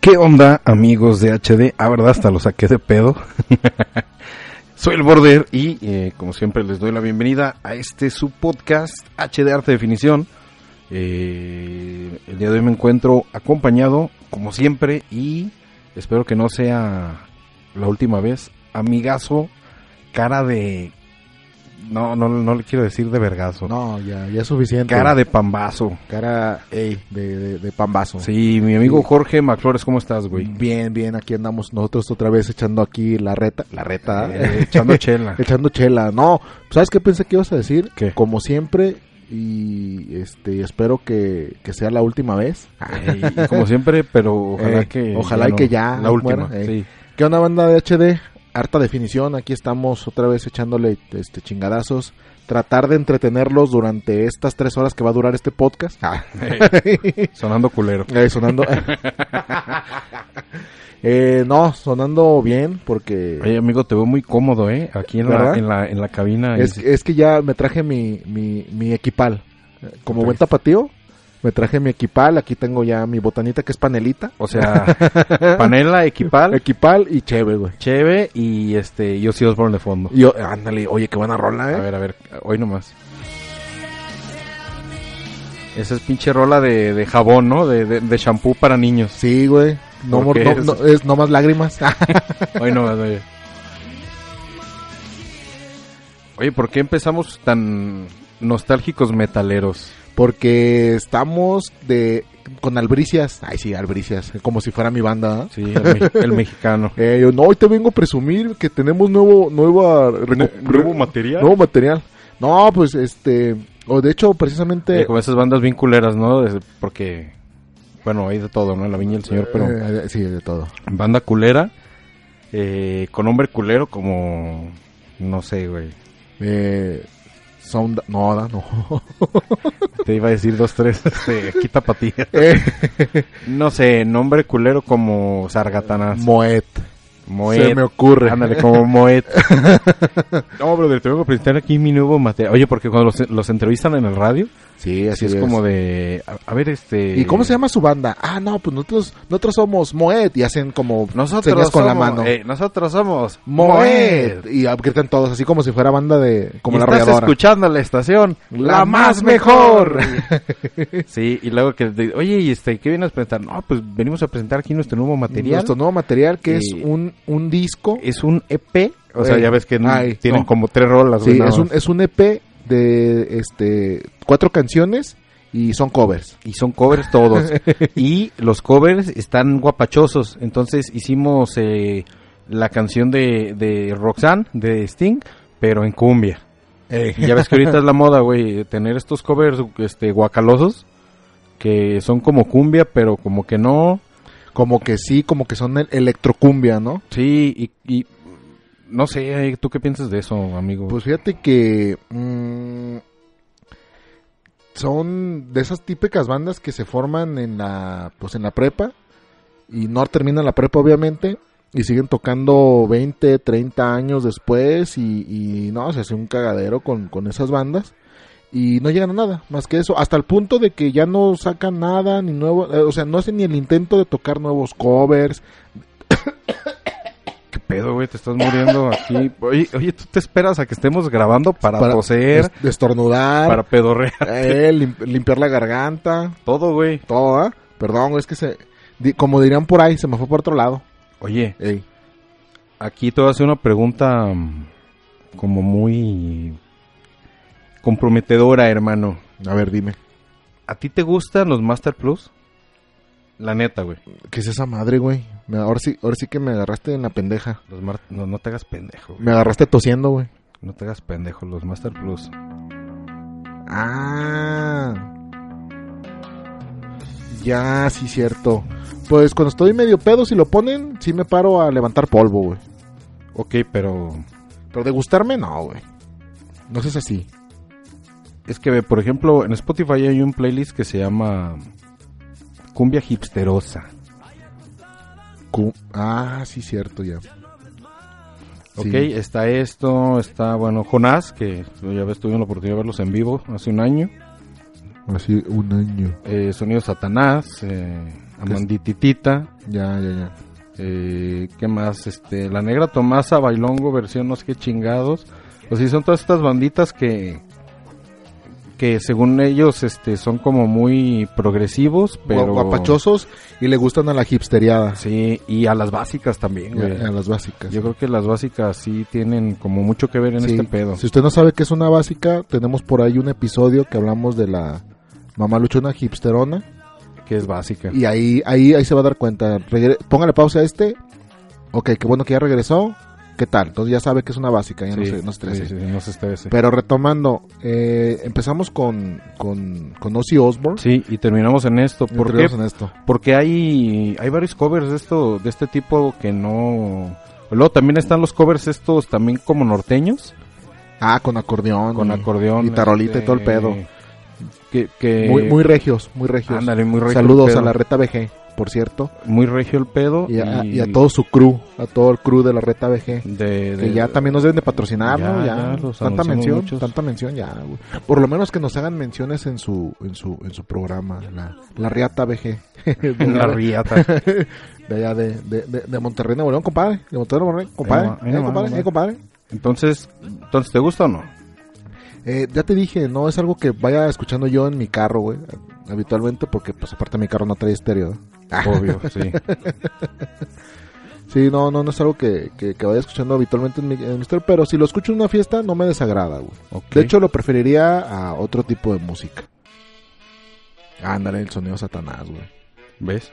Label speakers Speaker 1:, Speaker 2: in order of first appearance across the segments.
Speaker 1: ¿Qué onda, amigos de HD? Ah, verdad, hasta lo saqué de pedo. Soy el Border y, eh, como siempre, les doy la bienvenida a este su podcast HD Arte Definición. Eh, el día de hoy me encuentro acompañado, como siempre, y espero que no sea la última vez, amigazo, cara de. No, no, no le quiero decir de vergazo.
Speaker 2: No, ya, ya es suficiente.
Speaker 1: Cara de pambazo.
Speaker 2: Cara, ey, de, de, de pambazo.
Speaker 1: Sí, mi amigo Jorge Macflores, ¿cómo estás, güey?
Speaker 2: Bien, bien, aquí andamos nosotros otra vez echando aquí la reta, la reta,
Speaker 1: Eh, echando chela.
Speaker 2: echando chela. No, ¿sabes qué pensé que ibas a decir?
Speaker 1: ¿Qué?
Speaker 2: Como siempre, y este, espero que, que sea la última vez.
Speaker 1: Eh, y como siempre, pero ojalá
Speaker 2: Eh,
Speaker 1: que.
Speaker 2: ojalá y que ya
Speaker 1: La última,
Speaker 2: muera, eh.
Speaker 1: sí.
Speaker 2: ¿Qué onda, banda de HD? Harta definición, aquí estamos otra vez echándole este chingadazos. Tratar de entretenerlos durante estas tres horas que va a durar este podcast.
Speaker 1: Ah. Sonando culero.
Speaker 2: Eh, sonando. Eh, no, sonando bien, porque
Speaker 1: Oye, amigo, te veo muy cómodo, ¿eh? Aquí en, la,
Speaker 2: ¿Verdad?
Speaker 1: en, la, en la cabina.
Speaker 2: es,
Speaker 1: Y-
Speaker 2: es que ya me traje mi, mi, mi equipal. Eh, Como
Speaker 1: Traes.
Speaker 2: buen tapatío, me traje mi equipal. Aquí tengo ya mi botanita que es panelita.
Speaker 1: O sea, panela, equipal,
Speaker 2: Equipal y cheve, güey.
Speaker 1: cheve y este, yo sí Osborne de fondo.
Speaker 2: Y yo, ándale, oye, qué buena rola, eh.
Speaker 1: A ver, a ver, hoy nomás. Esa es pinche rola de, de jabón, ¿no? De, de, de shampoo para niños.
Speaker 2: Sí, güey. No,
Speaker 1: ¿Por
Speaker 2: mor-
Speaker 1: qué
Speaker 2: no,
Speaker 1: es?
Speaker 2: no, es no más lágrimas.
Speaker 1: Hoy nomás, oye. Oye, ¿por qué empezamos tan nostálgicos metaleros?
Speaker 2: porque estamos de con albricias. Ay, sí, albricias. Como si fuera mi banda, ¿eh?
Speaker 1: Sí, el, me- el mexicano.
Speaker 2: Eh, yo, no, hoy te vengo a presumir que tenemos nuevo, nueva, recu-
Speaker 1: Nuevo material.
Speaker 2: nuevo material. No, pues este, o de hecho precisamente,
Speaker 1: Eh, con esas bandas bien culeras, ¿no? Desde- porque, bueno, hay de todo, ¿no? La viña del señor, pero
Speaker 2: Eh, sí, de todo.
Speaker 1: banda culera, eh, con hombre culero como, no sé, güey.
Speaker 2: Eh, sound, no, da- no.
Speaker 1: Te iba a decir dos, tres, este, quita patilla.
Speaker 2: Eh,
Speaker 1: No sé, nombre culero como Sargatanás.
Speaker 2: Moet.
Speaker 1: Ah, Moet.
Speaker 2: Se me ocurre.
Speaker 1: Ándale, como Moet. no, brother, te vengo a presentar aquí mi nuevo material. Oye, porque cuando los, los entrevistan en el radio,
Speaker 2: Sí, así
Speaker 1: así es, como de, a, a ver, este...
Speaker 2: ¿Y cómo se llama su banda? Ah, no, pues nosotros, nosotros somos Moet y hacen como
Speaker 1: Nosotros
Speaker 2: señas con la
Speaker 1: somos-
Speaker 2: mano.
Speaker 1: eh, nosotros somos
Speaker 2: Moet y ah, gritan todos así como si fuera banda de como
Speaker 1: Y
Speaker 2: la
Speaker 1: estás
Speaker 2: arrolladora.
Speaker 1: escuchando la estación la, más mejor. sí, y luego que te- oye, y este, ¿qué vienes a presentar? No, pues venimos a presentar aquí nuestro nuevo material.
Speaker 2: Nuestro nuevo material que es
Speaker 1: Y-
Speaker 2: un, un disco
Speaker 1: Es un EP, o sea,
Speaker 2: Ey.
Speaker 1: ya ves que n-
Speaker 2: Ay,
Speaker 1: tienen
Speaker 2: no.
Speaker 1: como tres rolas, güey,
Speaker 2: Sí,
Speaker 1: nada
Speaker 2: es un,
Speaker 1: más.
Speaker 2: es un EP de este cuatro canciones y son covers.
Speaker 1: y son covers todos. y los covers están guapachosos. Entonces hicimos eh, la canción de, de Roxanne, de Sting, pero en cumbia. Y ya ves que ahorita es la moda, güey, tener estos covers este guacalosos que son como cumbia, pero como que no.
Speaker 2: Como que sí, como que son el- electrocumbia, ¿no?
Speaker 1: Sí, y, y no sé, eh, ¿tú qué piensas de eso, amigo?
Speaker 2: Pues fíjate que mm, son de esas típicas bandas que se forman en la pues en la prepa y no terminan la prepa obviamente y siguen tocando 20, 30 años después y, y no, se hace un cagadero con, con esas bandas y no llegan a nada más que eso, hasta el punto de que ya no sacan nada ni nuevo, eh, o sea, no hacen ni el intento de tocar nuevos covers.
Speaker 1: ¿Qué pedo, güey? Te estás muriendo aquí. Oye, oye, ¿tú te esperas a que estemos grabando para,
Speaker 2: Para-
Speaker 1: toser,
Speaker 2: des- Destornudar,
Speaker 1: para pedorrear?
Speaker 2: eh, lim- limpiar la garganta.
Speaker 1: Todo, güey.
Speaker 2: Toda. ¿eh? Perdón, es que se. di- como dirían por ahí, se me fue por otro lado.
Speaker 1: Oye,
Speaker 2: Ey.
Speaker 1: aquí te voy a hacer una pregunta mm, como muy comprometedora, hermano.
Speaker 2: A ver, dime.
Speaker 1: ¿A ti te gustan los Master Plus? La neta, güey.
Speaker 2: ¿Qué es esa madre, güey? Me- Ahora sí, ahora sí que me agarraste en la pendeja.
Speaker 1: Los mar- no, no te hagas pendejo, güey.
Speaker 2: Me agarraste tosiendo, güey.
Speaker 1: No te hagas pendejo, los Master Plus.
Speaker 2: Ah. Ya, sí, cierto. Pues cuando estoy medio pedo, si lo ponen, sí me paro a levantar polvo, güey.
Speaker 1: Ok, pero
Speaker 2: Pero de gustarme, no, güey. No seas así.
Speaker 1: es que, por ejemplo, en Spotify hay un playlist que se llama Cumbia Hipsterosa.
Speaker 2: Cu- ah, sí, cierto, ya.
Speaker 1: Ok,
Speaker 2: Sí.
Speaker 1: está esto, está, bueno, Jonás, que ya ves, tuve la oportunidad de verlos en vivo hace un año.
Speaker 2: Así un año.
Speaker 1: eh, Sonido Satanás, eh, Amandititita,
Speaker 2: Ya, ya, ya.
Speaker 1: eh, ¿qué más? Este, La Negra Tomasa, Bailongo, versión no sé qué chingados. Pues sí, son todas estas banditas que que según ellos este son como muy progresivos, pero
Speaker 2: Gua- Guapachosos y le gustan a la hipsteriada.
Speaker 1: Sí, y a las básicas también,
Speaker 2: y
Speaker 1: güey.
Speaker 2: a, a las básicas.
Speaker 1: Yo creo que las básicas sí tienen como mucho que ver en
Speaker 2: Sí,
Speaker 1: este pedo.
Speaker 2: Si usted no sabe qué es una básica, tenemos por ahí un episodio que hablamos de la mamá luchona hipsterona.
Speaker 1: Que es básica.
Speaker 2: Y ahí, ahí, ahí se va a dar cuenta. Regre- póngale pausa a este. Ok, qué bueno que ya regresó. ¿Qué tal? Entonces ya sabe que es una básica, ya no
Speaker 1: Sí,
Speaker 2: se, no se estrese.
Speaker 1: sí, sí, sí, no se estrese.
Speaker 2: Pero retomando, eh, empezamos con, con, con Ozzy Osbourne.
Speaker 1: Sí, y terminamos en esto.
Speaker 2: Y
Speaker 1: ¿Por qué?
Speaker 2: entramos en esto.
Speaker 1: Porque hay, hay varios covers de esto, de este tipo que no. Luego también están los covers estos también como norteños,
Speaker 2: Ah, con acordeón.
Speaker 1: con
Speaker 2: y-
Speaker 1: acordeón. este, eh,
Speaker 2: Y tarolita y todo el pedo.
Speaker 1: Que, que-
Speaker 2: Muy, muy regios, muy regios.
Speaker 1: ándale, muy regio el
Speaker 2: Saludos
Speaker 1: pedo. Oh,
Speaker 2: a la reta BG, por cierto.
Speaker 1: Muy regio el pedo.
Speaker 2: Y a, y a todo su crew, a todo el crew de la reta
Speaker 1: de-
Speaker 2: BG. Que
Speaker 1: de-
Speaker 2: ya también nos deben de patrocinar,
Speaker 1: Ya,
Speaker 2: ¿no?
Speaker 1: ya,
Speaker 2: Ya,
Speaker 1: los
Speaker 2: tanta
Speaker 1: anunciamos
Speaker 2: mención,
Speaker 1: muchos.
Speaker 2: tanta mención ya, güey. Por lo menos que nos hagan menciones en su, en su, en su programa, la, la Riata BG. de,
Speaker 1: en la
Speaker 2: allá-
Speaker 1: riata.
Speaker 2: de allá de, de, de, de Monterrey, Nuevo León, compadre. De Monterrey, Nuevo León, compadre.
Speaker 1: Ahí va, ahí
Speaker 2: Eh,
Speaker 1: va,
Speaker 2: compadre,
Speaker 1: ahí va.
Speaker 2: eh, compadre.
Speaker 1: Entonces, entonces ¿te gusta o no?
Speaker 2: Eh, ya te dije, no es algo que vaya escuchando yo en mi carro, güey. Habitualmente, porque pues aparte mi carro no trae estéreo. ¿no?
Speaker 1: Obvio, sí.
Speaker 2: Sí, no, no, no es algo que, que, que vaya escuchando habitualmente en mi, en mi estéreo, pero si lo escucho en una fiesta no me desagrada, güey.
Speaker 1: Ok.
Speaker 2: De hecho, lo preferiría a otro tipo de música. Ándale, el sonido Satanás, güey.
Speaker 1: ¿Ves?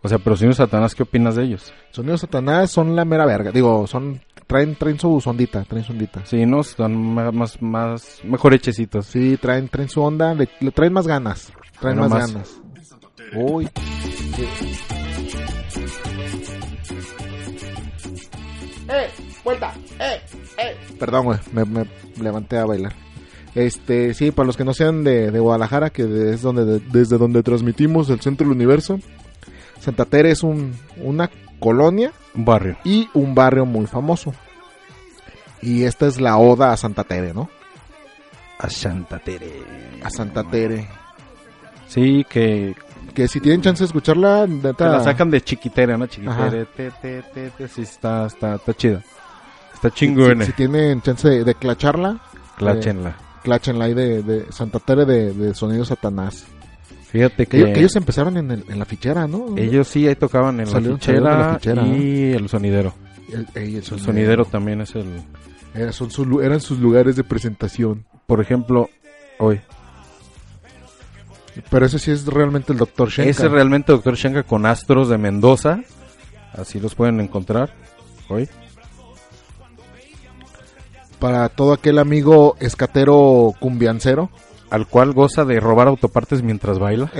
Speaker 1: O sea, pero si un Satanás, ¿qué opinas de ellos?
Speaker 2: Sonido Satanás son la mera verga. Digo, son traen, traen su sondita, traen su ondita.
Speaker 1: Sí, no, están ma- más, más, mejor hechecitos.
Speaker 2: Sí, traen, traen su onda, le, le traen más ganas. Traen
Speaker 1: Bueno,
Speaker 2: más
Speaker 1: más.
Speaker 2: ganas. Uy. ¡Eh! ¡Vuelta! ¡Eh! ¡Eh! Perdón, güey, me, me levanté a bailar. Este, sí, para los que no sean de, de Guadalajara, que de- es donde de- desde donde transmitimos el centro del universo, Santa Tere es un, una colonia
Speaker 1: Un barrio.
Speaker 2: y un barrio muy famoso. Y esta es la oda a Santa Tere, ¿no?
Speaker 1: A Santa Tere.
Speaker 2: A Santa Tere.
Speaker 1: Sí, que,
Speaker 2: Que si tienen chance de escucharla,
Speaker 1: que
Speaker 2: neta,
Speaker 1: la sacan de chiquitera, ¿no?
Speaker 2: Ajá.
Speaker 1: Chiquitere, te, te, te, te, sí, está, está, está chida. Está
Speaker 2: si,
Speaker 1: chingona.
Speaker 2: si tienen chance de, de clacharla,
Speaker 1: Cláchenla.
Speaker 2: cláchenla ahí de, de Santa Tere de, de Sonido Satanás.
Speaker 1: Fíjate
Speaker 2: Que,
Speaker 1: que,
Speaker 2: ellos- que ellos empezaron en, el- en la fichera, ¿no?
Speaker 1: ellos sí ahí tocaban en la
Speaker 2: Salieron-
Speaker 1: fichera,
Speaker 2: salieron de la fichera,
Speaker 1: y el sonidero.
Speaker 2: El- ey, el
Speaker 1: El sonidero también es el...
Speaker 2: Era- son sus lu- eran sus lugares de presentación.
Speaker 1: Por ejemplo, hoy.
Speaker 2: Pero ese sí es realmente el Dr. Shenka.
Speaker 1: Ese es realmente Doctor Shenka con Astros de Mendoza. Así los pueden encontrar hoy.
Speaker 2: Para todo aquel amigo escatero cumbiancero,
Speaker 1: Al cual goza de robar autopartes mientras baila.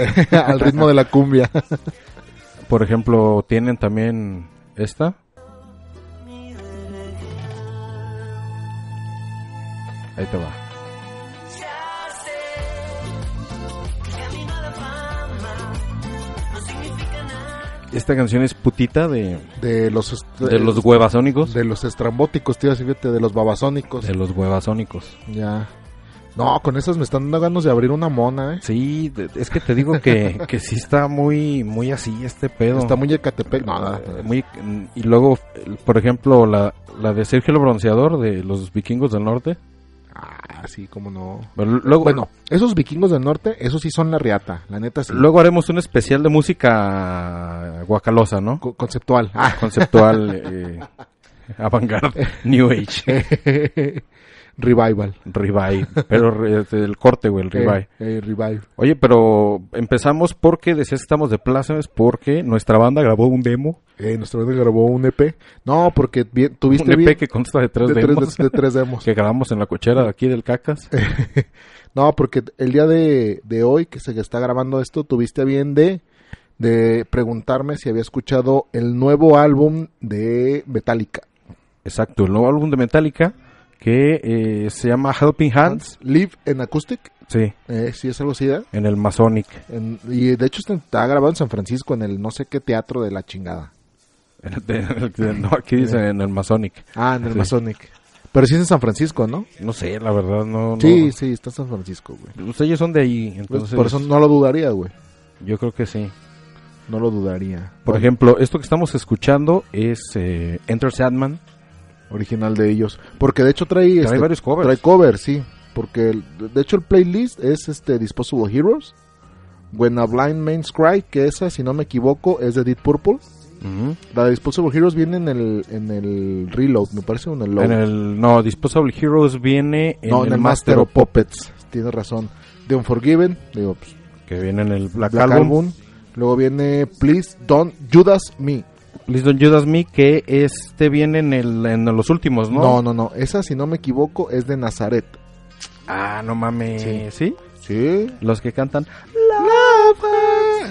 Speaker 2: al ritmo de la cumbia.
Speaker 1: Por ejemplo, tienen también esta. Ahí te va. Esta canción es putita de,
Speaker 2: De los, est- eh,
Speaker 1: de los huevasónicos.
Speaker 2: de los estrambóticos, tío, así fíjate, de los babasónicos.
Speaker 1: De los huevasónicos.
Speaker 2: Ya. No, con esas me están dando ganas de abrir una mona, ¿eh?
Speaker 1: Sí, de- es que te digo que, que sí está muy, muy así este pedo.
Speaker 2: Está muy Ecatepec. No, no,
Speaker 1: Eh, muy- mm, y luego, el- por ejemplo, la, la de Sergio el Bronceador de los vikingos del norte.
Speaker 2: Ah, sí, cómo no.
Speaker 1: Pero luego,
Speaker 2: Bueno, esos vikingos del norte, esos sí son la riata, la neta sí.
Speaker 1: luego haremos un especial de música guacalosa, ¿no?
Speaker 2: Co- conceptual. Ah.
Speaker 1: Conceptual, eh, avant-garde, New Age,
Speaker 2: revival.
Speaker 1: Revive. Pero re- este, el corte, güey, el Revive.
Speaker 2: Eh, eh, revive.
Speaker 1: Oye, pero empezamos porque decías que estamos de plácemes porque nuestra banda grabó un demo.
Speaker 2: Eh, nuestro banda grabó un EP. No, porque bien, tuviste
Speaker 1: Un EP
Speaker 2: bien
Speaker 1: que consta de tres
Speaker 2: de, tres,
Speaker 1: demos.
Speaker 2: de- de tres demos.
Speaker 1: que grabamos en la cochera de aquí del Cacas.
Speaker 2: No, porque el día de, de hoy que se está grabando esto, tuviste a bien de, de preguntarme si había escuchado el nuevo álbum de Metallica.
Speaker 1: Exacto, el nuevo álbum de Metallica que eh, se llama Helping Hands.
Speaker 2: Live en Acoustic.
Speaker 1: Sí,
Speaker 2: Eh, sí, es algo así, ¿eh?
Speaker 1: en el Masonic.
Speaker 2: En- y de hecho está- está grabado en San Francisco, en el no sé qué teatro de la chingada.
Speaker 1: En el- en el- no, aquí dice en el Masonic.
Speaker 2: Ah, en el
Speaker 1: Sí.
Speaker 2: Masonic. Pero sí es en San Francisco, ¿no?
Speaker 1: No sé, la verdad, no. no.
Speaker 2: Sí, sí, está en San Francisco, güey.
Speaker 1: Ustedes son de ahí,
Speaker 2: Pues,
Speaker 1: entonces.
Speaker 2: Por eso no lo dudaría, güey.
Speaker 1: Yo creo que sí.
Speaker 2: No lo dudaría.
Speaker 1: Por
Speaker 2: Bueno,
Speaker 1: ejemplo, esto que estamos escuchando es eh, Enter Sandman.
Speaker 2: Original de ellos. Porque de hecho trae...
Speaker 1: Trae
Speaker 2: este,
Speaker 1: varios covers.
Speaker 2: Trae cover, sí. Porque el- de hecho el playlist es este Disposable Heroes. When a Blind Man's Cry, que esa, si no me equivoco, es de Deep Purple.
Speaker 1: Ujú.
Speaker 2: La de Disposable Heroes viene en el, en el Reload, me parece, o en el Load.
Speaker 1: En el, no, Disposable Heroes viene en,
Speaker 2: no,
Speaker 1: el, Master of Pop,
Speaker 2: Puppets. Tienes razón. The Unforgiven, digo, pues,
Speaker 1: que viene en el Black,
Speaker 2: Black
Speaker 1: Album.
Speaker 2: Album. Luego viene Please Don't Judas Me.
Speaker 1: Please Don't Judas Me, que este viene en, el, en los últimos, ¿no?
Speaker 2: No, no, no. Esa, si no me equivoco, es de Nazaret.
Speaker 1: Ah, no mames. Sí.
Speaker 2: Sí. Sí.
Speaker 1: Los que cantan.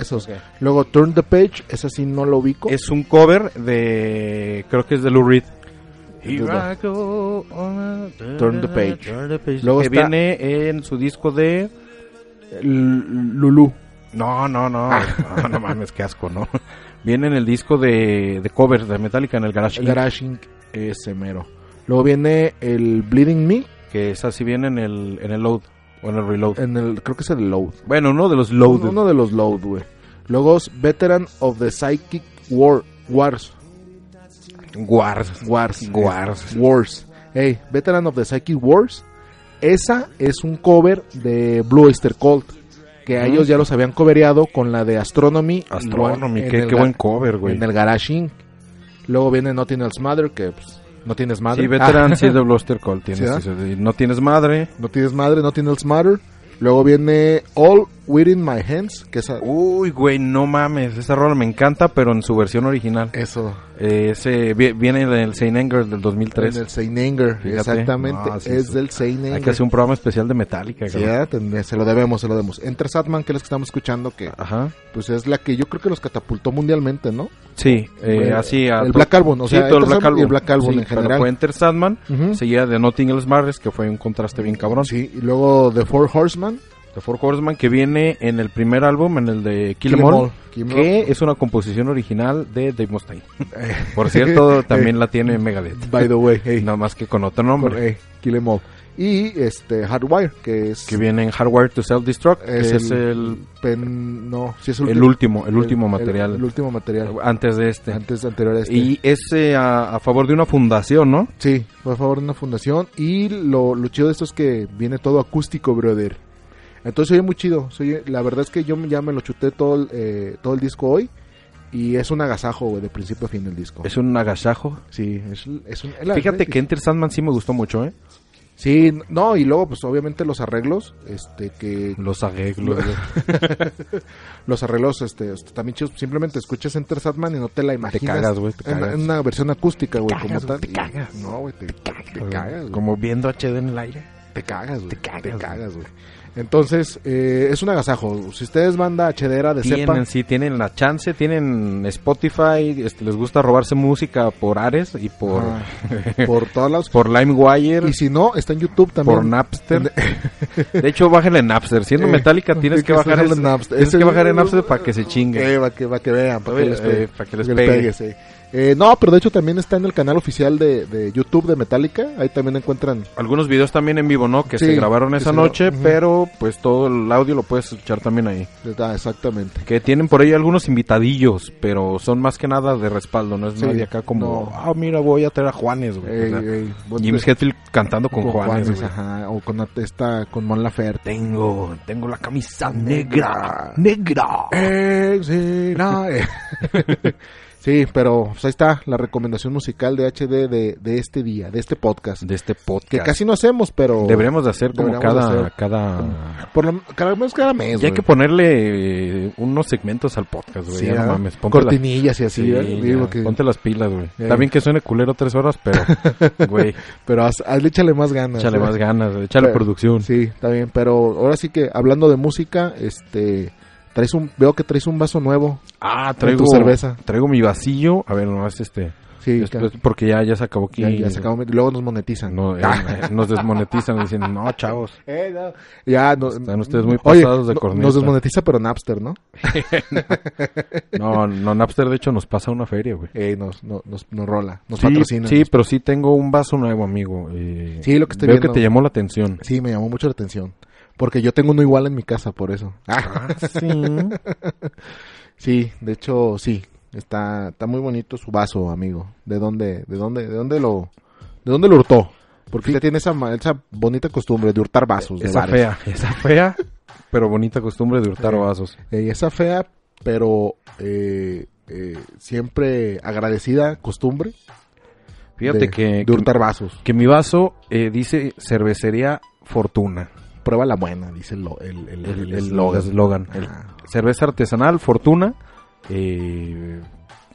Speaker 2: Esos. Luego Turn the Page, esa sí no lo ubico.
Speaker 1: Es un cover de. Creo que es de Lou Reed.
Speaker 2: Here I
Speaker 1: Turn
Speaker 2: Turn the page.
Speaker 1: Luego
Speaker 2: Luego
Speaker 1: que
Speaker 2: está-
Speaker 1: viene en su disco de.
Speaker 2: Lulu. Ah.
Speaker 1: No, no, no. No, no mames, qué asco, ¿no? Viene en el disco de, de covers de Metallica en el Garage.
Speaker 2: El
Speaker 1: Inc,
Speaker 2: Garage Inc. Ese mero. Luego viene el Bleeding Me.
Speaker 1: que es así, viene en el, en el Load o en el Reload.
Speaker 2: En el, creo que es el Load.
Speaker 1: Bueno, uno de los Load.
Speaker 2: Uno de los Load, güey. Luego es Veteran of the Psychic War, Wars.
Speaker 1: Guards.
Speaker 2: Wars. eh,
Speaker 1: Wars.
Speaker 2: Wars. Hey, Veteran of the Psychic Wars. Esa es un cover de Blue Oyster Cult. Que a
Speaker 1: Ujú.
Speaker 2: ellos ya los habían cobereado con la de Astronomy.
Speaker 1: Astronomy,
Speaker 2: en
Speaker 1: qué,
Speaker 2: el
Speaker 1: qué
Speaker 2: ga-
Speaker 1: buen cover, güey.
Speaker 2: En el Garage Inc. Luego viene Nothing Else Mother, que pues, no tienes madre.
Speaker 1: Sí, Veteran,
Speaker 2: Ah,
Speaker 1: sí, de Bluster Call. Tienes,
Speaker 2: ¿Sí, ah? verdad?
Speaker 1: sí, sí, no tienes madre.
Speaker 2: no tienes madre, Nothing Else Matter. Luego viene All Within My Hands, que esa,
Speaker 1: Uy, güey, no mames. Esa rola me encanta, pero en su versión original.
Speaker 2: eso,
Speaker 1: Eh, ese vi- viene en el Saint Anger del 2003.
Speaker 2: en el Seinanger,
Speaker 1: Fíjate.
Speaker 2: exactamente,
Speaker 1: No, sí,
Speaker 2: es
Speaker 1: sí.
Speaker 2: del
Speaker 1: Hay que
Speaker 2: Seinanger.
Speaker 1: hacer un programa especial de Metallica,
Speaker 2: Sí,
Speaker 1: cabrón.
Speaker 2: ¿verdad? Ten- eh, se lo debemos, se lo debemos. Entre Satman, que es la que estamos escuchando, que
Speaker 1: Ajá.
Speaker 2: pues es la que yo creo que los catapultó mundialmente, ¿no?
Speaker 1: Sí, eh,
Speaker 2: Bueno,
Speaker 1: así. a-
Speaker 2: el Black Album, o
Speaker 1: Sí,
Speaker 2: sea,
Speaker 1: todo el
Speaker 2: Enter
Speaker 1: Black
Speaker 2: Sandman
Speaker 1: Album.
Speaker 2: y el Black Album
Speaker 1: Sí,
Speaker 2: en
Speaker 1: pero
Speaker 2: general.
Speaker 1: Fue Enter Sandman,
Speaker 2: Ujú.
Speaker 1: seguida de Nothing Else Matters, que fue un contraste bien cabrón.
Speaker 2: Sí, y luego The Four Horsemen,
Speaker 1: The Four Horseman, que viene en el primer álbum, en el de Kill
Speaker 2: Kill
Speaker 1: Em
Speaker 2: 'Em
Speaker 1: All,
Speaker 2: All, Kill 'Em
Speaker 1: que es una composición original de Dave Mustaine. Por cierto, también la tiene Megadeth.
Speaker 2: By the way, hey,
Speaker 1: Nada más que con otro nombre.
Speaker 2: con- hey, Kill 'Em All. Y este Hardwire, que es,
Speaker 1: que viene en Hardware to Self Destruct,
Speaker 2: es
Speaker 1: que es el,
Speaker 2: el, pen- no, sí es
Speaker 1: el, último, el último material
Speaker 2: el, último material
Speaker 1: antes de este.
Speaker 2: antes anterior a este.
Speaker 1: Y es eh, a, a favor de una fundación, ¿no?
Speaker 2: sí, fue a favor de una fundación y lo, lo chido de esto es que viene todo acústico, brother. Entonces oye muy chido. se oye- la verdad es que yo ya me lo chuté todo el, eh, todo el disco hoy y es un agasajo, güey, de principio a fin del disco.
Speaker 1: Es un agasajo.
Speaker 2: sí, es, es un...
Speaker 1: Fíjate que Enter Sandman sí me gustó mucho, ¿eh?
Speaker 2: Sí, no, y luego pues obviamente los arreglos, este, que
Speaker 1: Los arreglos. güey.
Speaker 2: los arreglos este, este, también chidos. Simplemente escuchas Enter Satman y no te la imaginas.
Speaker 1: cagas, güey, te
Speaker 2: en-
Speaker 1: cagas.
Speaker 2: En una versión acústica, güey, como
Speaker 1: cagas, güey,
Speaker 2: tal.
Speaker 1: te
Speaker 2: y-
Speaker 1: cagas.
Speaker 2: No, güey, te, te cagas, güey.
Speaker 1: Como viendo HD en el aire.
Speaker 2: Te cagas, güey. Te
Speaker 1: cagas,
Speaker 2: cagas,
Speaker 1: güey.
Speaker 2: güey. Entonces, eh, es un agasajo. Si ustedes banda hedera de cepa,
Speaker 1: Tienen, sí, tienen la chance, tienen Spotify, este, les gusta robarse música por Ares y por,
Speaker 2: ah, por todas las...
Speaker 1: por LimeWire,
Speaker 2: Y si no, está en YouTube también.
Speaker 1: por Napster. De hecho, bájenle Napster. Siendo
Speaker 2: Eh,
Speaker 1: Metallica, tienes
Speaker 2: hay
Speaker 1: que
Speaker 2: que
Speaker 1: bajar
Speaker 2: bajarle
Speaker 1: el,
Speaker 2: Napster.
Speaker 1: Tienes
Speaker 2: Ese-
Speaker 1: que bajar el Napster para que se chingue.
Speaker 2: Eh, para que, para que vean, para que
Speaker 1: Eh,
Speaker 2: les pegue.
Speaker 1: eh, para que les
Speaker 2: les
Speaker 1: pegue.
Speaker 2: pegue, sí. Eh, no, pero de hecho también está en el canal oficial de, de YouTube de Metallica. Ahí también encuentran
Speaker 1: Algunos videos también en vivo, ¿no? Que
Speaker 2: Sí,
Speaker 1: se grabaron
Speaker 2: que
Speaker 1: esa
Speaker 2: se gra-
Speaker 1: noche,
Speaker 2: ujú.
Speaker 1: pero pues todo el audio lo puedes escuchar también ahí.
Speaker 2: Ah, exactamente.
Speaker 1: Que tienen por ahí algunos invitadillos, pero son más que nada de respaldo, no es
Speaker 2: Sí,
Speaker 1: nadie acá como,
Speaker 2: no.
Speaker 1: ah, mira, voy a traer a Juanes, güey.
Speaker 2: Ey,
Speaker 1: O sea,
Speaker 2: ey, vos-
Speaker 1: James Hetfield cantando con,
Speaker 2: con
Speaker 1: Juanes,
Speaker 2: Juanes,
Speaker 1: güey.
Speaker 2: ajá, o con esta con Mon Laferte.
Speaker 1: Tengo, tengo la camisa negra, negra.
Speaker 2: Eh, sí, no, eh. sí, pero pues, ahí está la recomendación musical de HD de, de este día, de este podcast.
Speaker 1: De este podcast.
Speaker 2: Que casi no hacemos, pero
Speaker 1: Deberíamos de hacer como
Speaker 2: Deberíamos
Speaker 1: cada,
Speaker 2: de hacer.
Speaker 1: cada,
Speaker 2: por lo cada menos cada mes.
Speaker 1: Y hay que
Speaker 2: güey.
Speaker 1: ponerle eh, unos segmentos al podcast, Pues, güey.
Speaker 2: Sí,
Speaker 1: ya no
Speaker 2: ah,
Speaker 1: mames. Ponte, las-
Speaker 2: cortinillas y así,
Speaker 1: sí,
Speaker 2: ¿eh?
Speaker 1: ya,
Speaker 2: Digo que-
Speaker 1: ponte las pilas, güey.
Speaker 2: Eh.
Speaker 1: Está bien que suene culero tres horas, pero, güey,
Speaker 2: pero haz- hazle échale más ganas.
Speaker 1: échale
Speaker 2: ¿eh?
Speaker 1: más ganas, güey, échale
Speaker 2: Pero-
Speaker 1: producción.
Speaker 2: Sí, está bien, pero ahora sí que hablando de música, este traes un veo que traes un vaso nuevo.
Speaker 1: Ah,
Speaker 2: Con tu
Speaker 1: traigo
Speaker 2: cerveza.
Speaker 1: Traigo mi vasillo. A ver, nomás este.
Speaker 2: Sí,
Speaker 1: Después- porque ya, ya se acabó aquí.
Speaker 2: ya, ya se acabó. Ah. Luego nos monetizan.
Speaker 1: No, eh, nos desmonetizan diciendo, no, chavos.
Speaker 2: Eh, no. Ya, no-
Speaker 1: Están ustedes muy
Speaker 2: Oye,
Speaker 1: pasados de
Speaker 2: no-
Speaker 1: corneta.
Speaker 2: Nos desmonetiza, pero Napster, ¿no?
Speaker 1: No, no, Napster de hecho nos pasa una feria, güey.
Speaker 2: Eh, nos, no- nos, nos rola, nos
Speaker 1: Sí,
Speaker 2: patrocina.
Speaker 1: sí, pero sí tengo un vaso nuevo, amigo. eh,
Speaker 2: Sí, lo que estoy
Speaker 1: Veo
Speaker 2: viendo.
Speaker 1: que te llamó la atención.
Speaker 2: Sí, me llamó mucho la atención. Porque yo tengo uno igual en mi casa, por eso. Ah,
Speaker 1: Sí.
Speaker 2: Sí, de hecho, sí. Está, está muy bonito su vaso, amigo. ¿De dónde, de dónde, de dónde lo, de dónde lo hurtó? Porque usted tiene esa, ma- esa bonita costumbre de hurtar vasos. Pues de
Speaker 1: Esa
Speaker 2: bares.
Speaker 1: fea, esa fea, pero bonita costumbre de hurtar
Speaker 2: Sí.
Speaker 1: vasos.
Speaker 2: Eh, esa fea, pero eh, eh, siempre agradecida costumbre.
Speaker 1: Fíjate
Speaker 2: de,
Speaker 1: que,
Speaker 2: de
Speaker 1: que-
Speaker 2: hurtar vasos.
Speaker 1: que mi vaso eh, dice cervecería Fortuna.
Speaker 2: Prueba la buena, dice el lo- el el- el Ah,
Speaker 1: El
Speaker 2: eslogan.
Speaker 1: eslogan. El
Speaker 2: Ajá.
Speaker 1: cerveza artesanal Fortuna. eh,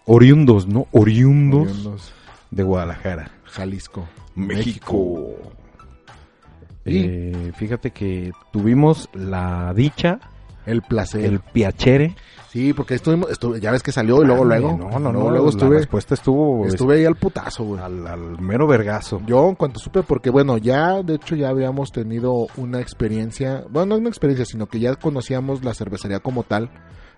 Speaker 1: oriundos, ¿no? Oriundos,
Speaker 2: Oriundos,
Speaker 1: de Guadalajara.
Speaker 2: Jalisco.
Speaker 1: México. Eh, fíjate que tuvimos la dicha,
Speaker 2: El placer.
Speaker 1: el piacere.
Speaker 2: Sí, porque estuvimos, estuve- ya ves que salió y luego,
Speaker 1: Ándale,
Speaker 2: luego.
Speaker 1: No, no, no.
Speaker 2: luego, luego
Speaker 1: la
Speaker 2: estuve,
Speaker 1: respuesta estuvo este,
Speaker 2: estuve ahí al putazo, güey.
Speaker 1: al, al mero vergazo.
Speaker 2: Yo, en cuanto supe, porque bueno, ya de hecho ya habíamos tenido una experiencia, bueno, no una experiencia, sino que ya conocíamos la cervecería como tal.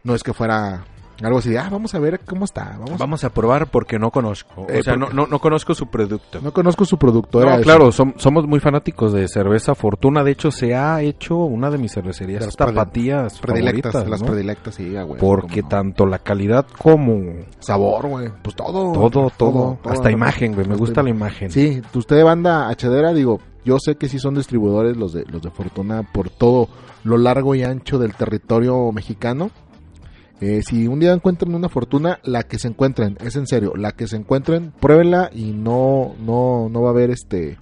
Speaker 2: No es que fuera algo así de, ah, vamos a ver cómo está, vamos.
Speaker 1: Vamos a probar porque no conozco.
Speaker 2: Eh,
Speaker 1: o sea,
Speaker 2: porque-
Speaker 1: no, no, no conozco su producto.
Speaker 2: No conozco su producto,
Speaker 1: No,
Speaker 2: era eso.
Speaker 1: claro, som- somos muy fanáticos de cerveza Fortuna. De hecho, se ha hecho una de mis cervecerías
Speaker 2: De las prede-
Speaker 1: tapatías
Speaker 2: Predilectas,
Speaker 1: favoritas,
Speaker 2: las
Speaker 1: ¿no?
Speaker 2: predilectas, sí, ah, güey.
Speaker 1: Porque
Speaker 2: cómo no.
Speaker 1: tanto la calidad como
Speaker 2: Sabor, güey. Pues todo.
Speaker 1: todo, todo,
Speaker 2: todo.
Speaker 1: hasta imagen, güey. Me
Speaker 2: Hasta
Speaker 1: gusta
Speaker 2: im-
Speaker 1: la imagen.
Speaker 2: Sí, usted banda hachedera, digo, yo sé que sí son distribuidores los de los de Fortuna por todo lo largo y ancho del territorio mexicano. Eh, si un día encuentran una fortuna, la que se encuentren, es en serio, la que se encuentren, pruébenla y no, no, no va a haber este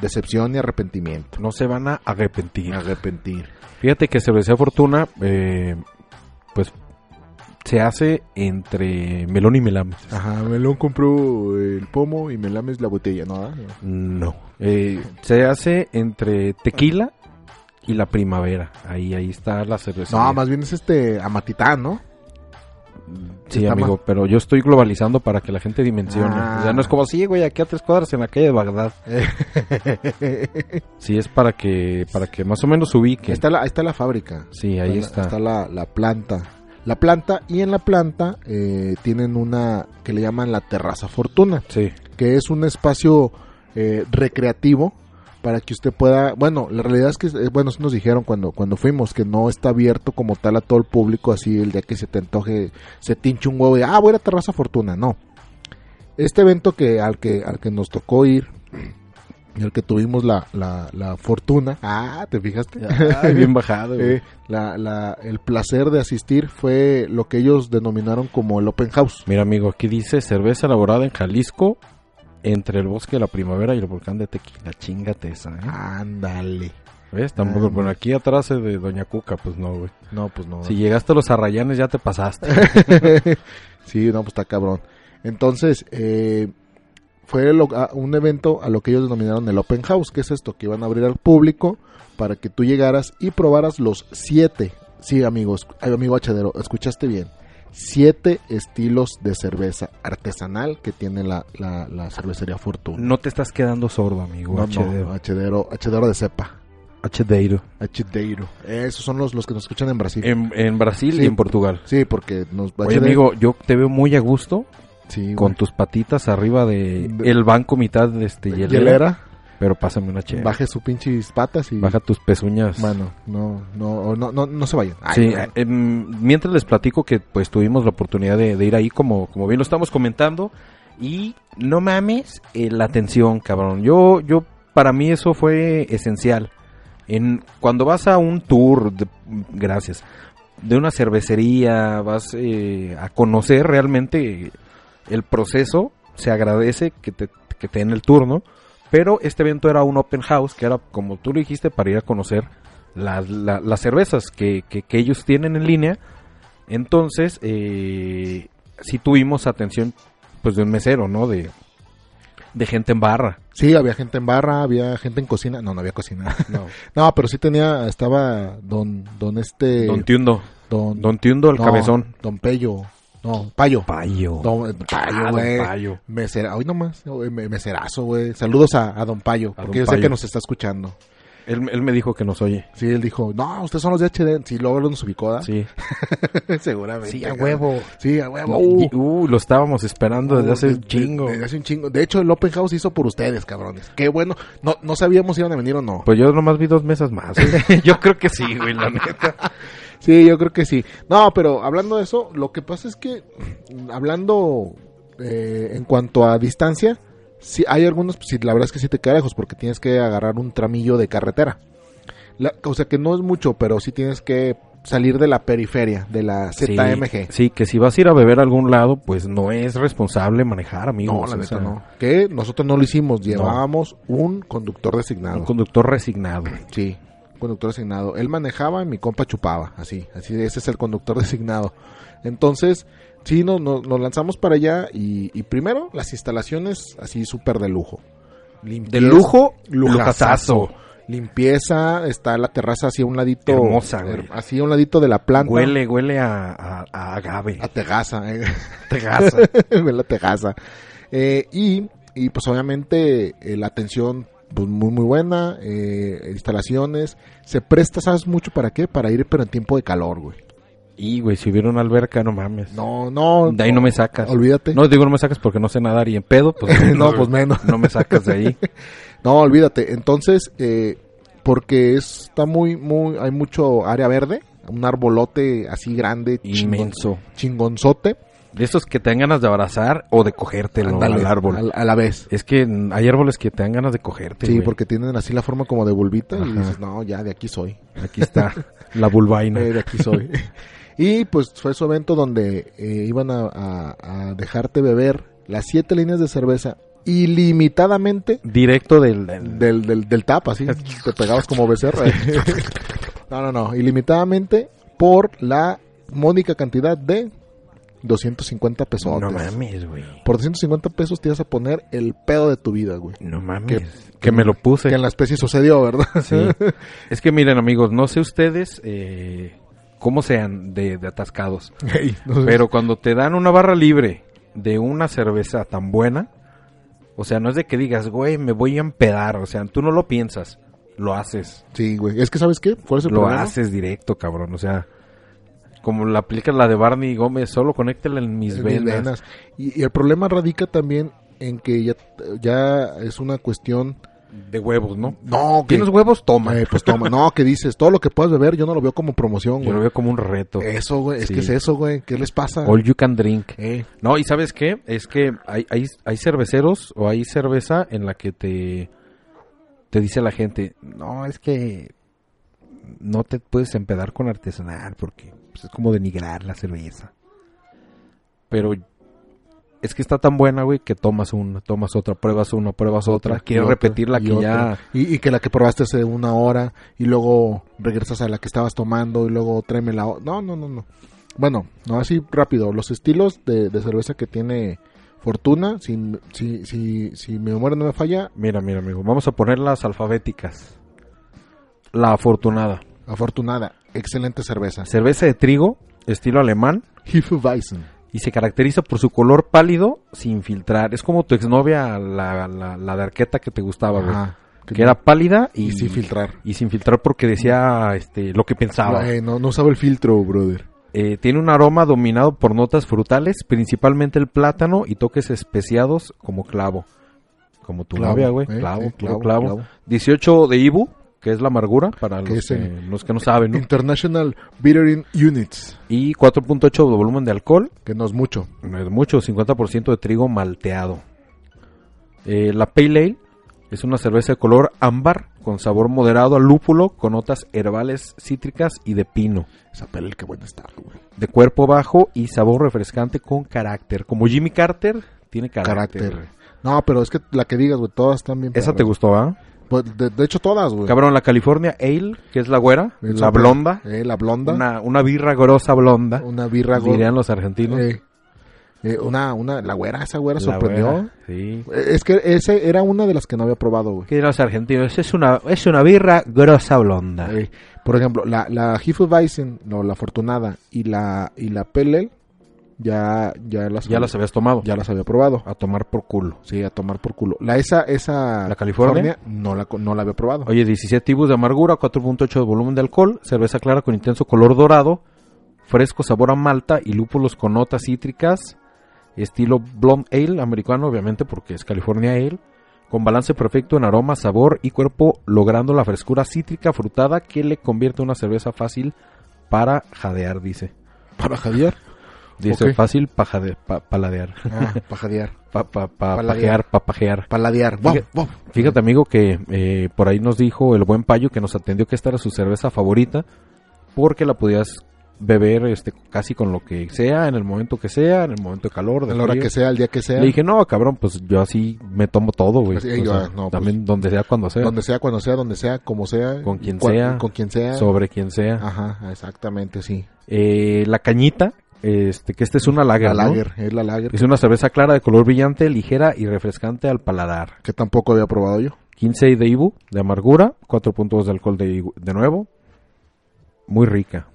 Speaker 2: decepción ni arrepentimiento.
Speaker 1: No se van a arrepentir.
Speaker 2: Arrepentir.
Speaker 1: Fíjate que Cervecería Fortuna, eh, pues se hace entre melón y melame.
Speaker 2: Ajá, Melón compró el pomo y me lames la botella, ¿no? ah?
Speaker 1: No. Eh, se hace entre tequila y la primavera. Ahí, ahí está la cerveza.
Speaker 2: No, más bien es este amatitán, ¿no?
Speaker 1: Sí,
Speaker 2: está
Speaker 1: amigo,
Speaker 2: más-
Speaker 1: pero yo estoy globalizando para que la gente dimensione.
Speaker 2: Ah.
Speaker 1: O sea, no es como, sí, güey, aquí a tres cuadras en la calle de Bagdad. Sí, es para que, para que más o menos ubique.
Speaker 2: Ahí está la, ahí está la fábrica.
Speaker 1: Sí, ahí
Speaker 2: la-
Speaker 1: está.
Speaker 2: la, la planta. La planta, y en la planta eh, tienen una que le llaman la terraza fortuna,
Speaker 1: Sí.
Speaker 2: que es un espacio eh, recreativo para que usted pueda. Bueno, la realidad es que, eh, bueno, sí nos dijeron cuando, cuando fuimos que no está abierto como tal a todo el público, así el día que se te antoje, se tinche un huevo y ah, voy a la terraza fortuna. No. Este evento que al que, al que nos tocó ir. y al que tuvimos la, la, la fortuna. Ah, ¿te fijaste?
Speaker 1: Ay, bien bajado, güey.
Speaker 2: Eh, la, la- el placer de asistir fue lo que ellos denominaron como el open house.
Speaker 1: Mira, amigo, aquí dice cerveza elaborada en Jalisco entre el bosque de la primavera y el volcán de Tequila. Chingate esa, ¿eh?
Speaker 2: Ándale.
Speaker 1: ¿Ves? Tampoco,
Speaker 2: Ah.
Speaker 1: pero aquí atrás eh, de Doña Cuca, pues no, güey.
Speaker 2: No, pues no.
Speaker 1: Si
Speaker 2: Sí,
Speaker 1: llegaste a los arrayanes ya te pasaste.
Speaker 2: no, pues está cabrón. Entonces, eh, fue lo- a- un evento a lo que ellos denominaron el open house, que es esto, que iban a abrir al público para que tú llegaras y probaras los siete. Sí, amigos, ay, amigo Hachadero, escuchaste bien. Siete estilos de cerveza artesanal que tiene la, la- la cervecería Fortuna.
Speaker 1: no te estás quedando sordo, amigo.
Speaker 2: No,
Speaker 1: HD.
Speaker 2: no, Hachedero, hachedero de cepa.
Speaker 1: HDero.
Speaker 2: Achideiro. Esos son los, los que nos escuchan en Brasil.
Speaker 1: En, en Brasil
Speaker 2: Sí.
Speaker 1: y en Portugal.
Speaker 2: sí, porque nos
Speaker 1: Eh, Oye,
Speaker 2: HD
Speaker 1: amigo, yo te veo muy a gusto
Speaker 2: Sí,
Speaker 1: con
Speaker 2: güey.
Speaker 1: tus patitas arriba de,
Speaker 2: De-
Speaker 1: el banco mitad de este hielera.
Speaker 2: hielera.
Speaker 1: Pero pásame una chela.
Speaker 2: Baje sus pinches patas y.
Speaker 1: Baja tus pezuñas.
Speaker 2: Mano, no, no, no, no, no se vayan. Ay,
Speaker 1: Sí,
Speaker 2: mano.
Speaker 1: em, mientras les platico que pues tuvimos la oportunidad de, de ir ahí como, como bien lo estamos comentando y no mames eh, la atención, cabrón. Yo, yo, para mí eso fue esencial. En, cuando vas a un tour, de- gracias, de una cervecería, vas eh, a conocer realmente el proceso, se agradece que te, que te den el turno, pero este evento era un open house, que era como tú lo dijiste, para ir a conocer las, la- las cervezas que, que- que ellos tienen en línea. Entonces, eh, sí tuvimos atención pues de un mesero, ¿no? De, de gente en barra.
Speaker 2: Sí, había gente en barra, había gente en cocina. No, no había cocina. No, pero sí tenía, estaba don, don este.
Speaker 1: Don Tiundo.
Speaker 2: don,
Speaker 1: Don Tiundo, el
Speaker 2: no,
Speaker 1: cabezón.
Speaker 2: Don Pello. No, payo.
Speaker 1: Payo.
Speaker 2: No, eh,
Speaker 1: Ah,
Speaker 2: payo,
Speaker 1: don
Speaker 2: güey.
Speaker 1: Payo.
Speaker 2: Mesera, hoy nomás, güey, me- meserazo, güey. Saludos a, a Don Payo,
Speaker 1: A
Speaker 2: porque
Speaker 1: don
Speaker 2: yo sé
Speaker 1: Payo.
Speaker 2: que nos está escuchando.
Speaker 1: Él, él me dijo que nos oye.
Speaker 2: Sí, él dijo, no, ustedes son los de HD. Sí, luego nos ubicó, ¿da?
Speaker 1: Sí.
Speaker 2: seguramente.
Speaker 1: Sí, a huevo.
Speaker 2: Sí, a huevo.
Speaker 1: Uh, lo estábamos esperando desde hace
Speaker 2: Ah, Uh, de-
Speaker 1: un chingo.
Speaker 2: Desde hace un chingo. De hecho, el Open House hizo por ustedes, cabrones. Qué bueno. No, no sabíamos si iban a venir o no.
Speaker 1: Pues yo nomás vi dos mesas más. güey. yo creo que sí, güey, la neta.
Speaker 2: Sí, yo creo que sí. No, pero hablando de eso, lo que pasa es que, hablando eh, en cuanto a distancia, sí hay algunos, pues, sí, la verdad es que sí te queda lejos porque tienes que agarrar un tramillo de carretera. La- o sea que no es mucho, pero sí tienes que salir de la periferia, de la
Speaker 1: Sí,
Speaker 2: ZMG.
Speaker 1: Sí, que si vas a ir a beber a algún lado, pues no es responsable manejar, amigos.
Speaker 2: No, la
Speaker 1: O
Speaker 2: neta
Speaker 1: sea,
Speaker 2: no. Que nosotros no lo hicimos, llevábamos un conductor designado.
Speaker 1: Un conductor resignado.
Speaker 2: Sí, conductor designado. Él manejaba y mi compa chupaba, así, así ese es el conductor designado. Entonces, sí, nos, nos, nos lanzamos para allá y, y primero las instalaciones así súper de lujo. Limpieza-
Speaker 1: De lujo,
Speaker 2: lujazazo.
Speaker 1: lujazazo.
Speaker 2: Limpieza, está la terraza así a un ladito.
Speaker 1: Hermosa, güey.
Speaker 2: her- Así a un ladito de la planta.
Speaker 1: Huele, huele a, a, a agave.
Speaker 2: A tegaza, eh.
Speaker 1: tegaza.
Speaker 2: Ve la tegaza. Eh, y, y, pues obviamente eh, la atención pues muy muy buena, eh, instalaciones, se presta, ¿sabes mucho para qué? Para ir pero en tiempo de calor, güey.
Speaker 1: y, güey, si hubiera una alberca, no mames.
Speaker 2: No, no.
Speaker 1: De ahí no me sacas.
Speaker 2: Olvídate.
Speaker 1: No, digo, no me sacas porque no sé nadar y en pedo, pues
Speaker 2: No, pues, menos.
Speaker 1: No me sacas de ahí.
Speaker 2: No, olvídate. Entonces, eh, porque es- está muy, muy, hay mucho área verde, un arbolote así grande, chingón-
Speaker 1: Inmenso.
Speaker 2: chingonzote.
Speaker 1: De esos que te dan ganas de abrazar o de cogértelo
Speaker 2: Ándale,
Speaker 1: al árbol.
Speaker 2: al- A, la vez.
Speaker 1: Es que mm, hay árboles que te dan ganas de cogerte.
Speaker 2: Sí,
Speaker 1: güey.
Speaker 2: porque tienen así la forma como de bulbita y
Speaker 1: Ajá.
Speaker 2: dices, no, ya de aquí soy.
Speaker 1: Aquí está la bulbaina.
Speaker 2: Eh, de aquí soy. y pues fue su evento donde eh, iban a, a- a dejarte beber las siete líneas de cerveza ilimitadamente
Speaker 1: Directo del. del-
Speaker 2: del, del, del tap, así. Te pegabas como becerra. ¿eh? no, no, no. Ilimitadamente por la módica cantidad de 250 pesos.
Speaker 1: No mames, güey.
Speaker 2: Por 250 pesos te ibas a poner el pedo de tu vida, güey.
Speaker 1: No mames. Que, me lo puse.
Speaker 2: Que en la especie sucedió, ¿verdad?
Speaker 1: Sí. es que miren, amigos, no sé ustedes eh, cómo sean de, de atascados.
Speaker 2: Ey, no sé.
Speaker 1: Pero cuando te dan una barra libre de una cerveza tan buena, o sea, no es de que digas, güey, me voy a empedar. O sea, tú no lo piensas, lo haces.
Speaker 2: Sí, güey. Es que, ¿sabes qué? ¿Cuál es el
Speaker 1: Lo
Speaker 2: problema?
Speaker 1: haces directo, cabrón. O sea, como la aplica la de Barney Gómez, solo conéctela en mis
Speaker 2: en mis
Speaker 1: venas.
Speaker 2: venas. Y, y el problema radica también en que ya, ya es una cuestión.
Speaker 1: De huevos, ¿no?
Speaker 2: No, que.
Speaker 1: ¿Tienes huevos? Toma.
Speaker 2: Eh, pues toma, no, que dices, todo lo que puedas beber, yo no lo veo como promoción,
Speaker 1: Yo lo
Speaker 2: güey.
Speaker 1: veo como un reto.
Speaker 2: Eso, güey, es
Speaker 1: Sí.
Speaker 2: que es eso, güey, ¿qué les pasa?
Speaker 1: All you can drink.
Speaker 2: Eh,
Speaker 1: No, y ¿sabes qué? Es que hay, hay, hay cerveceros o hay cerveza en la que te, te dice la gente, no, es que no te puedes empedar con artesanal porque pues, es como denigrar la cerveza. Pero es que está tan buena, güey, que tomas una, tomas otra, pruebas una, pruebas otra, quieres
Speaker 2: y otra,
Speaker 1: repetir la
Speaker 2: y
Speaker 1: que
Speaker 2: otra.
Speaker 1: ya...
Speaker 2: Y, y que la que probaste hace una hora, y luego regresas a la que estabas tomando, y luego tráeme la... o- No, no, no, no. Bueno, no, así rápido, los estilos de, de cerveza que tiene Fortuna, si, si, si, si mi memoria no me falla,
Speaker 1: Mira, mira, amigo, vamos a poner las alfabéticas. La afortunada.
Speaker 2: afortunada, excelente cerveza.
Speaker 1: Cerveza de trigo, estilo alemán.
Speaker 2: Hefeweizen.
Speaker 1: y se caracteriza por su color pálido sin filtrar. Es como tu exnovia, la, la, la de arqueta que te gustaba, güey.
Speaker 2: Ajá.
Speaker 1: Que era pálida y,
Speaker 2: y sin filtrar.
Speaker 1: Y sin filtrar porque decía este, lo que pensaba.
Speaker 2: Güey, no, no usaba el filtro, brother.
Speaker 1: Eh, tiene un aroma dominado por notas frutales, principalmente el plátano y toques especiados como clavo. Como tu
Speaker 2: Clavo,
Speaker 1: novia, güey.
Speaker 2: eh,
Speaker 1: clavo,
Speaker 2: eh,
Speaker 1: puro
Speaker 2: clavo,
Speaker 1: clavo,
Speaker 2: clavo.
Speaker 1: 18 de Ibu, que es la amargura para
Speaker 2: Que
Speaker 1: los
Speaker 2: es
Speaker 1: que,
Speaker 2: el-
Speaker 1: los que no saben, ¿no?
Speaker 2: International Bittering Units,
Speaker 1: Y 4.8 de volumen de alcohol.
Speaker 2: que no es mucho.
Speaker 1: No es eh, mucho, 50% de trigo malteado. Eh, la Pale Ale es una cerveza de color ámbar con sabor moderado a lúpulo con notas herbales, cítricas y de pino.
Speaker 2: Esa pelea que buena está, güey.
Speaker 1: De cuerpo bajo y sabor refrescante con carácter. Como Jimmy Carter, tiene carácter.
Speaker 2: Carácter. No, pero es que la que digas, güey, todas están bien.
Speaker 1: Esa te
Speaker 2: perras.
Speaker 1: gustó, ¿ah?
Speaker 2: Pues, de, de hecho, todas, güey.
Speaker 1: Cabrón, la California Ale, que es la güera,
Speaker 2: El
Speaker 1: la
Speaker 2: sope-
Speaker 1: blonda,
Speaker 2: Eh, la blonda. Una,
Speaker 1: una, una birra grosa blonda,
Speaker 2: birra go-
Speaker 1: dirían los argentinos.
Speaker 2: eh, eh, una, una, la güera, esa güera
Speaker 1: La
Speaker 2: sorprendió.
Speaker 1: güera, sí.
Speaker 2: Eh, Es que ese era una de las que no había probado, güey.
Speaker 1: Que dirían los argentinos, es una, es una birra grosa blonda.
Speaker 2: Eh, por ejemplo, la, la Hefeweizen, no, la afortunada, y la, y la Pale Ale, ya, ya las,
Speaker 1: Ya las habías tomado.
Speaker 2: pues, ya las había probado.
Speaker 1: A tomar por culo.
Speaker 2: Sí, a tomar por culo. La esa, esa
Speaker 1: ¿La California?
Speaker 2: no la co- no la había probado.
Speaker 1: Oye, 17 tibus de amargura, 4.8 de volumen de alcohol, cerveza clara con intenso color dorado, fresco sabor a malta y lúpulos con notas cítricas, estilo blonde ale americano, obviamente porque es California ale, con balance perfecto en aroma, sabor y cuerpo, logrando la frescura cítrica frutada que le convierte en una cerveza fácil para jadear, dice.
Speaker 2: Para jadear.
Speaker 1: Dice
Speaker 2: Ok.
Speaker 1: fácil para paladear,
Speaker 2: Ah, para jadear.
Speaker 1: pa, pa- pa-
Speaker 2: Paladear.
Speaker 1: pajear, papajear.
Speaker 2: Paladear. Wow, wow.
Speaker 1: Fíjate, amigo, que eh, por ahí nos dijo el buen payo que nos atendió que esta era su cerveza favorita porque la podías beber este casi con lo que sea, en el momento que sea, en el momento de calor, de
Speaker 2: A la hora
Speaker 1: frío.
Speaker 2: que sea, al día que sea.
Speaker 1: Le dije, no, cabrón, pues yo así me tomo todo, güey.
Speaker 2: Así,
Speaker 1: O
Speaker 2: eh, yo,
Speaker 1: sea,
Speaker 2: ah, no, pues,
Speaker 1: también donde sea, cuando sea,
Speaker 2: Donde sea, cuando sea, donde sea, como sea.
Speaker 1: eh. Con quien
Speaker 2: cua-
Speaker 1: sea.
Speaker 2: Con quien sea. Ah.
Speaker 1: sobre quien sea.
Speaker 2: Ajá, exactamente, sí.
Speaker 1: Eh, la cañita, este que esta es una lager,
Speaker 2: La
Speaker 1: ¿no?
Speaker 2: lager, es la lager.
Speaker 1: Es una cerveza clara de color brillante, ligera y refrescante al paladar.
Speaker 2: Que tampoco había probado yo.
Speaker 1: 15 de Ibu, de amargura, 4.2 de alcohol de, Ibu- de nuevo. Muy rica.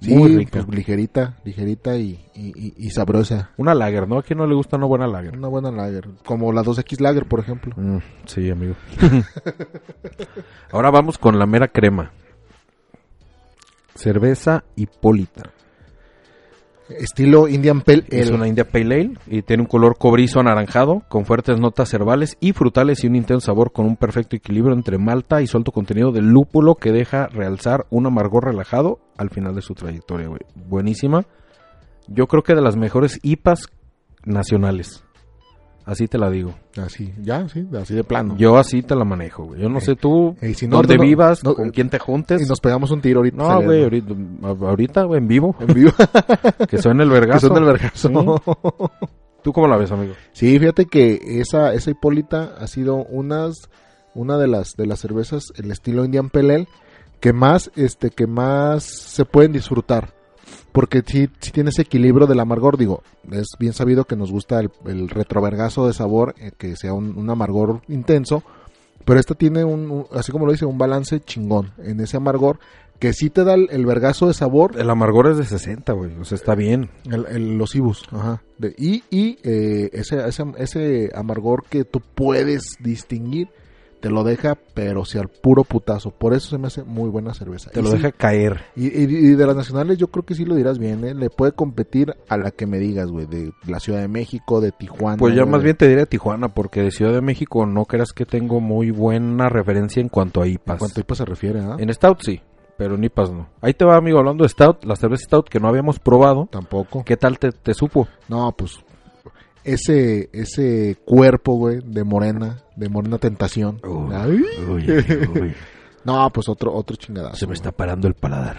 Speaker 2: Sí,
Speaker 1: muy rica.
Speaker 2: pues, ligerita, ligerita y, y, y- y sabrosa.
Speaker 1: Una lager, ¿no? ¿A quién no le gusta una buena lager?
Speaker 2: Una buena lager. Como la 2X lager, por ejemplo.
Speaker 1: Mm, sí, amigo. Ahora vamos con la mera crema. Cerveza Hipólita.
Speaker 2: Estilo Indian Pale Ale.
Speaker 1: Es una India Pale Ale y tiene un color cobrizo anaranjado con fuertes notas herbales y frutales y un intenso sabor con un perfecto equilibrio entre malta y su alto contenido de lúpulo que deja realzar un amargor relajado al final de su trayectoria, güey. Buenísima. Yo creo que de las mejores IPAs nacionales. Así te la digo.
Speaker 2: Así, ya, sí, así de plano.
Speaker 1: Yo así te la manejo, güey. Yo no sé tú
Speaker 2: Ey, Eh, si no,
Speaker 1: dónde
Speaker 2: no, no,
Speaker 1: vivas,
Speaker 2: no,
Speaker 1: con quién te juntes.
Speaker 2: Y nos pegamos un tiro ahorita.
Speaker 1: no,
Speaker 2: saliendo.
Speaker 1: güey, ahorita, ahorita, güey, en vivo,
Speaker 2: En vivo.
Speaker 1: que suena el
Speaker 2: que
Speaker 1: vergazo.
Speaker 2: son del vergazo.
Speaker 1: ¿Tú cómo la ves, amigo?
Speaker 2: Sí, fíjate que esa, esa Hipólita ha sido unas, una de las, de las cervezas, el estilo Indian Pale Ale, que más, este, que más se pueden disfrutar. Porque sí, sí tiene ese equilibrio del amargor, digo, es bien sabido que nos gusta el, el retrovergazo de sabor, eh, que sea un, un amargor intenso, pero esta tiene un, un- así como lo dice, un balance chingón en ese amargor, que sí te da el, el vergazo de sabor,
Speaker 1: El amargor es de 60, güey. O sea, está bien.
Speaker 2: el- el- los ibus, ajá. De- y y eh, ese, ese, ese amargor que tú puedes distinguir, te lo deja, pero si al puro putazo. Por eso se me hace muy buena cerveza.
Speaker 1: Te
Speaker 2: Y
Speaker 1: lo
Speaker 2: sí,
Speaker 1: deja caer.
Speaker 2: y, y- y de las nacionales yo creo que sí lo dirás bien, ¿eh? Le puede competir a la que me digas, güey, de la Ciudad de México, de Tijuana.
Speaker 1: Pues ya
Speaker 2: güey,
Speaker 1: más
Speaker 2: de-
Speaker 1: bien te diré Tijuana, porque de Ciudad de México no creas que tengo muy buena referencia en cuanto a
Speaker 2: En
Speaker 1: IPAs.
Speaker 2: cuanto a IPA se refiere, ¿ah?
Speaker 1: En Stout sí, pero en IPAs no. Ahí te va, amigo, hablando de Stout, la cerveza Stout que no habíamos probado.
Speaker 2: Tampoco.
Speaker 1: ¿Qué tal te, te supo?
Speaker 2: No, pues ese, ese cuerpo, güey, de morena, de morena tentación. Ay. No, pues otro, otro chingadazo.
Speaker 1: se me
Speaker 2: güey.
Speaker 1: está parando el paladar.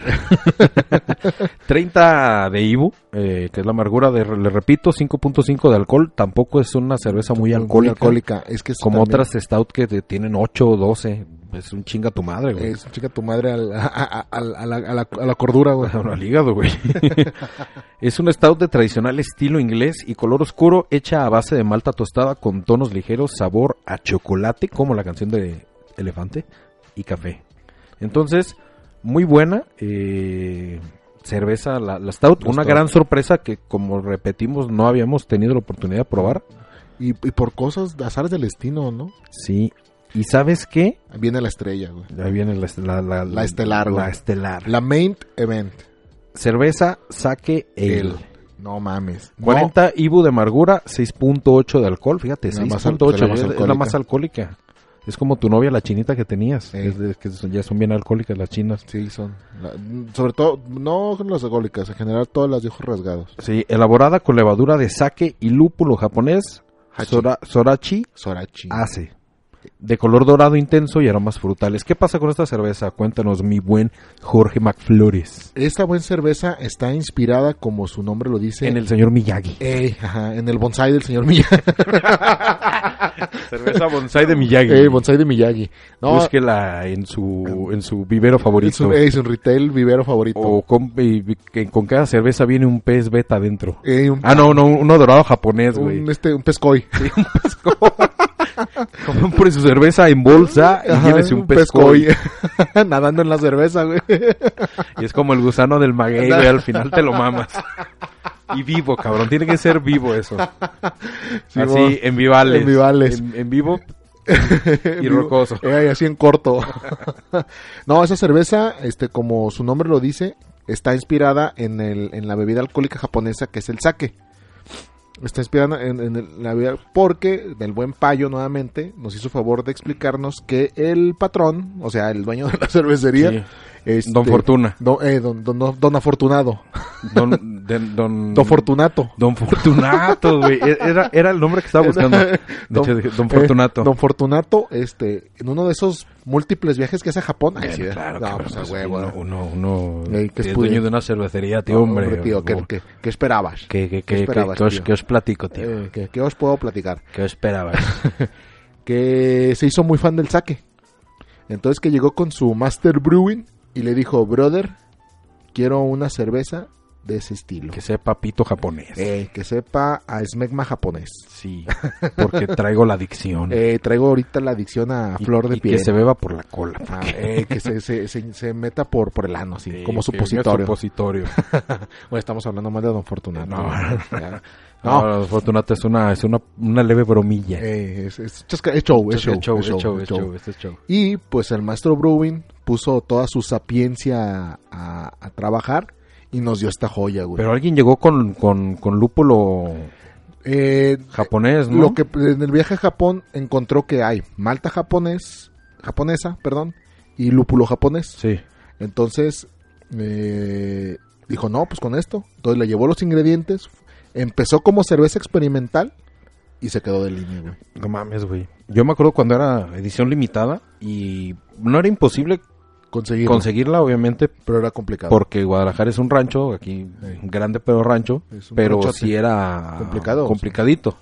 Speaker 1: 30 de Ibu, eh, que es la amargura de, le repito, 5.5 de alcohol. Tampoco es una cerveza muy
Speaker 2: Muy
Speaker 1: alcohólica.
Speaker 2: alcohólica. Es que es
Speaker 1: Como
Speaker 2: Pues también-
Speaker 1: otras Stout que te tienen 8 o 12. Es un chinga tu madre, güey.
Speaker 2: Es chica tu madre al- a, a- a- a la, a la- a la cordura, güey.
Speaker 1: Bueno, al hígado, güey. es un stout de tradicional estilo inglés y color oscuro, hecha a base de malta tostada con tonos ligeros, sabor a chocolate, como la canción de Elefante, y café. Entonces, muy buena eh, cerveza, la, la stout.
Speaker 2: La
Speaker 1: una
Speaker 2: stout.
Speaker 1: gran sorpresa que, como repetimos, no habíamos tenido la oportunidad de probar.
Speaker 2: Y, y por cosas, de azares del destino, ¿no?
Speaker 1: Sí. ¿Y sabes qué?
Speaker 2: Viene la estrella, güey.
Speaker 1: Ahí viene la, est- la- la-
Speaker 2: La estelar,
Speaker 1: La
Speaker 2: güey.
Speaker 1: estelar.
Speaker 2: La main event.
Speaker 1: Cerveza, saque, el.
Speaker 2: No mames. No.
Speaker 1: 40 Ibu de amargura, 6.8 de alcohol. Fíjate,
Speaker 2: La
Speaker 1: 6.8
Speaker 2: más al- la más
Speaker 1: es- es la más alcohólica. Es como tu novia, la chinita que tenías.
Speaker 2: Sí.
Speaker 1: Es de- que son- ya son bien alcohólicas las chinas.
Speaker 2: Sí, son. la- sobre todo, no con las alcohólicas, en general todas las de ojos rasgados.
Speaker 1: Sí, elaborada con levadura de sake y lúpulo japonés.
Speaker 2: Hachi.
Speaker 1: Sora- sorachi
Speaker 2: Sorachi.
Speaker 1: hace. De color dorado intenso y aromas frutales. ¿Qué pasa con esta cerveza? Cuéntanos, mi buen Jorge McFlores.
Speaker 2: Esta buena cerveza está inspirada, como su nombre lo dice,
Speaker 1: En el señor Miyagi.
Speaker 2: Ey, ajá, en el bonsai del señor Miyagi.
Speaker 1: Cerveza bonsai de Miyagi.
Speaker 2: Ey, bonsai de Miyagi. No,
Speaker 1: Eh, Búsquela en su, en su vivero favorito.
Speaker 2: es un, es un retail vivero favorito.
Speaker 1: O con, y- y que con cada cerveza viene un pez beta adentro.
Speaker 2: Ey, Eh, un,
Speaker 1: Ah, no, no, uno dorado japonés, güey.
Speaker 2: un, este, un pescoy.
Speaker 1: Compre su cerveza en bolsa y
Speaker 2: Ajá,
Speaker 1: llévese un pescoy.
Speaker 2: pescoy. Nadando en la cerveza, güey.
Speaker 1: Y es como el gusano del maguey, güey, al final te lo mamas. Y vivo, cabrón. Tiene que ser vivo eso.
Speaker 2: Sí,
Speaker 1: así,
Speaker 2: vos.
Speaker 1: en vivales.
Speaker 2: En vivales.
Speaker 1: En, en vivo.
Speaker 2: En
Speaker 1: Y
Speaker 2: vivo.
Speaker 1: rocoso.
Speaker 2: Eh, así en corto. no, esa cerveza, este, como su nombre lo dice, está inspirada en, el, en la bebida alcohólica japonesa que es el sake. Está inspirada en, en el- la bebida porque del buen payo nuevamente nos hizo favor de explicarnos que el patrón, o sea, el dueño de la cervecería,
Speaker 1: Sí.
Speaker 2: este,
Speaker 1: Don Fortuna.
Speaker 2: Don, eh, don, don, don- don afortunado,
Speaker 1: Don, de- don,
Speaker 2: don fortunato.
Speaker 1: Don Fortunato, güey. E, Era, era el nombre que estaba buscando. De hecho, dije, Don
Speaker 2: eh,
Speaker 1: Fortunato.
Speaker 2: don Fortunato, este, en uno de esos múltiples viajes que hace a Japón. Ay,
Speaker 1: Bueno,
Speaker 2: sí,
Speaker 1: claro,
Speaker 2: no,
Speaker 1: cabrón,
Speaker 2: pues, a
Speaker 1: pues,
Speaker 2: huevo,
Speaker 1: uno-
Speaker 2: eh.
Speaker 1: Uno, uno,
Speaker 2: Ey, ¿qué
Speaker 1: es
Speaker 2: pude?
Speaker 1: dueño de una cervecería, tío,
Speaker 2: No,
Speaker 1: hombre.
Speaker 2: tío, ¿qué,
Speaker 1: ¿Qué,
Speaker 2: qué- qué esperabas?
Speaker 1: qué, qué, qué-
Speaker 2: esperabas,
Speaker 1: qué os,
Speaker 2: tío?
Speaker 1: qué os platico, tío?
Speaker 2: Eh, ¿qué- qué os puedo platicar?
Speaker 1: ¿Qué os esperabas?
Speaker 2: Que se hizo muy fan del saque. Entonces que llegó con su Master Brewing y le dijo, brother, quiero una cerveza de ese estilo.
Speaker 1: que sea papito japonés.
Speaker 2: Eh, que sepa a smegma japonés.
Speaker 1: Sí, porque traigo la adicción.
Speaker 2: Eh, traigo ahorita la adicción a
Speaker 1: Mm. Y-
Speaker 2: flor de
Speaker 1: y
Speaker 2: piel.
Speaker 1: Que se beba por la cola.
Speaker 2: Ah, eh, que se, se- se- se meta por, por el ano, así,
Speaker 1: Sí,
Speaker 2: como
Speaker 1: que
Speaker 2: supositorio.
Speaker 1: venga supositorio.
Speaker 2: Bueno, estamos hablando más de Don Fortunato.
Speaker 1: No.
Speaker 2: ¿verdad?
Speaker 1: No,
Speaker 2: No.
Speaker 1: Fortunato es una, es una, una leve bromilla.
Speaker 2: Eh, es, es chasca- es show, es show,
Speaker 1: Es show,
Speaker 2: es show,
Speaker 1: es
Speaker 2: es
Speaker 1: show,
Speaker 2: show.
Speaker 1: es show.
Speaker 2: Y pues el maestro Brewin puso toda su sapiencia a, a trabajar y nos dio esta joya, güey.
Speaker 1: Pero alguien llegó con, con, con lúpulo
Speaker 2: Eh,
Speaker 1: japonés, ¿no?
Speaker 2: Lo que en el viaje a Japón encontró que hay malta japonés, japonesa, perdón, y lúpulo japonés.
Speaker 1: Sí.
Speaker 2: Entonces eh, dijo, no, pues con esto. Entonces le llevó los ingredientes, empezó como cerveza experimental y se quedó de línea, güey.
Speaker 1: No mames, güey. Yo me acuerdo cuando era edición limitada y no era imposible
Speaker 2: Conseguirlo,
Speaker 1: conseguirla, obviamente,
Speaker 2: pero era complicado.
Speaker 1: porque Guadalajara es un rancho, aquí un grande pero rancho,
Speaker 2: Es un
Speaker 1: pero
Speaker 2: ranchote.
Speaker 1: sí era
Speaker 2: Complicado,
Speaker 1: complicadito,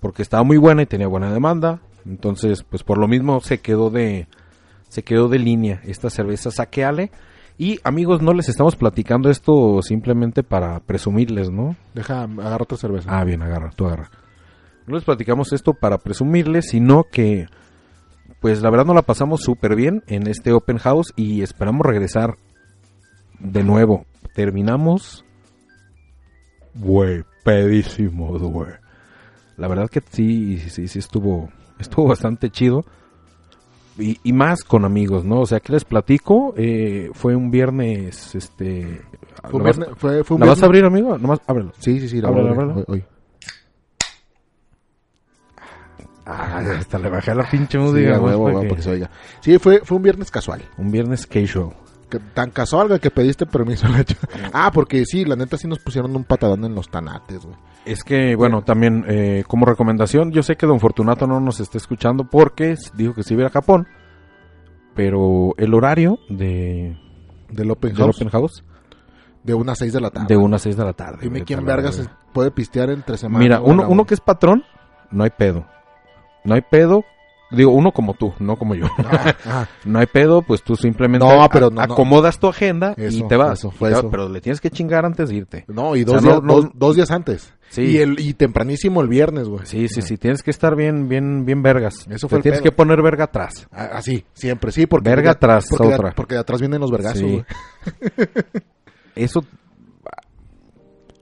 Speaker 1: porque estaba muy buena y tenía buena demanda, entonces pues por lo mismo se quedó de se quedó de línea esta cerveza Saqueale y amigos, no les estamos platicando esto simplemente para presumirles, ¿no?
Speaker 2: Deja, agarra otra cerveza.
Speaker 1: Ah, bien, agarra, tú agarra. No les platicamos esto para presumirles, sino que, pues la verdad no la pasamos súper bien en este open house y esperamos regresar de nuevo. Terminamos, güey, pedísimos, güey. La verdad que sí, sí, sí estuvo, estuvo bastante chido. Y, y más con amigos, ¿no? O sea, que les platico? Eh, fue un viernes, este...
Speaker 2: Fue un
Speaker 1: ¿la vas-
Speaker 2: viernes- fue- fue un
Speaker 1: ¿La vas a abrir,
Speaker 2: viernes-
Speaker 1: amigo? Nomás ábrelo.
Speaker 2: Sí, sí, sí, la voy a
Speaker 1: Ábrela,
Speaker 2: abrir
Speaker 1: ábrela.
Speaker 2: hoy- hoy.
Speaker 1: Ah, hasta le bajé la pinche
Speaker 2: Sí,
Speaker 1: música,
Speaker 2: a
Speaker 1: güey,
Speaker 2: huevo, a huevo,
Speaker 1: porque-
Speaker 2: para que se oiga. Sí, fue, fue un viernes casual.
Speaker 1: Un viernes casual.
Speaker 2: Que- tan casual güey, que pediste permiso. la ch- ah, porque sí, la neta sí nos pusieron un patadón en los tanates, güey.
Speaker 1: Es que, bueno, también eh, como recomendación, yo sé que Don Fortunato no nos está escuchando porque dijo que se iba a ir a Japón, pero el horario de,
Speaker 2: Del Open
Speaker 1: del
Speaker 2: House.
Speaker 1: Open House
Speaker 2: De unas 6 de la tarde.
Speaker 1: de 1 a 6 de la tarde.
Speaker 2: Dime
Speaker 1: güey,
Speaker 2: quién
Speaker 1: la
Speaker 2: vergas
Speaker 1: verga.
Speaker 2: se puede pistear entre semana.
Speaker 1: Mira,
Speaker 2: güey,
Speaker 1: uno,
Speaker 2: la-
Speaker 1: uno que es patrón, no hay pedo. No hay pedo, digo, uno como tú, no como yo.
Speaker 2: Ah,
Speaker 1: No hay pedo, pues tú simplemente
Speaker 2: No,
Speaker 1: a-
Speaker 2: pero no, no.
Speaker 1: acomodas tu agenda
Speaker 2: Eso,
Speaker 1: y te vas.
Speaker 2: eso, fue
Speaker 1: Y te vas,
Speaker 2: eso.
Speaker 1: Pero le tienes que chingar antes de irte.
Speaker 2: no, y
Speaker 1: O sea,
Speaker 2: dos,
Speaker 1: no-
Speaker 2: días,
Speaker 1: no-
Speaker 2: dos, dos días antes.
Speaker 1: Sí.
Speaker 2: Y, el, y tempranísimo el viernes, güey.
Speaker 1: Sí, sí, sí, tienes que estar bien, bien, bien vergas.
Speaker 2: Eso
Speaker 1: Eso
Speaker 2: fue el
Speaker 1: tienes
Speaker 2: pedo.
Speaker 1: que poner verga atrás.
Speaker 2: Ah, Así, siempre, sí. Porque
Speaker 1: Verga
Speaker 2: de-
Speaker 1: atrás,
Speaker 2: porque de-
Speaker 1: otra.
Speaker 2: porque de atrás vienen los vergazos,
Speaker 1: Sí.
Speaker 2: güey.
Speaker 1: Eso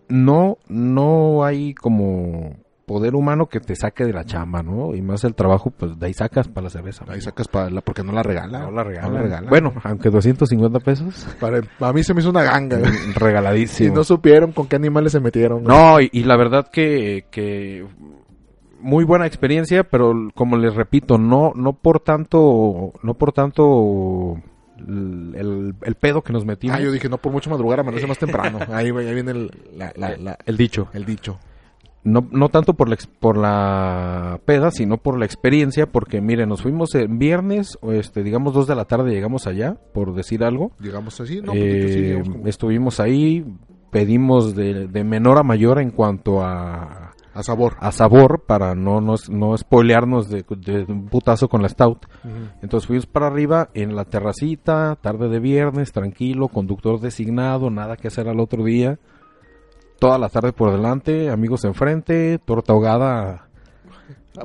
Speaker 1: no, no hay como poder humano que te saque de la chamba, ¿no? Y más el trabajo, pues de ahí sacas para la cerveza.
Speaker 2: Ahí sacas para la, porque no la regala.
Speaker 1: No la regalan.
Speaker 2: regala.
Speaker 1: Bueno, aunque 250 pesos,
Speaker 2: Para, a mí se me hizo una ganga, güey. Si
Speaker 1: regaladísimo.
Speaker 2: no supieron con qué animales se metieron, güey.
Speaker 1: No, y, y la verdad que, que muy buena experiencia, pero l- como les repito, no, no por tanto, no por tanto l- el, el pedo que nos metimos.
Speaker 2: Ah, yo dije, no, por mucho madrugar, amanece más temprano. Ahí, güey, ahí viene el, la- la- la-
Speaker 1: el dicho.
Speaker 2: el dicho.
Speaker 1: No, no tanto por la, ex- por la peda, sino por la experiencia, porque miren, nos fuimos en viernes, o este, digamos 2 de la tarde llegamos allá, por decir algo.
Speaker 2: Llegamos así, no,
Speaker 1: Eh,
Speaker 2: pues, sí, llegamos como
Speaker 1: estuvimos ahí, pedimos de, de menor a mayor en cuanto a,
Speaker 2: a sabor.
Speaker 1: a sabor, para no, nos, no spoilearnos de, de un putazo con la stout.
Speaker 2: Ujú.
Speaker 1: Entonces fuimos para arriba en la terracita, tarde de viernes, tranquilo, conductor designado, nada que hacer al otro día. Toda la tarde por delante, amigos enfrente, torta ahogada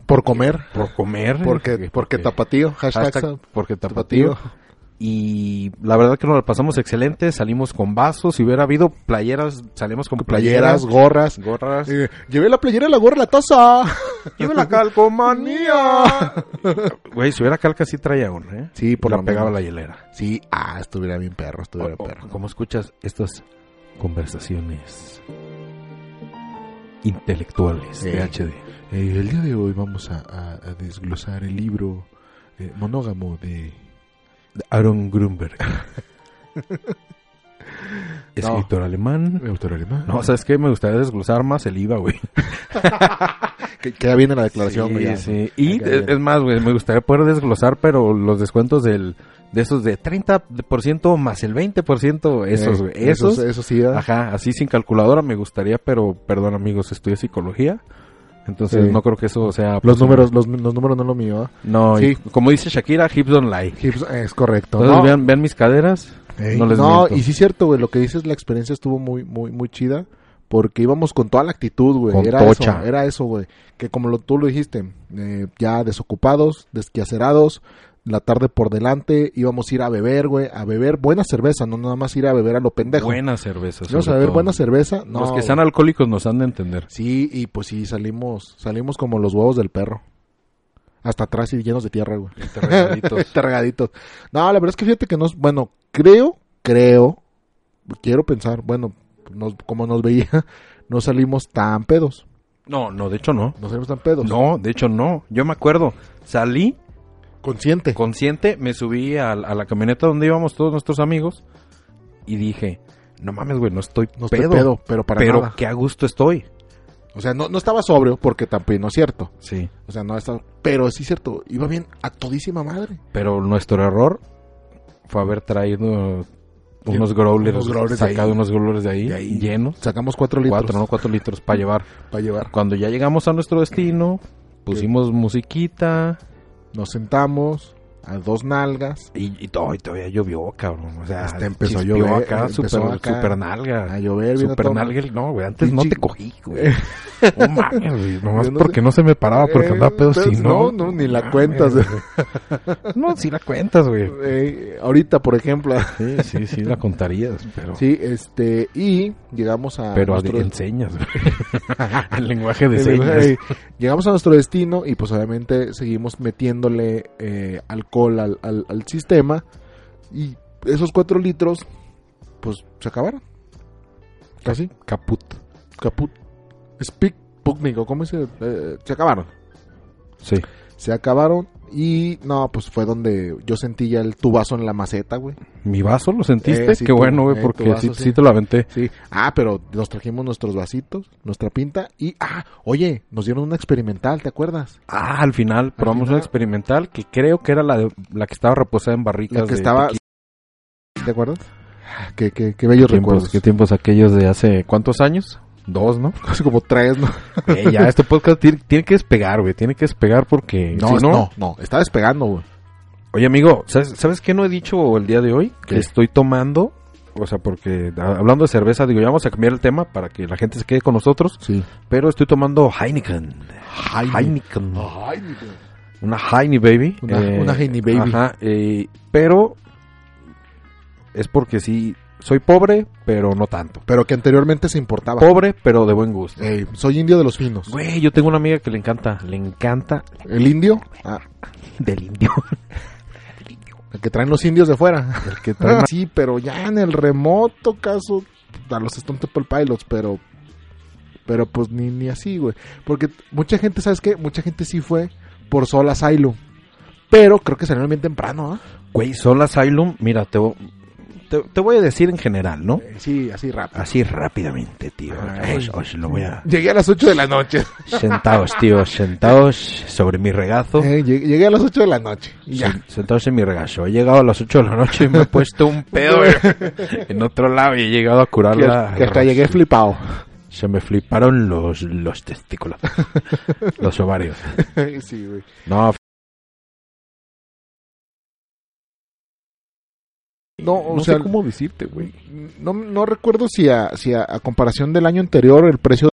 Speaker 2: Por comer.
Speaker 1: por comer. este, eh,
Speaker 2: Porque, porque tapatío. Hashtag,
Speaker 1: hashtag
Speaker 2: sab-
Speaker 1: porque tapatío. Y la verdad que nos la pasamos excelente, salimos con vasos, si hubiera habido playeras, salimos con
Speaker 2: Playeras,
Speaker 1: playeras,
Speaker 2: gorras.
Speaker 1: gorras.
Speaker 2: Eh, llevé la playera, la gorra, la taza.
Speaker 1: ¡Lleve la calcomanía! Güey, si hubiera calca sí traía una, ¿eh?
Speaker 2: Sí, por
Speaker 1: la
Speaker 2: lo
Speaker 1: pegaba
Speaker 2: menos. Oh,
Speaker 1: la hielera.
Speaker 2: Sí, ah, estuviera bien perro, estuviera perro.
Speaker 1: ¿Cómo escuchas estas conversaciones intelectuales
Speaker 2: Sí.
Speaker 1: de HD?
Speaker 2: Este, Eh, el día de hoy vamos a, a- a desglosar el libro eh, monógamo de...
Speaker 1: de Aaron Grunberg. Escritor alemán.
Speaker 2: autor alemán.
Speaker 1: No, ¿sabes qué? Me gustaría desglosar más el IVA, güey.
Speaker 2: que queda bien en la declaración. güey, ya.
Speaker 1: sí. Y
Speaker 2: Acá bien.
Speaker 1: es más, güey, me gustaría poder desglosar, pero los descuentos del de esos de 30% más el 20%, esos,
Speaker 2: Eh,
Speaker 1: güey. Esos,
Speaker 2: esos sí, ¿verdad?
Speaker 1: ajá, así sin calculadora me gustaría, pero perdón, amigos, estudié psicología. Entonces
Speaker 2: Sí.
Speaker 1: no creo que eso sea...
Speaker 2: Los números, los, los números no lo mío. ¿verdad?
Speaker 1: No, y
Speaker 2: Sí.
Speaker 1: como dice Shakira, hips don't lie.
Speaker 2: Hips- pues, Es correcto.
Speaker 1: Entonces
Speaker 2: no,
Speaker 1: vean, vean mis caderas.
Speaker 2: Ey,
Speaker 1: no
Speaker 2: no,
Speaker 1: les miento.
Speaker 2: y sí es cierto, güey, lo que dices, la experiencia estuvo muy, muy, muy chida. Porque íbamos con toda la actitud, güey.
Speaker 1: Con
Speaker 2: Era
Speaker 1: tocha.
Speaker 2: eso, era eso, güey. Que como lo, tú lo dijiste, eh, ya desocupados, desquacerados, la tarde por delante, íbamos a ir a beber, güey, a beber buena cerveza, no nada más ir a beber a lo pendejo.
Speaker 1: Buenas cervezas.
Speaker 2: Íbamos a
Speaker 1: sobre
Speaker 2: beber
Speaker 1: todo.
Speaker 2: buena cerveza, no.
Speaker 1: Los que
Speaker 2: güey.
Speaker 1: sean alcohólicos nos han de entender.
Speaker 2: Sí, y pues sí, salimos, salimos como los huevos del perro. Hasta atrás y llenos de tierra, güey. Targaditos. No, la verdad es que fíjate que nos, bueno, creo, creo, quiero pensar, bueno, nos- como nos veía, no salimos tan pedos.
Speaker 1: no, no, de hecho no.
Speaker 2: No salimos tan pedos.
Speaker 1: No, de hecho no. Yo me acuerdo, salí
Speaker 2: Consciente.
Speaker 1: consciente, me subí a, la- a la camioneta donde íbamos todos nuestros amigos y dije, no mames, güey, no estoy
Speaker 2: no estoy
Speaker 1: pedo,
Speaker 2: pedo, pero para
Speaker 1: pero
Speaker 2: nada.
Speaker 1: qué a gusto estoy.
Speaker 2: O sea, no, no estaba sobrio porque tampoco es cierto.
Speaker 1: Sí.
Speaker 2: O sea, no estaba, pero sí es cierto, iba bien a todísima madre.
Speaker 1: Pero nuestro error fue haber traído unos growlers,
Speaker 2: Unos growlers de
Speaker 1: sacado
Speaker 2: ahí.
Speaker 1: unos growlers de ahí,
Speaker 2: De ahí.
Speaker 1: llenos,
Speaker 2: Sacamos cuatro litros
Speaker 1: cuatro, no cuatro litros para llevar.
Speaker 2: para llevar.
Speaker 1: Cuando ya llegamos a nuestro destino, pusimos musiquita,
Speaker 2: Nos sentamos a dos nalgas.
Speaker 1: Y, y, todo, y todavía llovió, cabrón. O sea,
Speaker 2: Hasta empezó a
Speaker 1: chispió
Speaker 2: llover,
Speaker 1: acá,
Speaker 2: empezó
Speaker 1: super,
Speaker 2: acá
Speaker 1: super nalga.
Speaker 2: A llover, bien a
Speaker 1: super
Speaker 2: todo-
Speaker 1: nalga. el- No, güey, antes no
Speaker 2: Pinche-
Speaker 1: te cogí, güey. No mames, güey. Nomás
Speaker 2: Yo no
Speaker 1: porque no se me paraba, Ah, porque
Speaker 2: Eh,
Speaker 1: andaba pedo si
Speaker 2: entonces,
Speaker 1: no. Ah,
Speaker 2: no, no, ni la cuentas.
Speaker 1: güey. No, sí la cuentas, güey.
Speaker 2: Eh, ahorita, por ejemplo.
Speaker 1: Sí, sí, sí la contarías, pero...
Speaker 2: Sí, este, y llegamos a
Speaker 1: Pero
Speaker 2: nuestro,
Speaker 1: en señas, güey. El lenguaje de
Speaker 2: eh,
Speaker 1: señas.
Speaker 2: eh, llegamos a nuestro destino y pues obviamente seguimos metiéndole eh, alcohol al, al- al sistema y esos cuatro litros pues se acabaron. Casi,
Speaker 1: Caput.
Speaker 2: caput. Speak público, ¿cómo se? eh, se acabaron.
Speaker 1: Sí.
Speaker 2: Se acabaron y no, pues fue donde yo sentí ya el tubazo en la maceta, güey.
Speaker 1: Mi vaso lo sentiste,
Speaker 2: Eh, sí,
Speaker 1: qué
Speaker 2: tu-
Speaker 1: bueno, güey,
Speaker 2: eh,
Speaker 1: porque
Speaker 2: tu vaso,
Speaker 1: sí,
Speaker 2: sí.
Speaker 1: sí te lo aventé.
Speaker 2: Sí, ah, pero nos trajimos nuestros vasitos, nuestra pinta y ah, oye, nos dieron una experimental, ¿te acuerdas?
Speaker 1: Ah, al final probamos
Speaker 2: final-
Speaker 1: una experimental que creo que era la, de- la que estaba reposada en barricas.
Speaker 2: La que
Speaker 1: de
Speaker 2: estaba.
Speaker 1: tequila.
Speaker 2: ¿Te acuerdas? Qué, qué, qué bellos
Speaker 1: tiempos,
Speaker 2: recuerdos.
Speaker 1: qué tiempos aquellos de hace cuántos años? Dos, ¿no?
Speaker 2: Hace como tres, ¿no?
Speaker 1: Eh, ya, este podcast tiene, tiene que despegar, güey. Tiene que despegar porque.
Speaker 2: No,
Speaker 1: si
Speaker 2: no, no, Está despegando, güey.
Speaker 1: Oye, amigo, ¿sabes, ¿sabes qué no he dicho el día de hoy? Que
Speaker 2: ¿Qué?
Speaker 1: estoy tomando. O sea, porque a- hablando de cerveza, digo, ya vamos a cambiar el tema para que la gente se quede con nosotros.
Speaker 2: Sí.
Speaker 1: Pero estoy tomando Heineken. Heineken. Una Heine Baby. eh,
Speaker 2: Una- una Heine Baby.
Speaker 1: Ajá. eh, pero. Es porque sí. Soy pobre, pero no tanto.
Speaker 2: Pero que anteriormente se importaba.
Speaker 1: Pobre, pero de buen gusto.
Speaker 2: Ey, soy indio de los finos.
Speaker 1: Güey, yo tengo una amiga que le encanta, le encanta
Speaker 2: El indio, ah,
Speaker 1: del indio.
Speaker 2: el que traen los indios de fuera.
Speaker 1: El que trae
Speaker 2: sí, pero ya en el remoto caso, a los Stone Temple Pilots, pero. Pero pues ni, ni así, güey. Porque mucha gente, ¿sabes qué? Mucha gente sí fue por Sol Asylum. Pero creo que salieron bien temprano, ¿ah?
Speaker 1: Güey, Sol Asylum, mira, te, vo- te, te voy a decir en general, ¿no?
Speaker 2: Eh, Sí, así rápido.
Speaker 1: Así rápidamente, tío.
Speaker 2: Ay.
Speaker 1: Os, os lo voy a...
Speaker 2: Llegué a las 8 de la noche.
Speaker 1: Sentaos, tío, sentaos sobre mi regazo.
Speaker 2: Eh, llegué, llegué a las 8 de la noche. Y ya.
Speaker 1: Sen- Sentaos en mi regazo. He llegado a las 8 de la noche y me he puesto un pedo güey, en otro lado y he llegado a curar
Speaker 2: Que,
Speaker 1: la...
Speaker 2: que hasta llegué flipado.
Speaker 1: Se me fliparon los, los testículos, los ovarios.
Speaker 2: sí, güey.
Speaker 1: No,
Speaker 2: No, o sea,
Speaker 1: cómo decirte, güey.
Speaker 2: este, no, no recuerdo si, a, si a, a comparación del año anterior el precio.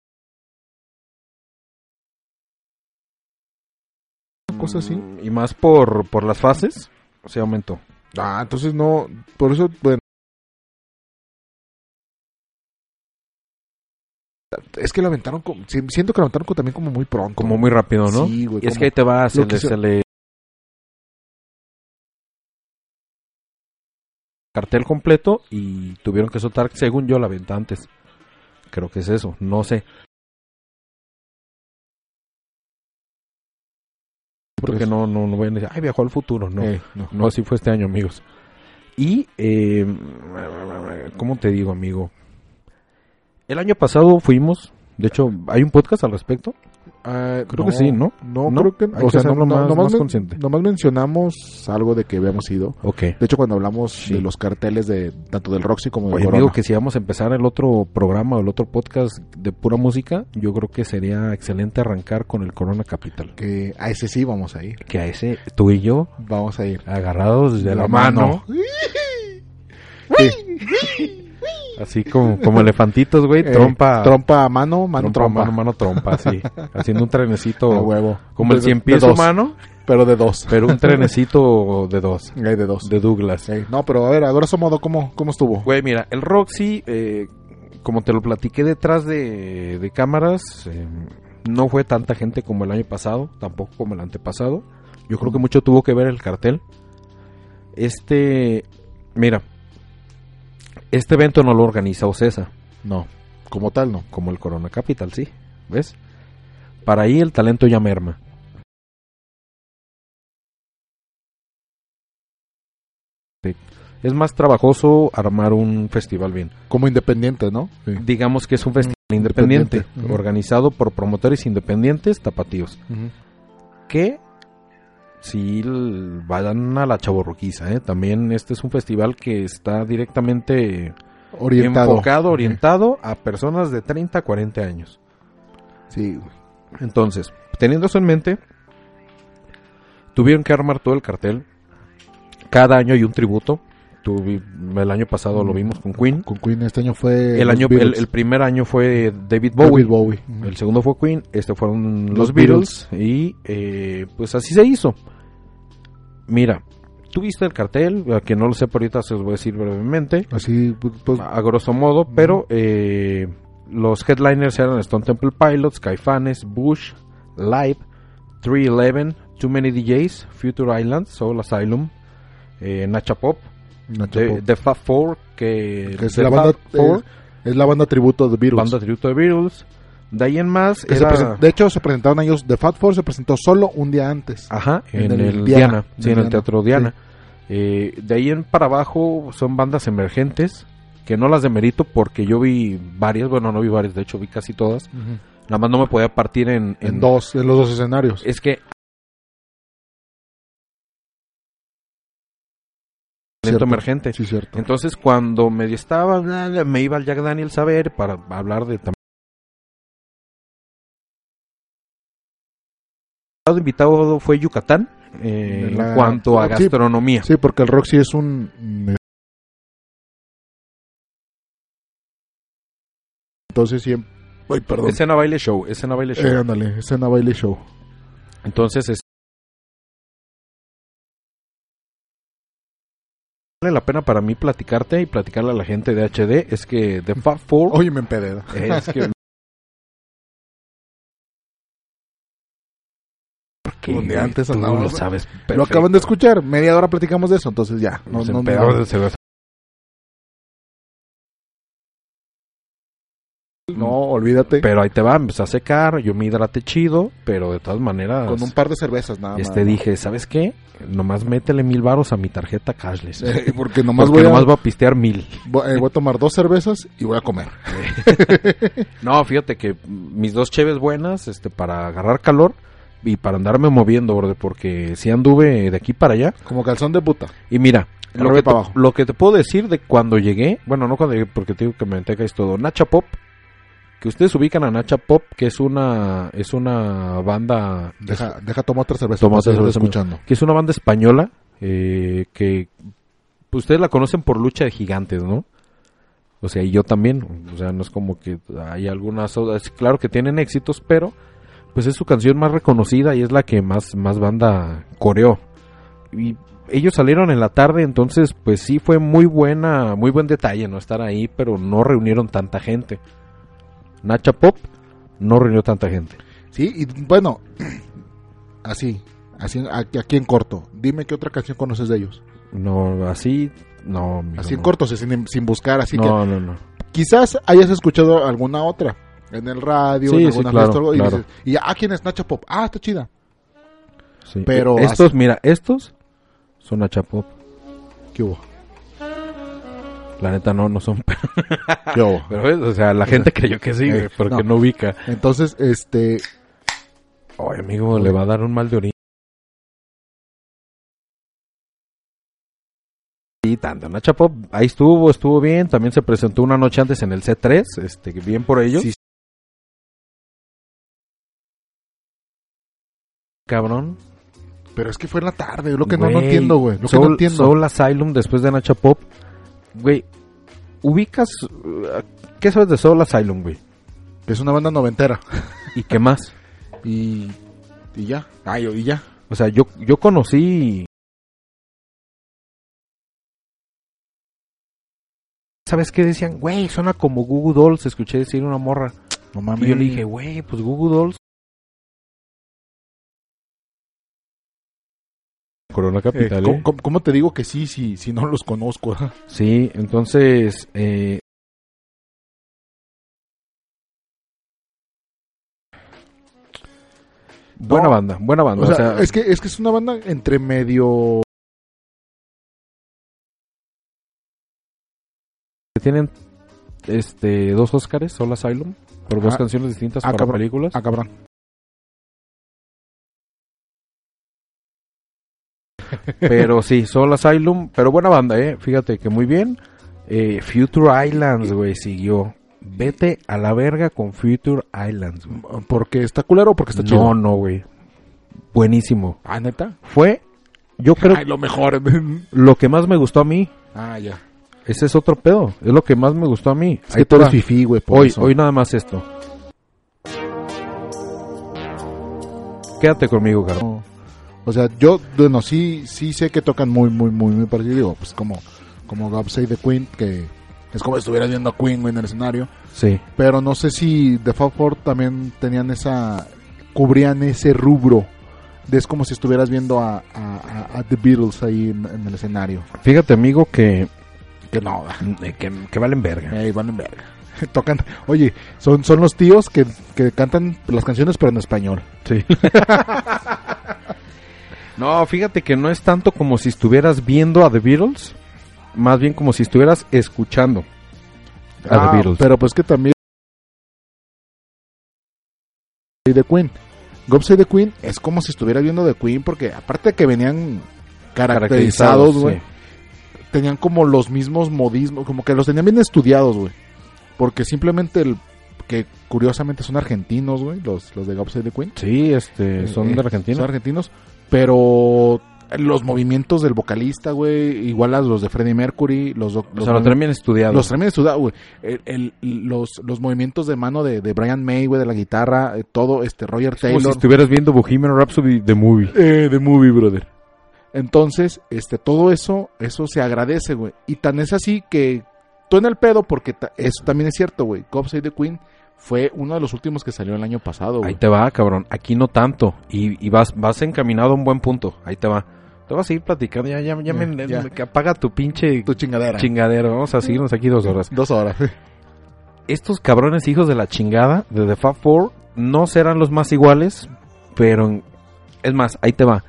Speaker 2: Una cosa así.
Speaker 1: Mm. Y más por, por las fases, se aumentó.
Speaker 2: Ah, entonces no, por eso, bueno. Es que lo aventaron, como- si- siento que lo aventaron como- también como muy pronto.
Speaker 3: Como muy rápido, ¿no?
Speaker 2: Sí, güey.
Speaker 1: Y es
Speaker 2: como-
Speaker 1: que ahí te va, se
Speaker 2: Lo
Speaker 1: le,
Speaker 2: quiso-
Speaker 1: se le- cartel completo y tuvieron que soltar, según yo, la venta antes. Creo que es eso, no sé. Porque
Speaker 2: Pues-
Speaker 1: no, no, no vayan a decir, ay, viajó al futuro, no.
Speaker 2: Eh, no.
Speaker 1: No, así fue este año, amigos. Y, eh, ¿cómo te digo, amigo? El año pasado fuimos, de hecho, hay un podcast al respecto.
Speaker 2: Ah,
Speaker 1: Creo que sí, ¿no?
Speaker 2: No,
Speaker 1: ¿No?
Speaker 2: creo que
Speaker 1: Hay que hacerlo más- más consciente.
Speaker 2: nomás mencionamos algo de que habíamos ido.
Speaker 1: Ok.
Speaker 2: De hecho, cuando hablamos
Speaker 1: Sí.
Speaker 2: de los carteles de tanto del Roxy como del
Speaker 1: Oye,
Speaker 2: Corona.
Speaker 1: amigo, que si vamos a empezar el otro programa o el otro podcast de pura música, yo creo que sería excelente arrancar con el Corona Capital.
Speaker 2: que a ese sí vamos a ir.
Speaker 1: Que a ese tú y yo,
Speaker 2: Vamos a ir.
Speaker 1: agarrados de la,
Speaker 2: La
Speaker 1: mano,
Speaker 2: mano.
Speaker 1: así como, como elefantitos, güey,
Speaker 2: Eh,
Speaker 1: trompa,
Speaker 2: Trompa a mano, mano
Speaker 1: trompa,
Speaker 2: trompa.
Speaker 1: mano, mano, trompa, Ah, así, haciendo un trenecito,
Speaker 2: A huevo.
Speaker 1: como el
Speaker 2: De- de
Speaker 1: cien pies
Speaker 2: dos,
Speaker 1: humano,
Speaker 2: Pero de dos.
Speaker 1: pero un trenecito de dos,
Speaker 2: Eh, de dos.
Speaker 1: de Douglas.
Speaker 2: Sí. No, pero a ver, a grosso modo, ¿cómo, cómo estuvo?
Speaker 1: Güey, mira, el Roxy, eh, como te lo platiqué detrás de, de cámaras, eh, no fue tanta gente como el año pasado, tampoco como el antepasado. Yo creo que mucho tuvo que ver el cartel. Este, mira, este evento no lo organiza Ocesa,
Speaker 2: No, como tal no.
Speaker 1: como el Corona Capital, sí, ¿ves? Para ahí el talento ya merma. Sí. Es más trabajoso armar un festival bien
Speaker 2: Como independiente, ¿no? Sí.
Speaker 1: digamos que es un festival
Speaker 2: Mm, Independiente.
Speaker 1: independiente,
Speaker 2: Ujú.
Speaker 1: organizado por promotores independientes tapatíos, que si vayan a la chaborruquiza, ¿eh? también este es un festival que está directamente
Speaker 2: Orientado.
Speaker 1: enfocado,
Speaker 2: Ok.
Speaker 1: orientado a personas de 30 a 40 años.
Speaker 2: Sí, güey.
Speaker 1: Entonces, teniendo eso en mente, tuvieron que armar todo el cartel. Cada año hay un tributo. Tuvi- el año pasado lo vimos con Queen.
Speaker 2: Con Queen este año fue.
Speaker 1: El,
Speaker 2: los
Speaker 1: año, el,
Speaker 2: Beatles.
Speaker 1: el primer año fue David
Speaker 2: David
Speaker 1: Bowie.
Speaker 2: Bowie. Ujú.
Speaker 1: El segundo fue Queen, este fueron los,
Speaker 2: Los
Speaker 1: Beatles, y eh, pues así se hizo. Mira, tú viste el cartel, a que no lo sepa ahorita se los voy a decir brevemente,
Speaker 2: Así, pues.
Speaker 1: a grosso modo, pero eh, los headliners eran Stone Temple Pilots, Caifanes, Bush, Live, 311, Too Many DJs, Future Island, Soul Asylum, eh, Nacha Pop,
Speaker 2: Nacho
Speaker 1: The,
Speaker 2: Pop.
Speaker 1: The Fab Four, que,
Speaker 2: Que es
Speaker 1: eh, The
Speaker 2: la
Speaker 1: Fab
Speaker 2: banda.
Speaker 1: Four,
Speaker 2: Es, es la banda tributo de Beatles.
Speaker 1: banda tributo de Beatles. De ahí en más,
Speaker 2: Que se
Speaker 1: era-
Speaker 2: presen- de hecho, se presentaron ellos. The Fat Four se presentó solo un día antes.
Speaker 1: Ajá,
Speaker 2: En
Speaker 1: en,
Speaker 2: el
Speaker 1: el,
Speaker 2: Diana,
Speaker 1: Diana,
Speaker 2: en
Speaker 1: sí, en
Speaker 2: Diana,
Speaker 1: el Teatro Diana. Eh, de ahí en para abajo son bandas emergentes, que no las demerito porque yo vi varias, bueno, no vi varias, de hecho vi casi todas. Nada más no me podía partir en,
Speaker 2: En dos, en los dos escenarios.
Speaker 1: Es que
Speaker 2: Cierto.
Speaker 1: talento emergente.
Speaker 2: Sí, cierto.
Speaker 1: Entonces cuando me estaba, bla, bla, me iba al Jack Daniel saber para hablar de tam- El invitado fue Yucatán eh,
Speaker 2: De la- Ah,
Speaker 1: en cuanto a
Speaker 2: Sí.
Speaker 1: gastronomía.
Speaker 2: Sí, porque el Roxy es un. mm, Entonces siempre. Ay, perdón.
Speaker 1: Escena baile show, escena baile show.
Speaker 2: Eh, ándale, escena baile show.
Speaker 1: Entonces es vale la pena para mí platicarte y platicarle a la gente de HD es que The Fab Four
Speaker 2: Oye, me empedé.
Speaker 1: es que Porque,
Speaker 2: Donde
Speaker 1: güey,
Speaker 2: antes
Speaker 1: tú
Speaker 2: andábamos.
Speaker 1: lo sabes
Speaker 2: Lo acaban de escuchar. Media hora platicamos de eso, entonces ya. No, no, no. No, olvídate.
Speaker 1: pero ahí te va, empecé a secar, yo me hidraté chido, pero de todas maneras
Speaker 2: Con un par de cervezas nada más.
Speaker 1: este dije, ¿sabes qué? Nomás métele mil varos a mi tarjeta cashless.
Speaker 2: Eh, porque nomás,
Speaker 1: Porque
Speaker 2: voy, a,
Speaker 1: nomás voy a pistear mil.
Speaker 2: vo- eh, voy a tomar dos cervezas y voy a comer.
Speaker 1: No, fíjate que mis dos cheves buenas, este, para agarrar calor y para andarme moviendo, brother, porque si anduve de aquí para allá.
Speaker 2: Como calzón de puta.
Speaker 1: Y mira,
Speaker 2: Arriba
Speaker 1: lo
Speaker 2: y
Speaker 1: que,
Speaker 2: para
Speaker 1: te,
Speaker 2: abajo.
Speaker 1: lo que te puedo decir de cuando llegué, bueno, no cuando llegué, porque te digo que me enteca es todo. Nacha Pop, que ustedes ubican a Nacha Pop, que es una, es una banda,
Speaker 2: Deja, deja tomar otra cerveza.
Speaker 1: Toma
Speaker 2: para
Speaker 1: otra
Speaker 2: seguir
Speaker 1: cerveza,
Speaker 2: escuchando.
Speaker 1: que es una banda española, eh, que pues, ustedes la conocen por lucha de gigantes, ¿no? O sea, y yo también. O sea, no es como que hay algunas. es Claro que tienen éxitos, pero pues es su canción más reconocida y es la que más, más banda coreó. Y ellos salieron en la tarde, entonces pues sí fue muy buena, muy buen detalle no estar ahí, pero no reunieron tanta gente. Nacha Pop no reunió tanta gente.
Speaker 2: Sí, y bueno, así, así aquí, aquí en corto. Dime qué otra canción conoces de ellos.
Speaker 1: No, así, no. amigo,
Speaker 2: Así en
Speaker 1: no.
Speaker 2: corto, o sea, sin, sin buscar, así que
Speaker 1: No, no, no.
Speaker 2: quizás hayas escuchado alguna otra en el radio,
Speaker 1: Sí,
Speaker 2: en
Speaker 1: sí,
Speaker 2: alguna
Speaker 1: claro,
Speaker 2: fiesta o algo, y
Speaker 1: claro.
Speaker 2: dices, y ya, ah, ¿quién es Nacha Pop? Ah, está chida.
Speaker 1: Sí.
Speaker 2: Pero
Speaker 1: Eh, estos, mira, estos son Nacha Pop.
Speaker 2: ¿Qué hubo?
Speaker 1: La neta no, no son.
Speaker 2: ¿Qué hubo?
Speaker 1: Pero, ¿ves? o sea, la gente creyó que sí, güey,
Speaker 2: Eh,
Speaker 1: porque
Speaker 2: no.
Speaker 1: no, ubica.
Speaker 2: Entonces, este,
Speaker 1: Ay, amigo, le va a dar un mal de orina. Y tanto, Nacha Pop, ahí estuvo, estuvo bien. También se presentó una noche antes en el C3, este, bien por ellos.
Speaker 2: Sí.
Speaker 1: Cabrón.
Speaker 2: pero es que fue en la tarde, lo que no, no entiendo, güey, lo que
Speaker 1: Soul-
Speaker 2: no entiendo.
Speaker 1: Soul Asylum después de Nacha Pop. Güey, ubicas. uh, ¿Qué sabes de Soul Asylum, güey?
Speaker 2: Es una banda noventera.
Speaker 1: ¿Y qué más?
Speaker 2: Y, y ya. Ay, y ya.
Speaker 1: O sea, yo, yo conocí. ¿Sabes qué decían? Güey, suena como Google Dolls. Escuché decir una morra.
Speaker 2: No
Speaker 1: Y yo le dije, güey, pues Google Dolls. Corona
Speaker 2: Eh, ¿cómo- ¿cómo, cómo te digo que sí si, si no los conozco?
Speaker 1: Ah, Sí, entonces. eh, Buena
Speaker 2: No.
Speaker 1: banda, buena banda.
Speaker 2: O sea,
Speaker 1: o sea,
Speaker 2: es, que, es que es una banda entre medio...
Speaker 1: que tienen este dos Óscares, Soul Asylum, por dos
Speaker 2: Ah.
Speaker 1: canciones distintas
Speaker 2: Ah,
Speaker 1: para
Speaker 2: cabrón.
Speaker 1: películas.
Speaker 2: Ah, cabrón.
Speaker 1: Pero sí, Soul Asylum, pero buena banda, eh. Fíjate que muy bien. Eh, Future Islands, güey, siguió. Vete a la verga con Future Islands, güey.
Speaker 2: ¿Porque está culero o porque está
Speaker 1: No,
Speaker 2: chido?
Speaker 1: no, güey. Buenísimo.
Speaker 2: Ah, ¿neta?
Speaker 1: Fue, yo creo,
Speaker 2: Ay, lo mejor.
Speaker 1: lo que más me gustó a mí.
Speaker 2: ah, ya.
Speaker 1: Ese es otro pedo. Es lo que más me gustó a mí.
Speaker 2: Es
Speaker 1: Ahí
Speaker 2: que
Speaker 1: te
Speaker 2: tú eres
Speaker 1: va.
Speaker 2: fifí, güey, por
Speaker 1: Hoy,
Speaker 2: eso.
Speaker 1: hoy nada más esto. Quédate conmigo, caro.
Speaker 2: No. O sea, yo, bueno, sí, sí sé que tocan muy, muy, muy, muy parecido. Digo, pues como, como God Save the Queen, que es como si estuvieras viendo a Queen güey, en el escenario.
Speaker 1: Sí.
Speaker 2: Pero no sé si The Fab Four también tenían esa, cubrían ese rubro. De es como si estuvieras viendo a, a- a- a The Beatles ahí en, en el escenario.
Speaker 1: Fíjate, amigo, que,
Speaker 2: Que no,
Speaker 1: que, que valen verga.
Speaker 2: ey, valen verga. Tocan, oye, son, son los tíos que, que cantan las canciones pero en español.
Speaker 1: Sí. no, fíjate que no es tanto como si estuvieras viendo a The Beatles, más bien como si estuvieras escuchando a
Speaker 2: Ah,
Speaker 1: The Beatles.
Speaker 2: Pero pues que también. Y The Queen. Gob Save the Queen es como si estuviera viendo The Queen porque aparte de que venían caracterizados, güey,
Speaker 1: sí.
Speaker 2: tenían como los mismos modismos, como que los tenían bien estudiados, güey. Porque simplemente el que curiosamente son argentinos, güey, los, los de Gob Save the Queen.
Speaker 1: Sí, este, son
Speaker 2: Eh,
Speaker 1: de Argentina.
Speaker 2: Son argentinos, pero los movimientos del vocalista, güey, igual a los de Freddie Mercury, los, do-
Speaker 1: o
Speaker 2: los
Speaker 1: sea, lo
Speaker 2: movi-
Speaker 1: traen bien estudiado.
Speaker 2: los tremendos estudiados, güey. El- el- los, los movimientos de mano de, de Brian May, güey, de la guitarra, eh, todo, este, Roger
Speaker 1: como si
Speaker 2: Taylor.
Speaker 1: estuvieras viendo Bohemian Rhapsody The Movie.
Speaker 2: Eh, de movie, brother. Entonces, este, todo eso, eso se agradece, güey. Y tan es así que tú en el pedo, porque ta- eso también es cierto, güey. Cop Save the Queen fue uno de los últimos que salió el año pasado,
Speaker 1: Ahí
Speaker 2: güey.
Speaker 1: te va, cabrón. Aquí no tanto. Y, y vas, vas encaminado a un buen punto. Ahí te va. Te vas a seguir platicando. Ya, ya, ya,
Speaker 2: Ya,
Speaker 1: me-
Speaker 2: ya.
Speaker 1: que apaga tu pinche
Speaker 2: Tu chingadera.
Speaker 1: chingadero. Vamos a seguirnos aquí dos horas.
Speaker 2: Dos horas.
Speaker 1: estos cabrones hijos de la chingada de The Fab Four no serán los más iguales, pero en- es más, ahí te va.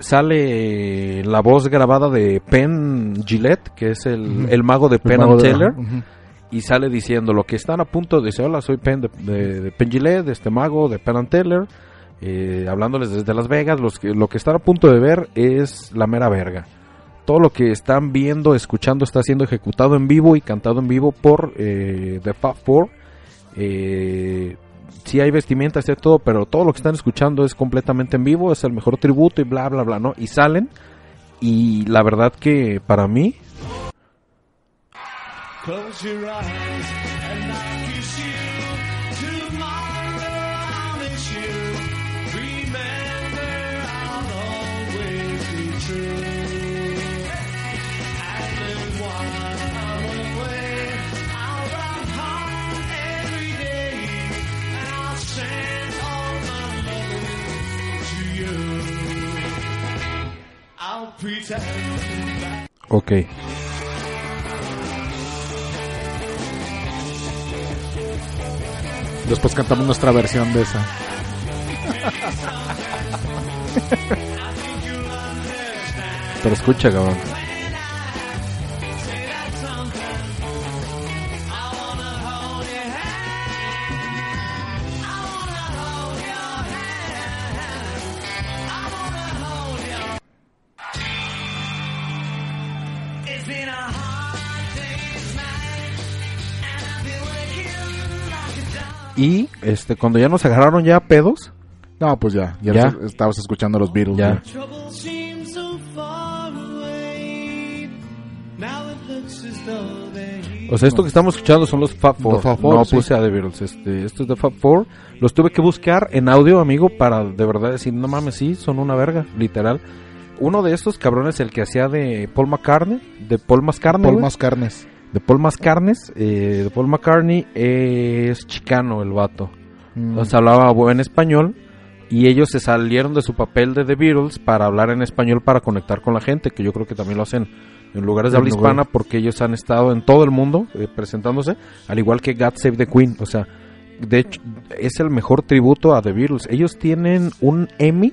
Speaker 1: Sale la voz grabada de Penn Gillette, que es el,
Speaker 2: Ujú.
Speaker 1: el mago de Penn
Speaker 2: Mago
Speaker 1: and
Speaker 2: de-
Speaker 1: Teller,
Speaker 2: Ujú.
Speaker 1: y sale diciendo lo que están a punto de decir, hola, soy Penn de, de- de Penn Gillette, de este mago de Penn and Teller, eh, hablándoles desde Las Vegas, los que- lo que están a punto de ver es la mera verga. Todo lo que están viendo, escuchando, está siendo ejecutado en vivo y cantado en vivo por eh, The Fab Four. Eh, sí hay vestimenta, está todo, pero todo lo que están escuchando es completamente en vivo, es el mejor tributo y bla, bla, bla, ¿no? Y salen. Y la verdad que para mí,
Speaker 4: Close your eyes and I kiss you. Tomorrow I'll miss you. Remember I'll always be true.
Speaker 1: Ok.
Speaker 2: Después cantamos nuestra versión de esa.
Speaker 1: Pero escucha, cabrón. Y este cuando ya nos agarraron ya a pedos,
Speaker 2: No, pues ya, ya,
Speaker 1: Ya.
Speaker 2: estabas escuchando los Beatles.
Speaker 1: Ya.
Speaker 2: güey.
Speaker 4: Trouble seems so far away. Now it looks as though they're here.
Speaker 1: O sea, esto que estamos escuchando son los Fab Four.
Speaker 2: Los Fab Four,
Speaker 1: no
Speaker 2: sí.
Speaker 1: puse a The Beatles. Este, esto es de Fab Four. Los tuve que buscar en audio, amigo, para de verdad decir, no mames, sí, son una verga, literal. Uno de estos cabrones, el que hacía de Paul McCartney, de Paul McCartney,
Speaker 2: Paul
Speaker 1: güey,
Speaker 2: más carnes.
Speaker 1: de Paul McCartney, eh, de Paul McCartney, eh, es chicano el vato.
Speaker 2: Mm.
Speaker 1: Entonces hablaba buen español y ellos se salieron de su papel de The Beatles para hablar en español para conectar con la gente, que yo creo que también lo hacen en lugares de
Speaker 2: En
Speaker 1: habla
Speaker 2: lugares.
Speaker 1: hispana porque ellos han estado en todo el mundo eh, presentándose, al igual que God Save the Queen, o sea, de hecho es el mejor tributo a The Beatles. Ellos tienen un Emmy,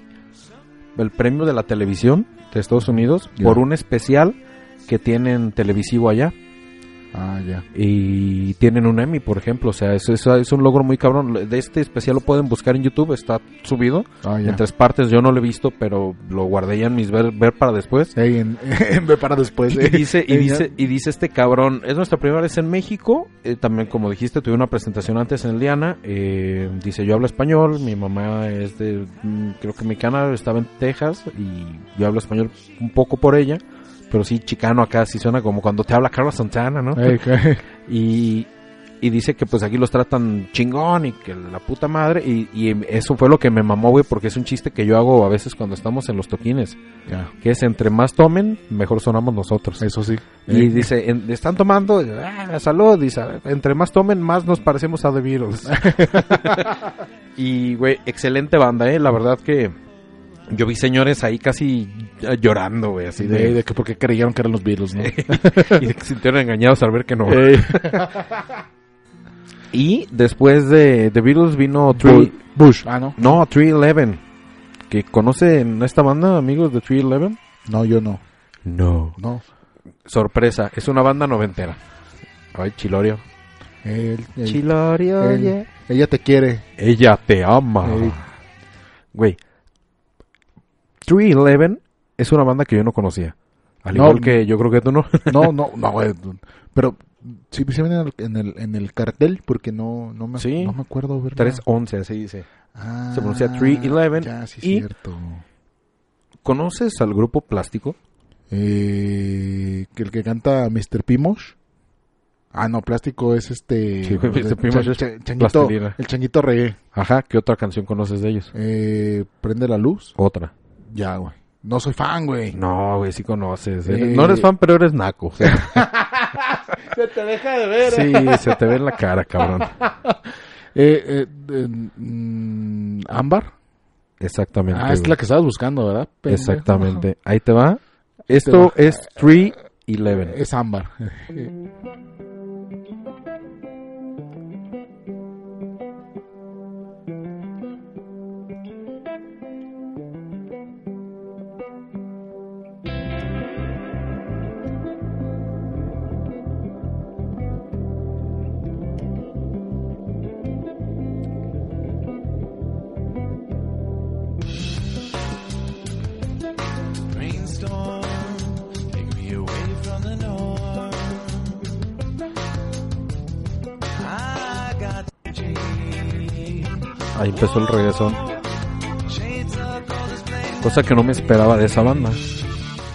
Speaker 1: el premio de la televisión de Estados Unidos,
Speaker 2: Ya.
Speaker 1: por un especial que tienen televisivo allá
Speaker 2: Ah, ya.
Speaker 1: y tienen un Emmy, por ejemplo. O sea, es, es, es un logro muy cabrón. De este especial lo pueden buscar en YouTube, está subido
Speaker 2: Ah, ya.
Speaker 1: en tres partes. Yo no lo he visto, pero lo guardé ya en mis ver, ver para después.
Speaker 2: Ey, en, en ve para después.
Speaker 1: Y
Speaker 2: eh.
Speaker 1: dice, y
Speaker 2: Ey,
Speaker 1: dice, y dice este cabrón, es nuestra primera vez en México, eh, también como dijiste, tuve una presentación antes en el Diana, eh, dice yo hablo español, mi mamá es de, mm, creo que mexicana, estaba en Texas y yo hablo español un poco por ella, pero sí chicano acá, sí suena como cuando te habla Carlos Santana, ¿no?
Speaker 2: ya. Ey, que-
Speaker 1: y, y dice que pues aquí los tratan chingón y que la puta madre y, y eso fue lo que me mamó güey porque es un chiste que yo hago a veces cuando estamos en los toquines
Speaker 2: ya.
Speaker 1: que es entre más tomen mejor sonamos nosotros
Speaker 2: Eso sí.
Speaker 1: y dice en- están tomando ah, salud dice entre más tomen más nos parecemos a The Beatles y güey excelente banda eh la verdad que yo vi señores ahí casi eh, llorando güey así
Speaker 2: Sí, de,
Speaker 1: de,
Speaker 2: de que porque creyeron que eran los Beatles, ¿no?
Speaker 1: y de que se sintieron engañados al ver que no
Speaker 2: Ey.
Speaker 1: Y después de The Beatles vino
Speaker 2: Bu-
Speaker 1: Three,
Speaker 2: Bush. Ah, no.
Speaker 1: no, 311. ¿Que conocen esta banda, amigos de 311?
Speaker 2: No, yo no.
Speaker 1: No.
Speaker 2: No.
Speaker 1: Sorpresa, es una banda noventera. Ay, Chilorio.
Speaker 2: El- el-
Speaker 1: Chilorio,
Speaker 2: el- Ella te quiere.
Speaker 1: Ella te ama.
Speaker 2: Ey.
Speaker 1: Güey. 311 es una banda que yo no conocía. Al
Speaker 2: No.
Speaker 1: igual que yo creo que tú no.
Speaker 2: No, no, no, güey. Pero sí, sí viene en el, en el, en el cartel porque no, no, me,
Speaker 1: Sí.
Speaker 2: no me acuerdo. Ver,
Speaker 1: 311, así dice.
Speaker 2: Ah,
Speaker 1: se pronuncia 311,
Speaker 2: Ya, sí,
Speaker 1: y-
Speaker 2: cierto.
Speaker 1: ¿Conoces al grupo Plástico?
Speaker 2: Eh, que el que canta Mr. Pimosh. Ah, no, plástico es este.
Speaker 1: Sí, güey, Mr. Pimosh es
Speaker 2: changuito,
Speaker 1: plastilina.
Speaker 2: el changuito re.
Speaker 1: Ajá, ¿qué otra canción conoces de ellos?
Speaker 2: Eh, prende la luz.
Speaker 1: Otra.
Speaker 2: Ya, güey. No soy fan, güey.
Speaker 1: No, güey, sí conoces.
Speaker 2: Eh.
Speaker 1: No eres fan, pero eres naco. O sea,
Speaker 2: Se te deja de ver.
Speaker 1: sí, se te ve en la cara, cabrón.
Speaker 2: Eh, eh, eh, mm, Ámbar.
Speaker 1: Exactamente.
Speaker 2: Ah, es
Speaker 1: güey.
Speaker 2: la que estabas buscando, ¿verdad? Pendejo.
Speaker 1: Exactamente. Ahí te va. Esto es 311.
Speaker 2: Es ámbar.
Speaker 4: Rainstorm, take me away from the norm. I got change.
Speaker 1: Ahí empezó el regresón.
Speaker 4: Shades of gold is playing
Speaker 1: Cosa que no me esperaba de esa banda.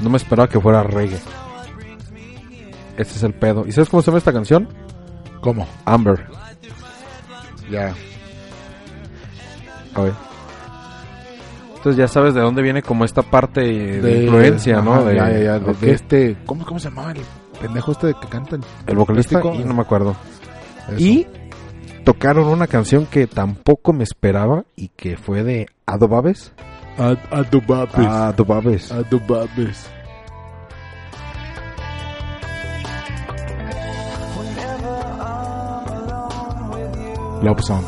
Speaker 1: No me esperaba que fuera reggae. Este es el pedo. ¿Y sabes cómo se llama esta canción?
Speaker 2: ¿Cómo?
Speaker 1: Amber.
Speaker 2: Ya.
Speaker 1: A ver. Entonces ya sabes de dónde viene como esta parte de,
Speaker 2: De-
Speaker 1: influencia, ¿no?
Speaker 2: ajá,
Speaker 1: De,
Speaker 2: ya, ya, ya, de-
Speaker 1: ok.
Speaker 2: de este. ¿Cómo, cómo se llamaba el pendejo este que canta? el-
Speaker 1: El vocalista,
Speaker 2: Plástico.
Speaker 1: y no me acuerdo.
Speaker 2: eso?
Speaker 1: Y tocaron una canción que tampoco me esperaba y que fue de Adobabes. Ah, pues,
Speaker 2: Ad- Adubabes.
Speaker 1: Adobabes.
Speaker 2: Adubabes. Love Song.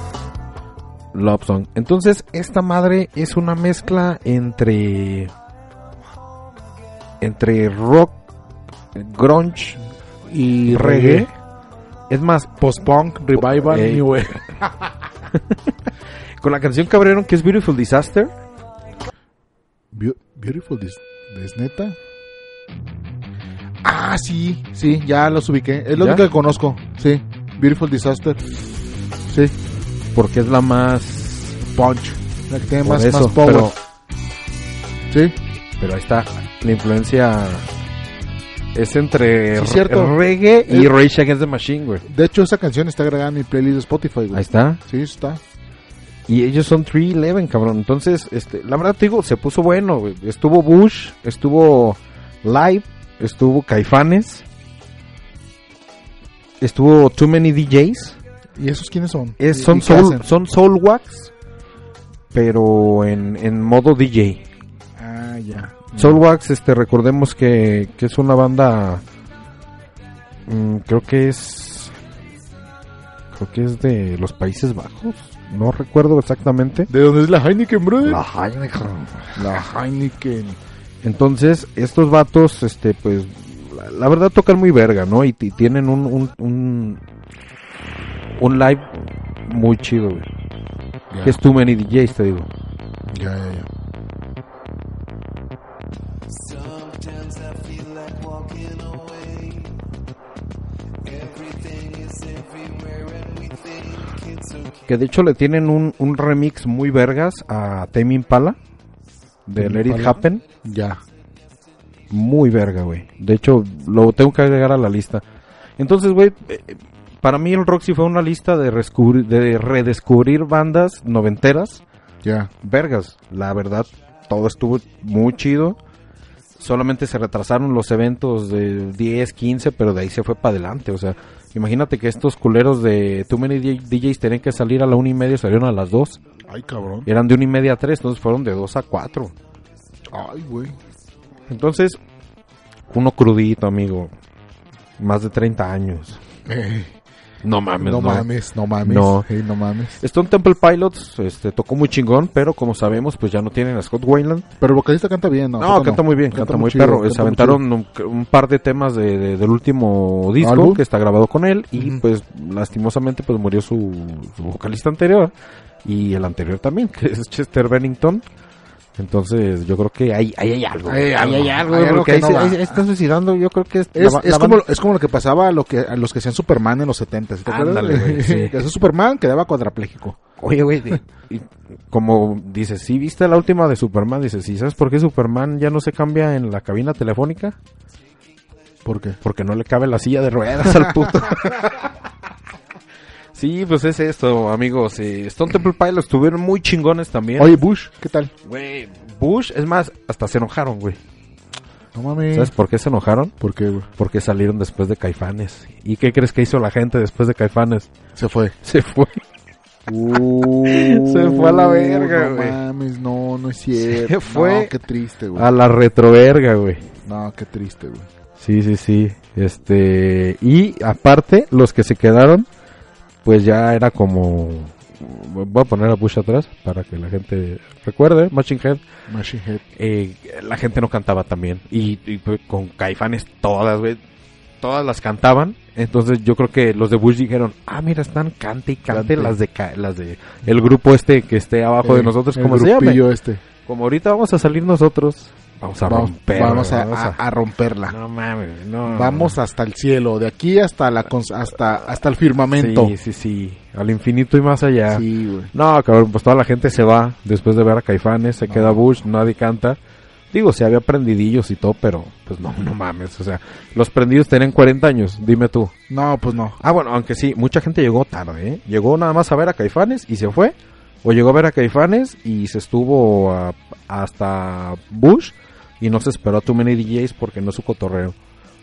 Speaker 1: Love Song. Entonces, esta madre es una mezcla entre. entre rock, grunge y reggae. Es más,
Speaker 2: Post-punk, revival,
Speaker 1: Ey.
Speaker 2: new wave.
Speaker 1: con la canción que abrieron que es Beautiful Disaster.
Speaker 2: Beau- Beautiful, dis- ¿es neta? Ah, sí, sí, ya los ubiqué. Es lo
Speaker 1: ¿Ya?
Speaker 2: único que conozco, sí. Beautiful Disaster. Sí,
Speaker 1: Porque es la más punch.
Speaker 2: la que tiene
Speaker 1: Por
Speaker 2: más,
Speaker 1: eso,
Speaker 2: más power.
Speaker 1: pero-
Speaker 2: Sí,
Speaker 1: Pero ahí está. La influencia es entre
Speaker 2: Sí,
Speaker 1: re-
Speaker 2: cierto.
Speaker 1: reggae y
Speaker 2: Eh.
Speaker 1: Rage Against the Machine, güey.
Speaker 2: de hecho esa canción está agregada en mi playlist de Spotify,
Speaker 1: Ahí
Speaker 2: güey.
Speaker 1: está.
Speaker 2: Sí, está.
Speaker 1: Y ellos son 311, cabrón. Entonces, este, la verdad te digo, se puso bueno, güey. Estuvo Bush, estuvo Live, estuvo Caifanes, estuvo Too Many DJs.
Speaker 2: ¿Y esos quiénes son?
Speaker 1: Es,
Speaker 2: ¿Y- y
Speaker 1: son,
Speaker 2: qué
Speaker 1: soul,
Speaker 2: hacen?
Speaker 1: son soul Wax, pero en, en modo DJ.
Speaker 2: Ah, ya.
Speaker 1: Soulwax, este, recordemos que, que es una banda. mm, creo que es. Creo que es de los Países Bajos. No recuerdo exactamente.
Speaker 2: ¿De dónde es la Heineken, brother? La Heineken.
Speaker 1: Entonces, estos vatos, este, pues. La, la verdad tocan muy verga, ¿no? Y, y tienen un, un, un. un live muy chido, güey.
Speaker 2: Ya,
Speaker 1: Que es Too Many DJs, te digo.
Speaker 2: ya, ya, ya.
Speaker 5: Sometimes I feel like walking away. Everything is everywhere, and we think it's okay.
Speaker 1: Que de hecho le tienen un, un remix muy vergas a Tame Impala. De
Speaker 2: Tame
Speaker 1: Let It
Speaker 2: Impala.
Speaker 1: Happen.
Speaker 2: Ya.
Speaker 1: Muy verga, güey. De hecho, lo tengo que agregar a la lista. Entonces, güey, eh, para mí el Roxy fue una lista de, rescubri- de redescubrir bandas noventeras.
Speaker 2: ya.
Speaker 1: Vergas, la verdad, todo estuvo muy chido. Solamente se retrasaron los eventos de 10, 15, pero de ahí se fue para adelante. O sea, imagínate que estos culeros de Too Many DJs tenían que salir a la una y media, salieron a las dos.
Speaker 2: Ay, cabrón.
Speaker 1: Eran de una y media a tres, entonces fueron de dos a cuatro.
Speaker 2: Ay, güey.
Speaker 1: Entonces, uno crudito, amigo. Más de 30 años. No mames,
Speaker 2: No
Speaker 1: no,
Speaker 2: mames, no mames.
Speaker 1: No.
Speaker 2: Ey, no mames.
Speaker 1: Stone Temple Pilots este, tocó muy chingón, pero como sabemos, pues ya no tienen a Scott Wayland.
Speaker 2: Pero el vocalista canta bien, ¿no?
Speaker 1: No, canta muy bien, canta, muy
Speaker 2: chido,
Speaker 1: perro.
Speaker 2: canta
Speaker 1: Se
Speaker 2: muy
Speaker 1: aventaron un, un par de temas de- de- del último disco
Speaker 2: ¿Álbum?
Speaker 1: que está grabado con él y
Speaker 2: Ujú.
Speaker 1: pues lastimosamente pues murió su, su vocalista anterior y el anterior también, que es Chester Bennington. Entonces yo creo que ahí, ahí hay algo.
Speaker 2: Ahí hay
Speaker 1: Ahí
Speaker 2: algo, hay
Speaker 1: güey,
Speaker 2: algo
Speaker 1: porque
Speaker 2: que
Speaker 1: ahí
Speaker 2: no
Speaker 1: se-
Speaker 2: va.
Speaker 1: ahí se está suicidando, yo creo que es,
Speaker 2: Es,
Speaker 1: la ba-
Speaker 2: es
Speaker 1: la
Speaker 2: como,
Speaker 1: banda-
Speaker 2: es como lo que pasaba a, lo que, a los que hacían Superman en los 70, ¿sí ¿te acuerdas?
Speaker 1: Ándale, güey, sí.
Speaker 2: que hacía Superman quedaba cuadrapléjico.
Speaker 1: Oye, güey, de- y como dices, ¿sí viste la última de Superman? Dices, ¿sí sabes por qué Superman ya no se cambia en la cabina telefónica?
Speaker 2: ¿Por qué?
Speaker 1: Porque no le cabe la silla de ruedas al puto. sí, pues es esto, amigos. Eh, Stone Temple Pilots estuvieron muy chingones también.
Speaker 2: Oye, Bush, ¿qué tal?
Speaker 1: güey, Bush, es más, hasta se enojaron, güey.
Speaker 2: No mames.
Speaker 1: ¿Sabes por qué se enojaron?
Speaker 2: por qué, güey?
Speaker 1: Porque salieron después de Caifanes. ¿Y qué crees que hizo la gente después de Caifanes?
Speaker 2: Se fue.
Speaker 1: Se fue.
Speaker 2: se
Speaker 1: fue a la verga, güey.
Speaker 2: Uh, No mames, no, no es cierto.
Speaker 1: Se fue
Speaker 2: No, qué triste, güey.
Speaker 1: A la retroverga, güey.
Speaker 2: No, qué triste, güey.
Speaker 1: Sí, sí, sí. Este, y aparte, los que se quedaron, pues ya era como. Voy a poner a Bush atrás para que la gente recuerde. Machine Head.
Speaker 2: Machine Head.
Speaker 1: eh, la gente no cantaba también. Y, y pues, con Caifanes todas, güey. Todas las cantaban. Entonces yo creo que los de Bush dijeron, ah, mira, están cante y cante,
Speaker 2: Cante.
Speaker 1: las de ca- las de el grupo este que esté abajo de
Speaker 2: Eh,
Speaker 1: nosotros,
Speaker 2: el
Speaker 1: como se llame.
Speaker 2: grupillo este.
Speaker 1: Como ahorita vamos a salir nosotros, vamos a
Speaker 2: Vamos,
Speaker 1: romper.
Speaker 2: vamos a,
Speaker 1: güey,
Speaker 2: a- a romperla.
Speaker 1: No mames, no.
Speaker 2: Vamos hasta el cielo, de aquí hasta la cons- hasta hasta el firmamento.
Speaker 1: Sí, sí, sí. Al infinito y más allá.
Speaker 2: Sí, güey.
Speaker 1: No, cabrón, pues toda la gente se va después de ver a Caifanes, se queda Bush, nadie canta. Digo, se había prendidillos y todo, pero pues no, no mames. O sea, los prendidos tenían 40 años, dime tú.
Speaker 2: No, pues no.
Speaker 1: Ah, bueno, aunque sí, mucha gente llegó tarde, ¿eh? Llegó nada más a ver a Caifanes y se fue. O llegó a ver a Caifanes y se estuvo a- hasta Bush y no se esperó a Too Many DJs porque no es su cotorreo.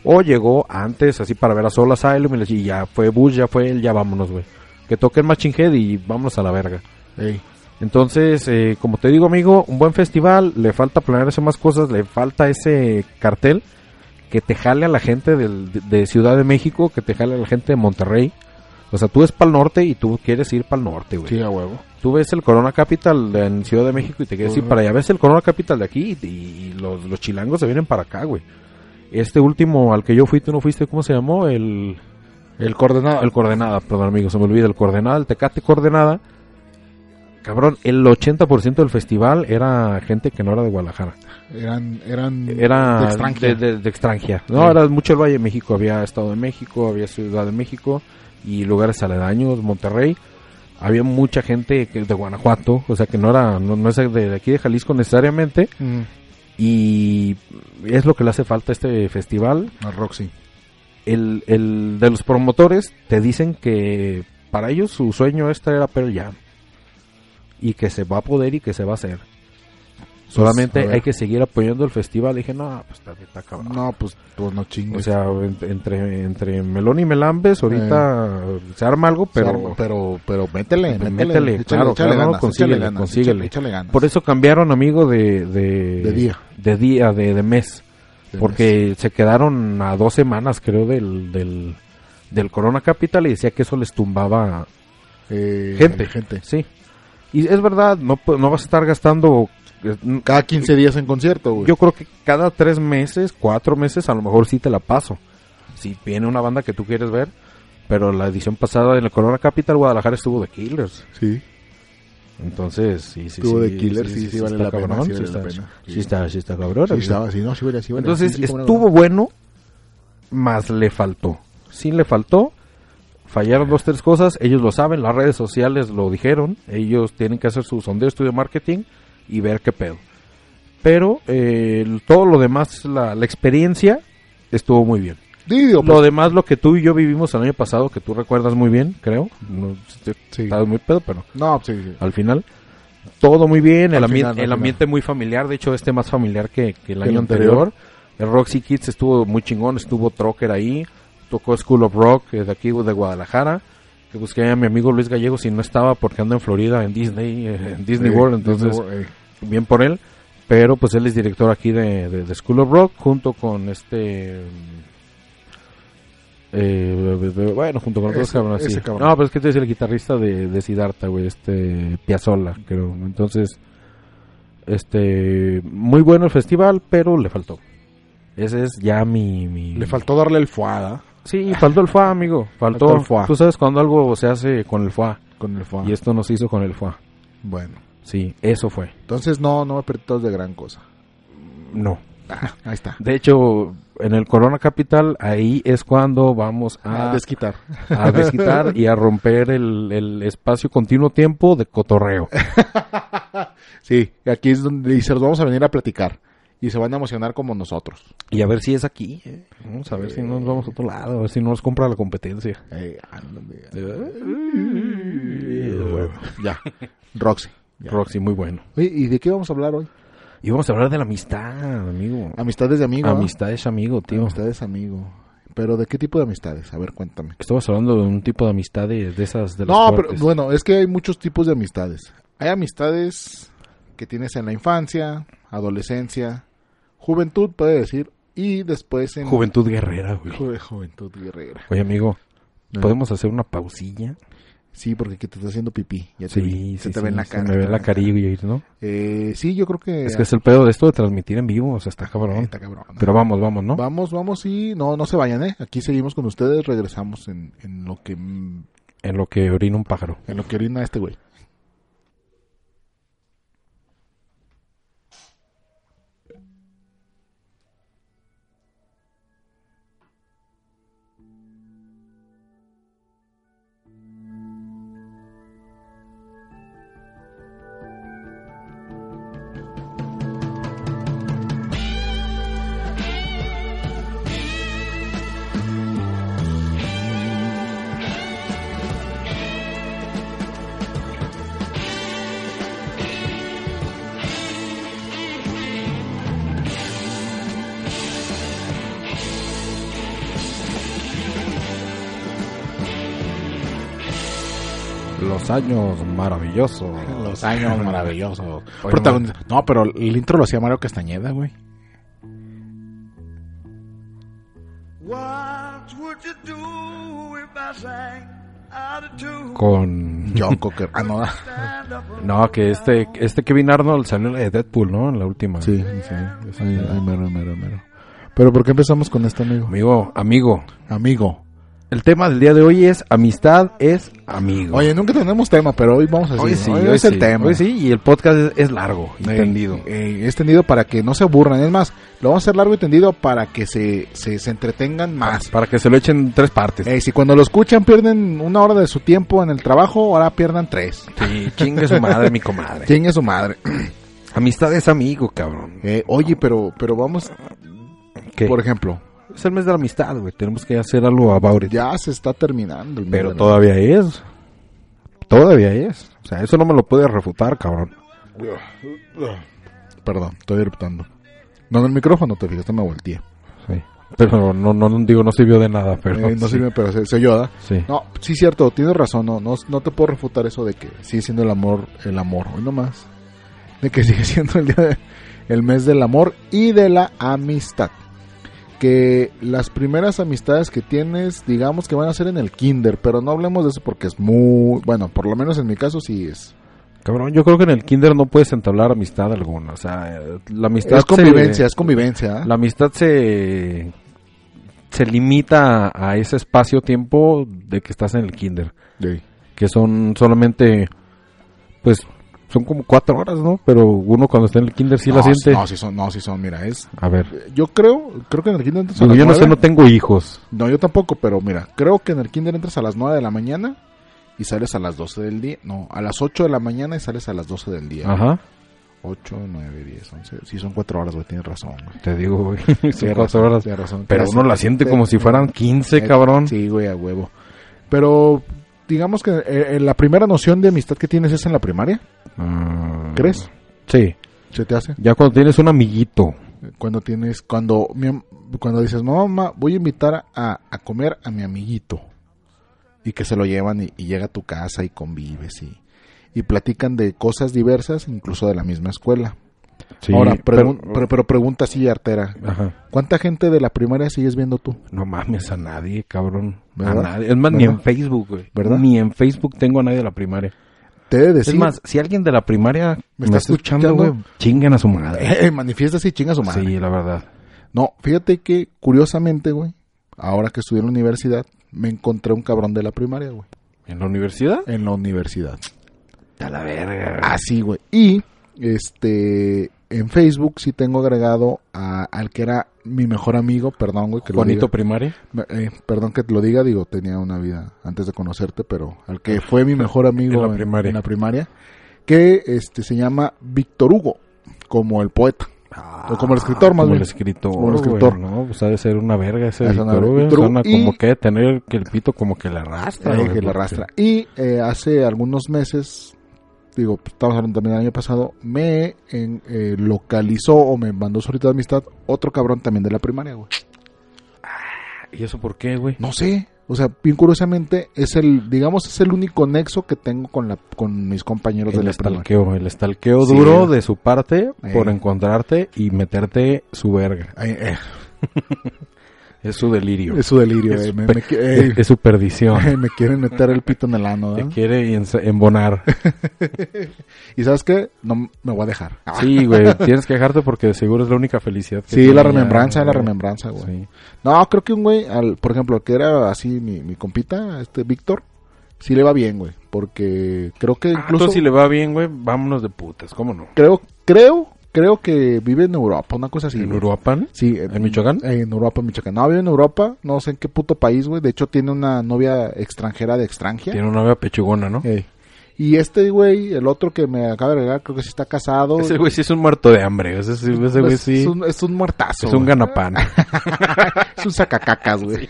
Speaker 1: O llegó antes así para ver a Soul Asylum y le dije, ya fue Bush, ya fue él, ya vámonos, güey. Que toquen Machine Head y vámonos a la verga.
Speaker 2: Ey.
Speaker 1: Entonces, eh, como te digo, amigo, un buen festival, le falta planearse más cosas, le falta ese cartel que te jale a la gente del- de, de Ciudad de México, que te jale a la gente de Monterrey, O sea, tú ves para el norte y tú quieres ir para el norte, güey.
Speaker 2: Sí, a huevo.
Speaker 1: Tú ves el Corona Capital de- en Ciudad de México y te quieres ir
Speaker 2: Ujú.
Speaker 1: para allá. Ves el Corona Capital de aquí y, y los, los chilangos se vienen para acá, güey. Este último al que yo fui, tú no fuiste, ¿cómo se llamó? El,
Speaker 2: El coordenado.
Speaker 1: el Coordenada, perdón, amigo, se me olvida. El Coordenada, el Tecate Coordenada. Cabrón, el 80% del festival era gente que no era de Guadalajara.
Speaker 2: Eran, eran
Speaker 1: Era
Speaker 2: de
Speaker 1: de
Speaker 2: extranjero.
Speaker 1: De, de extranjera. No,
Speaker 2: Sí.
Speaker 1: era mucho el Valle de México. Había Estado de México, había Ciudad de México y lugares aledaños, Monterrey. Había mucha gente que de Guanajuato, o sea que no era, no, no es de, de aquí de Jalisco necesariamente.
Speaker 2: Mm,
Speaker 1: Y es lo que le hace falta a este festival.
Speaker 2: a Roxy.
Speaker 1: El, el de los promotores te dicen que para ellos su sueño este era Pearl Jam. Y que se va a poder y que se va a hacer. Solamente
Speaker 2: Pues, a ver.
Speaker 1: hay que seguir apoyando el festival. dije, no, pues está, está cabrón.
Speaker 2: No, pues, pues no chingues.
Speaker 1: O sea, ent- entre, entre Melón y Melambes, ahorita se arma algo,
Speaker 2: pero,
Speaker 1: pero
Speaker 2: pero, pero métele,
Speaker 1: Pero
Speaker 2: métele.
Speaker 1: métele, claro, claro, consíguele,
Speaker 2: échale ganas,
Speaker 1: consíguele.
Speaker 2: échale- échale ganas.
Speaker 1: por eso cambiaron, amigo, de, de,
Speaker 2: De día.
Speaker 1: de, día, de, de mes.
Speaker 2: De
Speaker 1: porque se quedaron a dos semanas, creo, del, del, del Corona Capital y decía que eso les tumbaba
Speaker 2: Eh,
Speaker 1: gente.
Speaker 2: gente.
Speaker 1: Sí. Y es verdad, no, pu- no vas a estar gastando. eh,
Speaker 2: Cada 15 días en concierto, güey.
Speaker 1: Pues Yo creo que cada tres meses, cuatro meses, a lo mejor sí te la paso. Si viene una banda que tú quieres ver, pero la edición pasada en el Corona Capital Guadalajara estuvo de Killers.
Speaker 2: Sí.
Speaker 1: Entonces, sí, sí,
Speaker 2: Estuvo
Speaker 1: sí.
Speaker 2: The Killers, sí, sí, vale
Speaker 1: está
Speaker 2: la pena,
Speaker 1: cabrón,
Speaker 2: sí vale
Speaker 1: está-
Speaker 2: la pena.
Speaker 1: Sí está, sí está cabrón.
Speaker 2: Sí, estaba así, no, sí, vale, sí, vale.
Speaker 1: Entonces,
Speaker 2: Sí, sí, cómo no,
Speaker 1: estuvo bueno, más le faltó. Sí le faltó, fallaron dos, tres cosas, ellos lo saben, las redes sociales lo dijeron, ellos tienen que hacer su sondeo, estudio de marketing y ver qué pedo. Pero eh, el- todo lo demás, la, la experiencia, estuvo muy bien.
Speaker 2: Didio,
Speaker 1: Lo
Speaker 2: pues,
Speaker 1: demás, lo que tú y yo vivimos el año pasado, que tú recuerdas muy bien, creo, no, te-
Speaker 2: Sí.
Speaker 1: estabas muy pedo, pero
Speaker 2: No, pues, sí, sí.
Speaker 1: al final. Todo muy bien, el,
Speaker 2: Al
Speaker 1: ambi-
Speaker 2: final, al
Speaker 1: el
Speaker 2: final.
Speaker 1: ambiente muy familiar, de hecho este más familiar que, que el
Speaker 2: Que el
Speaker 1: año anterior. El Roxy Kids estuvo muy chingón, estuvo Trocker ahí, tocó School of Rock eh, de aquí de Guadalajara, que busqué a mi amigo Luis Gallego si no estaba porque anda en Florida, en Disney, eh, en Disney
Speaker 2: Eh,
Speaker 1: World, entonces
Speaker 2: Disney World, eh.
Speaker 1: bien por él, pero pues él es director aquí de, de- de School of Rock junto con este... eh, bueno, junto con otros
Speaker 2: Ese-
Speaker 1: cabrones.
Speaker 2: ese
Speaker 1: sí.
Speaker 2: cabrón.
Speaker 1: No, pero es que tú eres el guitarrista de, de Siddhartha, güey, este Piazzolla, creo. Entonces, este, muy bueno el festival, pero le faltó. Ese es ya mi... mi-
Speaker 2: Le faltó darle el ¿ah? fuada
Speaker 1: Sí, faltó el FA, amigo. Faltó,
Speaker 2: Faltó el foie.
Speaker 1: Tú sabes cuando algo se hace con el FA.
Speaker 2: con el fuada.
Speaker 1: Y esto nos hizo con el FA.
Speaker 2: Bueno,
Speaker 1: Sí, eso fue.
Speaker 2: entonces no, no me apretas de gran cosa.
Speaker 1: No.
Speaker 2: Ahí está.
Speaker 1: De hecho, en el Corona Capital, ahí es cuando vamos a,
Speaker 2: A Ah, desquitar.
Speaker 1: a desquitar y a romper el, el espacio continuo tiempo de cotorreo.
Speaker 2: Sí, aquí es donde y se los vamos a venir a platicar. Y se van a emocionar como nosotros.
Speaker 1: Y a ver si es aquí. ¿eh? Vamos a ver si no nos vamos a otro lado, a ver si no nos compra la competencia.
Speaker 2: Eh, ándale. Bueno, ya. Roxy. ya.
Speaker 1: Roxy, muy bueno.
Speaker 2: Oye, ¿Y de qué vamos a hablar hoy?
Speaker 1: Y vamos a hablar de la amistad, amigo.
Speaker 2: Amistades de amigo. ¿no?
Speaker 1: Amistades, amigo, tío.
Speaker 2: Amistades amigo. Pero ¿de qué tipo de amistades? A ver, cuéntame.
Speaker 1: Estabas hablando de un tipo de amistad de, de esas de las
Speaker 2: No, pero
Speaker 1: fuertes.
Speaker 2: bueno, es que hay muchos tipos de amistades. Hay amistades que tienes en la infancia, adolescencia, juventud, puede decir, y después en
Speaker 1: Juventud guerrera, güey.
Speaker 2: Ju- juventud guerrera.
Speaker 1: Oye, amigo,
Speaker 2: Ah.
Speaker 1: ¿podemos hacer una pausilla?
Speaker 2: Sí, porque aquí te está haciendo pipí. Ya te vi. se te ve en la cara.
Speaker 1: Se me ve
Speaker 2: te
Speaker 1: la
Speaker 2: ve-
Speaker 1: carilla, ¿no?
Speaker 2: Eh, sí, yo creo que.
Speaker 1: Es que es el pedo de esto de transmitir en vivo, o sea, está
Speaker 2: Eh,
Speaker 1: cabrón.
Speaker 2: está cabrón.
Speaker 1: Pero vamos, vamos, ¿no?
Speaker 2: Vamos, vamos y no, no se vayan, ¿eh? Aquí seguimos con ustedes, regresamos en, en lo que mm,
Speaker 1: En lo que orina un pájaro.
Speaker 2: en lo que orina este güey.
Speaker 1: Los años maravillosos.
Speaker 2: Los años maravillosos.
Speaker 1: Oye,
Speaker 2: Protagoniz- No, pero el intro lo hacía Mario Castañeda, güey.
Speaker 4: What would you do if I sang
Speaker 1: con...
Speaker 2: John Cocker. Ah, no.
Speaker 1: No, que este, este Kevin Arnold salió en la de Deadpool, ¿no? En la última.
Speaker 2: Sí, sí. Ay, ay, mero, mero, mero. Pero ¿por qué empezamos con esto, amigo?
Speaker 1: Amigo, amigo.
Speaker 2: Amigo.
Speaker 1: El tema del día de hoy es amistad es amigo.
Speaker 2: Oye, nunca tenemos tema, pero hoy vamos a decir. hoy, es el
Speaker 1: sí.
Speaker 2: tema.
Speaker 1: Hoy sí, y el podcast es, es largo y
Speaker 2: Eh,
Speaker 1: tendido.
Speaker 2: eh, es tendido para que no se aburran. Es más, lo vamos a hacer largo y tendido para que se, se, se entretengan más.
Speaker 1: Para que se lo echen en tres partes.
Speaker 2: Eh, si cuando lo escuchan pierden una hora de su tiempo en el trabajo, ahora pierdan tres.
Speaker 1: Sí, chingue su madre, mi comadre.
Speaker 2: ¿Quién es su madre?
Speaker 1: Amistad es amigo, cabrón.
Speaker 2: Eh, oye, pero, pero vamos,
Speaker 1: ¿Qué?
Speaker 2: por ejemplo,
Speaker 1: Es el mes de la amistad, güey. Tenemos que hacer algo about it.
Speaker 2: ya se está terminando. el
Speaker 1: Pero
Speaker 2: mes de
Speaker 1: todavía es. Todavía es. O sea, eso no me lo puede refutar, cabrón.
Speaker 2: la- Perdón, estoy eruptando. No, en el micrófono te fijas, te me volteé.
Speaker 1: Sí. Pero no, no, no digo, no sirvió de nada, pero.
Speaker 2: Eh, no
Speaker 1: sí.
Speaker 2: sirve, pero se, se oyó, ¿verdad?
Speaker 1: Sí.
Speaker 2: No, sí cierto, tienes razón, no, no, no te puedo refutar eso de que sigue siendo el amor, el amor, hoy nomás. De que sigue siendo el día de- el mes del amor y de la amistad. Que las primeras amistades que tienes, digamos que van a ser en el kinder, pero no hablemos de eso porque es muy, bueno, por lo menos en mi caso sí es.
Speaker 1: Cabrón, yo creo que en el kinder no puedes entablar amistad alguna. O sea, eh, la amistad.
Speaker 2: Es convivencia,
Speaker 1: se-
Speaker 2: es convivencia. ¿eh?
Speaker 1: la amistad se. Se limita a ese espacio-tiempo de que estás en el kinder.
Speaker 2: Sí.
Speaker 1: que son solamente, pues, son como cuatro horas, ¿no? Pero uno cuando está en el kinder sí
Speaker 2: no,
Speaker 1: la siente.
Speaker 2: No, sí son, no, sí son, mira, es,
Speaker 1: A ver,
Speaker 2: yo creo, creo que en el kinder entras a
Speaker 1: digo,
Speaker 2: las
Speaker 1: yo no sé,
Speaker 2: nueve.
Speaker 1: no tengo hijos.
Speaker 2: No, yo tampoco, pero mira, creo que en el kinder entras a las 9 de la mañana y sales a las 12 del día. No, a las 8 de la mañana y sales a las 12 del día.
Speaker 1: Ajá,
Speaker 2: 8, 9, 10, 11. Sí, son 4 horas, güey, tienes razón. güey.
Speaker 1: te digo, güey. Son
Speaker 2: Tienes
Speaker 1: cuatro
Speaker 2: razón,
Speaker 1: horas.
Speaker 2: tienes razón.
Speaker 1: Pero
Speaker 2: Tienes-
Speaker 1: uno la siente como si fueran 15,
Speaker 2: Eh,
Speaker 1: cabrón.
Speaker 2: Sí, güey, a huevo. Pero digamos que eh, eh, la primera noción de amistad que tienes es en la primaria,
Speaker 1: Ah,
Speaker 2: ¿crees?
Speaker 1: Sí,
Speaker 2: ¿Se te hace?
Speaker 1: ya cuando tienes un amiguito.
Speaker 2: Cuando tienes, cuando, mi am- cuando dices, no, mamá, voy a invitar a, a comer a mi amiguito. Y que se lo llevan y, y llega a tu casa y convives y, y platican de cosas diversas, incluso de la misma escuela.
Speaker 1: Sí,
Speaker 2: Ahora,
Speaker 1: pero-
Speaker 2: pregun- pero, pero pregunta así, artera.
Speaker 1: Ajá.
Speaker 2: ¿Cuánta gente de la primaria sigues viendo tú?
Speaker 1: No mames a nadie, cabrón.
Speaker 2: ¿Verdad?
Speaker 1: A nadie. Es más, ni
Speaker 2: ¿Verdad?
Speaker 1: en Facebook, güey.
Speaker 2: ¿Verdad?
Speaker 1: Ni en Facebook tengo a nadie de la primaria.
Speaker 2: Te he de decir.
Speaker 1: Es más, si alguien de la primaria
Speaker 2: ¿Me está escuchando?
Speaker 1: chinguen a su madre.
Speaker 2: eh, manifiesta así, chinga su madre.
Speaker 1: Sí, la verdad.
Speaker 2: No, fíjate que, curiosamente, güey, ahora que estudié en la universidad, me encontré un cabrón de la primaria, güey.
Speaker 1: ¿En la universidad? Ah,
Speaker 2: En la universidad.
Speaker 1: A la verga.
Speaker 2: Así, güey. Y este en Facebook sí tengo agregado a, al que era mi mejor amigo, perdón, güey, que lo
Speaker 1: Juanito
Speaker 2: diga.
Speaker 1: primaria.
Speaker 2: Me- eh, perdón que te lo diga, digo, tenía una vida antes de conocerte, pero al que fue mi mejor amigo
Speaker 1: En la primaria.
Speaker 2: en la primaria, que este se llama Víctor Hugo, como el poeta o Pues como el escritor más
Speaker 1: Como el
Speaker 2: bien.
Speaker 1: escritor.
Speaker 2: Como el
Speaker 1: güey,
Speaker 2: escritor.
Speaker 1: ¿no? Pues ha de ser una verga ese
Speaker 2: Es una
Speaker 1: Víctor
Speaker 2: verga.
Speaker 1: Hugo.
Speaker 2: Víctor
Speaker 1: Suena
Speaker 2: Hugo y-
Speaker 1: como que tener que el pito como que le arrastra.
Speaker 2: Eh,
Speaker 1: güey,
Speaker 2: que
Speaker 1: porque-
Speaker 2: la arrastra. Y eh, hace algunos meses, digo, pues, estamos hablando también del año pasado, me en- eh, localizó o me mandó solicitud de amistad otro cabrón también de la primaria, güey.
Speaker 1: ¿Y eso por qué, güey?
Speaker 2: No sé. O sea, bien curiosamente, es el, digamos, es el único nexo que tengo con la, con mis compañeros de
Speaker 1: El
Speaker 2: la primaria.
Speaker 1: estalqueo, el estalqueo
Speaker 2: Sí.
Speaker 1: duro de su parte
Speaker 2: Eh.
Speaker 1: por encontrarte y meterte su verga.
Speaker 2: Eh, eh,
Speaker 1: Es su delirio.
Speaker 2: es su delirio,
Speaker 1: Es
Speaker 2: eh, me,
Speaker 1: pe-
Speaker 2: me qui- eh, Ah.
Speaker 1: Es, es su perdición.
Speaker 2: me quieren meter el pito en el ano,
Speaker 1: Te
Speaker 2: ¿verdad?
Speaker 1: quiere ens- embonar.
Speaker 2: Y sabes qué, no me voy a dejar. Ah,
Speaker 1: Sí, güey. Tienes que dejarte porque de seguro es la única felicidad. que
Speaker 2: sí,
Speaker 1: tenía,
Speaker 2: la remembranza, la
Speaker 1: güey.
Speaker 2: remembranza, güey.
Speaker 1: Sí.
Speaker 2: No, creo que un güey, al, por ejemplo, al que era así mi, mi compita, este Víctor, sí le va bien, güey. Porque creo que
Speaker 1: Ah, entonces,
Speaker 2: incluso.
Speaker 1: si le va bien, güey, vámonos de putas. ¿Cómo no?
Speaker 2: Creo, creo, creo que vive en Europa, una cosa así.
Speaker 1: ¿En
Speaker 2: güey.
Speaker 1: Uruapan?
Speaker 2: Sí,
Speaker 1: ¿En Michoacán?
Speaker 2: En Europa, Michoacán. No, vive en Europa, no sé en qué puto país, güey. De hecho, tiene una novia extranjera de extranjera.
Speaker 1: Tiene una novia pechugona, ¿no?
Speaker 2: Ey. Y este güey, el otro que me acaba de agregar, creo que sí está casado.
Speaker 1: Ese güey sí es un muerto de hambre. Ese, sí- ese güey
Speaker 2: es,
Speaker 1: sí.
Speaker 2: Pues es un, es un muertazo.
Speaker 1: Es un
Speaker 2: güey.
Speaker 1: ganapán.
Speaker 2: Es un sacacacas, güey.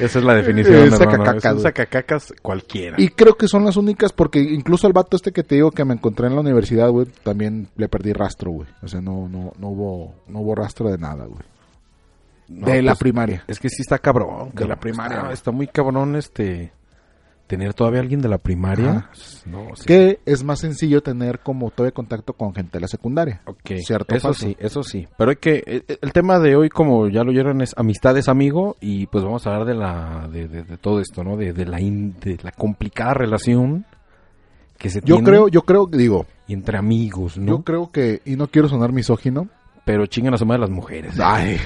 Speaker 1: Esa es la definición.
Speaker 2: Eh,
Speaker 1: hermano.
Speaker 2: sacacacas,
Speaker 1: Es un
Speaker 2: güey.
Speaker 1: sacacacas cualquiera.
Speaker 2: Y creo que son las únicas, porque incluso al vato este que te digo que me encontré en la universidad, güey, también le perdí rastro, güey. O sea, no, no, no hubo, no hubo rastro de nada, güey.
Speaker 1: No,
Speaker 2: de la
Speaker 1: pues,
Speaker 2: primaria.
Speaker 1: Es que sí está cabrón.
Speaker 2: De la
Speaker 1: cabrón.
Speaker 2: primaria,
Speaker 1: Está,
Speaker 2: güey.
Speaker 1: está muy cabrón este. tener todavía alguien de la primaria.
Speaker 2: Ajá.
Speaker 1: No, sí.
Speaker 2: Que es más sencillo tener como todavía contacto con gente de la secundaria.
Speaker 1: Ok,
Speaker 2: ¿Cierto o
Speaker 1: eso
Speaker 2: falso?
Speaker 1: sí, eso sí. Pero hay que eh, el tema de hoy, como ya lo oyeron, es amistades amigo y pues vamos a hablar de la de, de- de todo esto, ¿no? De, de la in- de la complicada relación que se
Speaker 2: Yo
Speaker 1: tiene
Speaker 2: creo, yo creo, digo,
Speaker 1: entre amigos, ¿no?
Speaker 2: yo creo que, y no quiero sonar misógino.
Speaker 1: Pero chingan a su madre las mujeres.
Speaker 2: Ay,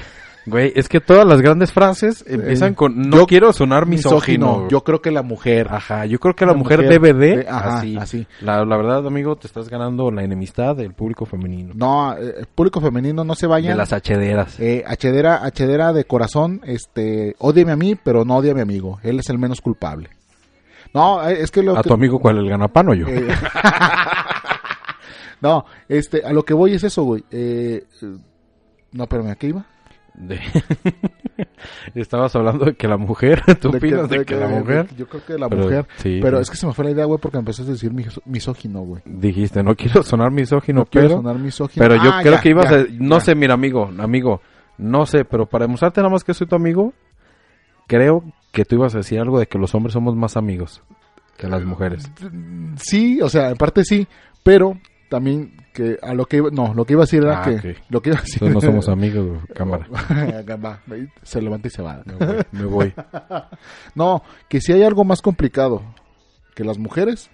Speaker 1: Güey, es que todas las grandes frases empiezan
Speaker 2: Ah. Eh,
Speaker 1: con no
Speaker 2: yo-
Speaker 1: quiero sonar misógino. Ah.
Speaker 2: Yo creo que la mujer.
Speaker 1: Ajá, yo creo que la,
Speaker 2: La
Speaker 1: mujer,
Speaker 2: mujer
Speaker 1: debe de,
Speaker 2: de- ajá,
Speaker 1: así.
Speaker 2: así.
Speaker 1: La, la verdad, amigo, te estás ganando la enemistad del público femenino.
Speaker 2: No, eh, el público femenino no se vayan.
Speaker 1: de las hederas.
Speaker 2: Eh, Hachedera, Hachedera de corazón, este, ódiame a mí, pero no odie a mi amigo. Él es el menos culpable. No, eh, es que lo
Speaker 1: ¿A
Speaker 2: que-
Speaker 1: tu amigo cuál? ¿El ganapano yo?
Speaker 2: eh, no, este, a lo que voy es eso, güey. Eh, eh, no, pero ¿a qué iba?
Speaker 1: De- Estabas hablando de que la mujer, ¿tú
Speaker 2: De
Speaker 1: opinas de, que, la
Speaker 2: de-
Speaker 1: mujer?
Speaker 2: yo creo que la
Speaker 1: Pero,
Speaker 2: mujer.
Speaker 1: sí.
Speaker 2: pero es que se me fue la idea, güey, porque empezaste a decir mis- misógino, güey.
Speaker 1: Dijiste, no quiero sonar misógino,
Speaker 2: No
Speaker 1: pero,
Speaker 2: quiero sonar misógino.
Speaker 1: pero yo
Speaker 2: Ah,
Speaker 1: creo
Speaker 2: ya,
Speaker 1: que ibas
Speaker 2: ya,
Speaker 1: a... No
Speaker 2: ya.
Speaker 1: sé, mira, amigo, amigo, no sé, pero para demostrarte nada más que soy tu amigo, creo que tú ibas a decir algo de que los hombres somos más amigos que las mujeres.
Speaker 2: Sí, o sea, en parte sí, pero también que a lo que iba, no, lo que iba a decir era
Speaker 1: Ah,
Speaker 2: que
Speaker 1: ok.
Speaker 2: lo que iba a decir
Speaker 1: Entonces no somos amigos, güey, cámara.
Speaker 2: Gamba, se levanta y se va.
Speaker 1: Me voy, me voy.
Speaker 2: No, que si hay algo más complicado que las mujeres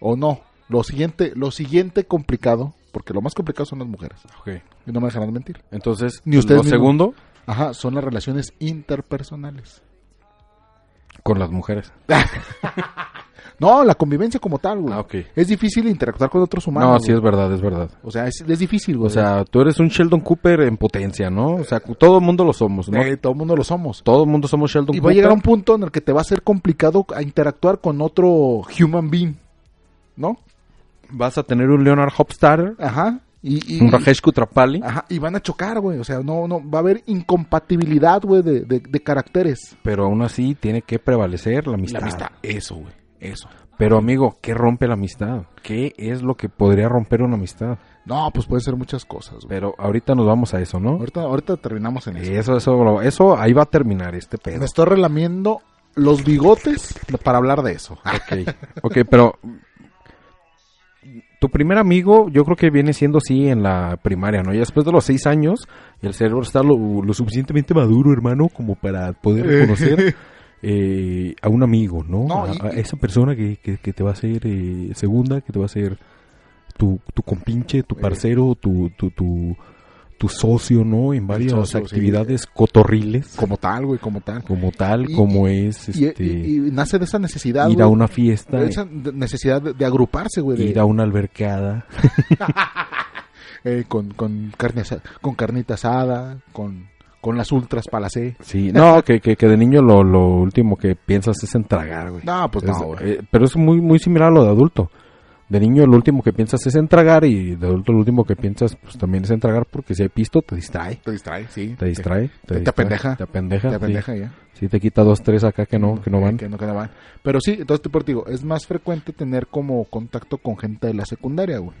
Speaker 2: o no. Lo siguiente, lo siguiente complicado, porque lo más complicado son las mujeres.
Speaker 1: Ok.
Speaker 2: Y no me dejarán mentir.
Speaker 1: Entonces,
Speaker 2: Ni ustedes
Speaker 1: lo
Speaker 2: mismos.
Speaker 1: segundo,
Speaker 2: Ajá, son las relaciones interpersonales.
Speaker 1: con las mujeres.
Speaker 2: No, la convivencia como tal, güey.
Speaker 1: Ah, ok.
Speaker 2: Es difícil interactuar con otros humanos.
Speaker 1: No, sí
Speaker 2: güey.
Speaker 1: es verdad, es verdad.
Speaker 2: O sea, es, es difícil, güey.
Speaker 1: O sea, tú eres un Sheldon Cooper en potencia, ¿no? O sea, cu- todo el mundo lo somos, Pues ¿no?
Speaker 2: Eh, todo el mundo lo somos.
Speaker 1: Todo el mundo somos Sheldon
Speaker 2: Y va a
Speaker 1: Cooper.
Speaker 2: llegar a un punto en el que te va a ser complicado a interactuar con otro human being, ¿no?
Speaker 1: Vas a tener un Leonard Hofstadter,
Speaker 2: Ajá. Y, y,
Speaker 1: un Rajesh Kutrapali.
Speaker 2: ajá, y van a chocar, güey. O sea, no, no, va a haber incompatibilidad, güey, de, de- de caracteres.
Speaker 1: Pero aún así tiene que prevalecer la amistad.
Speaker 2: Eso, güey. Eso.
Speaker 1: Pero amigo, ¿qué rompe la amistad? ¿Qué es lo que podría romper una amistad?
Speaker 2: No, pues pueden ser muchas cosas, güey.
Speaker 1: Pero ahorita nos vamos a eso, ¿no?
Speaker 2: Ahorita, ahorita terminamos en eso.
Speaker 1: Eso, eso, lo- eso, ahí va a terminar este pedo.
Speaker 2: Me estoy relamiendo los bigotes para hablar de eso. Ah,
Speaker 1: Ok, ok, pero tu primer amigo yo creo que viene siendo sí en la primaria, ¿no? Y después de los seis años, el cerebro está lo, lo suficientemente maduro, hermano, como para poder reconocer eh, a un amigo, ¿no?
Speaker 2: No,
Speaker 1: a,
Speaker 2: y-
Speaker 1: a esa persona que, que- que te va a ser eh, segunda, que te va a ser tu, tu compinche,
Speaker 2: Eh.
Speaker 1: tu parcero, tu, tu, tu, tu socio, ¿no? En varias
Speaker 2: socio, sí.
Speaker 1: actividades cotorriles,
Speaker 2: Como tal, güey, como tal.
Speaker 1: como tal,
Speaker 2: Y-
Speaker 1: como es
Speaker 2: Y-
Speaker 1: este,
Speaker 2: Y, y nace de esa necesidad,
Speaker 1: ir a
Speaker 2: güey,
Speaker 1: una fiesta.
Speaker 2: de Esa necesidad de, de agruparse, güey. de-
Speaker 1: ir a una albercada.
Speaker 2: eh, con, con, carne asa- con carnita asada, con, con las ultras palacé.
Speaker 1: Sí, no, que, que, que de niño lo, lo último que piensas es en tragar, güey.
Speaker 2: No, pues no,
Speaker 1: Es-
Speaker 2: güey.
Speaker 1: eh, pero es muy, muy similar a lo de adulto. De niño lo último que piensas es en tragar y de adulto lo último que piensas pues también es en tragar porque si hay pisto te distrae.
Speaker 2: Te distrae, sí.
Speaker 1: Te distrae.
Speaker 2: te
Speaker 1: distrae,
Speaker 2: apendeja.
Speaker 1: Te apendeja.
Speaker 2: Te
Speaker 1: sí.
Speaker 2: apendeja ya.
Speaker 1: Sí, te quita dos, tres acá que no, que no van.
Speaker 2: Que no, que no van. Pero sí, entonces, por digo, es más frecuente tener como contacto con gente de la secundaria, güey.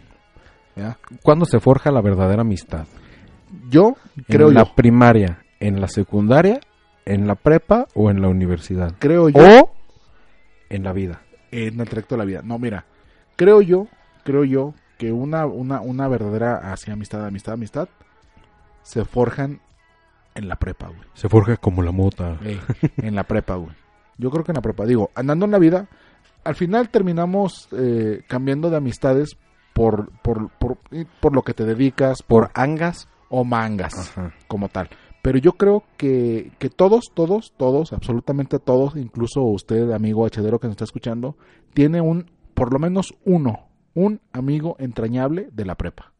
Speaker 2: ¿Ya?
Speaker 1: ¿Cuándo se forja la verdadera amistad?
Speaker 2: Yo creo
Speaker 1: ¿En
Speaker 2: yo.
Speaker 1: la primaria? ¿En la secundaria? ¿En la prepa o en la universidad?
Speaker 2: Creo yo.
Speaker 1: ¿O en la vida?
Speaker 2: en el trayecto de la vida. No, mira, creo yo, creo yo que una, una, una verdadera así amistad, amistad, amistad, se forjan en la prepa, güey.
Speaker 1: Se forja como la mota.
Speaker 2: Ey, eh, en la prepa, güey. Yo creo que en la prepa. Digo, andando en la vida, al final terminamos eh, cambiando de amistades por, por, por, y por lo que te dedicas, por
Speaker 1: ¿Por angas?
Speaker 2: o mangas,
Speaker 1: Ajá.
Speaker 2: como tal. Pero yo creo que, que todos, todos, todos, absolutamente todos, incluso usted, amigo hachedero que nos está escuchando, tiene un, por lo menos uno, un amigo entrañable de la prepa.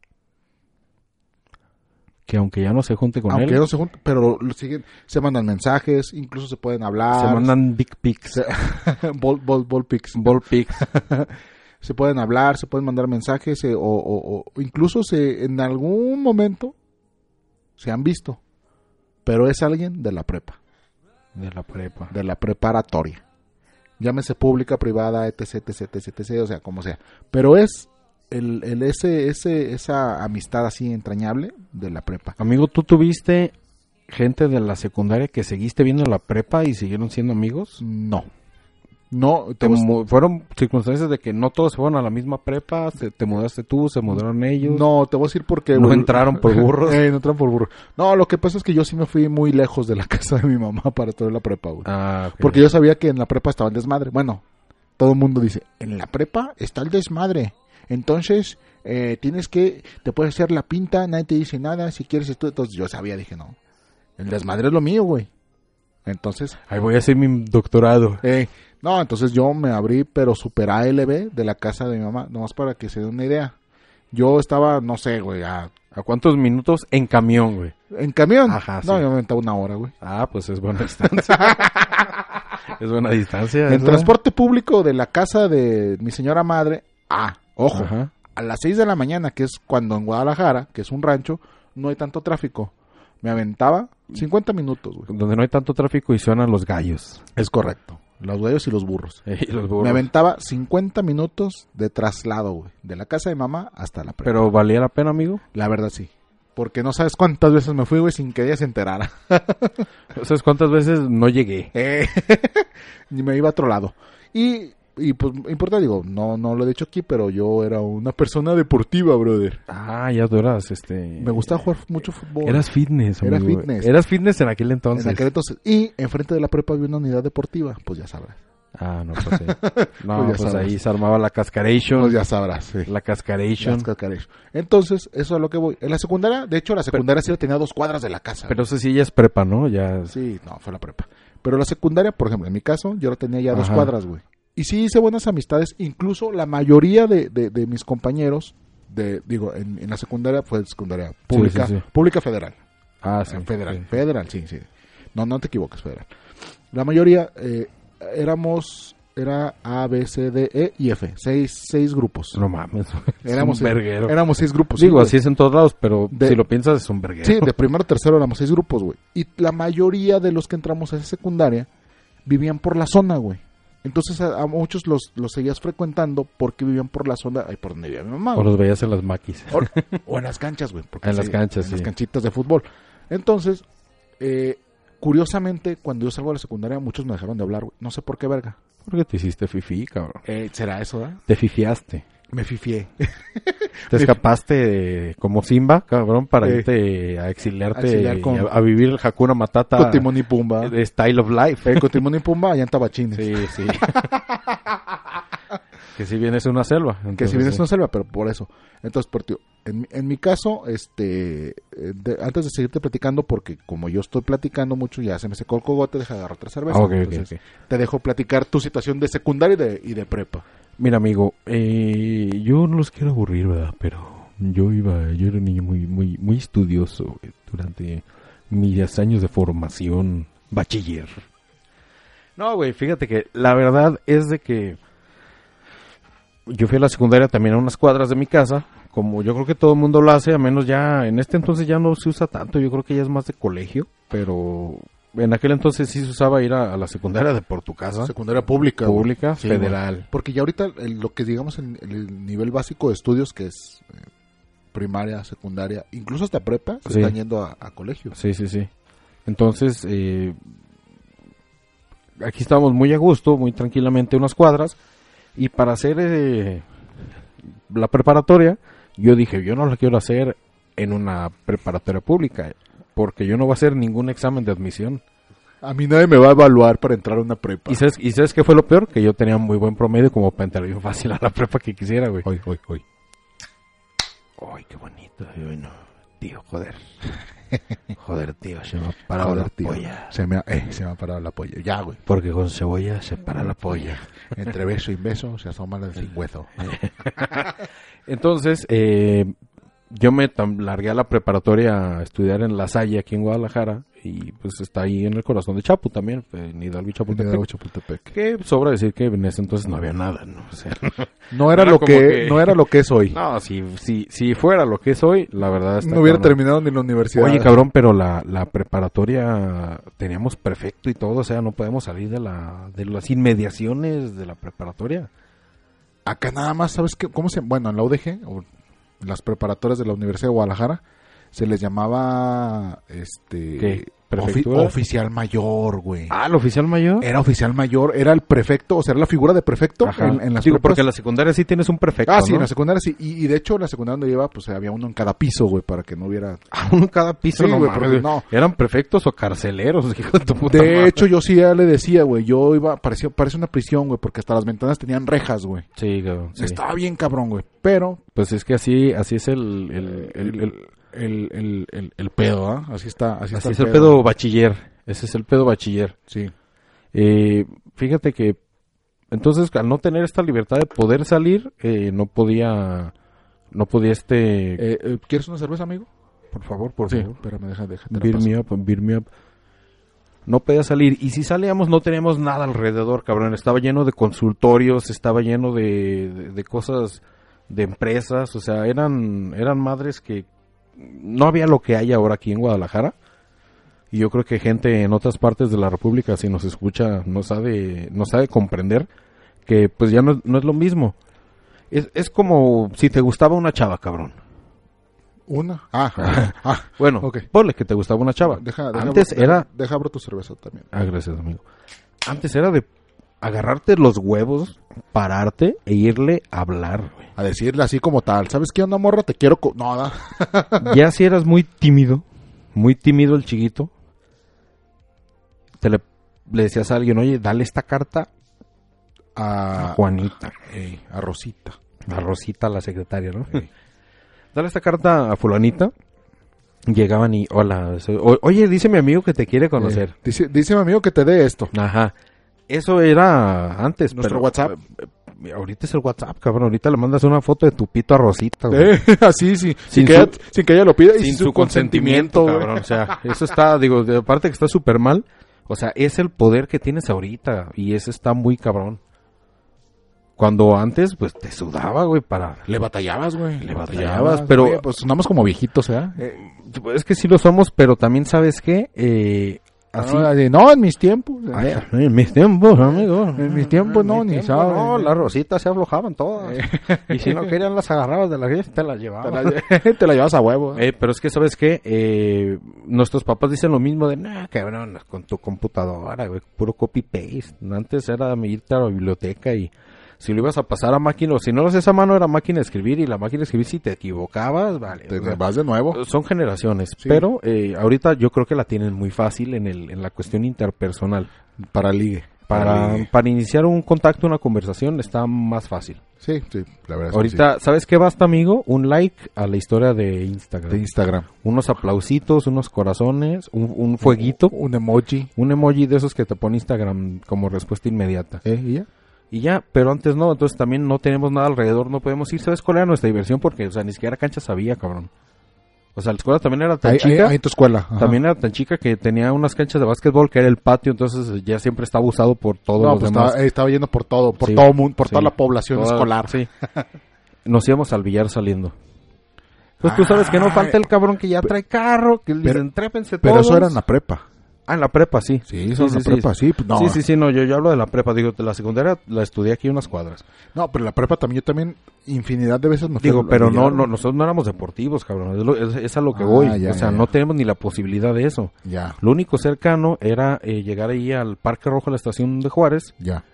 Speaker 1: que aunque ya no se junte con
Speaker 2: Aunque
Speaker 1: él,
Speaker 2: no se juntan, pero lo siguen, se mandan mensajes, incluso se pueden hablar.
Speaker 1: se mandan dick pics,
Speaker 2: ah, se- bol, bol, bol pics.
Speaker 1: ball pics.
Speaker 2: se pueden hablar, se pueden mandar mensajes eh, o, o- o incluso se, en algún momento se han visto, pero es alguien de la prepa,
Speaker 1: de la prepa.
Speaker 2: de la preparatoria. Llámese pública, privada, etc, etc, etc, etc, o sea, como sea. Pero es el, el ese, ese, esa amistad así entrañable de la prepa.
Speaker 1: Amigo, ¿tú tuviste gente de la secundaria que seguiste viendo en la prepa y siguieron siendo amigos?
Speaker 2: No, No,
Speaker 1: Te
Speaker 2: te voy-
Speaker 1: mu- fueron circunstancias de que no todos se fueron a la misma prepa, se- te mudaste tú, se mudaron ellos.
Speaker 2: no, te voy a decir porque...
Speaker 1: No entraron por burros.
Speaker 2: Eh, no entraron por burro. No, lo que pasa es que yo sí me fui muy lejos de la casa de mi mamá para entrar a la prepa, güey.
Speaker 1: Ah, ok.
Speaker 2: Porque yo sabía que en la prepa estaba el desmadre. Bueno, todo el mundo dice, en la prepa está el desmadre. Entonces, eh, tienes que, te puedes hacer la pinta, nadie te dice nada, si quieres esto. Entonces yo sabía, dije, no, el desmadre es lo mío, güey. Entonces,
Speaker 1: Ahí voy a hacer mi doctorado.
Speaker 2: eh, no, entonces yo me abrí, pero super ALB de la casa de mi mamá, nomás para que se den una idea. Yo estaba, no sé, güey, a-
Speaker 1: ¿A cuántos minutos en camión, güey?
Speaker 2: en camión.
Speaker 1: Ajá,
Speaker 2: No,
Speaker 1: sí.
Speaker 2: yo me aventaba una hora, güey.
Speaker 1: Ah, pues es buena distancia. es buena distancia.
Speaker 2: En
Speaker 1: esa.
Speaker 2: transporte público de la casa de mi señora madre, ah, ojo,
Speaker 1: Ajá.
Speaker 2: a las 6 de la mañana, que es cuando en Guadalajara, que es un rancho, no hay tanto tráfico. Me aventaba 50 minutos, güey.
Speaker 1: Donde no hay tanto tráfico y suenan los gallos.
Speaker 2: Es correcto. Los gallos y los burros.
Speaker 1: Y los
Speaker 2: Me
Speaker 1: burros.
Speaker 2: aventaba 50 minutos de traslado, güey. De la casa de mamá hasta la prepa.
Speaker 1: Pero valía la pena, amigo.
Speaker 2: La verdad sí. Porque no sabes cuántas veces me fui, güey, sin que ella se enterara.
Speaker 1: ¿Sabes cuántas veces no llegué?
Speaker 2: Eh, y me iba a otro lado. Y, y pues, importa, digo, no, no lo he dicho aquí, pero yo era una persona deportiva, brother.
Speaker 1: Ah, ya tú eras, este...
Speaker 2: Me gustaba jugar mucho fútbol.
Speaker 1: Eras fitness,
Speaker 2: Era
Speaker 1: amigo.
Speaker 2: fitness.
Speaker 1: Eras fitness en aquel entonces.
Speaker 2: En aquel entonces. Y enfrente de la prepa había una unidad deportiva, pues ya sabrás.
Speaker 1: Ah, no, pues sí. No,
Speaker 2: Pues ya
Speaker 1: pues,
Speaker 2: sabes.
Speaker 1: ahí se armaba la cascaration.
Speaker 2: Pues ya sabrás, sí.
Speaker 1: La cascaration.
Speaker 2: Las cacarejo. Entonces, eso es a lo que voy. En la secundaria, de hecho, la secundaria sí la tenía a dos cuadras de la casa.
Speaker 1: Pero eso sí ya es prepa, ¿no? Ya...
Speaker 2: Sí, no, fue la prepa. Pero la secundaria, por ejemplo, en mi caso, yo la tenía ya a dos
Speaker 1: Ajá.
Speaker 2: cuadras, güey. Y sí hice buenas amistades, incluso la mayoría de, de- de mis compañeros, de, digo, en, en la secundaria fue secundaria pública,
Speaker 1: sí, sí.
Speaker 2: pública federal.
Speaker 1: Ah, sí.
Speaker 2: Eh, federal, federal, sí, sí. No, no te equivoques, federal. La mayoría eh, éramos, era A, B, C, D, E y F, seis, seis grupos.
Speaker 1: Sí. No mames.
Speaker 2: Éramos,
Speaker 1: Éramos un verguero.
Speaker 2: éramos seis grupos.
Speaker 1: Digo,
Speaker 2: sí,
Speaker 1: así es en todos lados, pero
Speaker 2: De-
Speaker 1: si lo piensas es un verguero.
Speaker 2: Sí, de primero a tercero éramos seis grupos, güey. Y la mayoría de los que entramos a esa secundaria vivían por la zona, güey. Entonces a, a muchos los, los seguías frecuentando porque vivían por la zona, ay, por donde vivía mi mamá.
Speaker 1: O
Speaker 2: güey.
Speaker 1: los veías en las maquis.
Speaker 2: O, o en las canchas, güey. porque
Speaker 1: En las canchas, sí.
Speaker 2: En las canchitas de fútbol. Entonces, eh, curiosamente, cuando yo salgo de la secundaria, muchos me dejaron de hablar, güey. No sé por qué, verga.
Speaker 1: Porque te hiciste fifi, cabrón.
Speaker 2: Eh, ¿Será eso, da?
Speaker 1: Te fifiaste.
Speaker 2: Me fifié.
Speaker 1: Te escapaste de- como Simba, cabrón, para
Speaker 2: Eh.
Speaker 1: irte a
Speaker 2: A
Speaker 1: exiliarte
Speaker 2: exiliar con-
Speaker 1: y a, a vivir el Hakuna Matata
Speaker 2: Con Timón y Pumba.
Speaker 1: de Style of Life.
Speaker 2: Eh, con Timón y Pumba allá en Tabachines.
Speaker 1: Sí, sí. que si vienes a una selva.
Speaker 2: Que
Speaker 1: entonces,
Speaker 2: si bien es
Speaker 1: sí.
Speaker 2: una selva, pero por eso. Entonces, por tío, en, mi- en mi caso, este, eh, de- antes de seguirte platicando, porque como yo estoy platicando mucho, ya se me secó el cogote, deja de agarrar otra cerveza.
Speaker 1: Ah, ok, ok,
Speaker 2: Entonces,
Speaker 1: ok.
Speaker 2: te dejo platicar tu situación de secundaria y de, y de prepa.
Speaker 1: Mira, amigo, eh, yo no los quiero aburrir, ¿verdad? Pero yo iba, yo era un niño muy, muy, muy estudioso eh, durante mis años de formación bachiller. No, güey, fíjate que la verdad es de que yo fui a la secundaria también a unas cuadras de mi casa, como yo creo que todo el mundo lo hace, a menos ya en este entonces ya no se usa tanto, yo creo que ya es más de colegio, pero en aquel entonces sí se usaba ir a, a la secundaria de por tu casa,
Speaker 2: Secundaria pública. güey.
Speaker 1: pública,
Speaker 2: Sí,
Speaker 1: federal.
Speaker 2: güey. Porque ya ahorita el- lo que digamos el, el nivel básico de estudios, que es eh, primaria, secundaria, incluso hasta prepa, se
Speaker 1: Sí.
Speaker 2: están yendo a, a colegios.
Speaker 1: Sí, sí, sí. Entonces, eh, aquí estábamos muy a gusto, muy tranquilamente, unas cuadras. Y para hacer eh, la preparatoria, yo dije, yo no la quiero hacer en una preparatoria pública, porque yo no voy a hacer ningún examen de admisión.
Speaker 2: A mí nadie me va a evaluar para entrar a una prepa.
Speaker 1: ¿Y sabes, ¿Y sabes qué fue lo peor? Que yo tenía muy buen promedio como para entrar bien fácil a la prepa que quisiera, güey.
Speaker 2: Hoy, hoy, hoy.
Speaker 1: Ay, qué bonito. Ay, bueno, tío, joder. Joder, tío, se me ha
Speaker 2: Joder, tío. Se me, ha, eh, se me ha parado la polla. Ya, güey.
Speaker 1: Porque con cebolla se para la polla.
Speaker 2: Entre beso y beso se asoma el cingüezo.
Speaker 1: Entonces, eh, yo me tam- largué a la preparatoria a estudiar en La Salle, aquí en Guadalajara, y pues está ahí en el corazón de Chapu también, eh, en Hidalgo y Chapultepec. Que sobra decir que en ese entonces no había nada, ¿no? O sea,
Speaker 2: No era
Speaker 1: Era
Speaker 2: lo
Speaker 1: como
Speaker 2: que,
Speaker 1: que-
Speaker 2: no era lo que es hoy.
Speaker 1: no, si, si, si fuera lo que soy, la verdad está
Speaker 2: No hubiera
Speaker 1: cabrón.
Speaker 2: terminado ni la universidad.
Speaker 1: Oye, cabrón, pero la, la preparatoria teníamos prefecto y todo, o sea, no podemos salir de, la, de las inmediaciones de la preparatoria.
Speaker 2: Acá nada más, ¿sabes qué? ¿Cómo se Bueno, en la UDG, o en las preparatorias de la Universidad de Guadalajara, se les llamaba este
Speaker 1: ¿Qué?
Speaker 2: Ofi-
Speaker 1: prefectura.
Speaker 2: oficial mayor, güey.
Speaker 1: ah, el oficial mayor.
Speaker 2: Era oficial mayor, era el prefecto, o sea, era la figura de prefecto
Speaker 1: Ajá.
Speaker 2: en, en las
Speaker 1: Digo,
Speaker 2: prepas.
Speaker 1: porque en la secundaria sí tienes un prefecto.
Speaker 2: Ah, sí,
Speaker 1: ¿no?
Speaker 2: en la secundaria sí. Y, y de hecho, en la secundaria donde iba, pues había uno en cada piso, güey, para que no hubiera.
Speaker 1: A uno en cada piso,
Speaker 2: Sí,
Speaker 1: no,
Speaker 2: güey,
Speaker 1: mames,
Speaker 2: porque
Speaker 1: güey.
Speaker 2: no.
Speaker 1: Eran prefectos o carceleros, hijo de tu puta
Speaker 2: De
Speaker 1: madre.
Speaker 2: hecho, yo sí ya le decía, güey, yo iba, parecía, parece una prisión, güey, porque hasta las ventanas tenían rejas, güey.
Speaker 1: Sí, cabrón, sí.
Speaker 2: Estaba bien cabrón, güey. Pero,
Speaker 1: Pues es que así, así es el, el, el- el-
Speaker 2: el, el, el, el pedo, ¿ah? Así está, así, está
Speaker 1: así es el pedo bachiller. Ese es el pedo bachiller.
Speaker 2: Sí.
Speaker 1: Eh, fíjate que entonces al no tener esta libertad de poder salir, eh, no podía, no podía este,
Speaker 2: Eh, eh, ¿Quieres una cerveza, amigo?
Speaker 1: por favor, por
Speaker 2: Sí.
Speaker 1: favor,
Speaker 2: Espérame, deja, deja. te la
Speaker 1: beer
Speaker 2: paso.
Speaker 1: me up, beer me up. No podía salir y si salíamos no teníamos nada alrededor, cabrón. Estaba lleno de consultorios, estaba lleno de, de- de cosas, de empresas, o sea, eran eran madres que no había lo que hay ahora aquí en Guadalajara. Y yo creo que gente en otras partes de la República, si nos escucha, no sabe, no sabe comprender que pues ya no, no es lo mismo. Es, es como si te gustaba una chava, cabrón.
Speaker 2: Una. Ah, ah, ah.
Speaker 1: Bueno,
Speaker 2: Ok.
Speaker 1: ponle que te gustaba una chava.
Speaker 2: Deja, deja
Speaker 1: Antes
Speaker 2: abro-
Speaker 1: era
Speaker 2: Deja abro tu cerveza también.
Speaker 1: Ah, gracias, amigo. Antes era de agarrarte los huevos, pararte e irle a hablar, güey.
Speaker 2: A decirle así como tal. ¿Sabes qué onda, morra? Te quiero. co- No, da.
Speaker 1: Ya si eras muy tímido, muy tímido el chiquito, te le, le decías a alguien, oye, dale esta carta a
Speaker 2: A,
Speaker 1: Juanita,
Speaker 2: Ey, a Rosita.
Speaker 1: a Rosita, la secretaria, ¿no? Dale esta carta a fulanita. Llegaban y, hola, soy- o- oye, dice mi amigo que te quiere conocer.
Speaker 2: Eh, dice, dice mi amigo que te dé esto.
Speaker 1: Ajá. Eso era antes.
Speaker 2: Nuestro
Speaker 1: pero-
Speaker 2: WhatsApp.
Speaker 1: eh, Ahorita es el WhatsApp, cabrón. Ahorita le mandas una foto de tu pito a Rosita, güey.
Speaker 2: Eh, así, sí.
Speaker 1: Sin
Speaker 2: Sin, que
Speaker 1: su-
Speaker 2: ella, sin que ella lo pida y
Speaker 1: Sin su consentimiento,
Speaker 2: güey.
Speaker 1: cabrón. O sea, eso está, digo, de- aparte que está súper mal. O sea, es el poder que tienes ahorita. Y ese está muy cabrón. Cuando antes, pues te sudaba, güey, para.
Speaker 2: Le batallabas, güey.
Speaker 1: Le batallabas, pero- eh,
Speaker 2: Oye, pues sonamos como viejitos, ¿verdad?
Speaker 1: Es que sí lo somos, pero también, ¿sabes qué? Eh, así.
Speaker 2: Ah, de, no, en mis tiempos.
Speaker 1: Ay, en mis tiempos, amigo.
Speaker 2: En mis tiempos no, ni sabe. Eh.
Speaker 1: No, las rositas se aflojaban todas. y si no querían, las agarrabas de la gente y te las
Speaker 2: Te
Speaker 1: llevabas.
Speaker 2: la, te la llevas a huevo.
Speaker 1: Eh, pero es que, ¿sabes qué? Eh, nuestros papás dicen lo mismo de, nah, cabrón, con tu computadora, güey, puro copy-paste. Antes era irte a la biblioteca y si lo ibas a pasar a máquina, o si no lo hacías a mano, era máquina de escribir, y la máquina de escribir, si te equivocabas, vale.
Speaker 2: Eh, Te
Speaker 1: o sea,
Speaker 2: vas de nuevo.
Speaker 1: Eh, son generaciones,
Speaker 2: Sí.
Speaker 1: pero eh, ahorita yo creo que la tienen muy fácil en, el, en la cuestión interpersonal.
Speaker 2: Para ligue.
Speaker 1: Para, para iniciar un contacto, una conversación, está más fácil.
Speaker 2: Sí, sí, la verdad. es que
Speaker 1: Ahorita, ¿sabes qué basta, amigo? Un like a la historia de
Speaker 2: sí.
Speaker 1: Instagram.
Speaker 2: De Instagram.
Speaker 1: unos aplausitos, unos corazones, un, un fueguito,
Speaker 2: Un emoji.
Speaker 1: un emoji de esos que te pone Instagram como respuesta inmediata.
Speaker 2: ¿Eh? ¿Y ya?
Speaker 1: Y ya, pero antes no, entonces también no tenemos nada alrededor, no podemos ir. ¿Sabes cuál era nuestra diversión? Porque, o sea, ni siquiera cancha sabía, cabrón. O sea, la escuela también era tan
Speaker 2: Ahí, ahí-
Speaker 1: chica.
Speaker 2: ahí en tu escuela. Ajá.
Speaker 1: También era tan chica que tenía unas canchas de básquetbol que era el patio, entonces ya siempre estaba usado por todos
Speaker 2: No,
Speaker 1: los
Speaker 2: pues
Speaker 1: demás.
Speaker 2: estaba, eh, estaba yendo por todo, por
Speaker 1: Sí.
Speaker 2: todo mundo, por toda
Speaker 1: Sí.
Speaker 2: la población
Speaker 1: Toda-
Speaker 2: escolar.
Speaker 1: Sí. Nos íbamos al billar saliendo. Pues tú sabes que no falta el cabrón que ya trae carro, que les
Speaker 2: Ah, pero-
Speaker 1: entrépensele
Speaker 2: Pero eso
Speaker 1: todos.
Speaker 2: era en la prepa.
Speaker 1: Ah, en la prepa, sí.
Speaker 2: Sí, eso en la prepa, sí, pues, no.
Speaker 1: Sí, sí, sí, no, yo, yo hablo de la prepa, digo, de la secundaria la estudié aquí unas cuadras.
Speaker 2: No, pero en la prepa también, yo también infinidad de veces me fui
Speaker 1: Digo,
Speaker 2: al-
Speaker 1: pero
Speaker 2: al
Speaker 1: no,
Speaker 2: billar.
Speaker 1: no, nosotros no éramos deportivos, cabrón, es, lo- es- es a lo que
Speaker 2: Ah,
Speaker 1: voy,
Speaker 2: ya,
Speaker 1: o sea,
Speaker 2: ya, ya.
Speaker 1: no tenemos ni la posibilidad de eso.
Speaker 2: Ya,
Speaker 1: Lo único cercano era eh, llegar ahí al Parque Rojo, a la estación de Juárez,
Speaker 2: ya.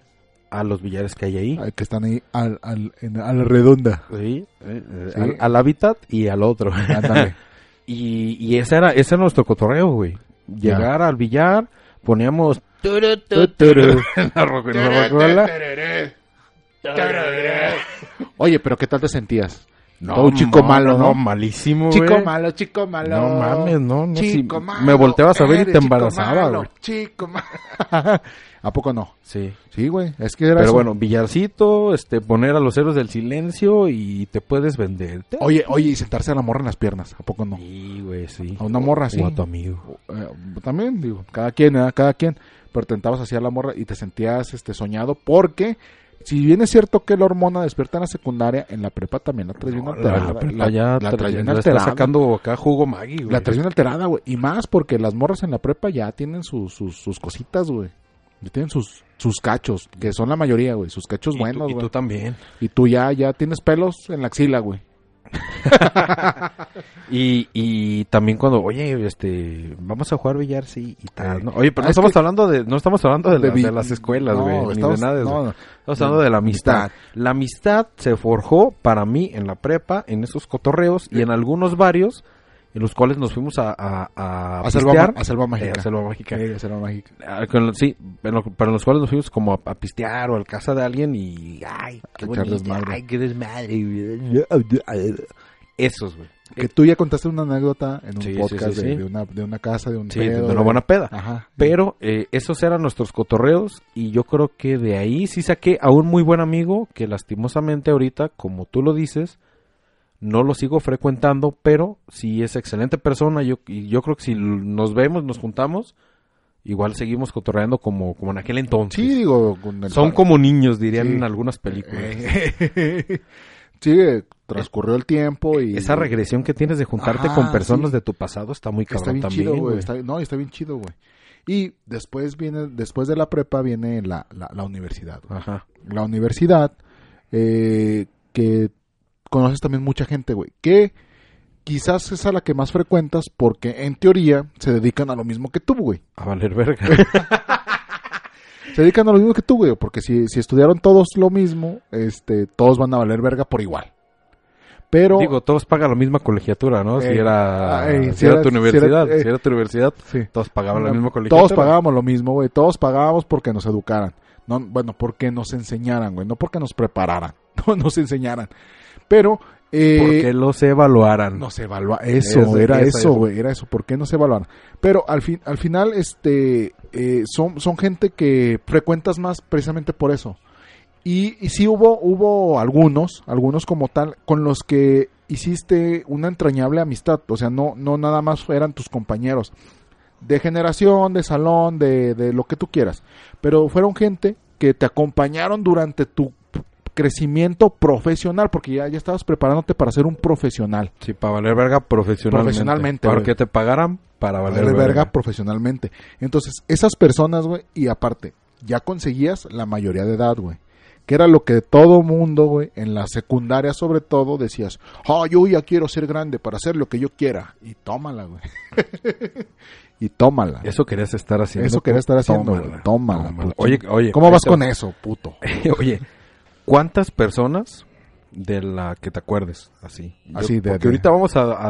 Speaker 1: a los billares que hay ahí,
Speaker 2: Ay, que están ahí al, al, en- a la redonda.
Speaker 1: sí, eh, eh,
Speaker 2: Sí.
Speaker 1: Al, al hábitat y al otro.
Speaker 2: Ándale.
Speaker 1: y y ese, era, ese era nuestro cotorreo, güey. Llegar al billar, poníamos... en la ro- en la rocola.
Speaker 2: Oye, pero ¿qué tal te sentías?
Speaker 1: No,
Speaker 2: Todo un chico
Speaker 1: no,
Speaker 2: malo, ¿no?
Speaker 1: malísimo,
Speaker 2: Chico
Speaker 1: güey.
Speaker 2: malo, chico malo.
Speaker 1: No mames, no, no,
Speaker 2: Chico
Speaker 1: sí,
Speaker 2: malo.
Speaker 1: me volteabas a ver y
Speaker 2: eres
Speaker 1: te
Speaker 2: chico
Speaker 1: embarazaba,
Speaker 2: malo,
Speaker 1: güey.
Speaker 2: Chico malo. ¿A poco no?
Speaker 1: Sí.
Speaker 2: Sí, güey. Es que era
Speaker 1: Pero
Speaker 2: eso.
Speaker 1: bueno, billarcito, este, poner a los héroes del silencio y te puedes vender. Te-
Speaker 2: Oye, oye, y sentarse a la morra en las piernas. ¿A poco no?
Speaker 1: Sí, güey, sí.
Speaker 2: A una morra así.
Speaker 1: O a tu amigo.
Speaker 2: Eh, también, digo, cada quien, ¿verdad? cada quien, pero tentabas hacia la morra y te sentías este soñado porque si bien es cierto que la hormona despierta en la secundaria, en la prepa también la traes bien alterada.
Speaker 1: la prepa
Speaker 2: la-
Speaker 1: ya
Speaker 2: la
Speaker 1: tra-
Speaker 2: traes bien
Speaker 1: ya está
Speaker 2: alterada.
Speaker 1: sacando acá jugo Maggi, güey.
Speaker 2: La traes bien alterada, güey. Y más porque las morras en la prepa ya tienen sus, sus, sus cositas, güey. Ya tienen sus, sus cachos, que son la mayoría, Pues güey. Sus cachos
Speaker 1: y
Speaker 2: buenos,
Speaker 1: tú, y
Speaker 2: güey.
Speaker 1: tú también.
Speaker 2: Y tú ya, ya tienes pelos en la axila, güey.
Speaker 1: Y, y también cuando, oye, este, vamos a jugar billar, sí, y tal, ¿no? Oye, pero
Speaker 2: Ah,
Speaker 1: no
Speaker 2: es
Speaker 1: estamos
Speaker 2: que-
Speaker 1: hablando de, no estamos hablando de, la-
Speaker 2: vi-
Speaker 1: de las escuelas,
Speaker 2: No,
Speaker 1: güey, ni de
Speaker 2: estamos-
Speaker 1: nada de eso.
Speaker 2: no, no.
Speaker 1: Estamos hablando de la amistad. La amistad se forjó para mí en la prepa, en esos cotorreos y en algunos varios en los cuales nos fuimos a, a, a,
Speaker 2: A Selva
Speaker 1: pistear.
Speaker 2: Ma- a Selva
Speaker 1: Eh,
Speaker 2: Mágica.
Speaker 1: a Selva Mágica.
Speaker 2: Sí, a Selva Mágica.
Speaker 1: Ah, con lo- sí, en lo- pero en los cuales nos fuimos como a, a pistear o al casa de alguien y ay, qué
Speaker 2: A echar
Speaker 1: bonito,
Speaker 2: desmadre.
Speaker 1: ay, qué desmadre. güey. Esos, güey.
Speaker 2: Que tú ya contaste una anécdota en un
Speaker 1: Eh, Sí, sí,
Speaker 2: podcast
Speaker 1: sí,
Speaker 2: de,
Speaker 1: sí.
Speaker 2: de una, de una casa, de un
Speaker 1: Sí,
Speaker 2: pedo,
Speaker 1: de una buena peda.
Speaker 2: Ajá.
Speaker 1: Pero eh, esos eran nuestros cotorreos y yo creo que de ahí sí saqué a un muy buen amigo que lastimosamente ahorita, como tú lo dices, no lo sigo frecuentando, pero sí es excelente persona yo, y yo creo que si l- nos vemos, nos juntamos, igual seguimos cotorreando como, como en aquel entonces.
Speaker 2: Sí, digo, con el-
Speaker 1: Son como niños, dirían
Speaker 2: Sí.
Speaker 1: en algunas películas.
Speaker 2: sí, eh, transcurrió el tiempo y...
Speaker 1: Esa regresión que tienes de juntarte
Speaker 2: Ajá,
Speaker 1: con personas
Speaker 2: sí.
Speaker 1: de tu pasado está muy
Speaker 2: Está
Speaker 1: cabrón
Speaker 2: bien
Speaker 1: también.
Speaker 2: chido, güey.
Speaker 1: güey.
Speaker 2: Está- No, está bien chido, güey. Y después viene, después de la prepa viene la, la, la universidad, güey.
Speaker 1: Ajá.
Speaker 2: La universidad, eh, que conoces también mucha gente, güey. Que quizás es a la que más frecuentas porque en teoría se dedican a lo mismo que tú, güey.
Speaker 1: A valer verga.
Speaker 2: Se dedican a lo mismo que tú, güey, porque si, si estudiaron todos lo mismo, este, todos van a valer verga por igual. Pero,
Speaker 1: Digo, todos pagan la misma colegiatura, ¿no? si
Speaker 2: Eh,
Speaker 1: era,
Speaker 2: ay,
Speaker 1: si
Speaker 2: si
Speaker 1: era
Speaker 2: era-
Speaker 1: tu
Speaker 2: si era-
Speaker 1: universidad,
Speaker 2: eh,
Speaker 1: si era tu universidad,
Speaker 2: sí,
Speaker 1: todos pagaban la misma colegiatura.
Speaker 2: todos pagábamos lo mismo, güey, todos pagábamos porque nos educaran. No, bueno, porque nos enseñaran, güey, no porque nos prepararan, no nos enseñaran. Pero, eh,
Speaker 1: Porque los evaluaran.
Speaker 2: No se evalúa. Eso,
Speaker 1: Eso,
Speaker 2: era
Speaker 1: eso,
Speaker 2: eso,
Speaker 1: eso.
Speaker 2: güey. Era eso. ¿Por qué no se evaluaron? Pero al, fin, al final, este, eh, son, son gente que frecuentas más precisamente por eso. Y, y sí hubo, hubo algunos, algunos como tal, con los que hiciste una entrañable amistad. O sea, no, no nada más eran tus compañeros. De generación, de salón, de, de lo que tú quieras. Pero fueron gente que te acompañaron durante tu crecimiento profesional, porque ya, ya estabas preparándote para ser un profesional.
Speaker 1: Sí, para valer verga profesionalmente.
Speaker 2: Profesionalmente,
Speaker 1: Para
Speaker 2: güey.
Speaker 1: que te pagaran para valer
Speaker 2: valer verga,
Speaker 1: verga.
Speaker 2: profesionalmente. Entonces, esas personas, güey, y aparte, ya conseguías la mayoría de edad, güey. Que era lo que todo mundo, güey, en la secundaria sobre todo, decías, oh, yo ya quiero ser grande para hacer lo que yo quiera. Y tómala, güey. y tómala.
Speaker 1: Eso querías estar haciendo.
Speaker 2: pues. Eso quería estar haciendo, güey. Tómala. puto.
Speaker 1: Oye, oye.
Speaker 2: ¿Cómo
Speaker 1: ahí
Speaker 2: vas
Speaker 1: te-
Speaker 2: con eso, puto?
Speaker 1: oye, ¿cuántas personas de la que te acuerdes? Así. Yo-
Speaker 2: Así de-
Speaker 1: Porque
Speaker 2: de-
Speaker 1: ahorita vamos a, a-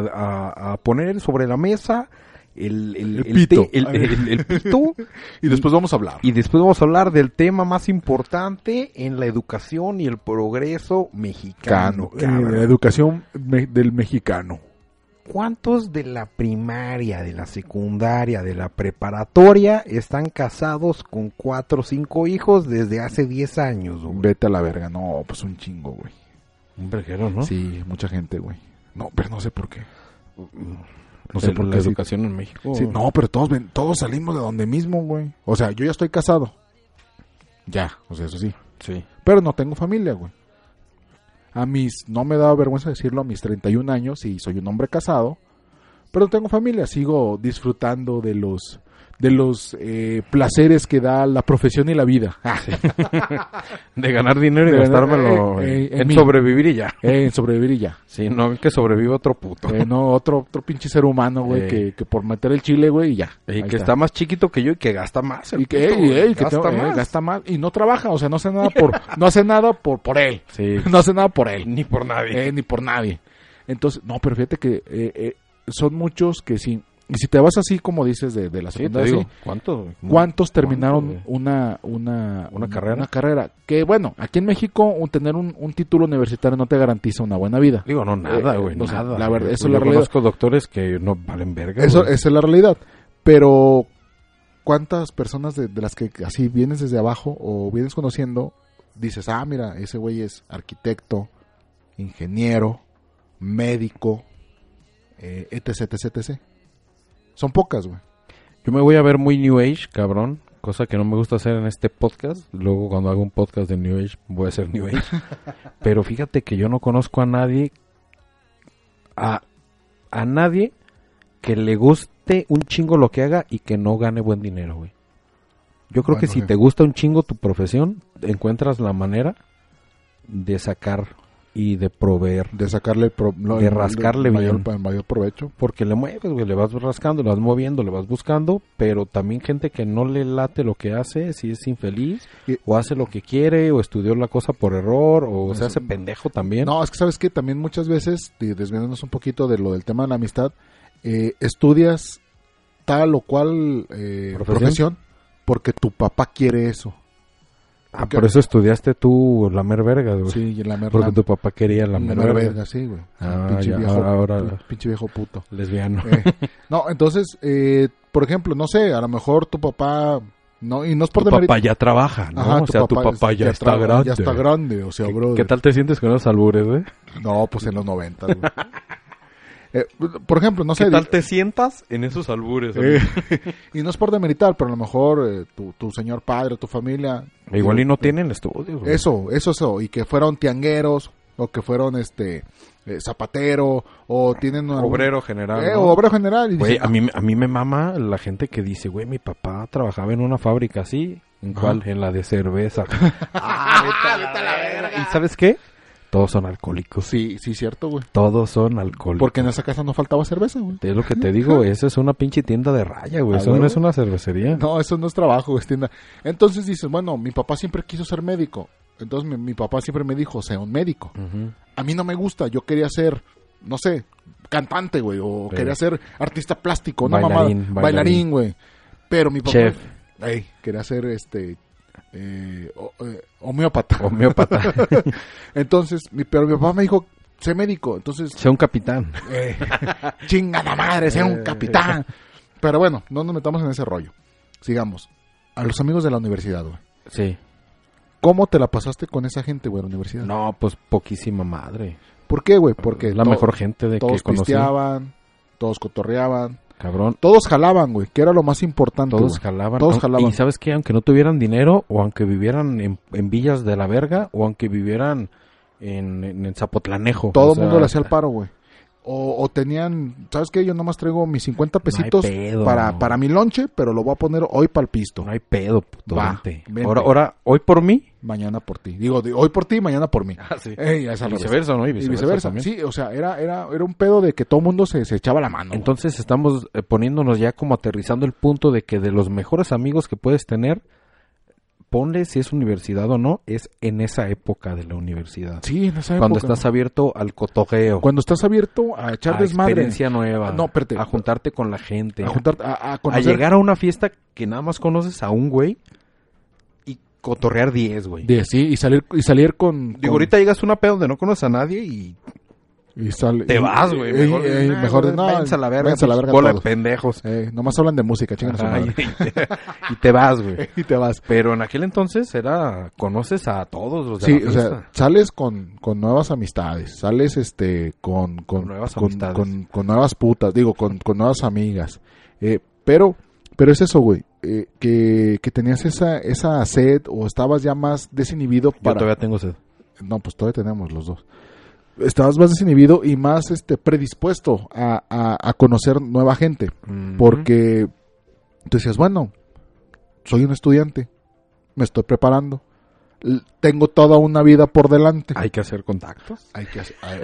Speaker 1: a- a poner sobre la mesa el, el,
Speaker 2: El pito.
Speaker 1: te- el- el- el pito.
Speaker 2: Y después vamos a hablar.
Speaker 1: Y después vamos a hablar del tema más importante en la educación y el progreso mexicano. cabrón.
Speaker 2: la educación me- del mexicano.
Speaker 1: ¿Cuántos de la primaria, de la secundaria, de la preparatoria están casados con cuatro o cinco hijos desde hace 10 años? güey?
Speaker 2: Vete a la verga. No, pues un chingo, güey.
Speaker 1: Un verguero, ¿no?
Speaker 2: Sí, mucha gente, güey. No, pero no sé por qué.
Speaker 1: No sé
Speaker 2: El-
Speaker 1: por
Speaker 2: la
Speaker 1: qué.
Speaker 2: educación
Speaker 1: en México.
Speaker 2: Sí, no, pero todos ven- todos salimos de donde mismo, güey. O sea, yo ya estoy casado. Ya, o sea, eso sí.
Speaker 1: Sí.
Speaker 2: Pero no tengo familia, güey. A mis, no me da vergüenza decirlo, a mis 31 años y soy un hombre casado, pero no tengo familia, sigo disfrutando de los de los eh, placeres que da la profesión y la vida. Ah, eh,
Speaker 1: De ganar dinero y
Speaker 2: De ganar-
Speaker 1: gastármelo
Speaker 2: eh, eh,
Speaker 1: en,
Speaker 2: en mí.
Speaker 1: sobrevivir y ya.
Speaker 2: Eh, en sobrevivir y ya.
Speaker 1: Sí, no que sobreviva otro puto.
Speaker 2: Eh, no, otro, otro pinche ser humano, güey,
Speaker 1: Eh.
Speaker 2: que, que por meter el chile, güey, y ya.
Speaker 1: y
Speaker 2: Ahí
Speaker 1: que está. más chiquito que yo y que gasta más. el
Speaker 2: y que,
Speaker 1: puto,
Speaker 2: ey,
Speaker 1: güey,
Speaker 2: ey, que
Speaker 1: gasta
Speaker 2: tengo- eh,
Speaker 1: más.
Speaker 2: gasta más y no trabaja, o sea, no hace nada por no hace nada por por él,
Speaker 1: Sí.
Speaker 2: no hace nada por él,
Speaker 1: Ni por nadie.
Speaker 2: eh, ni por nadie. Entonces, no, pero fíjate que eh, eh, son muchos que sí. Y si te vas así como dices de, de la
Speaker 1: Sí,
Speaker 2: segunda,
Speaker 1: te digo.
Speaker 2: sí,
Speaker 1: ¿Cuánto? güey?
Speaker 2: ¿cuántos
Speaker 1: güey?
Speaker 2: terminaron una una
Speaker 1: ¿Una
Speaker 2: un-
Speaker 1: carrera?
Speaker 2: Una carrera que bueno, aquí en México un- tener un, un título universitario no te garantiza una buena vida.
Speaker 1: Digo, no, nada,
Speaker 2: Eh,
Speaker 1: güey.
Speaker 2: o sea,
Speaker 1: nada.
Speaker 2: la verdad,
Speaker 1: güey.
Speaker 2: eso
Speaker 1: Yo
Speaker 2: es la realidad.
Speaker 1: conozco doctores que no valen verga.
Speaker 2: Eso
Speaker 1: güey.
Speaker 2: esa es la realidad. Pero, ¿cuántas personas de, de las que así vienes desde abajo o vienes conociendo dices, ah, mira, ese güey es arquitecto, ingeniero, médico, eh, etc, etc, etc? Son pocas, güey.
Speaker 1: Yo me voy a ver muy New Age, cabrón. Cosa que no me gusta hacer en este podcast. Luego, cuando hago un podcast de New Age, voy a hacer New Age. Pero fíjate que yo no conozco a nadie. A, a nadie que le guste un chingo lo que haga y que no gane buen dinero, güey. Yo creo que
Speaker 2: Bueno,
Speaker 1: si
Speaker 2: sí.
Speaker 1: te gusta un chingo tu profesión, encuentras la manera de sacar
Speaker 6: y de proveer.
Speaker 2: de sacarle pro- lo-
Speaker 6: De
Speaker 2: el-
Speaker 6: rascarle
Speaker 2: el mayor,
Speaker 6: bien.
Speaker 2: el mayor provecho.
Speaker 6: Porque le mueves, güey, le vas rascando, le vas moviendo, le vas buscando, pero también gente que no le late lo que hace, si es infeliz,
Speaker 2: Y-
Speaker 6: o hace lo que quiere, o estudió la cosa por error, o se
Speaker 2: Eso-
Speaker 6: hace pendejo también.
Speaker 2: No, es que sabes que también muchas veces, y desviándonos un poquito de lo del tema de la amistad, eh, estudias tal o cual eh,
Speaker 6: Profesión.
Speaker 2: profesión porque tu papá quiere eso.
Speaker 6: ah, por eso estudiaste tú la merverga, güey.
Speaker 2: Sí, y la mer-
Speaker 6: porque
Speaker 2: la-
Speaker 6: tu papá quería la
Speaker 2: la
Speaker 6: merverga.
Speaker 2: merverga, sí, güey.
Speaker 6: Ah,
Speaker 2: pinche,
Speaker 6: ya,
Speaker 2: viejo,
Speaker 6: ahora- ahora-
Speaker 2: pinche viejo puto.
Speaker 6: Lesbiano.
Speaker 2: Eh, no, entonces, eh, por ejemplo, no sé, a lo mejor tu papá, no, y no es por
Speaker 6: Tu
Speaker 2: demeritar-
Speaker 6: papá ya trabaja, ¿no?
Speaker 2: Ajá,
Speaker 6: o sea, tu papá ya, está
Speaker 2: traba-
Speaker 6: grande.
Speaker 2: Ya está grande, o sea,
Speaker 6: ¿Qué-
Speaker 2: brother.
Speaker 6: ¿Qué tal te sientes con los albures, güey?
Speaker 2: No, pues en los 90, güey. Eh, por ejemplo, no sé,
Speaker 6: ¿Qué
Speaker 2: di- Eh,
Speaker 6: tal te sientas en esos albures? amigo?
Speaker 2: y no es por demeritar, pero a lo mejor eh, tu, tu señor padre, tu familia,
Speaker 6: E Pues Igual y
Speaker 2: Pues,
Speaker 6: no tienen estudios, güey.
Speaker 2: eso, eso, eso, y que fueron tiangueros, o que fueron este eh, zapatero, o tienen algún-
Speaker 6: Obrero general.
Speaker 2: eh,
Speaker 6: ¿no?
Speaker 2: o obrero general, y
Speaker 6: Güey,
Speaker 2: dicen,
Speaker 6: a mí, a mí me mama la gente que dice, güey, mi papá trabajaba en una fábrica así. ¿En cuál? En la de cerveza.
Speaker 2: Ah,
Speaker 6: ¿Y sabes qué? Todos son alcohólicos.
Speaker 2: sí, sí, cierto, güey,
Speaker 6: Todos son alcohólicos.
Speaker 2: porque en esa casa no faltaba cerveza, güey.
Speaker 6: Es lo que te digo, esa es una pinche tienda de raya, güey.
Speaker 2: ¿A
Speaker 6: Eso no
Speaker 2: huevo?
Speaker 6: es una cervecería.
Speaker 2: No, eso no es trabajo, güey, tienda. Entonces dices, bueno, mi papá siempre quiso ser médico, entonces mi, mi papá siempre me dijo, sea un médico.
Speaker 6: Ujú.
Speaker 2: a mí no me gusta, yo quería ser, no sé, cantante, güey, o
Speaker 6: Sí.
Speaker 2: quería ser artista plástico, una mamada,
Speaker 6: Bailarín,
Speaker 2: bailarín,
Speaker 6: bailarín.
Speaker 2: güey. Pero mi papá
Speaker 6: Chef.
Speaker 2: Ey, quería ser este eh, ho- eh, homeópata.
Speaker 6: Homeópata.
Speaker 2: Entonces, mi pero mi papá me dijo, sé médico." Entonces,
Speaker 6: Sea un capitán.
Speaker 2: eh, chingada madre, sea
Speaker 6: Eh.
Speaker 2: un capitán. Pero bueno, no nos metamos en ese rollo. Sigamos. A los amigos de la universidad, güey.
Speaker 6: Sí.
Speaker 2: ¿Cómo te la pasaste con esa gente, güey, de la universidad?
Speaker 6: No, pues poquísima madre.
Speaker 2: ¿Por qué, güey? Porque
Speaker 6: Es la
Speaker 2: to-
Speaker 6: mejor gente de que
Speaker 2: todos
Speaker 6: conocí.
Speaker 2: pisteaban, todos cotorreaban,
Speaker 6: Cabrón.
Speaker 2: todos jalaban, güey, que era lo más importante.
Speaker 6: Todos
Speaker 2: Todos
Speaker 6: jalaban.
Speaker 2: Todos
Speaker 6: Aun-
Speaker 2: jalaban.
Speaker 6: Y sabes que aunque no tuvieran dinero, o aunque vivieran en, en villas de la verga, o aunque vivieran en, en, en Zapotlanejo.
Speaker 2: Todo
Speaker 6: o
Speaker 2: el
Speaker 6: sea,
Speaker 2: mundo le hacía el paro, güey. O, o tenían, ¿sabes qué? Yo nomás traigo mis 50 pesitos
Speaker 6: No hay pedo.
Speaker 2: para, para mi lonche, pero lo voy a poner hoy para el pisto.
Speaker 6: No hay pedo, puto.
Speaker 2: Va,
Speaker 6: vente.
Speaker 2: vente.
Speaker 6: Ahora, ahora, hoy por mí.
Speaker 2: Mañana por ti. Digo, de- hoy por ti, mañana por mí. Ey, es al
Speaker 6: Ah, Y
Speaker 2: revés.
Speaker 6: viceversa, ¿no? Y
Speaker 2: Y
Speaker 6: viceversa.
Speaker 2: viceversa.
Speaker 6: también.
Speaker 2: Sí, o sea, era, era, era un pedo de que todo el mundo se, se echaba la mano. güey.
Speaker 6: Entonces estamos eh, poniéndonos ya como aterrizando el punto de que de los mejores amigos que puedes tener, ponle si es universidad o no, es en esa época de la universidad.
Speaker 2: sí, en esa
Speaker 6: Cuando
Speaker 2: época.
Speaker 6: estás abierto al cotojeo.
Speaker 2: cuando estás abierto a echar
Speaker 6: a
Speaker 2: desmadre.
Speaker 6: experiencia nueva.
Speaker 2: No, espérate.
Speaker 6: A juntarte con la gente.
Speaker 2: A juntarte, a, a
Speaker 6: a
Speaker 2: conocer.
Speaker 6: llegar a una fiesta que nada más conoces a un güey y cotorrear 10, güey.
Speaker 2: de- sí, y salir, y salir con.
Speaker 6: Digo,
Speaker 2: con-
Speaker 6: ahorita llegas a una peda donde no conoces a nadie y
Speaker 2: Y sale,
Speaker 6: te
Speaker 2: y-
Speaker 6: vas, güey.
Speaker 2: y- y- y
Speaker 6: nah,
Speaker 2: mejor de
Speaker 6: güey,
Speaker 2: no,
Speaker 6: váyanse a la verga. pues.
Speaker 2: váyanse a la verga
Speaker 6: bola de
Speaker 2: todos.
Speaker 6: pendejos.
Speaker 2: Eh, nomás hablan de música, chingan a su
Speaker 6: Ajá,
Speaker 2: madre.
Speaker 6: y, te, y te vas, güey.
Speaker 2: Y te vas.
Speaker 6: Pero en aquel entonces era, conoces Pues a todos los de
Speaker 2: Sí,
Speaker 6: la
Speaker 2: o
Speaker 6: fiesta.
Speaker 2: sea, sales con, con nuevas amistades, sales este con, con,
Speaker 6: Con nuevas
Speaker 2: con,
Speaker 6: amistades.
Speaker 2: con- con nuevas putas, digo, con, con nuevas amigas. Eh, pero, pero es eso, güey, eh, que, que tenías esa, esa sed o estabas ya más desinhibido
Speaker 6: Yo
Speaker 2: para...
Speaker 6: todavía tengo sed.
Speaker 2: No, pues todavía tenemos los dos. Estabas más desinhibido y más este predispuesto a, a, a conocer nueva gente. Porque tú decías, bueno, soy un estudiante, me estoy preparando, l- tengo toda una vida por delante.
Speaker 6: hay que hacer contactos.
Speaker 2: Hay que hacer- ay,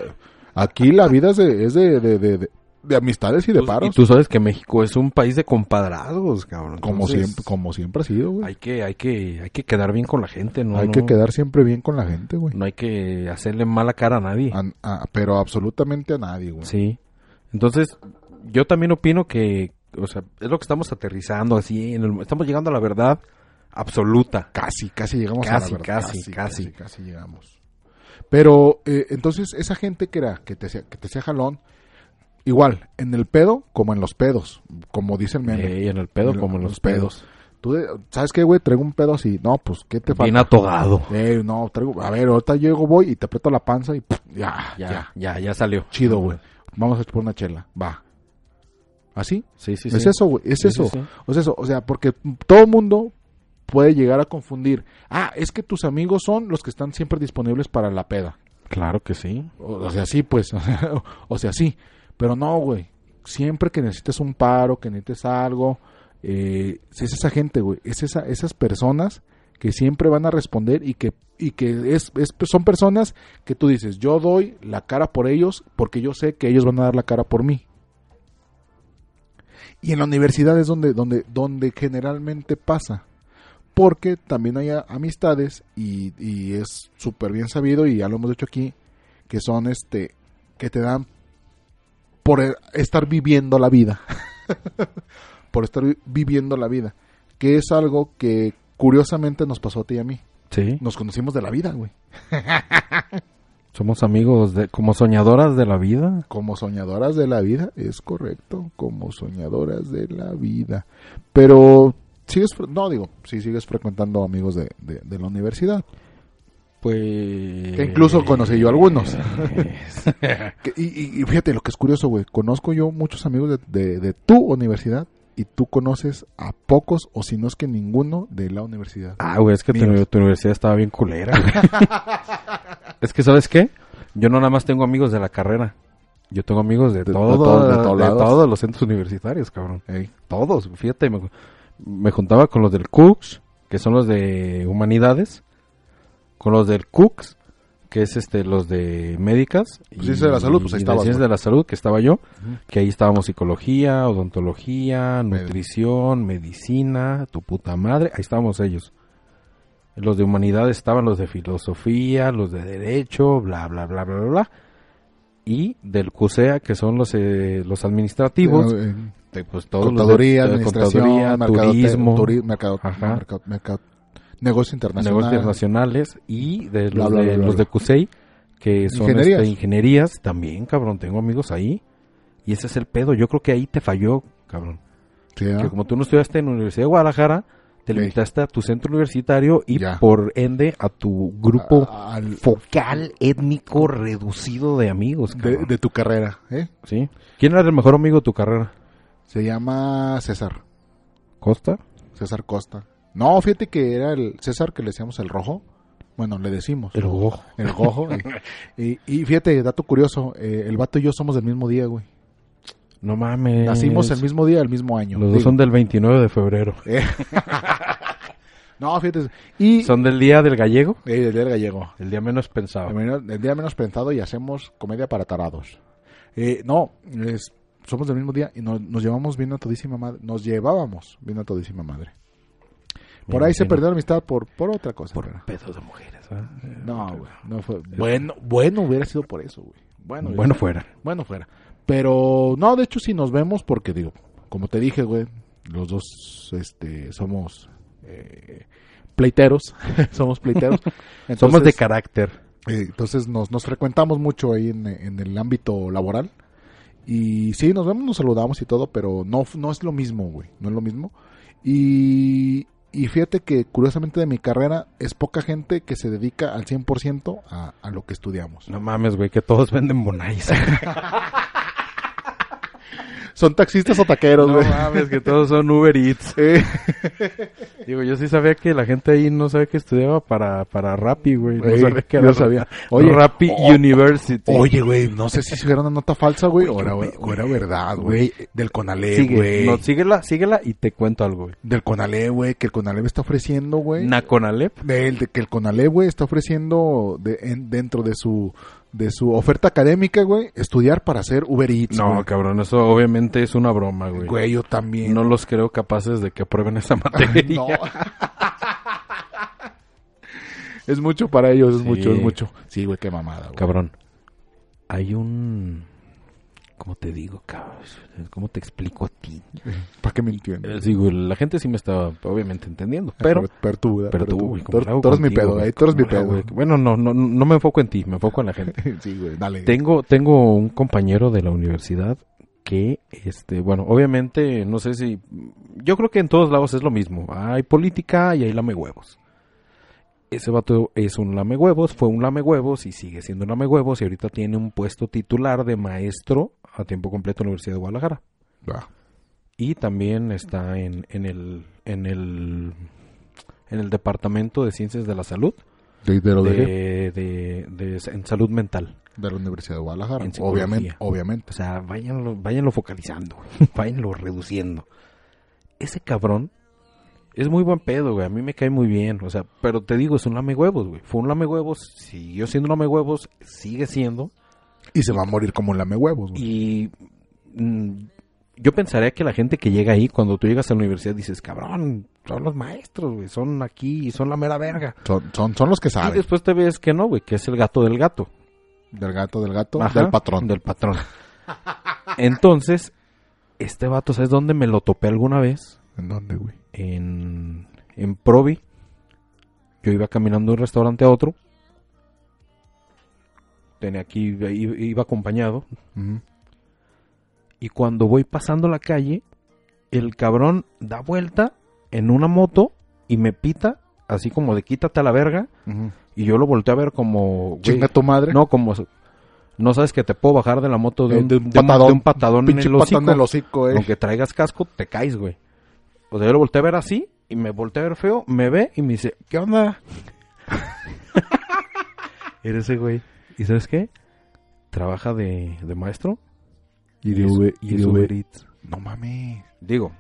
Speaker 2: aquí la vida es de, es de, de- de- de- de amistades y de
Speaker 6: Pues, y
Speaker 2: paros.
Speaker 6: tú sabes que México es un país de compadrazgos, cabrón.
Speaker 2: como,
Speaker 6: Entonces,
Speaker 2: siempre, como siempre ha sido, güey.
Speaker 6: Hay que, hay que, hay que quedar bien con la gente, ¿no?
Speaker 2: hay
Speaker 6: no,
Speaker 2: que quedar siempre bien con la gente, güey.
Speaker 6: No hay que hacerle mala cara a nadie.
Speaker 2: A- a- pero absolutamente a nadie, güey.
Speaker 6: Sí. Entonces, yo también opino que, o sea, es lo que estamos aterrizando así, en el- estamos llegando a la verdad absoluta.
Speaker 2: Casi, casi llegamos
Speaker 6: Casi,
Speaker 2: a la verdad.
Speaker 6: casi, casi.
Speaker 2: casi, casi llegamos. Pero eh, entonces esa gente que era que te hacía- que te hacía jalón igual en el pedo como en los pedos, como dice el meme.
Speaker 6: Ey, eh, en el pedo
Speaker 2: En
Speaker 6: como en los pedos.
Speaker 2: Tú de- sabes qué, güey, traigo un pedo así. No, pues qué te
Speaker 6: Bien
Speaker 2: falta.
Speaker 6: atogado.
Speaker 2: Eh, no, traigo, a ver, ahorita llego, voy y te aprieto la panza y pff, ya, ya,
Speaker 6: Ya, ya, ya salió.
Speaker 2: Chido, güey. Vamos a chupar una chela. Va. ¿Así?
Speaker 6: Sí, sí, sí.
Speaker 2: es eso, güey, es
Speaker 6: Sí, sí,
Speaker 2: eso.
Speaker 6: sí.
Speaker 2: O sea, eso, o sea, porque todo mundo puede llegar a confundir. Ah, es que tus amigos son los que están siempre disponibles para la peda.
Speaker 6: Claro que sí.
Speaker 2: O, o sea, sí, pues. o sea, sí. Pero no, güey. Siempre que necesites un paro, que necesites algo, eh, es esa gente, güey. Es esa, esas personas que siempre van a responder y que, y que es, es- son personas que tú dices, yo doy la cara por ellos porque yo sé que ellos van a dar la cara por mí. Y en la universidad es donde, donde, donde generalmente pasa. Porque también hay a- amistades y, y es súper bien sabido y ya lo hemos hecho aquí, que son este, que te dan por e- estar viviendo la vida. por estar vi- viviendo la vida. Que es algo que curiosamente nos pasó a ti y a mí.
Speaker 6: Sí.
Speaker 2: Nos conocimos de la vida, güey.
Speaker 6: Somos amigos de, como soñadoras de la vida.
Speaker 2: Como soñadoras de la vida, es correcto. Como soñadoras de la vida. Pero sigues, fre- no digo, si sigues frecuentando amigos de, de- de la universidad.
Speaker 6: Pues.
Speaker 2: Que incluso conocí yo algunos. Que- y, y- y fíjate lo que es curioso, güey. Conozco yo muchos amigos de, de- de tu universidad y tú conoces a pocos o si no es que ninguno de la universidad.
Speaker 6: Ah, güey, es que tu,
Speaker 2: Míos.
Speaker 6: tu universidad estaba bien culera. güey. es que, ¿sabes qué? Yo no nada más tengo amigos de la carrera. Yo tengo amigos de,
Speaker 2: De- de
Speaker 6: todo-
Speaker 2: todo- de
Speaker 6: de
Speaker 2: todos lados.
Speaker 6: todos los centros universitarios, cabrón.
Speaker 2: Ey.
Speaker 6: Todos, fíjate, me, me juntaba con los del Cooks, que son los de humanidades, con los del Cooks, que es este los de médicas,
Speaker 2: Pues ciencias de la salud, pues ahí
Speaker 6: y de
Speaker 2: estabas,
Speaker 6: ciencias
Speaker 2: güey.
Speaker 6: de la salud que estaba yo, que ahí estábamos psicología, odontología,
Speaker 2: Med-
Speaker 6: nutrición, medicina, tu puta madre, ahí estábamos ellos. Los de humanidades estaban los de filosofía, los de derecho, bla bla bla bla bla. bla. Y del CUSEA, que son los eh, los administrativos,
Speaker 2: Eh, eh,
Speaker 6: de, pues, todos los de-
Speaker 2: Contaduría,
Speaker 6: de
Speaker 2: administración,
Speaker 6: contaduría,
Speaker 2: mercadotec-
Speaker 6: turismo,
Speaker 2: turi- mercado,
Speaker 6: Ajá.
Speaker 2: mercado- mercado- negocio internacional.
Speaker 6: negocios internacionales y de los,
Speaker 2: Bla, bla,
Speaker 6: de,
Speaker 2: bla, bla,
Speaker 6: los de
Speaker 2: bla.
Speaker 6: CUSEI, que son este
Speaker 2: Ingenierías.
Speaker 6: ingenierías. ingenierías también, cabrón. Tengo amigos ahí y ese es el pedo. Yo creo que ahí te falló, cabrón.
Speaker 2: Sí, ¿ah?
Speaker 6: Que como tú no estudiaste en la Universidad de Guadalajara, te
Speaker 2: Ey.
Speaker 6: limitaste a tu centro universitario y
Speaker 2: Ya.
Speaker 6: por ende a tu grupo
Speaker 2: A- al-
Speaker 6: focal étnico reducido de amigos,
Speaker 2: de,
Speaker 6: cabrón.
Speaker 2: de tu carrera, ¿eh?
Speaker 6: ¿Sí? ¿Quién era el mejor amigo de tu carrera?
Speaker 2: Se llama César,
Speaker 6: ¿Costa?
Speaker 2: César Costa. No, fíjate que era el César que le decíamos el rojo. Bueno, le decimos.
Speaker 6: El ojo.
Speaker 2: El rojo. y, y- y fíjate, dato curioso, eh, el vato y yo somos del mismo día, güey.
Speaker 6: No mames.
Speaker 2: Nacimos el mismo día, el mismo año.
Speaker 6: Los dos
Speaker 2: Digo,
Speaker 6: son del 29 de febrero.
Speaker 2: No, fíjate. Y...
Speaker 6: ¿Son del día del gallego?
Speaker 2: Eh, del día del gallego.
Speaker 6: El día menos pensado.
Speaker 2: El, menor- el día menos pensado y hacemos comedia para tarados. Eh, no, es- somos del mismo día y nos, nos llevamos bien a todísima madre. Nos llevábamos bien a todísima madre. Por
Speaker 6: Me
Speaker 2: ahí se
Speaker 6: imagino.
Speaker 2: perdió la amistad por, por otra cosa.
Speaker 6: Por
Speaker 2: pero-
Speaker 6: pedos de mujeres. ¿ah?
Speaker 2: no, güey. No fue, bueno, bueno hubiera sido por eso, güey. Bueno,
Speaker 6: Bueno,
Speaker 2: bueno,
Speaker 6: fuera.
Speaker 2: bueno fuera. Pero no, de hecho sí nos vemos porque digo, como te dije, güey, los dos este, somos eh, pleiteros. somos pleiteros.
Speaker 6: Somos de
Speaker 2: Entonces-
Speaker 6: carácter.
Speaker 2: eh, Entonces nos, nos frecuentamos mucho ahí en, en el ámbito laboral. Y sí, nos vemos, nos saludamos y todo, pero no, f- no es lo mismo, güey. No es lo mismo. Y, y fíjate que curiosamente de mi carrera es poca gente que se dedica al 100% a, a lo que estudiamos.
Speaker 6: No mames, güey, que todos venden bonais.
Speaker 2: Son taxistas o taqueros,
Speaker 6: no
Speaker 2: güey.
Speaker 6: mames, que todos son Uber Eats.
Speaker 2: Eh,
Speaker 6: Digo, yo sí sabía que la gente ahí no sabía que estudiaba para, para Rappi, güey. No
Speaker 2: Ey,
Speaker 6: sabía que
Speaker 2: yo
Speaker 6: era
Speaker 2: sabía. Oye,
Speaker 6: Oye, Rappi
Speaker 2: o-
Speaker 6: University.
Speaker 2: Oye, güey, no sé si era una nota falsa, güey, o era, o era verdad, güey. Del Conalep,
Speaker 6: sigue.
Speaker 2: güey.
Speaker 6: No, síguela, síguela y te cuento algo, güey.
Speaker 2: Del Conalep, güey, que el Conalep está ofreciendo, güey.
Speaker 6: Naconalep.
Speaker 2: del de que el Conalep, güey, está ofreciendo de- en- dentro de su de su oferta académica, güey, estudiar para ser Uber Eats,
Speaker 6: No,
Speaker 2: güey.
Speaker 6: cabrón, eso obviamente es una broma, güey.
Speaker 2: Güey, yo también.
Speaker 6: No los creo capaces de que aprueben esa materia.
Speaker 2: No. es mucho para ellos, es
Speaker 6: Sí.
Speaker 2: mucho, es mucho. Sí, güey, qué mamada, güey.
Speaker 6: Cabrón. Hay un... ¿Cómo te digo, cabrón? ¿Cómo te explico a ti?
Speaker 2: ¿Para qué me entiendes?
Speaker 6: Eh, sí, güey, la gente sí me está obviamente entendiendo,
Speaker 2: Ah,
Speaker 6: pero...
Speaker 2: pero tú, güey,
Speaker 6: Pero tú, güey,
Speaker 2: tú,
Speaker 6: ¿cómo la hago
Speaker 2: tú eres mi
Speaker 6: contigo,
Speaker 2: pedo,
Speaker 6: güey?
Speaker 2: ahí tú eres mi
Speaker 6: ¿Cómo la hago,
Speaker 2: pedo.
Speaker 6: güey? Bueno, no, no, no me enfoco en ti, me enfoco en la gente.
Speaker 2: Sí, güey, dale.
Speaker 6: tengo, tengo un compañero de la universidad que, este, bueno, obviamente, no sé si... Yo creo que en todos lados es lo mismo. Hay política y hay lamehuevos. Ese vato es un lamehuevos, fue un lamehuevos y sigue siendo un lamehuevos y ahorita tiene un puesto titular de maestro a tiempo completo en la Universidad de Guadalajara.
Speaker 2: Va.
Speaker 6: y también está en, en el en el en el departamento de ciencias de la salud
Speaker 2: De, de lo de, de,
Speaker 6: de, de- de- en salud mental
Speaker 2: la Universidad de Guadalajara,
Speaker 6: En psicología.
Speaker 2: obviamente, obviamente.
Speaker 6: o sea váyanlo váyanlo focalizando váyanlo reduciendo ese cabrón Es muy buen pedo, güey. A mí me cae muy bien. O sea, pero te digo, es un lame huevos, güey. Fue un lame huevos, siguió siendo un lame huevos, sigue siendo.
Speaker 2: Y se va a morir como un lame huevos, güey.
Speaker 6: Y mm, yo pensaría que la gente que llega ahí, cuando tú llegas a la universidad, dices, cabrón, son los maestros, güey. Son aquí, son la mera verga.
Speaker 2: Son, son, son los que
Speaker 6: Y
Speaker 2: saben.
Speaker 6: después te ves que no, güey, que es el gato del gato.
Speaker 2: Del gato, del gato,
Speaker 6: Ajá,
Speaker 2: del patrón.
Speaker 6: Del patrón. Entonces, este vato, ¿sabes dónde me lo topé alguna vez?
Speaker 2: ¿En dónde, güey?
Speaker 6: En, en Provi. Yo iba caminando de un restaurante a otro. Tenía aquí, iba- iba acompañado.
Speaker 2: Ujú.
Speaker 6: Y cuando voy pasando la calle, el cabrón da vuelta en una moto y me pita, así como de quítate a la verga.
Speaker 2: Ujú.
Speaker 6: Y yo lo volteé a ver como... güey,
Speaker 2: Chinga tu madre.
Speaker 6: no, como... No sabes que te puedo bajar de la moto de
Speaker 2: Eh,
Speaker 6: un,
Speaker 2: de un
Speaker 6: de un-
Speaker 2: patadón,
Speaker 6: de un patadón en
Speaker 2: pinche
Speaker 6: el
Speaker 2: patán
Speaker 6: hocico.
Speaker 2: del hocico, eh.
Speaker 6: Aunque traigas casco, te caes, güey. O sea, yo lo volteé a ver así y me volteé a ver feo, me ve y me dice, ¿qué onda? Eres ese güey. ¿Y sabes qué? Trabaja de, de maestro
Speaker 2: Y de
Speaker 6: es-
Speaker 2: Uber-
Speaker 6: y
Speaker 2: y de
Speaker 6: es
Speaker 2: Uber
Speaker 6: Uber Eats.
Speaker 2: No mames.
Speaker 6: Digo,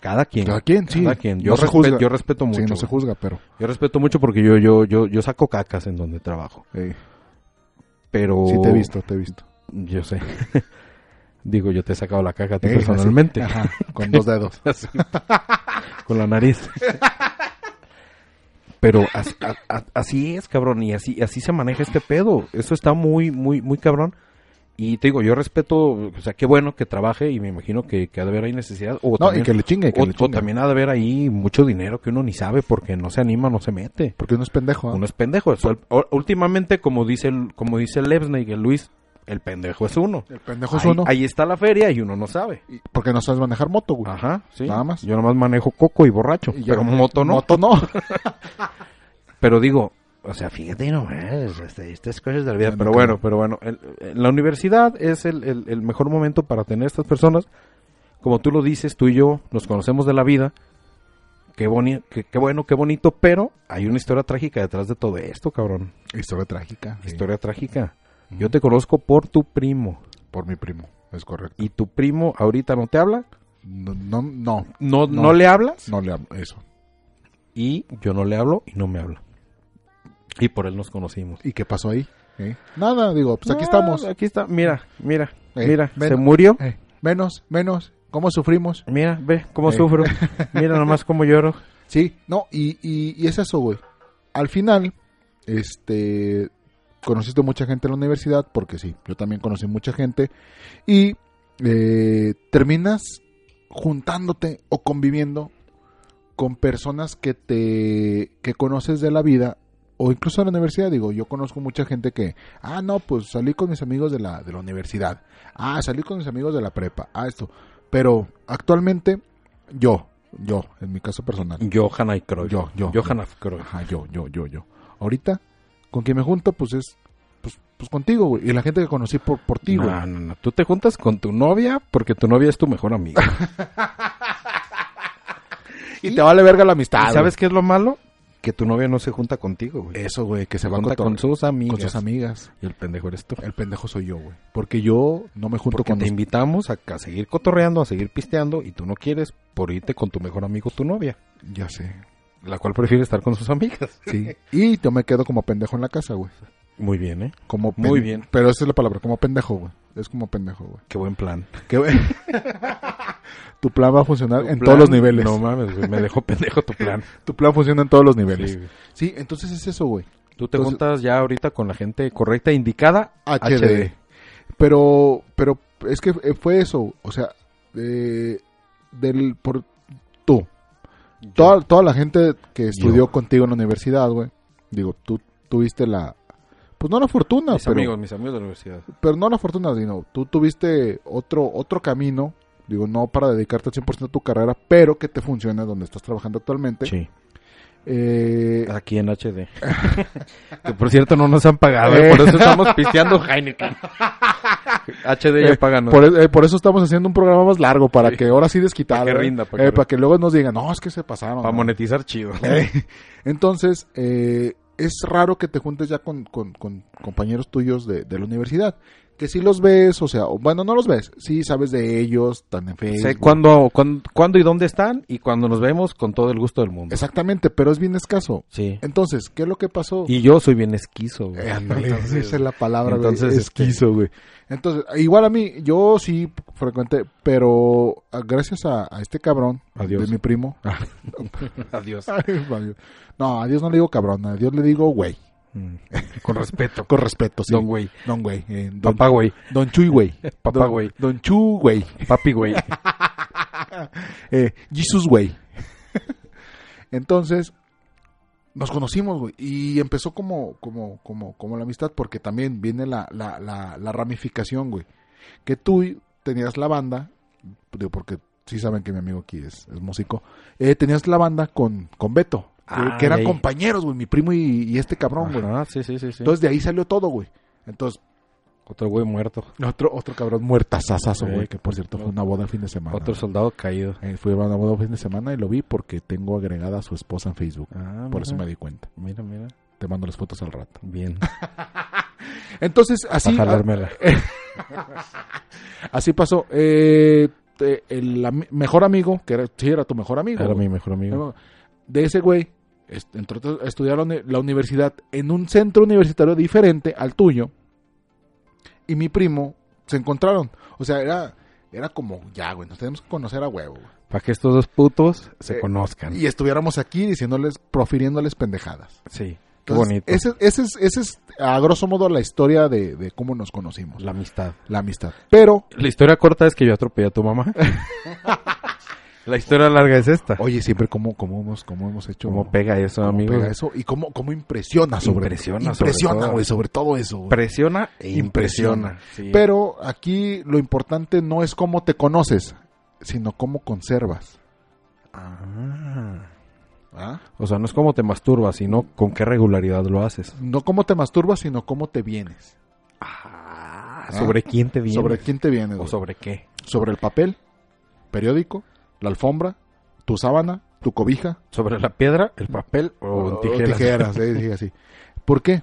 Speaker 6: cada quien.
Speaker 2: Cada quien, sí.
Speaker 6: Cada quien. Yo,
Speaker 2: No se
Speaker 6: respe-
Speaker 2: juzga.
Speaker 6: yo respeto mucho.
Speaker 2: Sí, no se
Speaker 6: güey.
Speaker 2: juzga, pero.
Speaker 6: yo respeto mucho porque yo, yo, yo, yo saco cacas en donde trabajo.
Speaker 2: eh,
Speaker 6: Pero...
Speaker 2: Sí, te he visto, te he visto.
Speaker 6: Yo sé. Digo, yo te he sacado la caca a ti
Speaker 2: Eh,
Speaker 6: personalmente.
Speaker 2: así. Ajá, con dos dedos.
Speaker 6: Así, con la nariz. Pero as- a- a- así es, cabrón, y así, así se maneja este pedo. Eso está muy, muy, muy cabrón. Y te digo, yo respeto, o sea, qué bueno que trabaje y me imagino que, que ha de haber ahí necesidad. O,
Speaker 2: no,
Speaker 6: también,
Speaker 2: y que le chingue, que
Speaker 6: o-
Speaker 2: le
Speaker 6: o
Speaker 2: chingue.
Speaker 6: también ha de haber ahí mucho dinero que uno ni sabe porque no se anima, no se mete.
Speaker 2: Porque uno es pendejo. ¿ah?
Speaker 6: Uno es pendejo. Eso, el- o- últimamente, como dice, el- como dice Levsney, el Luis, el pendejo es uno.
Speaker 2: El pendejo es
Speaker 6: Ahí-
Speaker 2: uno.
Speaker 6: ahí está la feria y uno no sabe.
Speaker 2: Y- Porque no sabes manejar moto, güey.
Speaker 6: Ajá, sí.
Speaker 2: Nada más.
Speaker 6: Yo nomás manejo coco y borracho,
Speaker 2: Y ya-
Speaker 6: pero moto no.
Speaker 2: Moto no.
Speaker 6: Pero digo, o sea, fíjate nomás, este, estas cosas de la vida.
Speaker 2: Bueno, claro.
Speaker 6: Pero bueno, pero bueno, el- el- la universidad es el, el- el mejor momento para tener estas personas. Como tú lo dices, tú y yo nos conocemos de la vida. Qué, boni qué, qué bueno, qué bonito, pero hay una historia trágica detrás de todo esto, cabrón.
Speaker 2: Historia trágica. sí,
Speaker 6: Historia trágica. Yo te conozco por tu primo.
Speaker 2: Por mi primo. Es correcto.
Speaker 6: ¿Y tu primo ahorita no te habla?
Speaker 2: No, no, no,
Speaker 6: ¿No, no.
Speaker 2: No.
Speaker 6: le hablas?
Speaker 2: no le hablo. Eso.
Speaker 6: Y yo no le hablo y no me habla. Y por él nos conocimos.
Speaker 2: ¿Y qué pasó ahí? ¿Eh? Nada, digo, pues aquí
Speaker 6: No,
Speaker 2: estamos.
Speaker 6: Ah, Aquí está, mira, mira,
Speaker 2: Eh,
Speaker 6: mira,
Speaker 2: ven.
Speaker 6: se murió.
Speaker 2: Eh, menos, menos. ¿Cómo sufrimos?
Speaker 6: Mira, ve cómo
Speaker 2: Eh.
Speaker 6: sufro. Mira nomás cómo lloro.
Speaker 2: Sí, no, y, y, y es eso, güey. Al final, este, conociste mucha gente en la universidad, porque sí, yo también conocí mucha gente, y eh, terminas juntándote o conviviendo con personas que te que conoces de la vida o incluso en la universidad digo yo conozco mucha gente que ah no pues salí con mis amigos de la de la universidad ah salí con mis amigos de la prepa ah esto pero actualmente yo yo en mi caso personal
Speaker 6: Johanna y Croy.
Speaker 2: Yo, yo.
Speaker 6: Johanna Croy.
Speaker 2: Ajá, yo, yo, yo, yo. Ahorita, con quien me junto, pues es, pues, pues contigo, güey. Y la gente que conocí por, por ti, güey.
Speaker 6: No, no, no. Tú te juntas con tu novia porque tu novia es tu mejor amiga.
Speaker 2: Y te vale verga la amistad. Eh,
Speaker 6: ¿Y ¿Sabes qué es lo malo? Que tu novia no se junta contigo, güey.
Speaker 2: güey. Eso, güey, que se
Speaker 6: se
Speaker 2: va
Speaker 6: junta
Speaker 2: con,
Speaker 6: con sus amigas.
Speaker 2: con sus amigas.
Speaker 6: Y el pendejo eres tú.
Speaker 2: El pendejo soy yo, güey. Porque yo no me junto
Speaker 6: Porque
Speaker 2: con...
Speaker 6: te
Speaker 2: los-
Speaker 6: invitamos a, a seguir cotorreando, a seguir pisteando y tú no quieres por irte con tu mejor amigo, tu novia.
Speaker 2: Ya sé.
Speaker 6: La cual prefiere estar con sus amigas.
Speaker 2: Sí. y yo me quedo como pendejo en la casa, güey.
Speaker 6: Muy bien, ¿eh?
Speaker 2: Como pen-
Speaker 6: Muy bien.
Speaker 2: Pero esa es la palabra, como pendejo, güey. Es como pendejo, güey.
Speaker 6: Qué buen plan.
Speaker 2: Qué güey. tu plan va a funcionar en
Speaker 6: plan,
Speaker 2: todos los niveles.
Speaker 6: No mames, güey, me dejó pendejo tu plan.
Speaker 2: Tu plan funciona en todos los niveles.
Speaker 6: Sí, güey.
Speaker 2: sí entonces es eso, güey.
Speaker 6: Tú te
Speaker 2: Entonces-
Speaker 6: juntas ya ahorita con la gente correcta, indicada.
Speaker 2: HD. Pero, pero es que fue eso, o sea, eh, del por tú, toda, toda la gente que estudió contigo en la universidad, güey. Digo, tú tuviste la, pues no la fortuna,
Speaker 6: mis
Speaker 2: pero,
Speaker 6: amigos, mis amigos de la universidad.
Speaker 2: pero no la fortuna, sino tú tuviste otro otro camino. Digo, no para dedicarte al 100% a tu carrera, pero que te funcione donde estás trabajando actualmente.
Speaker 6: Sí. Ah,
Speaker 2: Eh,
Speaker 6: Aquí en HD. que por cierto no nos han pagado, ¿eh? por eso estamos pisteando Heineken. HD ya
Speaker 2: Eh,
Speaker 6: páganos.
Speaker 2: Por, e- eh, por eso estamos haciendo un programa más largo, para que ahora sí desquitado.
Speaker 6: Para que
Speaker 2: ¿eh?
Speaker 6: rinda, para
Speaker 2: Eh,
Speaker 6: que
Speaker 2: para que luego nos digan, no, es que se pasaron.
Speaker 6: Para
Speaker 2: ¿no?".
Speaker 6: monetizar chido.
Speaker 2: Eh, Entonces, eh, es raro que te juntes ya con, con- con compañeros tuyos de, de la universidad. que sí los ves, o sea, o- bueno, no los ves, sí sabes de ellos, tan en Facebook.
Speaker 6: Sé cuándo, cuán- cuándo y dónde están y cuando nos vemos con todo el gusto del mundo.
Speaker 2: Exactamente, pero es bien escaso.
Speaker 6: Sí.
Speaker 2: Entonces, ¿qué es lo que pasó?
Speaker 6: Y yo soy bien esquizo, güey.
Speaker 2: Eh, ándale, esa es la palabra, güey,
Speaker 6: Entonces, este-
Speaker 2: esquizo, güey. Entonces, igual a mí, yo sí frecuenté, pero ah, gracias a, a este cabrón,
Speaker 6: Adiós.
Speaker 2: de mi primo.
Speaker 6: Adiós.
Speaker 2: no, a Dios no le digo cabrón, a Dios le digo güey.
Speaker 6: Mm. Con respeto.
Speaker 2: Con respeto, sí.
Speaker 6: Don güey.
Speaker 2: Don güey. eh, don,
Speaker 6: Papá güey.
Speaker 2: don Chuy güey.
Speaker 6: Papá
Speaker 2: Don-
Speaker 6: güey.
Speaker 2: Don Chu güey.
Speaker 6: Papi güey.
Speaker 2: Eh, Jesus güey. Entonces, nos conocimos, güey. Y empezó como, como, como, como la amistad, porque también viene la, la, la, la ramificación, güey. Que tú tenías la banda, digo, porque sí saben que mi amigo aquí es, es músico, eh, tenías la banda con, con Beto, que,
Speaker 6: Ah,
Speaker 2: que eran
Speaker 6: ya.
Speaker 2: compañeros, güey, mi primo y, y este cabrón, güey.
Speaker 6: Ah, sí, sí, sí, sí.
Speaker 2: Entonces de ahí salió todo, güey. Entonces,
Speaker 6: Otro güey muerto.
Speaker 2: otro, otro cabrón muertazazazo,
Speaker 6: Eh,
Speaker 2: güey, que por cierto fue una boda el fin de semana.
Speaker 6: Otro
Speaker 2: güey.
Speaker 6: soldado caído.
Speaker 2: Eh, fui a una boda el fin de semana y lo vi porque tengo agregada a su esposa en Facebook.
Speaker 6: Ah,
Speaker 2: Por
Speaker 6: mira.
Speaker 2: eso me di cuenta.
Speaker 6: Mira, mira.
Speaker 2: Te mando las fotos al rato. ah,
Speaker 6: Bien.
Speaker 2: Entonces, así,
Speaker 6: Para jalármela.
Speaker 2: eh, a- así pasó. Eh, te- el ami- mejor amigo, que era, sí, era tu mejor amigo.
Speaker 6: Era
Speaker 2: güey.
Speaker 6: mi mejor amigo.
Speaker 2: De ese güey, est- entró a estudiar la uni- la universidad en un centro universitario diferente al tuyo. Y mi primo se encontraron. O sea, era, era como, ya, güey, nos tenemos que conocer a huevo. güey.
Speaker 6: Para que estos dos putos se
Speaker 2: Eh,
Speaker 6: conozcan.
Speaker 2: Y estuviéramos aquí diciéndoles, profiriéndoles pendejadas.
Speaker 6: Sí. Qué
Speaker 2: Entonces,
Speaker 6: bonito.
Speaker 2: ese, ese es, ese es, a grosso modo, la historia de, de cómo nos conocimos, la,
Speaker 6: La amistad.
Speaker 2: la amistad. Pero,
Speaker 6: La historia corta es que yo atropellé a tu mamá. la historia larga es esta.
Speaker 2: oye, siempre cómo, cómo, hemos, cómo hemos hecho...
Speaker 6: Oh, ¿Cómo pega eso,
Speaker 2: cómo
Speaker 6: amigo?
Speaker 2: pega eso y cómo, cómo impresiona sobre...
Speaker 6: Impresiona sobre
Speaker 2: Impresiona,
Speaker 6: todo.
Speaker 2: güey, sobre todo eso, güey.
Speaker 6: Presiona e
Speaker 2: Impresiona.
Speaker 6: impresiona. Sí.
Speaker 2: Pero aquí lo importante no es cómo te conoces, sino cómo conservas.
Speaker 6: Ah.
Speaker 2: ¿ah?
Speaker 6: O sea, no es como te masturbas, sino con qué regularidad lo haces.
Speaker 2: No cómo te masturbas, sino cómo te vienes.
Speaker 6: Ah, ¿Sobre quién te vienes?
Speaker 2: Sobre quién te vienes.
Speaker 6: ¿O
Speaker 2: güey.
Speaker 6: sobre qué?
Speaker 2: sobre el papel, periódico, la alfombra, tu sábana, tu cobija,
Speaker 6: ¿Sobre la piedra, el papel o en tijeras?
Speaker 2: eh, sí, así. ¿Por qué?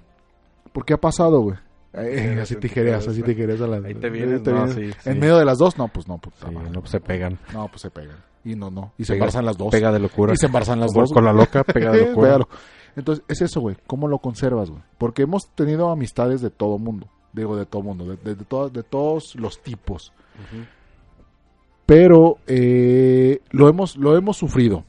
Speaker 2: ¿Por qué ha pasado, güey? Eh,
Speaker 6: Tijeras,
Speaker 2: así tijeras,
Speaker 6: en tijeras,
Speaker 2: así
Speaker 6: güey.
Speaker 2: tijeras. a la-
Speaker 6: Ahí te vienes, no, sí,
Speaker 2: En
Speaker 6: sí.
Speaker 2: medio de las dos, no, pues no, puta
Speaker 6: Sí,
Speaker 2: madre.
Speaker 6: no, pues se pegan.
Speaker 2: No, pues se pegan. Y no, no. Y se
Speaker 6: Pega-
Speaker 2: embarazan las dos.
Speaker 6: Pega de locura.
Speaker 2: Y se embarazan las
Speaker 6: Con-
Speaker 2: dos.
Speaker 6: Con la loca, pega de
Speaker 2: güey.
Speaker 6: locura.
Speaker 2: Pégalo. Entonces, es eso, güey. ¿Cómo lo conservas, güey? Porque hemos tenido amistades de todo mundo. Digo, de todo mundo. De, de- de todas- de todos los tipos. Pero eh, lo, hemos, lo hemos sufrido.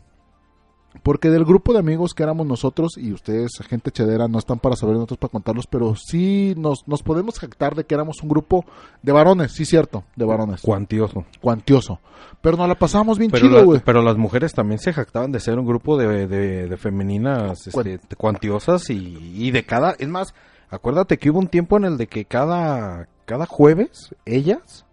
Speaker 2: Porque del grupo de amigos que éramos nosotros, y ustedes, gente chedera, no están para saber de nosotros para contarlos, pero sí nos, nos podemos jactar de que éramos un grupo de varones, sí cierto, de varones,
Speaker 6: Cuantioso.
Speaker 2: cuantioso. Pero nos la pasábamos bien
Speaker 6: Pero,
Speaker 2: chido,
Speaker 6: la-
Speaker 2: güey.
Speaker 6: pero las mujeres también se jactaban de ser un grupo de, de- de femeninas este, cuantiosas y, y de cada... Es más, acuérdate que hubo un tiempo en el de que cada, cada jueves ellas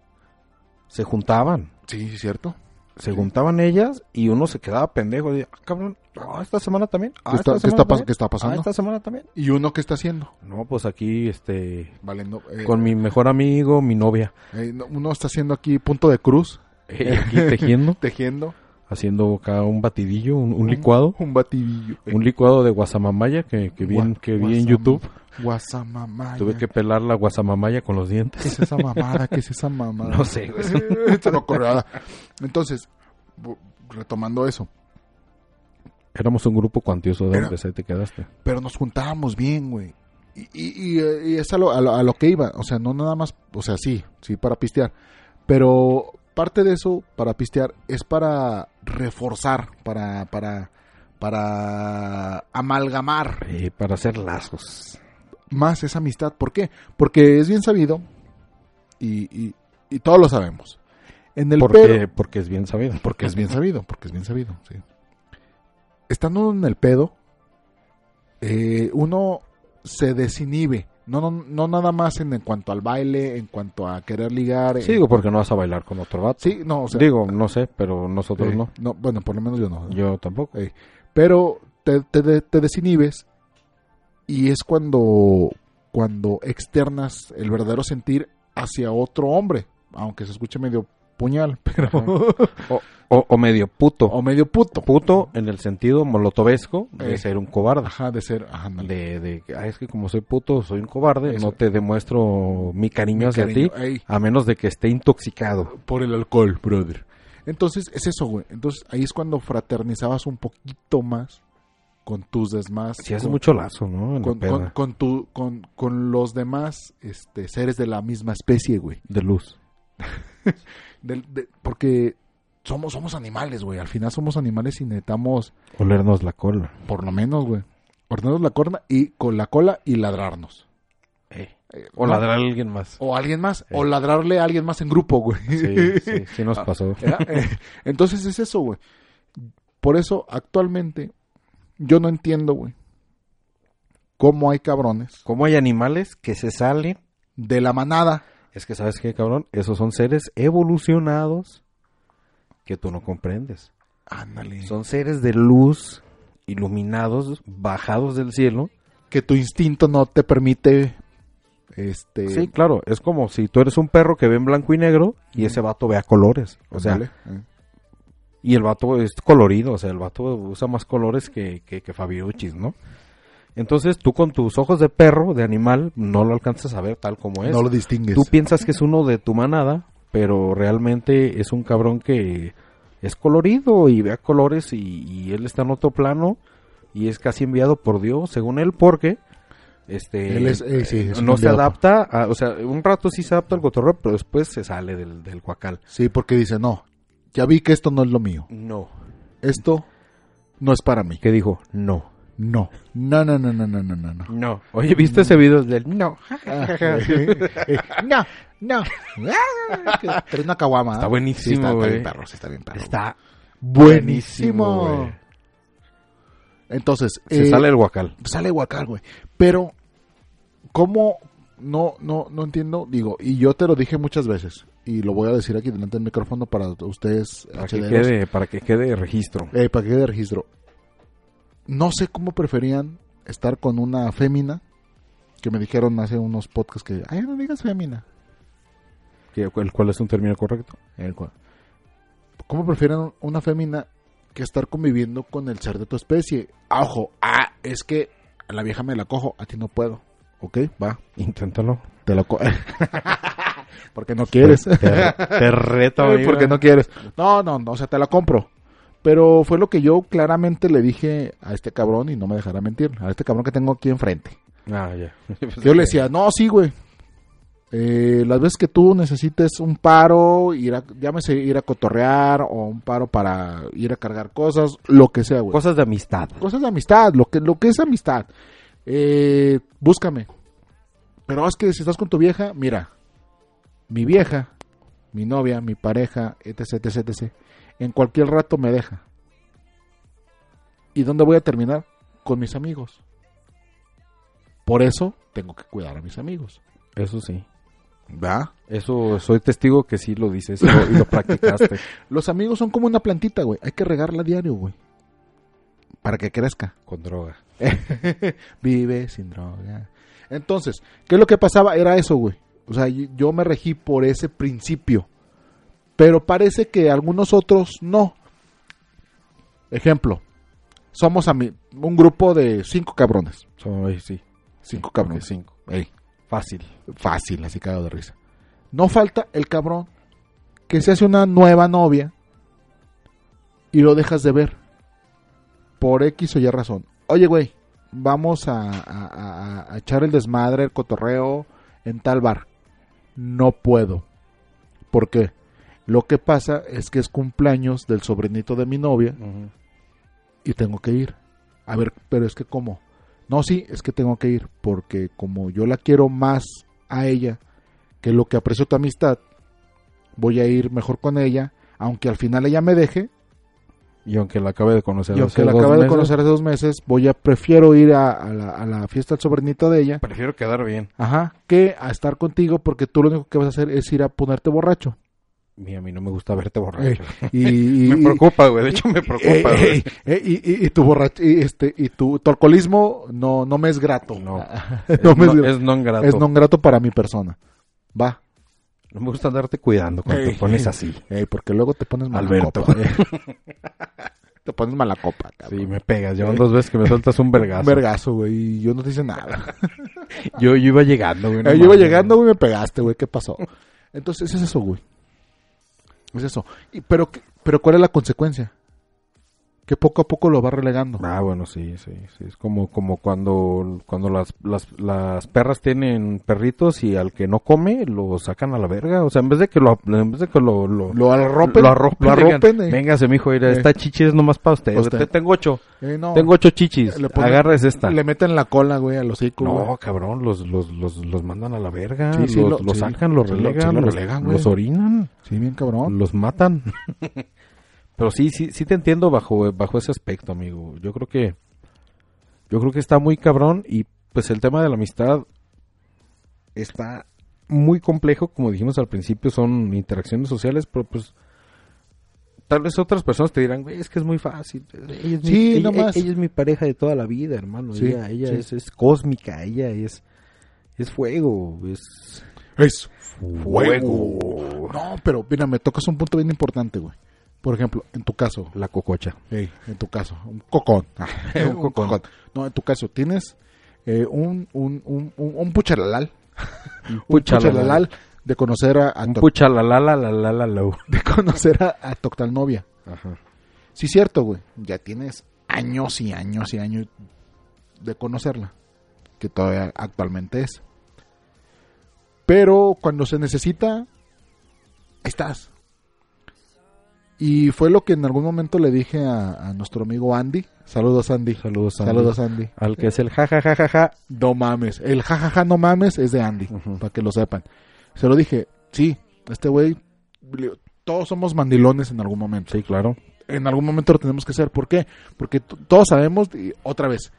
Speaker 6: se juntaban.
Speaker 2: Sí, sí cierto.
Speaker 6: Se juntaban ellas y uno se quedaba pendejo. Y, ah, cabrón, ah, esta semana también. Ah,
Speaker 2: ¿Qué está-
Speaker 6: esta
Speaker 2: qué
Speaker 6: semana
Speaker 2: está pas-
Speaker 6: también.
Speaker 2: qué está pasando?
Speaker 6: Ah, esta semana también.
Speaker 2: ¿Y uno qué está haciendo?
Speaker 6: No, pues aquí, este...
Speaker 2: Valiendo, eh,
Speaker 6: Con mi mejor amigo, mi novia.
Speaker 2: eh, no- uno está haciendo aquí punto de cruz,
Speaker 6: eh, aquí tejiendo,
Speaker 2: tejiendo
Speaker 6: haciendo acá un batidillo, un, un licuado.
Speaker 2: un batidillo.
Speaker 6: Un licuado de guasamamaya que, que vi, en,
Speaker 2: Gua-
Speaker 6: que vi en
Speaker 2: guasam-
Speaker 6: YouTube.
Speaker 2: Guasamamaya.
Speaker 6: Tuve que pelar la guasamamaya con los
Speaker 2: ¿Qué
Speaker 6: dientes.
Speaker 2: es esa mamada? ¿Qué es esa mamada?
Speaker 6: No sé, güey.
Speaker 2: Se me ocurrió nada. Entonces, bu- retomando eso,
Speaker 6: Éramos un grupo cuantioso de
Speaker 2: Era-
Speaker 6: hombres, ahí te quedaste.
Speaker 2: pero nos juntábamos bien, güey. Y, y, y, eh, y es a lo, a, lo, a lo que iba, o sea, no nada más, o sea, sí, sí, para pistear. Pero parte de eso, para pistear, es para reforzar, para, para, para amalgamar
Speaker 6: Eh, para hacer lazos.
Speaker 2: más esa amistad. ¿Por qué? Porque es bien sabido y, y, y todos lo sabemos. En el
Speaker 6: Porque,
Speaker 2: pero-
Speaker 6: Eh, porque es bien sabido.
Speaker 2: Porque es bien sabido, porque es bien sabido, sí. Estando en el pedo, eh, uno se desinhibe. No, no, no nada más en, en cuanto al baile, en cuanto a querer ligar. en-
Speaker 6: Sí, digo, porque no vas a bailar con otro vato.
Speaker 2: sí, no, o sea,
Speaker 6: digo, no sé, pero nosotros
Speaker 2: eh,
Speaker 6: no.
Speaker 2: Bueno, por lo menos yo no.
Speaker 6: Yo tampoco.
Speaker 2: Eh, pero te, te de- te desinhibes y es cuando, cuando externas el verdadero sentir hacia otro hombre, aunque se escuche medio puñal, pero...
Speaker 6: O, o- o medio puto.
Speaker 2: o medio puto.
Speaker 6: puto en el sentido molotovesco de
Speaker 2: Eh.
Speaker 6: ser un cobarde.
Speaker 2: Ajá, de ser... Ajá, ándale.
Speaker 6: De, de, "Ah, es que como soy puto, soy un cobarde,
Speaker 2: Eso.
Speaker 6: no te demuestro mi cariño hacia
Speaker 2: Cariño,
Speaker 6: ti,
Speaker 2: ey,
Speaker 6: a menos de que esté intoxicado.
Speaker 2: por el alcohol, brother. Entonces, es eso, güey. Entonces, ahí es cuando fraternizabas un poquito más con tus demás...
Speaker 6: Si hace
Speaker 2: con-
Speaker 6: mucho lazo, ¿no? En la
Speaker 2: con,
Speaker 6: peda.
Speaker 2: con, con tu, con, con los demás este, seres de la misma especie, güey.
Speaker 6: de luz.
Speaker 2: Del- de- porque somos, somos animales, güey. Al final somos animales y necesitamos,
Speaker 6: Olernos la cola.
Speaker 2: por lo menos, güey, ordenarnos la corna y con la cola y ladrarnos. Eh,
Speaker 6: O
Speaker 2: ¿no?
Speaker 6: ladrar a alguien más.
Speaker 2: O alguien más. O ladrarle a alguien más en grupo, güey.
Speaker 6: Sí, sí, sí nos pasó.
Speaker 2: ¿Ya? Eh, Entonces es eso, güey. Por eso, actualmente, yo no entiendo, güey, cómo hay cabrones
Speaker 6: ¿Cómo hay animales que se salen?
Speaker 2: de la manada.
Speaker 6: Es que, ¿sabes qué, cabrón? Esos son seres evolucionados que tú no comprendes.
Speaker 2: Ándale.
Speaker 6: Son seres de luz, iluminados, bajados del cielo.
Speaker 2: que tu instinto no te permite este
Speaker 6: Sí, claro, es como si tú eres un perro que ve en blanco y negro y ese vato vea colores. O sea,
Speaker 2: ándale, eh.
Speaker 6: y el vato es colorido, o sea, el vato usa más colores que, que, que Fabiruchis, ¿no? Entonces tú con tus ojos de perro, de animal, no lo alcanzas a ver tal como es.
Speaker 2: no lo distingues
Speaker 6: Tú piensas que es uno de tu manada, pero realmente es un cabrón que es colorido y vea colores y, y él está en otro plano y es casi enviado por Dios, según él, porque este
Speaker 2: Él es- eh, sí,
Speaker 6: eh,
Speaker 2: es un
Speaker 6: no se
Speaker 2: enviado.
Speaker 6: adapta, a- o sea, un rato sí se adapta al cotorreo, pero después se sale del, del cuacal.
Speaker 2: sí porque dice no ya vi que esto no es lo mío
Speaker 6: No.
Speaker 2: esto no es para mí
Speaker 6: ¿Qué dijo? No.
Speaker 2: no no no no no no no no no
Speaker 6: No. Oye, ¿viste ese video del no?
Speaker 2: Eh, Ah, no no Trae una caguama
Speaker 6: Está
Speaker 2: ¿eh?
Speaker 6: buenísimo,
Speaker 2: Sí, está, está
Speaker 6: güey.
Speaker 2: bien perro sí está bien perro
Speaker 6: Está buenísimo,
Speaker 2: buenísimo
Speaker 6: güey.
Speaker 2: entonces
Speaker 6: Se
Speaker 2: eh,
Speaker 6: sale del guacal.
Speaker 2: sale guacal, güey. Pero, ¿cómo? No, no, no entiendo. Digo, y yo te lo dije muchas veces, y lo voy a decir aquí delante del micrófono para ustedes,
Speaker 6: Para que,
Speaker 2: HDRs,
Speaker 6: quede, para que quede registro.
Speaker 2: eh, para que quede registro. No sé cómo preferían estar con una fémina, que me dijeron hace unos podcasts que, ay, no digas fémina.
Speaker 6: ¿Qué- ¿Cuál cuál es un término correcto?
Speaker 2: ¿Cómo prefieren una fémina que estar conviviendo con el ser de tu especie? Ah, Ojo, ah, es que a la vieja me la cojo, a ti no puedo. Ok, va,
Speaker 6: Inténtalo.
Speaker 2: te la cojo. Porque no quieres.
Speaker 6: Te, te reto, amigo.
Speaker 2: porque no quieres. No, no, no, o sea, te la compro. Pero fue lo que yo claramente le dije a este cabrón y no me dejará mentir, a este cabrón que tengo aquí enfrente.
Speaker 6: Ah, ya.
Speaker 2: Yo le decía, no, sí, güey. Eh, las veces que tú necesites un paro, ir a, llámese ir a cotorrear o un paro para ir a cargar cosas, lo que sea, güey.
Speaker 6: Cosas de amistad.
Speaker 2: Cosas de amistad, lo que, lo que es amistad. Eh, búscame. Pero es que si estás con tu vieja, mira, mi vieja, mi novia, mi pareja, etc, etc, etc. En cualquier rato me deja. ¿Y dónde voy a terminar? Con mis amigos. Por eso tengo que cuidar a mis amigos.
Speaker 6: Eso sí.
Speaker 2: ¿Va?
Speaker 6: Eso soy testigo que sí lo dices y lo, y lo practicaste.
Speaker 2: Los amigos son como una plantita, güey. Hay que regarla a diario, güey. Para que crezca.
Speaker 6: Con droga.
Speaker 2: Vive sin droga. Entonces, ¿qué es lo que pasaba? Era eso, güey. O sea, y- yo me regí por ese principio. Pero parece que algunos otros no. Ejemplo, somos ami- un grupo de cinco cabrones.
Speaker 6: Soy, sí.
Speaker 2: Cinco cabrones.
Speaker 6: Cinco.
Speaker 2: Ey,
Speaker 6: Fácil.
Speaker 2: fácil, así cagado de risa. No falta el cabrón que se hace una nueva novia y lo dejas de ver. Por X o Y razón. Oye, güey, vamos a, a- a- a echar el desmadre, el cotorreo en tal bar. No puedo. ¿Por qué? Lo que pasa es que es cumpleaños del sobrinito de mi novia y tengo que ir. A ver, pero es que cómo. No, sí, es que tengo que ir porque como yo la quiero más a ella que lo que aprecio tu amistad, voy a ir mejor con ella, aunque al final ella me deje
Speaker 6: Y aunque la acabe de conocer.
Speaker 2: y
Speaker 6: hace
Speaker 2: aunque la
Speaker 6: dos
Speaker 2: acaba de
Speaker 6: meses,
Speaker 2: conocer hace dos meses, voy a prefiero ir a, a la, a la fiesta del sobrinito de ella,
Speaker 6: Prefiero quedar bien.
Speaker 2: ajá, que a estar contigo porque tú lo único que vas a hacer es ir a ponerte borracho.
Speaker 6: Mira, a mí no me gusta verte borracho.
Speaker 2: Y, y- eh,
Speaker 6: me preocupa, güey. De hecho, me preocupa.
Speaker 2: Ey,
Speaker 6: güey.
Speaker 2: ey, ey, y, y- y tu borracho, y este, y tu, tu alcoholismo no, no me es grato.
Speaker 6: No.
Speaker 2: No me
Speaker 6: es,
Speaker 2: es grato.
Speaker 6: no, es non grato.
Speaker 2: Es no grato para mi persona. Va.
Speaker 6: No me gusta andarte cuidando cuando te pones así.
Speaker 2: Ey, porque luego te pones mala
Speaker 6: Alberto.
Speaker 2: copa. eh. te pones mala copa, cabrón.
Speaker 6: Sí, me pegas. Llevan dos veces que me sueltas un
Speaker 2: Un
Speaker 6: vergazo.
Speaker 2: vergazo, güey, y yo no te hice nada.
Speaker 6: Yo, yo iba llegando, güey. no
Speaker 2: Eh, yo iba
Speaker 6: mames.
Speaker 2: llegando, güey, me pegaste, güey, ¿qué pasó? Entonces, es eso, güey. Es eso. Y, pero, qué- pero, ¿cuál es la consecuencia? Que poco a poco lo va relegando.
Speaker 6: Ah, bueno, sí, sí, sí. Es como, como cuando, cuando las, las, las perras tienen perritos y al que no come lo sacan a la verga. O sea, en vez de que lo, en vez de que lo, lo,
Speaker 2: Lo arropen.
Speaker 6: lo arropen,
Speaker 2: Lo arropen,
Speaker 6: digan,
Speaker 2: eh.
Speaker 6: Véngase, mijo, mira,
Speaker 2: Eh.
Speaker 6: esta chichi es nomás para usted.
Speaker 2: Pa' usted.
Speaker 6: Usted tengo ocho. Pues,
Speaker 2: Eh, no,
Speaker 6: Tengo ocho chichis.
Speaker 2: Le ponen-
Speaker 6: Agarres esta.
Speaker 2: Le meten la cola, güey, al hocico, güey.
Speaker 6: No, cabrón, los, los, los, los mandan a la verga,
Speaker 2: Sí, sí,
Speaker 6: los,
Speaker 2: lo-
Speaker 6: los
Speaker 2: sí.
Speaker 6: sacan, los
Speaker 2: Sí, lo-
Speaker 6: relegan,
Speaker 2: sí, lo
Speaker 6: los,
Speaker 2: relegan, güey.
Speaker 6: los orinan,
Speaker 2: Sí, bien cabrón.
Speaker 6: los matan. Pero sí, sí, sí te entiendo bajo, bajo ese aspecto, amigo. Yo creo que, yo creo que está muy cabrón y pues el tema de la amistad está muy complejo, como dijimos al principio, son interacciones sociales, pero pues tal vez otras personas te dirán, "Güey, es que es muy fácil, ella es, mi,
Speaker 2: Sí,
Speaker 6: ella-
Speaker 2: nomás.
Speaker 6: ella es mi pareja de toda la vida, hermano,
Speaker 2: Sí,
Speaker 6: ella, ella
Speaker 2: sí.
Speaker 6: es, es cósmica, ella es, es fuego, es
Speaker 2: Eso. No, pero mira, me tocas un punto bien importante, güey. Por ejemplo, en tu caso,
Speaker 6: la cococha.
Speaker 2: Ey, en tu caso, un cocón. Ah, un
Speaker 6: cocón.
Speaker 2: cocón. No, en tu caso, tienes eh, un, un, un, un, un puchalalal. Un puchalalal de conocer a, a
Speaker 6: Un
Speaker 2: Toc-
Speaker 6: pucha la la la la la la la.
Speaker 2: de conocer a, a Toctalnovia. Sí, cierto, güey. Ya tienes años y años y años de conocerla. Que todavía actualmente es. Pero cuando se necesita, ahí estás. Y fue lo que en algún momento le dije a, a nuestro amigo Andy. Saludos, Andy.
Speaker 6: Saludos, Andy.
Speaker 2: Saludos, Andy.
Speaker 6: Al que es el ja ja ja ja ja.
Speaker 2: No mames. El jajaja no mames es de Andy,
Speaker 6: Ujú.
Speaker 2: para que lo sepan. Se lo dije, sí, este güey, le- todos somos mandilones en algún momento.
Speaker 6: Sí, claro.
Speaker 2: En algún momento lo tenemos que hacer. ¿Por qué? Porque t- todos sabemos, y otra vez,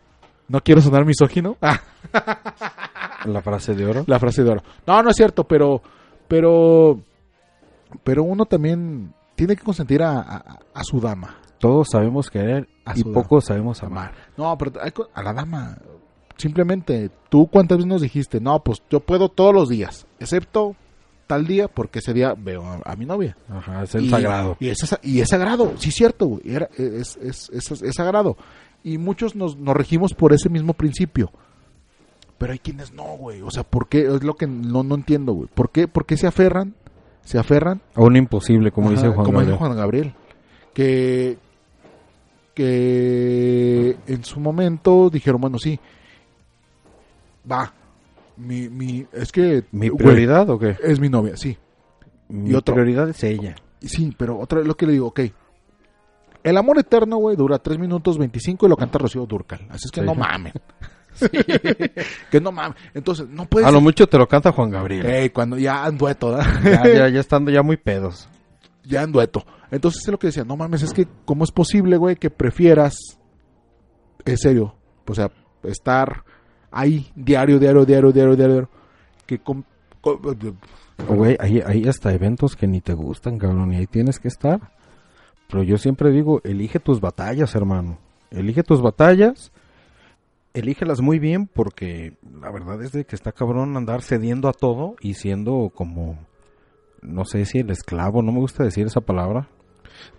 Speaker 2: no quiero sonar misógino. Ah,
Speaker 6: La frase de oro.
Speaker 2: la frase de oro. No, no es cierto, pero, pero, pero uno también tiene que consentir a, a- a su dama.
Speaker 6: Todos sabemos querer
Speaker 2: A
Speaker 6: y
Speaker 2: sudar.
Speaker 6: pocos sabemos amar.
Speaker 2: No, pero hay co- a la dama. Simplemente, tú cuántas veces nos dijiste, no, pues yo puedo todos los días, excepto tal día, porque ese día veo a, a mi novia.
Speaker 6: Ajá, es el
Speaker 2: Y-
Speaker 6: sagrado.
Speaker 2: Y es, sa- y es sagrado, sí, cierto, güey. Era, e, es, es, es- es sagrado. Y muchos nos, nos regimos por ese mismo principio. Pero hay quienes no, güey. O sea, ¿por qué? Es lo que no, no entiendo, güey. ¿Por qué, ¿Por qué se aferran? Se aferran
Speaker 6: A un imposible, como
Speaker 2: Ajá,
Speaker 6: dice Juan
Speaker 2: como dice
Speaker 6: Gabriel.
Speaker 2: Juan Gabriel. Que, que en su momento dijeron, bueno, sí, va. Mi, mi, es que...
Speaker 6: ¿Mi
Speaker 2: güey,
Speaker 6: prioridad o qué?
Speaker 2: es mi novia, sí.
Speaker 6: Mi
Speaker 2: otro.
Speaker 6: prioridad es ella.
Speaker 2: Y Sí, pero otra vez lo que le digo, ok. El amor eterno, güey, dura 3 minutos 25 y lo canta Rocío Durcal. Así es que
Speaker 6: Sí.
Speaker 2: no mamen. que no mamen. Entonces, no puedes...
Speaker 6: A lo mucho te lo canta Juan Gabriel.
Speaker 2: Ey, cuando ya en dueto, ¿verdad?
Speaker 6: Ya, ya, ya estando ya muy pedos.
Speaker 2: ya en dueto. Entonces es lo que decía, no mames, es que cómo es posible, güey, que prefieras, en serio, o sea, estar ahí diario, diario, diario, diario, diario, diario, que con, con-
Speaker 6: Güey, hay, hay hasta eventos que ni te gustan, cabrón, y ahí tienes que estar. Pero yo siempre digo, elige tus batallas, hermano. Elige tus batallas, elígelas muy bien, porque la verdad es de que está cabrón andar cediendo a todo y siendo como, no sé si el esclavo, no me gusta decir esa palabra.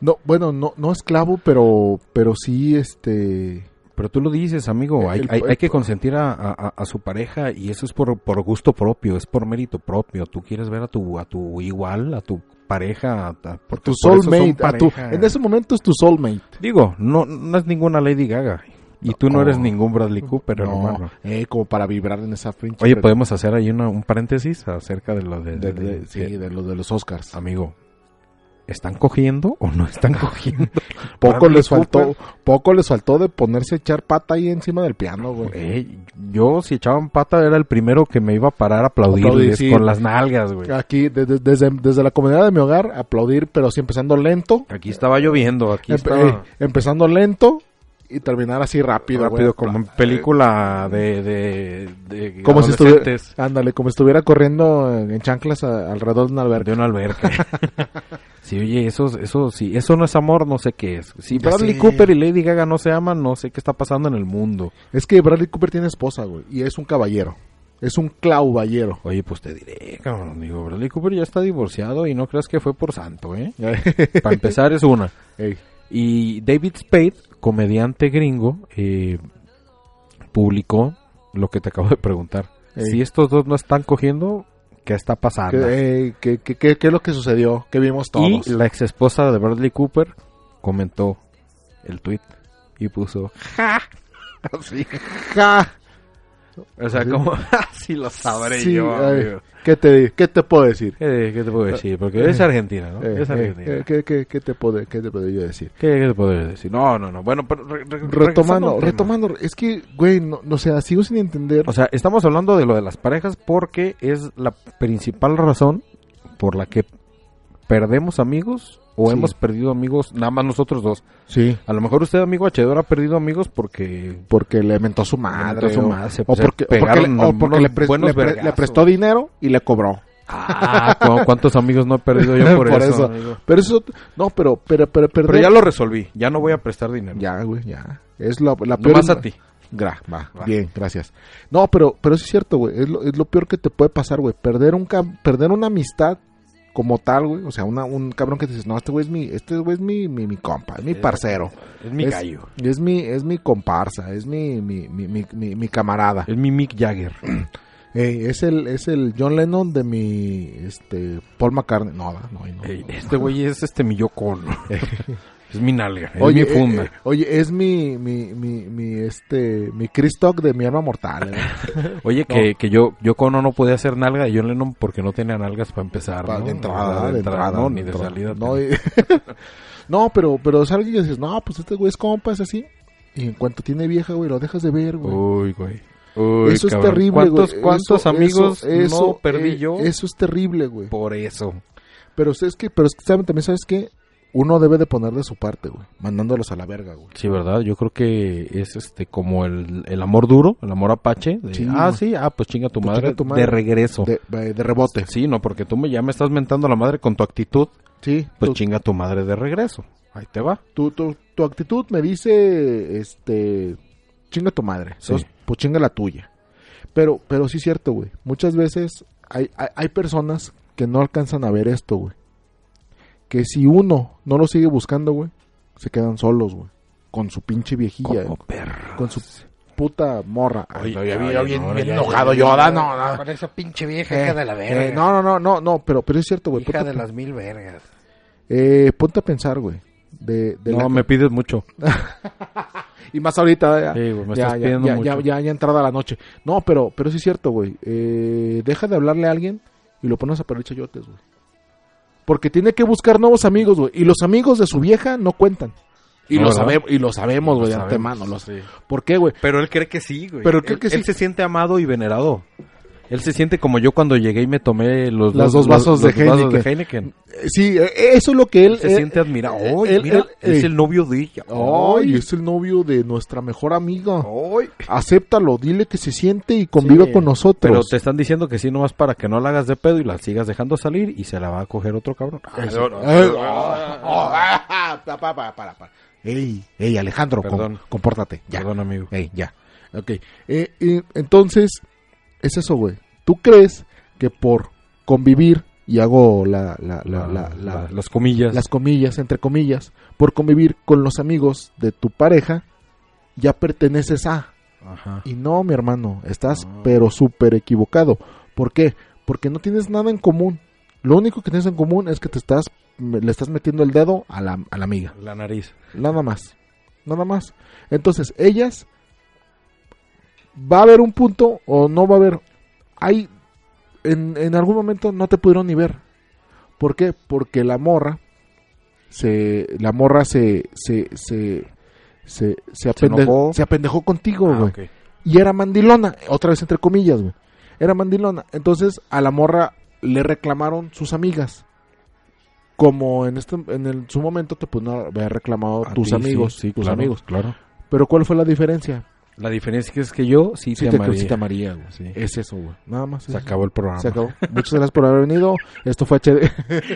Speaker 2: no, bueno, no, no esclavo, pero, pero sí, este,
Speaker 6: Pero tú lo dices, amigo, hay,
Speaker 2: El-
Speaker 6: hay-
Speaker 2: el-
Speaker 6: hay que consentir a, a- a su pareja y eso es por, por gusto propio, es por mérito propio. Tú quieres ver a tu, a tu igual, a tu pareja, a- a- porque
Speaker 2: tu
Speaker 6: por eso son
Speaker 2: soulmate, a tu-
Speaker 6: pareja.
Speaker 2: en ese momento es tu soulmate.
Speaker 6: Digo, no, no es ninguna Lady Gaga. Y tú no
Speaker 2: No.
Speaker 6: eres ningún Bradley Cooper, hermano.
Speaker 2: eh, como para vibrar en esa pinche.
Speaker 6: Oye, podemos hacer ahí una- un paréntesis acerca de lo de...
Speaker 2: de,
Speaker 6: de-
Speaker 2: pues, de-
Speaker 6: de-
Speaker 2: sí, de los, de los Oscars.
Speaker 6: Amigo, ¿están cogiendo o no están cogiendo?
Speaker 2: Poco
Speaker 6: Bradley
Speaker 2: les faltó,
Speaker 6: Cooper,
Speaker 2: poco les faltó de ponerse a echar pata ahí encima del piano, güey.
Speaker 6: eh, yo, si echaban pata, era el primero que me iba a parar a aplaudirles
Speaker 2: Aplaudir, sí.
Speaker 6: con las nalgas, güey.
Speaker 2: Aquí, de- de- desde, desde la comunidad de mi hogar, aplaudir, pero sí empezando lento.
Speaker 6: Aquí estaba lloviendo, aquí
Speaker 2: Empe- eh,
Speaker 6: estaba...
Speaker 2: empezando lento y terminar así rápido.
Speaker 6: rápido,
Speaker 2: güey.
Speaker 6: como en película de... de, de
Speaker 2: Como si estuviera,
Speaker 6: adolescentes.
Speaker 2: ándale, como estuviera corriendo en en chanclas a- alrededor de una alberca.
Speaker 6: de una alberca. sí, oye, eso, eso, sí, eso no es amor, no sé qué es. Si
Speaker 2: Ya
Speaker 6: Bradley
Speaker 2: sé.
Speaker 6: Cooper y Lady Gaga no se aman, no sé qué está pasando en el mundo.
Speaker 2: Es que Bradley Cooper tiene esposa, güey, y es un caballero. Es un clauballero.
Speaker 6: Oye, pues te diré, cabrón. Digo, Bradley Cooper ya está divorciado y no creas que fue por santo, ¿eh? Para empezar es una.
Speaker 2: Ey.
Speaker 6: Y David Spade, comediante gringo, eh, publicó lo que te acabo de preguntar.
Speaker 2: Ey.
Speaker 6: Si estos dos no están cogiendo, ¿qué está pasando?
Speaker 2: ¿Qué, ey, qué- qué- qué- qué es lo que sucedió? ¿Qué vimos todos?
Speaker 6: Y la ex esposa de Bradley Cooper comentó el tweet y puso ja. Así.
Speaker 2: Ja.
Speaker 6: O sea,
Speaker 2: Ah, Sí.
Speaker 6: como así lo sabré
Speaker 2: Sí,
Speaker 6: yo.
Speaker 2: ay,
Speaker 6: amigo.
Speaker 2: ¿qué, te, ¿Qué te puedo decir?
Speaker 6: ¿Qué, qué te puedo decir? Porque es Argentina, ¿no?
Speaker 2: Eh,
Speaker 6: es
Speaker 2: eh,
Speaker 6: Argentina.
Speaker 2: eh, ¿qué, qué- qué te puedo, ¿Qué te puedo yo decir?
Speaker 6: ¿Qué, qué te puedo decir? No, no, no. Bueno, pero re- re- regresando al
Speaker 2: Retomando,
Speaker 6: tema.
Speaker 2: retomando, es que, güey, no, no, o sea, sigo sin entender.
Speaker 6: O sea, estamos hablando de lo de las parejas porque es la principal razón por la que perdemos amigos o
Speaker 2: Sí.
Speaker 6: hemos perdido amigos, nada más nosotros dos.
Speaker 2: sí,
Speaker 6: A lo mejor usted, amigo Hachedor, ha perdido amigos porque...
Speaker 2: porque le mentó su
Speaker 6: mentó
Speaker 2: madre.
Speaker 6: su
Speaker 2: o-
Speaker 6: madre, se-
Speaker 2: o
Speaker 6: se
Speaker 2: porque, o porque
Speaker 6: pegaron
Speaker 2: le, o porque le
Speaker 6: unos
Speaker 2: pres-
Speaker 6: buenos
Speaker 2: le pre- le
Speaker 6: vergazos.
Speaker 2: prestó dinero y le cobró.
Speaker 6: Ah, cu- ¿cuántos amigos no he perdido yo por,
Speaker 2: Por
Speaker 6: eso?
Speaker 2: eso.
Speaker 6: amigo?
Speaker 2: Pero eso, no, pero, pero, pero,
Speaker 6: Pero
Speaker 2: perder-
Speaker 6: ya lo resolví, ya no voy a prestar dinero.
Speaker 2: Ya, güey, ya. Es la, la peor.
Speaker 6: Nomás a ti.
Speaker 2: Gra, va,
Speaker 6: Va.
Speaker 2: Bien, gracias. No, pero, pero sí es cierto, güey. Es lo, es lo peor que te puede pasar, güey. Perder, un cam- perder una amistad como tal, güey. O sea, una, un cabrón que te dices, no, este güey es mi, este güey es mi, mi, mi compa, es mi parcero.
Speaker 6: Es mi
Speaker 2: Es-
Speaker 6: gallo.
Speaker 2: Es mi, es mi comparsa, es mi, mi, mi, mi, mi- mi camarada.
Speaker 6: Es mi Mick Jagger.
Speaker 2: Ey, es el, es el John Lennon de mi, este, Paul McCartney. No, no, no. no.
Speaker 6: Ey, Este güey es este mi Yoko Ono. Es mi nalga, es
Speaker 2: Oye,
Speaker 6: mi funda.
Speaker 2: eh, eh, oye, es mi, mi, mi, mi, este, mi Chris Talk de mi arma mortal, ¿eh?
Speaker 6: Oye, que, que yo, yo Cono no podía hacer nalga de John Lennon porque no tenía nalgas para empezar.
Speaker 2: Pa-
Speaker 6: ¿no?
Speaker 2: de entrada,
Speaker 6: Ah,
Speaker 2: de entrada,
Speaker 6: no,
Speaker 2: de
Speaker 6: ni de
Speaker 2: entrada.
Speaker 6: salida.
Speaker 2: No, y- no, pero, pero es alguien que dices, no, pues este güey es compa, es así. Y en cuanto tiene vieja, güey, lo dejas de ver, güey.
Speaker 6: Uy, güey. Uy,
Speaker 2: eh, eso es
Speaker 6: cabrón.
Speaker 2: terrible,
Speaker 6: ¿Cuántos,
Speaker 2: güey.
Speaker 6: cuántos
Speaker 2: Eso-
Speaker 6: amigos
Speaker 2: eso- eso,
Speaker 6: no perdí
Speaker 2: eh,
Speaker 6: yo
Speaker 2: Eso es terrible, güey.
Speaker 6: por eso?
Speaker 2: Pero es que, pero es que ¿saben? también sabes que uno debe de poner de su parte, güey. Mandándolos a la verga, güey.
Speaker 6: Sí, ¿verdad? Yo creo que es este como el, el amor duro, el amor apache. de,
Speaker 2: Sí,
Speaker 6: ah,
Speaker 2: güey.
Speaker 6: sí, ah, pues chinga tu,
Speaker 2: Pues
Speaker 6: madre,
Speaker 2: chinga tu madre.
Speaker 6: de regreso.
Speaker 2: De, eh, de rebote.
Speaker 6: Sí, no, porque tú me, ya me estás mentando la madre con tu actitud.
Speaker 2: Sí.
Speaker 6: Pues
Speaker 2: tu,
Speaker 6: chinga tu madre de regreso. Ahí te va.
Speaker 2: tu, tu- tu actitud me dice, este, chinga tu madre.
Speaker 6: Sí.
Speaker 2: Entonces, pues chinga la tuya. Pero, pero sí es cierto, güey. Muchas veces hay, hay, hay personas que no alcanzan a ver esto, güey. Que si uno no lo sigue buscando, güey, se quedan solos, güey. Con su pinche viejilla,
Speaker 6: Como
Speaker 2: eh,
Speaker 6: perro.
Speaker 2: con su puta morra.
Speaker 6: Oye,
Speaker 2: Ay, ya
Speaker 6: oye,
Speaker 2: vi- ya
Speaker 6: no,
Speaker 2: bien-
Speaker 6: ahora
Speaker 2: bien
Speaker 6: ya-
Speaker 2: enojado
Speaker 6: ya-
Speaker 2: yo,
Speaker 6: ya-
Speaker 2: da, no, no.
Speaker 7: Con esa pinche vieja
Speaker 2: Eh,
Speaker 7: hija de la verga.
Speaker 2: eh, no, no, no, no, no, pero, pero es cierto, güey.
Speaker 7: hija
Speaker 2: Ponte,
Speaker 7: de las mil vergas.
Speaker 2: eh, ponte a pensar, güey. De, de
Speaker 6: No,
Speaker 2: la-
Speaker 6: me pides mucho.
Speaker 2: Y más ahorita, ya,
Speaker 6: Sí, güey, me
Speaker 2: ya,
Speaker 6: estás
Speaker 2: ya,
Speaker 6: pidiendo
Speaker 2: ya,
Speaker 6: mucho.
Speaker 2: ya, ya, ya entrada la noche. No, pero, pero sí es cierto, güey. Eh, deja de hablarle a alguien y lo pones a perder chayotes, güey. Porque tiene que buscar nuevos amigos, güey. Y los amigos de su vieja no cuentan. Y,
Speaker 6: No,
Speaker 2: lo,
Speaker 6: ¿verdad?
Speaker 2: sabemos y lo sabemos, güey, de antemano. Los... ¿Por qué, güey?
Speaker 6: Pero él cree que sí, güey.
Speaker 2: Pero él cree
Speaker 6: él,
Speaker 2: que sí.
Speaker 6: él se siente amado y venerado. Él se siente como yo cuando llegué y me tomé los
Speaker 2: Las dos vasos de Heineken.
Speaker 6: Heineken.
Speaker 2: Eh, Sí, eh, eso es lo que él...
Speaker 6: Él se
Speaker 2: eh,
Speaker 6: siente admirado.
Speaker 2: eh,
Speaker 6: Oye,
Speaker 2: él-
Speaker 6: mira,
Speaker 2: él-
Speaker 6: es
Speaker 2: eh.
Speaker 6: el novio de ella.
Speaker 2: Ay, es el novio de nuestra mejor amiga.
Speaker 6: Ay.
Speaker 2: Acéptalo, dile que se siente y convive
Speaker 6: Sí,
Speaker 2: con nosotros.
Speaker 6: Pero te están diciendo que sí nomás para que no la hagas de pedo y la sigas dejando salir y se la va a coger otro cabrón.
Speaker 2: Eso. Eh, oh, oh, ah, pa, pa, pa, para, para. Ey, ey, Alejandro, com-
Speaker 6: Perdón.
Speaker 2: compórtate. Ya.
Speaker 6: Perdón, amigo.
Speaker 2: Ey, ya. Ok. Eh, eh, entonces, es eso, güey. ¿Tú crees que por convivir, y hago la, la, la, Ah, la- la-
Speaker 6: La- las comillas.
Speaker 2: las comillas, entre comillas, por convivir con los amigos de tu pareja, ya perteneces a...
Speaker 6: Ajá.
Speaker 2: Y no, mi hermano, estás
Speaker 6: No.
Speaker 2: pero súper equivocado. ¿Por qué? Porque no tienes nada en común. Lo único que tienes en común es que te estás, le estás metiendo el dedo a la, a la amiga.
Speaker 6: La nariz.
Speaker 2: Nada más. Nada más. Entonces, ellas, va a haber un punto o no va a haber. Hay, en, en algún momento no te pudieron ni ver. ¿Por qué? Porque la morra, se, la morra se, se, se, se, se, apende-
Speaker 6: enojó.
Speaker 2: se apendejó contigo,
Speaker 6: Ah,
Speaker 2: güey.
Speaker 6: ok.
Speaker 2: Y era mandilona, otra vez entre comillas, güey. Era mandilona. Entonces a la morra le reclamaron sus amigas. Como en este en el- su momento te pudieron haber reclamado
Speaker 6: A
Speaker 2: tus
Speaker 6: ti,
Speaker 2: amigos,
Speaker 6: sí, sí,
Speaker 2: tus
Speaker 6: claro,
Speaker 2: amigos.
Speaker 6: Claro.
Speaker 2: Pero ¿cuál fue la diferencia?
Speaker 6: La diferencia es que yo sí,
Speaker 2: Sí
Speaker 6: te,
Speaker 2: te-
Speaker 6: amaría.
Speaker 2: sí te amaría, güey.
Speaker 6: Sí.
Speaker 2: Es eso, güey. Nada más.
Speaker 6: Se
Speaker 2: eso.
Speaker 6: acabó el programa.
Speaker 2: Se acabó. Muchas gracias por haber venido. Esto fue HD.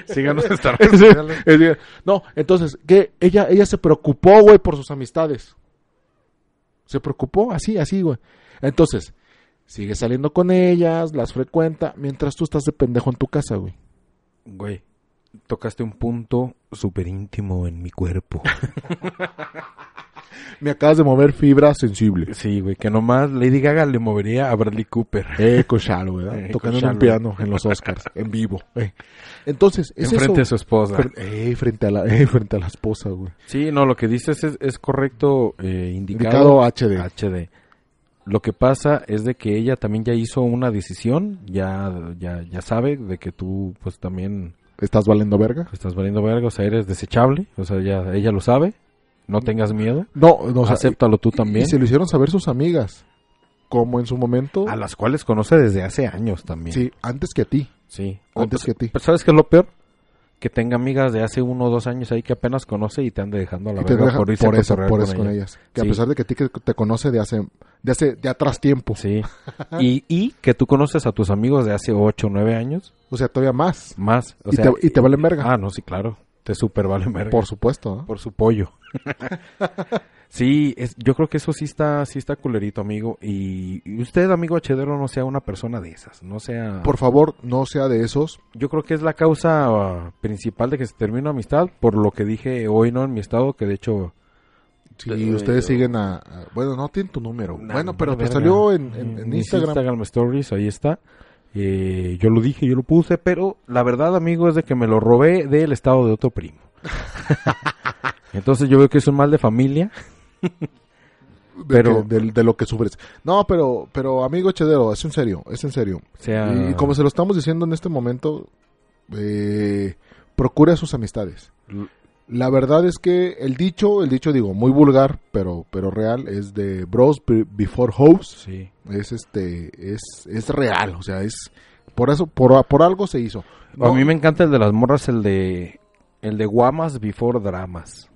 Speaker 6: Síganos en Star
Speaker 2: Es decir, es decir, no, entonces, que ella, ella se preocupó, güey, por sus amistades. Se preocupó, así, así, güey. Entonces, Sigue saliendo con ellas, las frecuenta, mientras tú estás de pendejo en tu casa, güey.
Speaker 6: Güey, tocaste un punto súper íntimo en mi cuerpo.
Speaker 2: Me acabas de mover fibra sensible.
Speaker 6: Sí, güey, que nomás Lady Gaga le movería a Bradley Cooper.
Speaker 2: Eco Shallow, ¿verdad?
Speaker 6: Eh,
Speaker 2: Tocando
Speaker 6: Echo
Speaker 2: en un
Speaker 6: Shallow.
Speaker 2: piano en los Oscars, en vivo. eh. Entonces, es
Speaker 6: Enfrente de
Speaker 2: eso.
Speaker 6: su esposa.
Speaker 2: Fre- eh, frente a la, eh, frente a la esposa, güey.
Speaker 6: Sí, no, lo que dices es, es correcto, eh, indicado,
Speaker 2: Indicado HD.
Speaker 6: HD. Lo que pasa es de que ella también ya hizo una decisión, ya, ya, ya sabe de que tú pues también
Speaker 2: ¿Estás valiendo verga?
Speaker 6: estás valiendo verga, o sea, eres desechable, o sea, ya, ella lo sabe, no tengas miedo,
Speaker 2: No, no, o sea,
Speaker 6: acéptalo tú
Speaker 2: y
Speaker 6: también,
Speaker 2: se lo hicieron saber sus amigas. Como en su momento.
Speaker 6: a las cuales conoce desde hace años también.
Speaker 2: Sí, antes que a ti.
Speaker 6: Sí.
Speaker 2: Antes que a ti.
Speaker 6: Oh, pues, Pero ¿sabes qué es lo peor? Que tenga amigas de hace uno o dos años ahí que apenas conoce y te ande dejando a la
Speaker 2: Y te
Speaker 6: verga
Speaker 2: deja- por,
Speaker 6: por irse a
Speaker 2: eso,
Speaker 6: cotorrear
Speaker 2: por
Speaker 6: con
Speaker 2: eso con
Speaker 6: ella.
Speaker 2: ellas. Que
Speaker 6: Sí.
Speaker 2: a pesar de que a ti que te conoce de hace, de hace, de atrás tiempo.
Speaker 6: Sí. Y, y que tú conoces a tus amigos de hace 8 o 9 años,
Speaker 2: O sea, todavía más.
Speaker 6: más. O
Speaker 2: y,
Speaker 6: sea,
Speaker 2: te, y te valen verga.
Speaker 6: Ah, no, sí, claro. Te super valen verga.
Speaker 2: por supuesto. ¿no?
Speaker 6: por su pollo. sí, es- yo creo que eso sí está, sí está culerito, amigo. Y, y usted, amigo Hachedero, no sea una persona de esas. No sea...
Speaker 2: Por favor, no sea de esos.
Speaker 6: Yo creo que es la causa ah, principal de que se termine una amistad, por lo que dije hoy, ¿no? En mi estado, que de hecho...
Speaker 2: Si
Speaker 6: Pero,
Speaker 2: ustedes
Speaker 6: yo-
Speaker 2: siguen a, a- Bueno, no tienen tu número.
Speaker 6: Nah,
Speaker 2: bueno, pero te
Speaker 6: verga.
Speaker 2: salió en, en- en
Speaker 6: Mis
Speaker 2: Instagram.
Speaker 6: Stories, ahí está. Eh, yo lo dije, yo lo puse, pero la verdad, amigo, es de que me lo robé del estado de otro primo. Entonces yo veo que es un mal de familia.
Speaker 2: de
Speaker 6: pero-
Speaker 2: que- del- de lo que sufres. No, pero, pero amigo Chedero, es en serio, es en serio.
Speaker 6: O sea,
Speaker 2: Y como se lo estamos diciendo en este momento, eh, procure a sus amistades.
Speaker 6: L-
Speaker 2: La verdad es que el dicho, el dicho digo, muy vulgar, pero, pero real, es de Bros be- Before Hoes.
Speaker 6: sí.
Speaker 2: Es este, es, es real, o sea, es por eso, por, por algo se hizo.
Speaker 6: A
Speaker 2: No,
Speaker 6: mí me encanta el de las morras, el de el de guamas before dramas.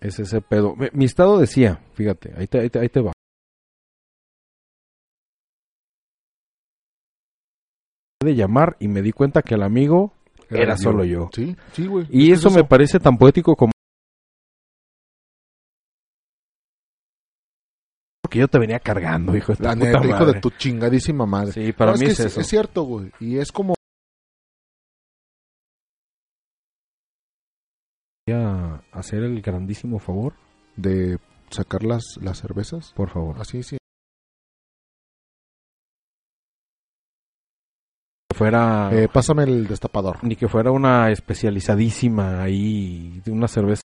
Speaker 6: Es ese pedo. Mi, mi estado decía, fíjate, ahí te, ahí te, ahí te va. de llamar y me di cuenta que el amigo era solo yo.
Speaker 2: Sí, sí, güey.
Speaker 6: Y eso me parece tan poético como... Que yo te venía cargando, hijo de tu
Speaker 2: La
Speaker 6: puta
Speaker 2: neta, hijo
Speaker 6: madre.
Speaker 2: de tu chingadísima madre.
Speaker 6: Sí, para
Speaker 2: No,
Speaker 6: mí
Speaker 2: que
Speaker 6: es,
Speaker 2: sí,
Speaker 6: eso.
Speaker 2: Es cierto, güey. Y es como
Speaker 6: Voy a hacer el grandísimo favor,
Speaker 2: de sacar las, las cervezas.
Speaker 6: por favor.
Speaker 2: Así, sí.
Speaker 6: Que fuera...
Speaker 2: Eh, pásame el destapador.
Speaker 6: Ni que fuera una especializadísima ahí, de una cerveza.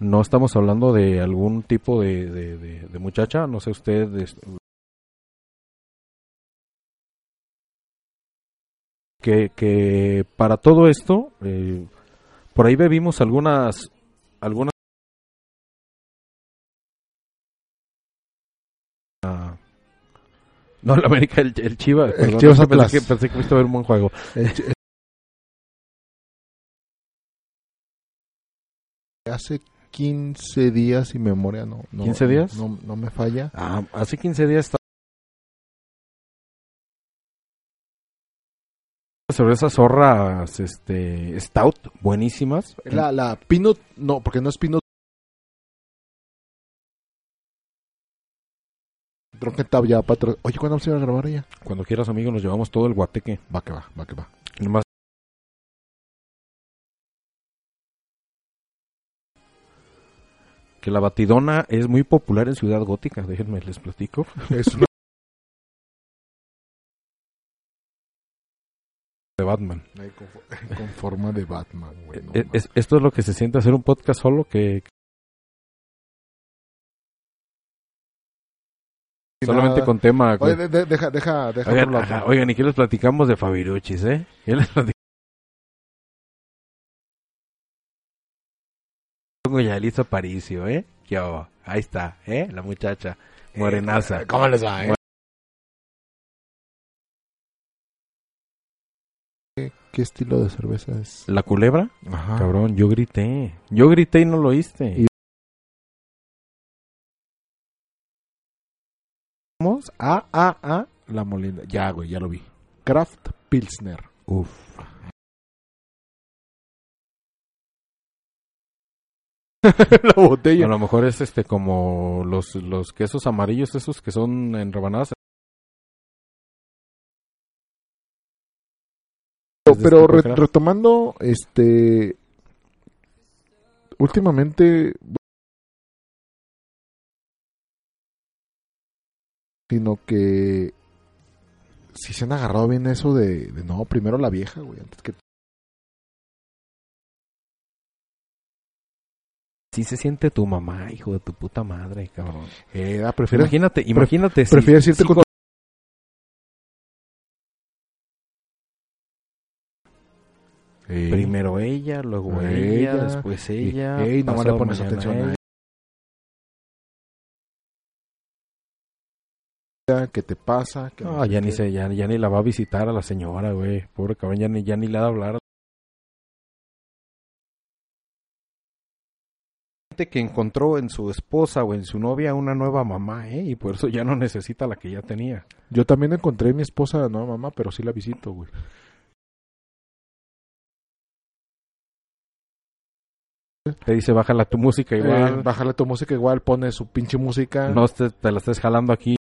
Speaker 6: No estamos hablando de algún tipo de, de, de- de muchacha, no sé usted. es- Que, que para todo esto, eh, por ahí bebimos algunas, algunas Ah, No, la América, el, el Chivas.
Speaker 2: El
Speaker 6: perdón,
Speaker 2: Chivas
Speaker 6: pensé
Speaker 2: Atlas.
Speaker 6: que- pensé que fuiste a ver un buen juego.
Speaker 2: Hace 15 días, si memoria no, no.
Speaker 6: 15 días?
Speaker 2: No, no me falla.
Speaker 6: Ah, hace 15 días estaba... Cervezas zorras, este, stout, buenísimas.
Speaker 2: La, la Pinot, no, porque no es Pinot. Drunken Tab ya para atrás. Oye, ¿cuándo vamos a ir a grabar ella?
Speaker 6: Cuando quieras, amigo, nos llevamos todo el guateque.
Speaker 2: Va que va, va que va.
Speaker 6: Nomás- Que la batidona es muy popular en Ciudad Gótica, déjenme les platico.
Speaker 2: Es una-
Speaker 6: De Batman.
Speaker 2: Ay, con, fo- con forma de Batman, güey. no
Speaker 6: Eh,
Speaker 2: mames.
Speaker 6: es- esto es lo que se siente hacer un podcast solo que
Speaker 2: Y
Speaker 6: solamente
Speaker 2: nada.
Speaker 6: con tema.
Speaker 2: Oye,
Speaker 6: güey.
Speaker 2: de- de- deja, deja, deja.
Speaker 6: Oigan,
Speaker 2: otro lado.
Speaker 6: ajá, oigan, ¿y qué les platicamos de Fabiruchis, eh? ¿Qué les platicamos? Con Yalitza Aparicio, ¿eh? ¿Qué hubo? Ahí está, ¿eh? La muchacha. Morenaza.
Speaker 2: Eh, ¿Cómo les va, eh? ¿Qué, qué estilo de cerveza es?
Speaker 6: ¿La culebra?
Speaker 2: Ajá.
Speaker 6: Cabrón, yo grité. Yo grité y no lo oíste.
Speaker 2: Y-
Speaker 6: Vamos a, a, a la molina.
Speaker 2: Ya, güey, ya lo vi. Kraft Pilsner.
Speaker 6: Uf.
Speaker 2: la
Speaker 6: A
Speaker 2: botella.
Speaker 6: lo mejor es este como los, los quesos amarillos esos que son en rebanadas.
Speaker 2: pero re-
Speaker 6: Claro.
Speaker 2: retomando, este. Últimamente. Sino que. Si se han agarrado bien eso de, de, no, primero la vieja, güey, antes que.
Speaker 6: Sí se siente tu mamá, hijo de tu puta madre, cabrón.
Speaker 2: Eh, ah, prefieres,
Speaker 6: imagínate, imagínate. si-
Speaker 2: prefieres irte
Speaker 6: si
Speaker 2: con.
Speaker 6: con- Primero ella, luego ella,
Speaker 2: Ella,
Speaker 6: después
Speaker 2: Sí.
Speaker 6: ella.
Speaker 2: Ey, no le
Speaker 6: pasado
Speaker 2: pones
Speaker 6: mañana
Speaker 2: atención
Speaker 6: ella.
Speaker 2: a ella. ¿Qué te pasa? ¿Qué
Speaker 6: No, Ah, ya ni,
Speaker 2: qué?
Speaker 6: se, ya, ya ni la va a visitar a la señora, güey. Pobre cabrón, ya ni, ya ni le ha de hablar. Gente que encontró en su esposa o en su novia una nueva mamá, ¿eh? Y por eso ya no necesita la que ya tenía.
Speaker 2: Yo también encontré a mi esposa, no mamá, pero sí la visito, güey.
Speaker 6: Te dice, bájala tu música
Speaker 2: Eh,
Speaker 6: igual.
Speaker 2: bájale tu música igual, pone su pinche música.
Speaker 6: no te, te la estés jalando aquí.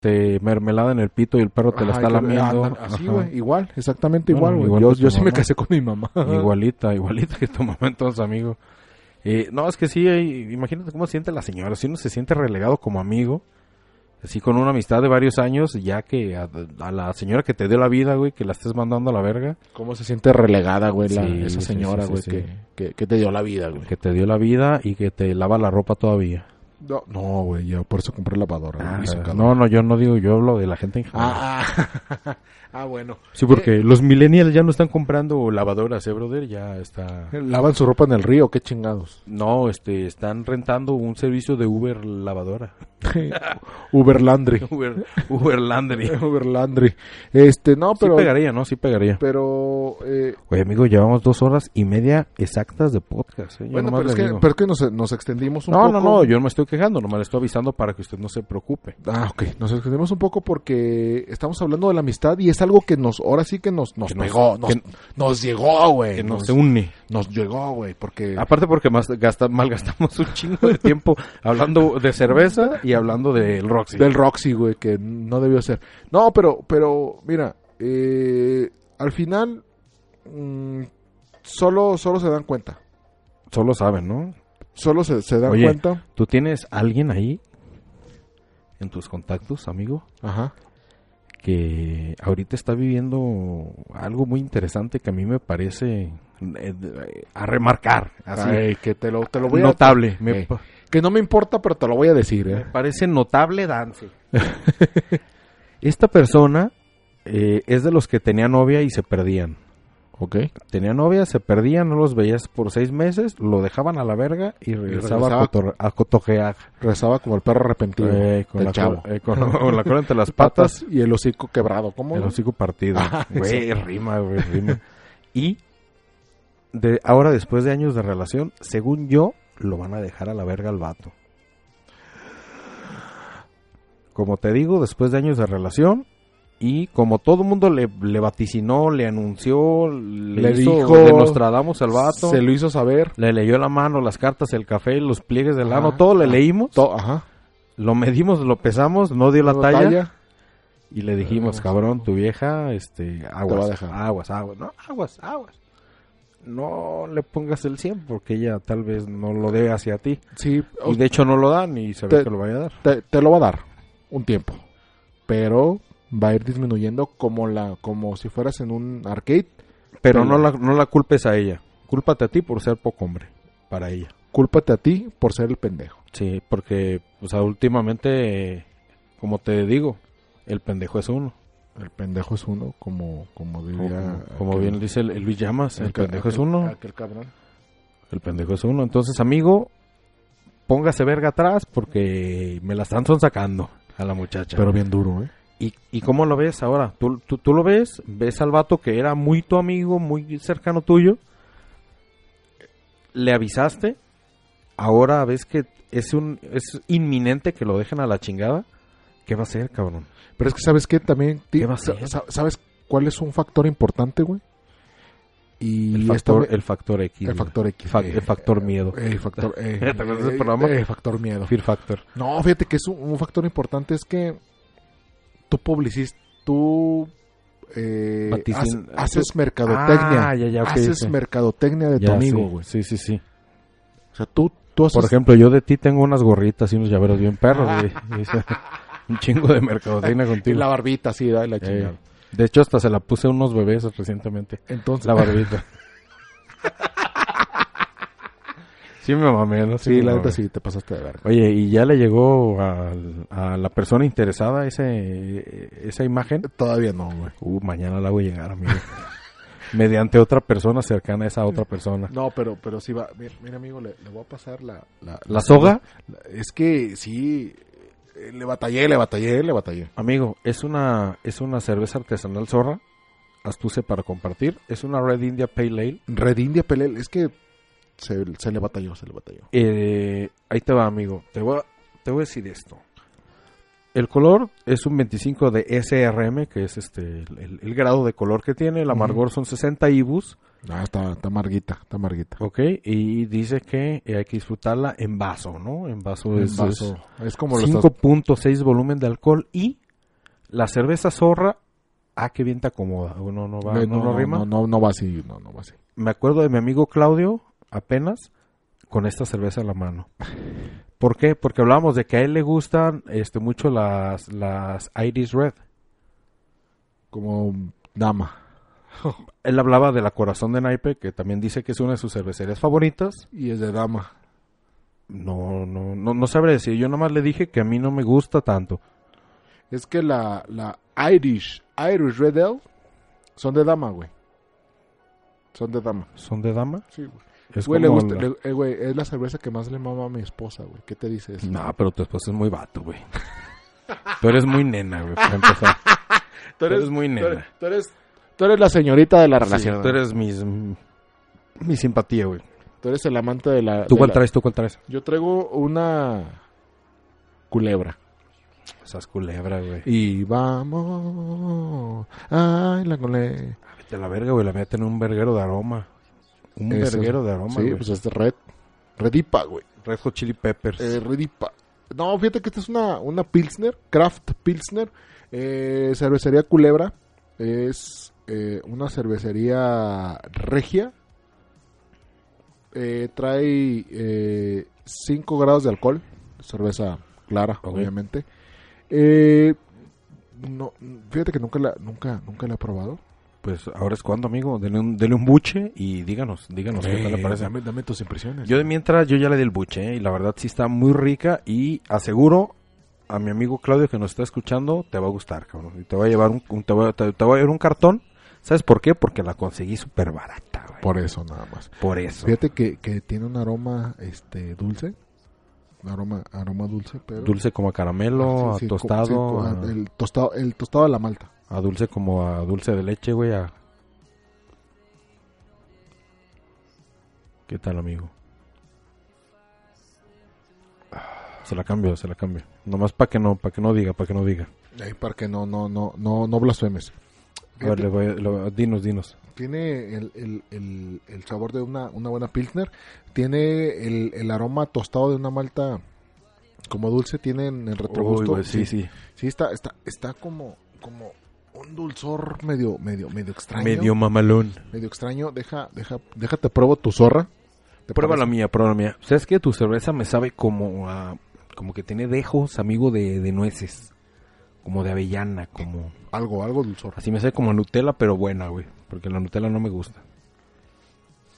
Speaker 6: Te mermelada en el pito y el perro te la
Speaker 2: Ajá,
Speaker 6: está
Speaker 2: que-
Speaker 6: lamiendo.
Speaker 2: andan así,
Speaker 6: Ajá.
Speaker 2: güey, igual, exactamente
Speaker 6: No,
Speaker 2: igual,
Speaker 6: no,
Speaker 2: güey.
Speaker 6: igual
Speaker 2: Yo,
Speaker 6: pues, que tu
Speaker 2: yo sí me
Speaker 6: mamá.
Speaker 2: casé con mi mamá.
Speaker 6: Igualita, igualita que tu mamá entonces, amigo. Eh, no, es que sí, eh, imagínate cómo se siente la señora. Si uno se siente relegado como amigo, así con una amistad de varios años, ya que a, a la señora que te dio la vida, güey, que la estés mandando a la verga,
Speaker 2: Cómo se siente relegada, güey, la-
Speaker 6: Sí,
Speaker 2: esa
Speaker 6: sí,
Speaker 2: señora,
Speaker 6: sí,
Speaker 2: güey,
Speaker 6: sí, sí.
Speaker 2: que, que, que te dio la vida, güey.
Speaker 6: que te dio la vida y que te lava la ropa todavía.
Speaker 2: No, no, güey, yo por eso compré lavadora.
Speaker 6: Ah,
Speaker 2: güey, y secadora.
Speaker 6: no, no, yo no digo, yo hablo de la gente en general.
Speaker 2: Ah, ah, ah, bueno.
Speaker 6: sí, porque los millennials ya no están comprando lavadoras, ¿eh, brother? Ya está...
Speaker 2: Lavan su ropa en el río, qué chingados.
Speaker 6: No, este, están rentando un servicio de Uber lavadora.
Speaker 2: Uberlandry.
Speaker 6: Uber, Uberlandry.
Speaker 2: Uberlandry. Este, no,
Speaker 6: Sí
Speaker 2: pero...
Speaker 6: pegaría, ¿no? Sí pegaría.
Speaker 2: pero eh,
Speaker 6: Oye, amigo, llevamos dos horas y media exactas de podcast. ¿eh? Yo
Speaker 2: bueno,
Speaker 6: nomás
Speaker 2: pero es,
Speaker 6: le
Speaker 2: que,
Speaker 6: digo.
Speaker 2: pero es que nos, nos extendimos un
Speaker 6: no,
Speaker 2: poco.
Speaker 6: no, no, yo no me estoy quejando, nomás le estoy avisando para que usted no se preocupe.
Speaker 2: Ah, ok. Nos extendemos un poco porque estamos hablando de la amistad y es algo que nos, ahora sí que nos, nos
Speaker 6: Que nos-
Speaker 2: pegó, nos,
Speaker 6: que-
Speaker 2: nos llegó, güey.
Speaker 6: Que no
Speaker 2: nos, Ah,
Speaker 6: se une.
Speaker 2: nos llegó, güey, porque...
Speaker 6: Aparte porque más gasta, malgastamos un chingo de tiempo hablando de cerveza y hablando del Roxy.
Speaker 2: Del Roxy, güey, que no debió ser. No, pero, pero, mira, eh, al final mm, solo, solo se dan cuenta.
Speaker 6: Solo saben, ¿no?
Speaker 2: Solo se, se dan
Speaker 6: Oye.
Speaker 2: cuenta.
Speaker 6: ¿Tú tienes alguien ahí en tus contactos, amigo?
Speaker 2: Ajá.
Speaker 6: que ahorita está viviendo algo muy interesante que a mí me parece eh, de- a remarcar, así
Speaker 2: Ay, que te lo, te lo voy a-
Speaker 6: notable, me,
Speaker 2: Eh.
Speaker 6: pa-
Speaker 2: Que no me importa, pero te lo voy a decir,
Speaker 6: me
Speaker 2: ¿eh?
Speaker 6: parece notable Dance. Esta persona eh, es de los que tenía novia y se perdían.
Speaker 2: Ok.
Speaker 6: Tenía novia, se perdían, no los veías por seis meses, lo dejaban a la verga y regresaba,
Speaker 2: regresaba.
Speaker 6: a, cotor- a cotojear.
Speaker 2: Rezaba como el perro arrepentido.
Speaker 6: Eh, con,
Speaker 2: del
Speaker 6: la
Speaker 2: chavo.
Speaker 6: cola- eh, con- con la cola entre las patas
Speaker 2: patas y el hocico quebrado. ¿Cómo?
Speaker 6: El
Speaker 2: no?
Speaker 6: hocico partido.
Speaker 2: Ah,
Speaker 6: Güey, rima, güey, rima. Y de, ahora, después de años de relación, según yo, lo van a dejar a la verga al vato. Como te digo, después de años de relación, y como todo mundo le, le vaticinó, le anunció, le,
Speaker 2: Le
Speaker 6: hizo
Speaker 2: dijo,
Speaker 6: de Nostradamus al vato,
Speaker 2: Se lo hizo saber.
Speaker 6: le leyó la mano, las cartas, el café, los pliegues del
Speaker 2: Ajá,
Speaker 6: ano, todo le
Speaker 2: ajá.
Speaker 6: leímos,
Speaker 2: To- ajá.
Speaker 6: lo medimos, lo pesamos, no dio la
Speaker 2: Todo
Speaker 6: talla,
Speaker 2: talla.
Speaker 6: y le dijimos,
Speaker 2: Ah,
Speaker 6: cabrón, tu vieja, este,
Speaker 2: va a
Speaker 6: aguas,
Speaker 2: dejar.
Speaker 6: aguas, aguas, no, aguas, aguas. No le pongas el 100 porque ella tal vez no lo debe hacia ti.
Speaker 2: Sí,
Speaker 6: Y de hecho no lo dan y se ve
Speaker 2: Te-
Speaker 6: que lo vaya a dar.
Speaker 2: te, te lo va a dar un tiempo. Pero va a ir disminuyendo como la como si fueras en un arcade.
Speaker 6: Pero
Speaker 2: Pero-
Speaker 6: no la, no la culpes a ella. Cúlpate a ti por ser poco hombre para ella.
Speaker 2: Cúlpate a ti por ser el pendejo.
Speaker 6: Sí, porque, o sea, últimamente, eh, como te digo, el pendejo es uno.
Speaker 2: El pendejo es uno, como, como
Speaker 6: Como,
Speaker 2: diría.
Speaker 6: como
Speaker 2: aquel-
Speaker 6: bien dice el, el Luis Llamas, el,
Speaker 2: aquel-
Speaker 6: pendejo es
Speaker 2: aquel-
Speaker 6: uno.
Speaker 2: aquel cabrón.
Speaker 6: El pendejo es uno. Entonces, amigo, póngase verga atrás porque me la están sacando a la muchacha.
Speaker 2: Pero bien duro, ¿eh?
Speaker 6: ¿Y, y cómo lo ves ahora? ¿Tú, tú, tú lo ves? ¿Ves al vato que era muy tu amigo, muy cercano tuyo? ¿Le avisaste? ¿Ahora ves que es, un, es inminente que lo dejen a la chingada? ¿Qué va a hacer, cabrón?
Speaker 2: Pero es que sabes que también. ti-
Speaker 6: ¿Qué va a hacer?
Speaker 2: sa- ¿Sabes cuál es un factor importante, güey? Y
Speaker 6: el, factor,
Speaker 2: esta-
Speaker 6: el factor X.
Speaker 2: el
Speaker 6: güey.
Speaker 2: factor X.
Speaker 6: Fac-
Speaker 2: eh,
Speaker 6: el factor miedo.
Speaker 2: eh, el factor, eh,
Speaker 6: ¿Te acuerdas del
Speaker 2: eh,
Speaker 6: programa?
Speaker 2: eh, factor miedo.
Speaker 6: Fear Factor.
Speaker 2: No, fíjate que es un, un factor importante es que tú publicis, tú eh,
Speaker 6: Vaticin-
Speaker 2: haces- haces mercadotecnia,
Speaker 6: Ah, ya, ya, ok,
Speaker 2: haces
Speaker 6: ok.
Speaker 2: mercadotecnia de tu
Speaker 6: Ya,
Speaker 2: amigo,
Speaker 6: sí.
Speaker 2: güey.
Speaker 6: Sí, sí, sí.
Speaker 2: O sea, tú, tú haces
Speaker 6: Por ejemplo, yo de ti tengo unas gorritas y unos llaveros bien perros, güey. Y esa- Un chingo de mercadotecnia
Speaker 2: y
Speaker 6: contigo.
Speaker 2: la barbita, sí, da la
Speaker 6: Eh,
Speaker 2: chingada.
Speaker 6: de hecho, hasta se la puse a unos bebés recientemente.
Speaker 2: Entonces,
Speaker 6: La barbita. sí me mamé, ¿no?
Speaker 2: sí,
Speaker 6: me
Speaker 2: la neta
Speaker 6: mamé.
Speaker 2: sí te pasaste de verga.
Speaker 6: Oye, ¿y ya le llegó al- a, la persona interesada ese, esa imagen?
Speaker 2: Todavía no, güey.
Speaker 6: Uh, mañana la voy a llegar, amigo. Mediante otra persona cercana a esa otra persona.
Speaker 2: No, pero, pero sí va. Mira, mira, amigo, le, le voy a pasar la, la,
Speaker 6: ¿La soga?
Speaker 2: la- Es que sí, eh, le batallé, le batallé, le batallé.
Speaker 6: Amigo, es una, es una cerveza artesanal zorra. Astucia para compartir. Es una Red India Pale Ale.
Speaker 2: Red India Pelel, es que se, se le batalló, se le batalló.
Speaker 6: Eh, ahí te va, amigo. Te voy, a, te voy a decir esto. El color es un 25 de SRM, que es este el, el- el grado de color que tiene. El amargor son 60 IBUs.
Speaker 2: Ah, está, está amarguita, está amarguita.
Speaker 6: Ok, y dice que eh, hay que disfrutarla en vaso, ¿no? En vaso
Speaker 2: En
Speaker 6: es,
Speaker 2: vaso.
Speaker 6: es
Speaker 2: Pues Es como lo estás...
Speaker 6: 5.6 volumen de alcohol y la cerveza zorra. Ah, qué bien te acomoda. Uno no va,
Speaker 2: no,
Speaker 6: no,
Speaker 2: no,
Speaker 6: no rima.
Speaker 2: no, no, no va así, no, no va así.
Speaker 6: Me acuerdo de mi amigo Claudio apenas con esta cerveza en la mano. ¿Por qué? Porque hablábamos de que a él le gustan este mucho las las Iris Red.
Speaker 2: Como dama.
Speaker 6: Él hablaba de la Corazón de Naipe, que también dice que es una de sus cervecerías favoritas.
Speaker 2: Y es de dama.
Speaker 6: No, no, no, no sabré decir. Yo nomás le dije que a mí no me gusta tanto.
Speaker 2: Es que la, la Irish, Irish Red Ale son de dama, güey. Son de dama.
Speaker 6: ¿Son de dama?
Speaker 2: Sí, güey.
Speaker 6: Es
Speaker 2: Güey, le
Speaker 6: como
Speaker 2: gusta-
Speaker 6: la-
Speaker 2: le- eh, güey, es la cerveza que más le mama a mi esposa, güey. ¿Qué te dice eso?
Speaker 6: No, pero tu esposa es muy vato, güey. Tú eres muy nena, güey, para empezar. Tú eres muy
Speaker 2: Tú eres,
Speaker 6: nena.
Speaker 2: tú eres, tú eres la señorita de la
Speaker 6: Sí,
Speaker 2: relación.
Speaker 6: tú eres mis, mi simpatía, güey.
Speaker 2: Tú eres el amante de la...
Speaker 6: ¿Tú
Speaker 2: de
Speaker 6: cuál
Speaker 2: la-
Speaker 6: traes? ¿Tú cuál traes?
Speaker 2: Yo traigo una culebra.
Speaker 6: Esas culebra, güey.
Speaker 2: Y vamos. Ay, la culebra.
Speaker 6: Vete a la verga, güey. La mía tiene un verguero de aroma. Un
Speaker 2: Eso.
Speaker 6: verguero de aroma,
Speaker 2: Sí,
Speaker 6: güey.
Speaker 2: pues es de red. Redipa, güey.
Speaker 6: Red Hot Chili Peppers.
Speaker 2: Eh, Redipa. No, fíjate que esta es una, una Pilsner, Craft Pilsner, eh, cervecería Culebra. Es eh, una cervecería regia. Eh, trae 5 grados de alcohol. Cerveza clara,
Speaker 6: Ok.
Speaker 2: obviamente. Eh, no, fíjate que nunca la, nunca, nunca la he probado.
Speaker 6: Pues ahora es cuando, amigo. Denle un, denle un buche y díganos, díganos qué tal le parece.
Speaker 2: Dame, tus impresiones.
Speaker 6: Yo de mientras, yo ya le di el buche, ¿eh? y la verdad sí está muy rica, y aseguro a mi amigo Claudio que nos está escuchando, te va a gustar, cabrón, y te va a llevar un, un- te, va, te- te va a llevar un cartón, ¿sabes por qué? Porque la conseguí súper barata, güey, por,
Speaker 2: Por eso nada más.
Speaker 6: eso.
Speaker 2: Fíjate que, que tiene un aroma este dulce. Un aroma, aroma dulce, pero.
Speaker 6: Dulce como a caramelo,
Speaker 2: Sí, sí,
Speaker 6: a
Speaker 2: co-
Speaker 6: tostado,
Speaker 2: sí, co-
Speaker 6: a,
Speaker 2: el tostado. El tostado de la malta.
Speaker 6: a dulce como a dulce de leche, güey, a... ¿Qué tal, amigo? Ah, Se la cambio, se la cambio. Nomás para que no, para que no diga, para que no diga.
Speaker 2: Ay, para que no, no, no, no, no blasfemes.
Speaker 6: A ver, le voy a- lo- dinos, dinos.
Speaker 2: Tiene el, el, el, el sabor de una, una buena Pilsner. Tiene el, el aroma tostado de una malta como dulce. Tiene en el retrogusto.
Speaker 6: Uy, güey, sí, sí.
Speaker 2: Sí, está, está, está como, como un dulzor medio, medio, medio extraño.
Speaker 6: Medio mamalón.
Speaker 2: medio extraño. Deja, deja, déjate pruebo tu zorra. ¿Te
Speaker 6: Prueba la
Speaker 2: parece?
Speaker 6: mía, prueba la mía. ¿Sabes que Tu cerveza me sabe como a... Como que tiene dejos, amigo, de, de nueces. Como de avellana, como...
Speaker 2: Algo, algo dulzor.
Speaker 6: Así me sabe como a Nutella, pero buena, güey. Porque la Nutella no me gusta.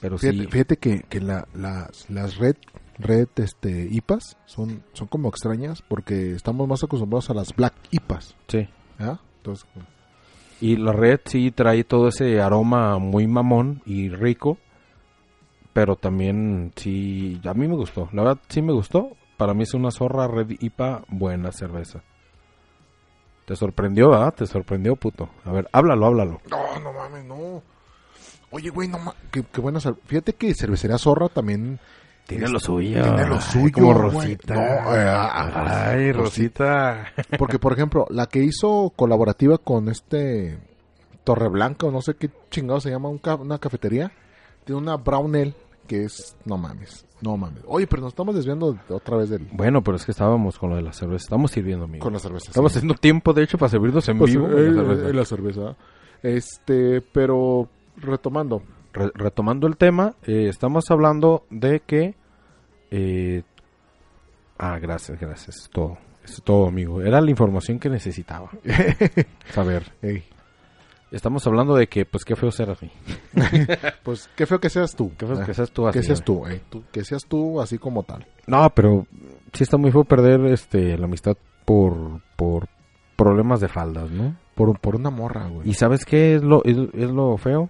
Speaker 6: Pero
Speaker 2: Fíjate,
Speaker 6: sí...
Speaker 2: fíjate que, que la, las, las red, red este, IPAs son, son como extrañas porque estamos más acostumbrados a las black IPAs.
Speaker 6: Sí.
Speaker 2: ¿ya? Entonces,
Speaker 6: Y la red sí trae todo ese aroma muy mamón y rico. Pero también sí... A mí me gustó. La verdad sí me gustó. Para mí es una zorra red IPA buena cerveza. Te sorprendió, ¿verdad? Te sorprendió, puto. A ver, háblalo, háblalo.
Speaker 2: no, no mames, no. Oye, güey, no mames, qué, qué buena cer- Fíjate que cervecería zorra también
Speaker 6: este, Tiene lo suyo.
Speaker 2: tiene lo
Speaker 6: Ay,
Speaker 2: suyo.
Speaker 6: Como
Speaker 2: güey.
Speaker 6: Rosita.
Speaker 2: No, eh, ah,
Speaker 6: Pues Ay, Rosita.
Speaker 2: Porque, por ejemplo, la que hizo colaborativa con este Torreblanca o no sé qué chingado se llama, un ca- una cafetería. Tiene una brown ale que es, no mames, no mames. Oye, pero nos estamos desviando otra vez del,
Speaker 6: Bueno, pero es que estábamos con lo de la cerveza. Estamos sirviendo, amigo.
Speaker 2: con las cervezas.
Speaker 6: Estamos haciendo tiempo, de hecho, para servirnos en
Speaker 2: Pues,
Speaker 6: vivo.
Speaker 2: eh,
Speaker 6: la cerveza.
Speaker 2: eh, la cerveza. Este, pero retomando,
Speaker 6: Re- retomando el tema, eh, estamos hablando de que... eh, ah, gracias, gracias. Es todo. Es todo, amigo. Era la información que necesitaba. Saber.
Speaker 2: ey,
Speaker 6: Estamos hablando de que, pues, qué feo ser así.
Speaker 2: pues qué feo que seas tú.
Speaker 6: Qué feo
Speaker 2: Ah,
Speaker 6: que seas tú así.
Speaker 2: que seas
Speaker 6: güey.
Speaker 2: tú, ey, tú, que seas tú así como tal.
Speaker 6: No, pero sí está muy feo perder este, la amistad por, por problemas de faldas, ¿no?
Speaker 2: Por, por una morra, güey.
Speaker 6: ¿Y sabes qué es lo, es, es lo feo?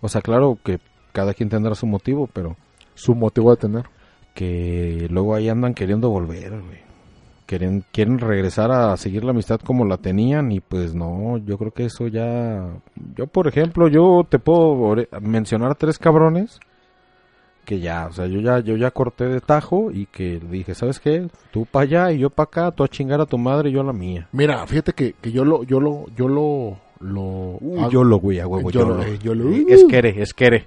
Speaker 6: O sea, claro que cada quien tendrá su motivo, pero
Speaker 2: Su motivo de tener.
Speaker 6: que luego ahí andan queriendo volver, güey. Quieren, quieren regresar a seguir la amistad como la tenían y pues no, yo creo que eso ya... Yo, por ejemplo, yo te puedo ore- mencionar tres cabrones que ya, o sea, yo ya, yo ya corté de tajo y que dije, ¿sabes qué? Tú para allá y yo para acá, tú a chingar a tu madre y yo a la mía.
Speaker 2: Mira, fíjate que, que yo lo, yo lo, yo lo, lo. hago-
Speaker 6: lo, güey, a
Speaker 2: Yolo, eh, yolo.
Speaker 6: Es quere, es quere.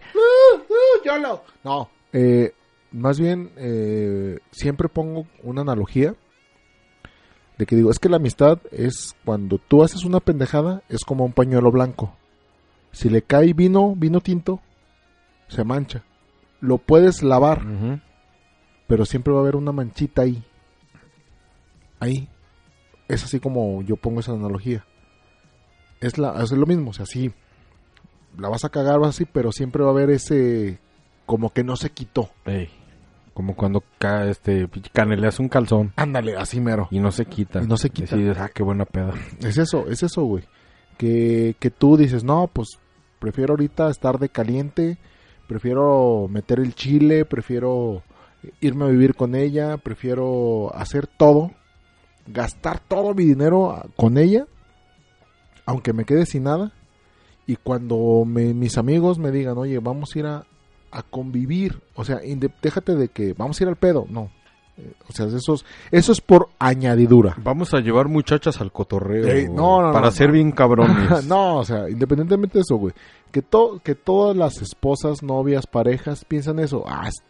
Speaker 2: No, eh, más bien eh, siempre pongo una analogía de que digo, es que la amistad es cuando tú haces una pendejada, es como un pañuelo blanco. Si le cae vino, vino tinto, se mancha. Lo puedes lavar,
Speaker 6: Ujú.
Speaker 2: pero siempre va a haber una manchita ahí. Ahí. Es así como yo pongo esa analogía. Es, la, es lo mismo, o sea, sí. La vas a cagar vas así, pero siempre va a haber ese... Como que no se quitó.
Speaker 6: Ey, como cuando ca este caneleas un calzón
Speaker 2: Ándale, así mero.
Speaker 6: y no se quita.
Speaker 2: Y no se quita.
Speaker 6: Decides, ah, qué buena peda.
Speaker 2: Es eso, es eso, güey. Que, que tú dices, no, pues prefiero ahorita estar de caliente, prefiero meter el chile, prefiero irme a vivir con ella, prefiero hacer todo, gastar todo mi dinero a- con ella, aunque me quede sin nada. Y cuando me- mis amigos me digan, oye, vamos a ir a, a convivir, o sea, inde- déjate de que vamos a ir al pedo, no. Eh, O sea, eso es- eso es por añadidura.
Speaker 6: Vamos a llevar muchachas al cotorreo.
Speaker 2: Ey, no, no,
Speaker 6: para
Speaker 2: no,
Speaker 6: ser
Speaker 2: no.
Speaker 6: bien cabrones.
Speaker 2: no, o sea, independientemente de eso, güey. Que, to- que todas las esposas, novias, parejas piensan eso. Ah, es-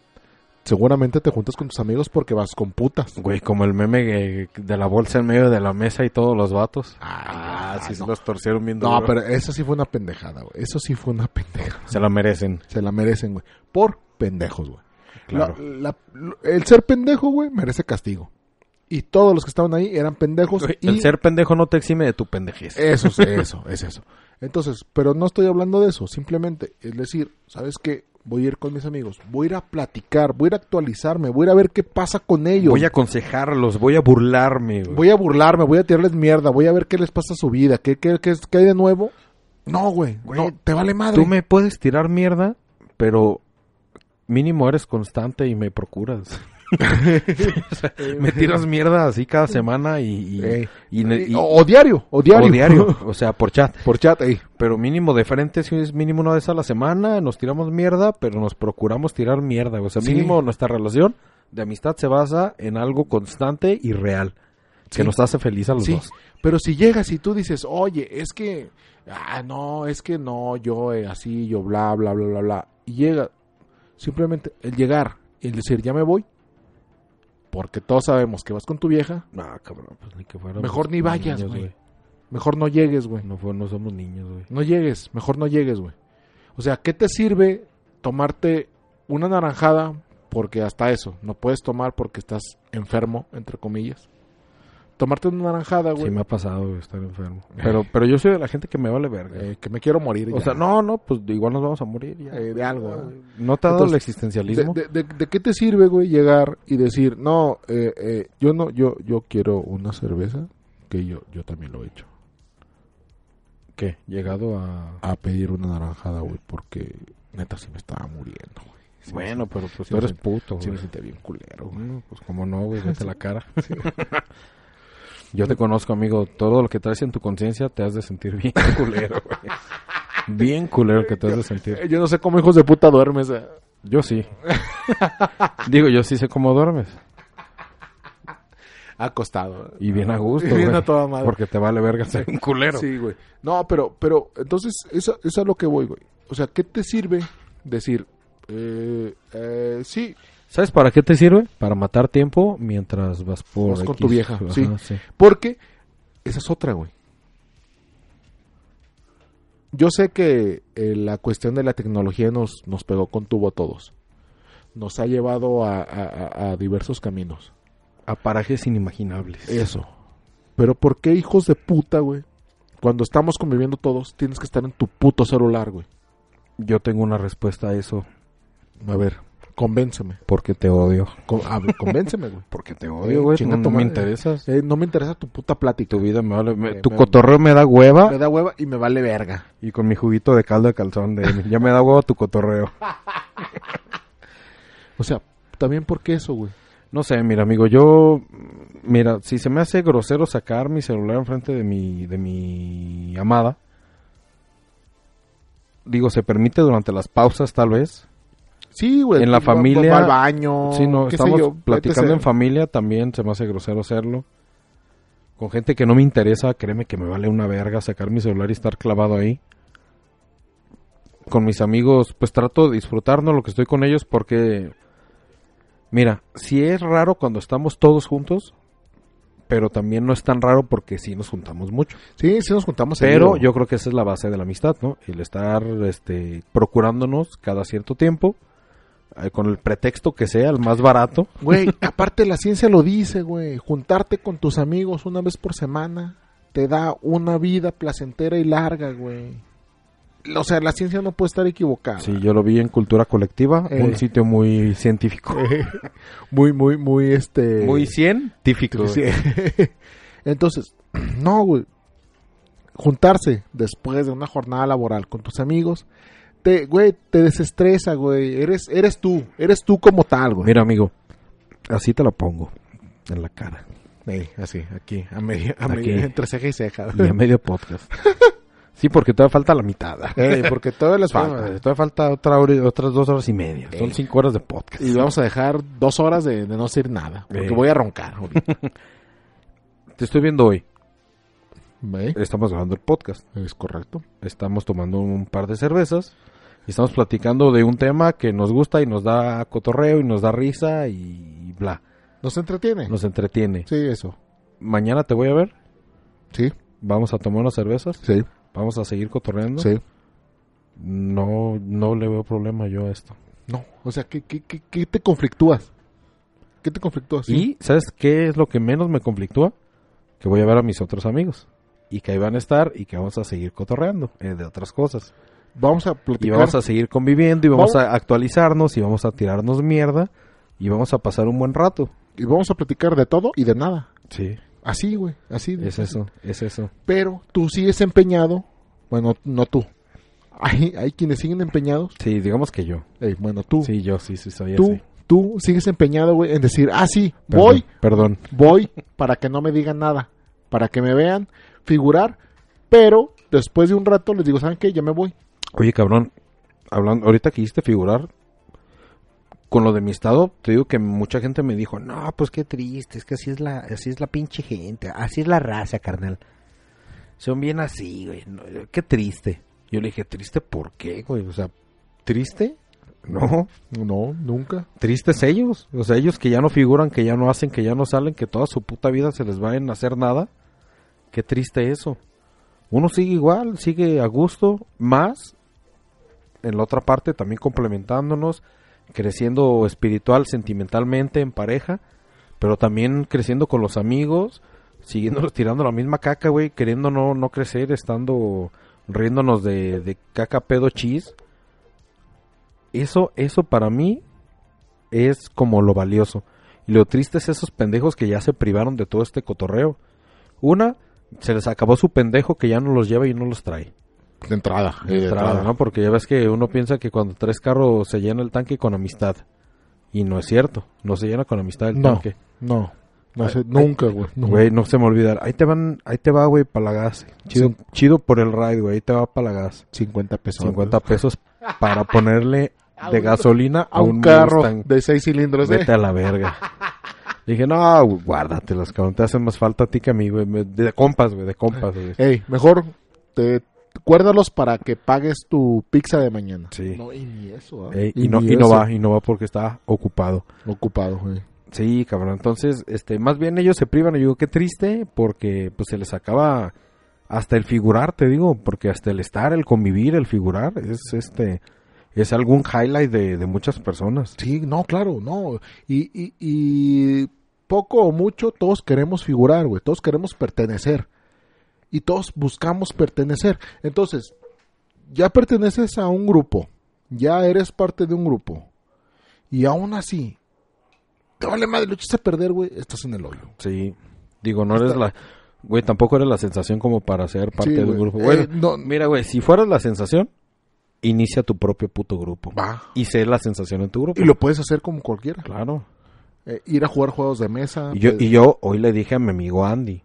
Speaker 2: seguramente te juntas con tus amigos porque vas con putas.
Speaker 6: Güey, como el meme que- de la bolsa en medio de la mesa y todos los vatos.
Speaker 2: Ah,
Speaker 6: sí, se
Speaker 2: no.
Speaker 6: los torcieron bien
Speaker 2: No,
Speaker 6: duro.
Speaker 2: pero eso sí fue una pendejada, güey. Eso sí fue una pendejada.
Speaker 6: Se la merecen.
Speaker 2: Se la merecen, güey. Por pendejos, güey.
Speaker 6: Claro.
Speaker 2: La- la- el ser pendejo, güey, merece castigo. Y todos los que estaban ahí eran pendejos.
Speaker 6: Güey,
Speaker 2: pues, y
Speaker 6: El ser pendejo no te exime de tu pendejez.
Speaker 2: Eso es eso, es eso. Entonces, pero no estoy hablando de eso, simplemente es decir, ¿sabes qué? Voy a ir con mis amigos, voy a ir a platicar, voy a ir a actualizarme, voy a ir a ver qué pasa con ellos.
Speaker 6: voy a aconsejarlos, voy a burlarme. güey.
Speaker 2: Voy a burlarme, voy a tirarles mierda, voy a ver qué les pasa a su vida, qué, qué, qué, es- qué hay de nuevo. No, güey,
Speaker 6: Güey,
Speaker 2: no, te vale madre.
Speaker 6: Tú me puedes tirar mierda, pero mínimo eres constante y me procuras. O sea, me tiras mierda así cada semana y, y,
Speaker 2: Ey.
Speaker 6: y ne- y-
Speaker 2: o, o diario, o diario.
Speaker 6: o Eh, diario, o sea, por chat.
Speaker 2: Por chat, ey.
Speaker 6: Pero mínimo de frente, si es mínimo una vez a la semana, nos tiramos mierda, pero nos procuramos tirar mierda. O sea,
Speaker 2: Sí.
Speaker 6: mínimo nuestra relación de amistad se basa en algo constante y real.
Speaker 2: Sí.
Speaker 6: Que nos hace feliz a los
Speaker 2: Sí,
Speaker 6: dos.
Speaker 2: pero si llegas y tú dices, oye, es que, ah, no, es que no, yo eh, así, yo bla, bla, bla, bla, bla, y llega, simplemente el llegar, el decir, ya me voy, porque todos sabemos que vas con tu vieja,
Speaker 6: No, cabrón, pues ni que fuéramos
Speaker 2: Mejor ni vayas,
Speaker 6: niños,
Speaker 2: güey. mejor no llegues, güey,
Speaker 6: No, fue- no somos niños, güey.
Speaker 2: no llegues, mejor no llegues, güey. O sea, ¿qué te sirve tomarte una naranjada? Porque hasta eso, no puedes tomar porque estás enfermo, entre comillas. Tomarte una naranjada,
Speaker 6: Sí
Speaker 2: güey,
Speaker 6: me ha pasado güey, estar enfermo. Pero, pero yo soy de la gente que me vale verga.
Speaker 2: eh, que me quiero morir.
Speaker 6: o
Speaker 2: ya.
Speaker 6: sea, no, no, pues de igual nos vamos a morir ya.
Speaker 2: Eh, de algo. ¿eh?
Speaker 6: ¿No te ha
Speaker 2: entonces,
Speaker 6: dado el
Speaker 2: ¿De,
Speaker 6: existencialismo?
Speaker 2: de- de- de qué te sirve, güey, llegar y decir, no, eh, eh, yo no, yo, yo quiero una cerveza, que yo, yo también lo he hecho,
Speaker 6: ¿Qué? Llegado a...
Speaker 2: a pedir una naranjada, güey, porque neta se me estaba muriendo, güey. Sí me
Speaker 6: bueno, pero pues
Speaker 2: sí
Speaker 6: tú
Speaker 2: me
Speaker 6: eres
Speaker 2: siento-
Speaker 6: puto,
Speaker 2: sent- sí me
Speaker 6: güey.
Speaker 2: sentí bien culero, güey.
Speaker 6: Mm, pues como no, güey, vete la cara. Yo te conozco, amigo. Todo lo que traes en tu conciencia te has de sentir bien culero, güey. Bien culero que te has de sentir.
Speaker 2: Eh, Yo no sé cómo hijos de puta duermes. eh.
Speaker 6: Yo sí. Digo, yo sí sé cómo duermes.
Speaker 2: acostado.
Speaker 6: Y bien a gusto.
Speaker 2: Y bien
Speaker 6: güey,
Speaker 2: a toda madre.
Speaker 6: Porque te vale verga ser un culero.
Speaker 2: Sí, güey. No, pero, pero, entonces, eso, eso es lo que voy, güey. O sea, ¿qué te sirve decir, eh, eh, sí,
Speaker 6: ¿Sabes para qué te sirve? Para matar tiempo mientras vas por.
Speaker 2: Vas con tu vieja,
Speaker 6: Ajá,
Speaker 2: sí. Porque esa es otra, güey. Yo sé que eh, la cuestión de la tecnología nos, nos pegó con tubo a todos. Nos ha llevado a, a- a- a diversos caminos.
Speaker 6: A parajes inimaginables. Eh,
Speaker 2: Eso. Pero ¿por qué hijos de puta, güey? Cuando estamos conviviendo todos, tienes que estar en tu puto celular, güey.
Speaker 6: Yo tengo una respuesta a eso.
Speaker 2: A ver, convénceme.
Speaker 6: Porque te odio.
Speaker 2: Con- a ver, convénceme, güey.
Speaker 6: Porque te
Speaker 2: Eh,
Speaker 6: odio, güey.
Speaker 2: chinga
Speaker 6: No,
Speaker 2: tu
Speaker 6: no me
Speaker 2: madre.
Speaker 6: interesas.
Speaker 2: Eh, no me interesa tu puta plática.
Speaker 6: Tu vida me vale. me-
Speaker 2: Eh,
Speaker 6: tu
Speaker 2: me-
Speaker 6: cotorreo me da hueva.
Speaker 2: Me da hueva y me vale verga.
Speaker 6: Y con mi juguito de caldo de calzón. De, ya me da hueva tu cotorreo.
Speaker 2: O sea, también porque eso, güey.
Speaker 6: No sé, mira, amigo, yo. mm, Mira, si se me hace grosero sacar mi celular enfrente de mi, de mi amada. Digo, se permite durante las pausas, tal vez.
Speaker 2: Sí, güey.
Speaker 6: En la
Speaker 2: va- va-
Speaker 6: familia-
Speaker 2: va al baño.
Speaker 6: sí, no,
Speaker 2: qué sé
Speaker 6: estamos
Speaker 2: yo,
Speaker 6: platicando
Speaker 2: etc.
Speaker 6: en familia, también se me hace grosero hacerlo. Con gente que no me interesa, créeme que me vale una verga sacar mi celular y estar clavado ahí. Con mis amigos, pues trato de disfrutarnos lo que estoy con ellos porque... Mira, si es raro cuando estamos todos juntos, pero también no es tan raro porque sí nos juntamos mucho.
Speaker 2: Sí, sí nos juntamos.
Speaker 6: Pero
Speaker 2: seguido.
Speaker 6: yo creo que esa es la base de la amistad, ¿no? El estar este, procurándonos cada cierto tiempo, eh, con el pretexto que sea, el más barato.
Speaker 2: Güey, aparte la ciencia lo dice, güey. Juntarte con tus amigos una vez por semana te da una vida placentera y larga, güey. O sea, la ciencia no puede estar equivocada.
Speaker 6: Sí, yo lo vi en Cultura Colectiva,
Speaker 2: Eh.
Speaker 6: un sitio muy científico.
Speaker 2: Muy, muy, muy, este...
Speaker 6: Muy científico.
Speaker 2: Sí. Entonces, no, güey. Juntarse después de una jornada laboral con tus amigos, te, güey, te desestresa, güey. Eres, eres tú, eres tú como tal, güey.
Speaker 6: Mira, amigo, así te la pongo en la cara.
Speaker 2: Ey, así, aquí, a media, a
Speaker 6: Aquí.
Speaker 2: media- entre ceja y ceja.
Speaker 6: Y a medio podcast. Sí, porque todavía falta la mitad.
Speaker 2: Ey, porque Eh, todavía les falta.
Speaker 6: Falta, todavía falta otra hora y- otras dos horas y media. Son
Speaker 2: Eh.
Speaker 6: cinco horas de podcast.
Speaker 2: Y vamos a dejar dos horas de, de no decir nada, porque
Speaker 6: Ey.
Speaker 2: voy a roncar. ahorita.
Speaker 6: Te estoy viendo hoy.
Speaker 2: Ey,
Speaker 6: Estamos grabando el podcast.
Speaker 2: Es correcto.
Speaker 6: estamos tomando un par de cervezas y estamos platicando de un tema que nos gusta y nos da cotorreo y nos da risa y bla,
Speaker 2: ¿Nos entretiene?
Speaker 6: nos entretiene.
Speaker 2: Sí, eso.
Speaker 6: Mañana te voy a ver,
Speaker 2: Sí,
Speaker 6: vamos a tomar unas cervezas,
Speaker 2: sí,
Speaker 6: vamos a seguir cotorreando.
Speaker 2: sí.
Speaker 6: No, no le veo problema yo a esto.
Speaker 2: No, o sea, ¿qué, qué, qué, qué te conflictúas? ¿Qué te conflictúas?
Speaker 6: Y ¿sabes qué es lo que menos me conflictúa? Que voy a ver a mis otros amigos y que ahí van a estar y que vamos a seguir cotorreando eh, de otras cosas.
Speaker 2: Vamos a
Speaker 6: Y
Speaker 2: platicar.
Speaker 6: vamos a seguir conviviendo y vamos
Speaker 2: Vamos-
Speaker 6: a actualizarnos y vamos a tirarnos mierda y vamos a pasar un buen rato.
Speaker 2: y vamos a platicar de todo y de nada.
Speaker 6: Sí.
Speaker 2: Así, güey, así.
Speaker 6: Es eso, es eso.
Speaker 2: Pero tú sigues empeñado. Bueno, no tú. Hay, hay quienes siguen empeñados.
Speaker 6: Sí, digamos que yo.
Speaker 2: Ey, bueno, tú.
Speaker 6: Sí, yo sí, sí, soy
Speaker 2: tú,
Speaker 6: así.
Speaker 2: tú sigues empeñado, güey, en decir, ah, sí,
Speaker 6: Perdón,
Speaker 2: voy,
Speaker 6: Perdón.
Speaker 2: voy, para que no me digan nada, para que me vean figurar, pero después de un rato les digo, ¿saben qué? Ya me voy.
Speaker 6: Oye, cabrón, hablando, ahorita que hiciste figurar, con lo de mi estado, te digo que mucha gente me dijo, no, pues qué triste, es que así es la, así es la pinche gente, así es la raza, carnal. Son bien así, güey, no, qué triste. Yo le dije, ¿triste por qué, güey? O sea, ¿triste? No,
Speaker 2: No, nunca.
Speaker 6: tristes ellos. O sea, ellos que ya no figuran, que ya no hacen, que ya no salen, que toda su puta vida se les va en hacer nada. Qué triste eso. Uno sigue igual, sigue a gusto, más. En la otra parte también complementándonos, creciendo espiritual, sentimentalmente, en pareja, pero también creciendo con los amigos, siguiéndonos tirando la misma caca, güey, queriendo no, no crecer, estando riéndonos de, de caca, pedo, chis. Eso, eso para mí es como lo valioso. Y lo triste es esos pendejos que ya se privaron de todo este cotorreo. Una, se les acabó su pendejo que ya no los lleva y no los trae.
Speaker 2: De entrada. eh,
Speaker 6: De entrada, ¿no? Porque ya ves que uno piensa que cuando tres carros se llena el tanque con amistad. Y no es cierto. No se llena con amistad el
Speaker 2: No,
Speaker 6: tanque.
Speaker 2: no. No sé, nunca, güey. nunca.
Speaker 6: Güey, no se me olvidar. Ahí te van, ahí te va, güey, palagas. Chido, chido por el ride, güey. Ahí te va palagas.
Speaker 2: 50 pesos.
Speaker 6: 50 pesos para ponerle de gasolina
Speaker 2: a un, carro
Speaker 6: Mustang.
Speaker 2: de 6 cilindros. ¿eh?
Speaker 6: Vete a la verga. Dije, no, güey, guárdatelas, cabrón. Te hacen más falta a ti que a mí, güey. Me- De compas, güey, de compas, güey.
Speaker 2: Ey, mejor te cuérdalos para que pagues tu pizza de mañana.
Speaker 6: Sí.
Speaker 2: No, y ni eso, ah.
Speaker 6: Ey, y, no,
Speaker 2: ni
Speaker 6: y no
Speaker 2: eso.
Speaker 6: va, y no va porque está ocupado.
Speaker 2: Ocupado, güey.
Speaker 6: Sí, cabrón. Entonces, este, más bien ellos se privan. Y digo, qué triste, porque pues se les acaba hasta el figurar, te digo, porque hasta el estar, el convivir, el figurar, es este, es algún highlight de, de muchas personas.
Speaker 2: Sí, no, claro, no. Y, y, y poco o mucho todos queremos figurar, güey. Todos queremos pertenecer. Y todos buscamos pertenecer. Entonces, ya perteneces a un grupo. Ya eres parte de un grupo. Y aún así, te vale madre, lo echaste a perder, güey. Estás en el hoyo.
Speaker 6: Sí. Digo, no eres la, güey, tampoco eres la sensación como para ser parte
Speaker 2: Sí,
Speaker 6: de un
Speaker 2: güey.
Speaker 6: grupo.
Speaker 2: Eh,
Speaker 6: Bueno,
Speaker 2: no-
Speaker 6: mira, güey, si fueras la sensación, inicia tu propio puto grupo.
Speaker 2: Va.
Speaker 6: Y sé la sensación en tu grupo.
Speaker 2: Y lo puedes hacer como cualquiera.
Speaker 6: Claro.
Speaker 2: Eh, ir a jugar juegos de mesa.
Speaker 6: Y yo,
Speaker 2: pues,
Speaker 6: y yo hoy le dije a mi amigo Andy.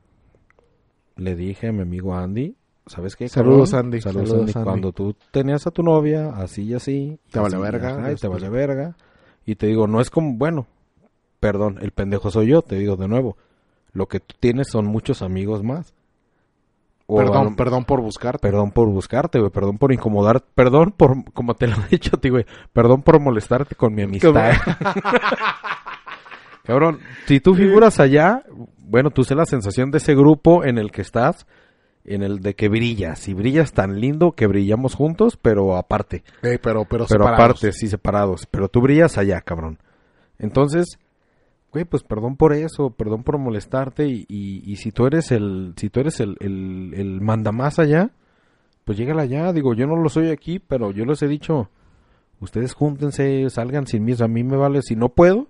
Speaker 6: Le dije a mi amigo Andy. ¿Sabes qué?
Speaker 2: Saludos,
Speaker 6: cabrón?
Speaker 2: Andy.
Speaker 6: Saludos,
Speaker 2: Saludos,
Speaker 6: Andy.
Speaker 2: Andy.
Speaker 6: Cuando tú tenías a tu novia, así y así.
Speaker 2: Te vale
Speaker 6: así,
Speaker 2: verga, este.
Speaker 6: ajá, y te
Speaker 2: después-
Speaker 6: vale verga. Y te digo, no es como, bueno, perdón, el pendejo soy yo, te digo de nuevo. Lo que tú tienes son muchos amigos más. O a
Speaker 2: perdón,
Speaker 6: lo-
Speaker 2: perdón por buscarte.
Speaker 6: Perdón por buscarte, güey. Perdón por incomodar. Perdón por, como te lo he dicho a ti, güey. Perdón por molestarte con mi amistad. Cabrón, si tú figuras allá, bueno, tú sé la sensación de ese grupo en el que estás, en el de que brillas. Y brillas tan lindo que brillamos juntos, pero aparte.
Speaker 2: Eh, pero, pero,
Speaker 6: Pero
Speaker 2: separados.
Speaker 6: aparte, sí, separados. Pero tú brillas allá, cabrón. Entonces, güey, pues perdón por eso, perdón por molestarte. Y, y- y si tú eres el, si tú eres el, el, el mandamás allá, pues llégala allá. Digo, yo no lo soy aquí, pero yo les he dicho, ustedes júntense, salgan sin mí. o sea, a mí me vale si no puedo.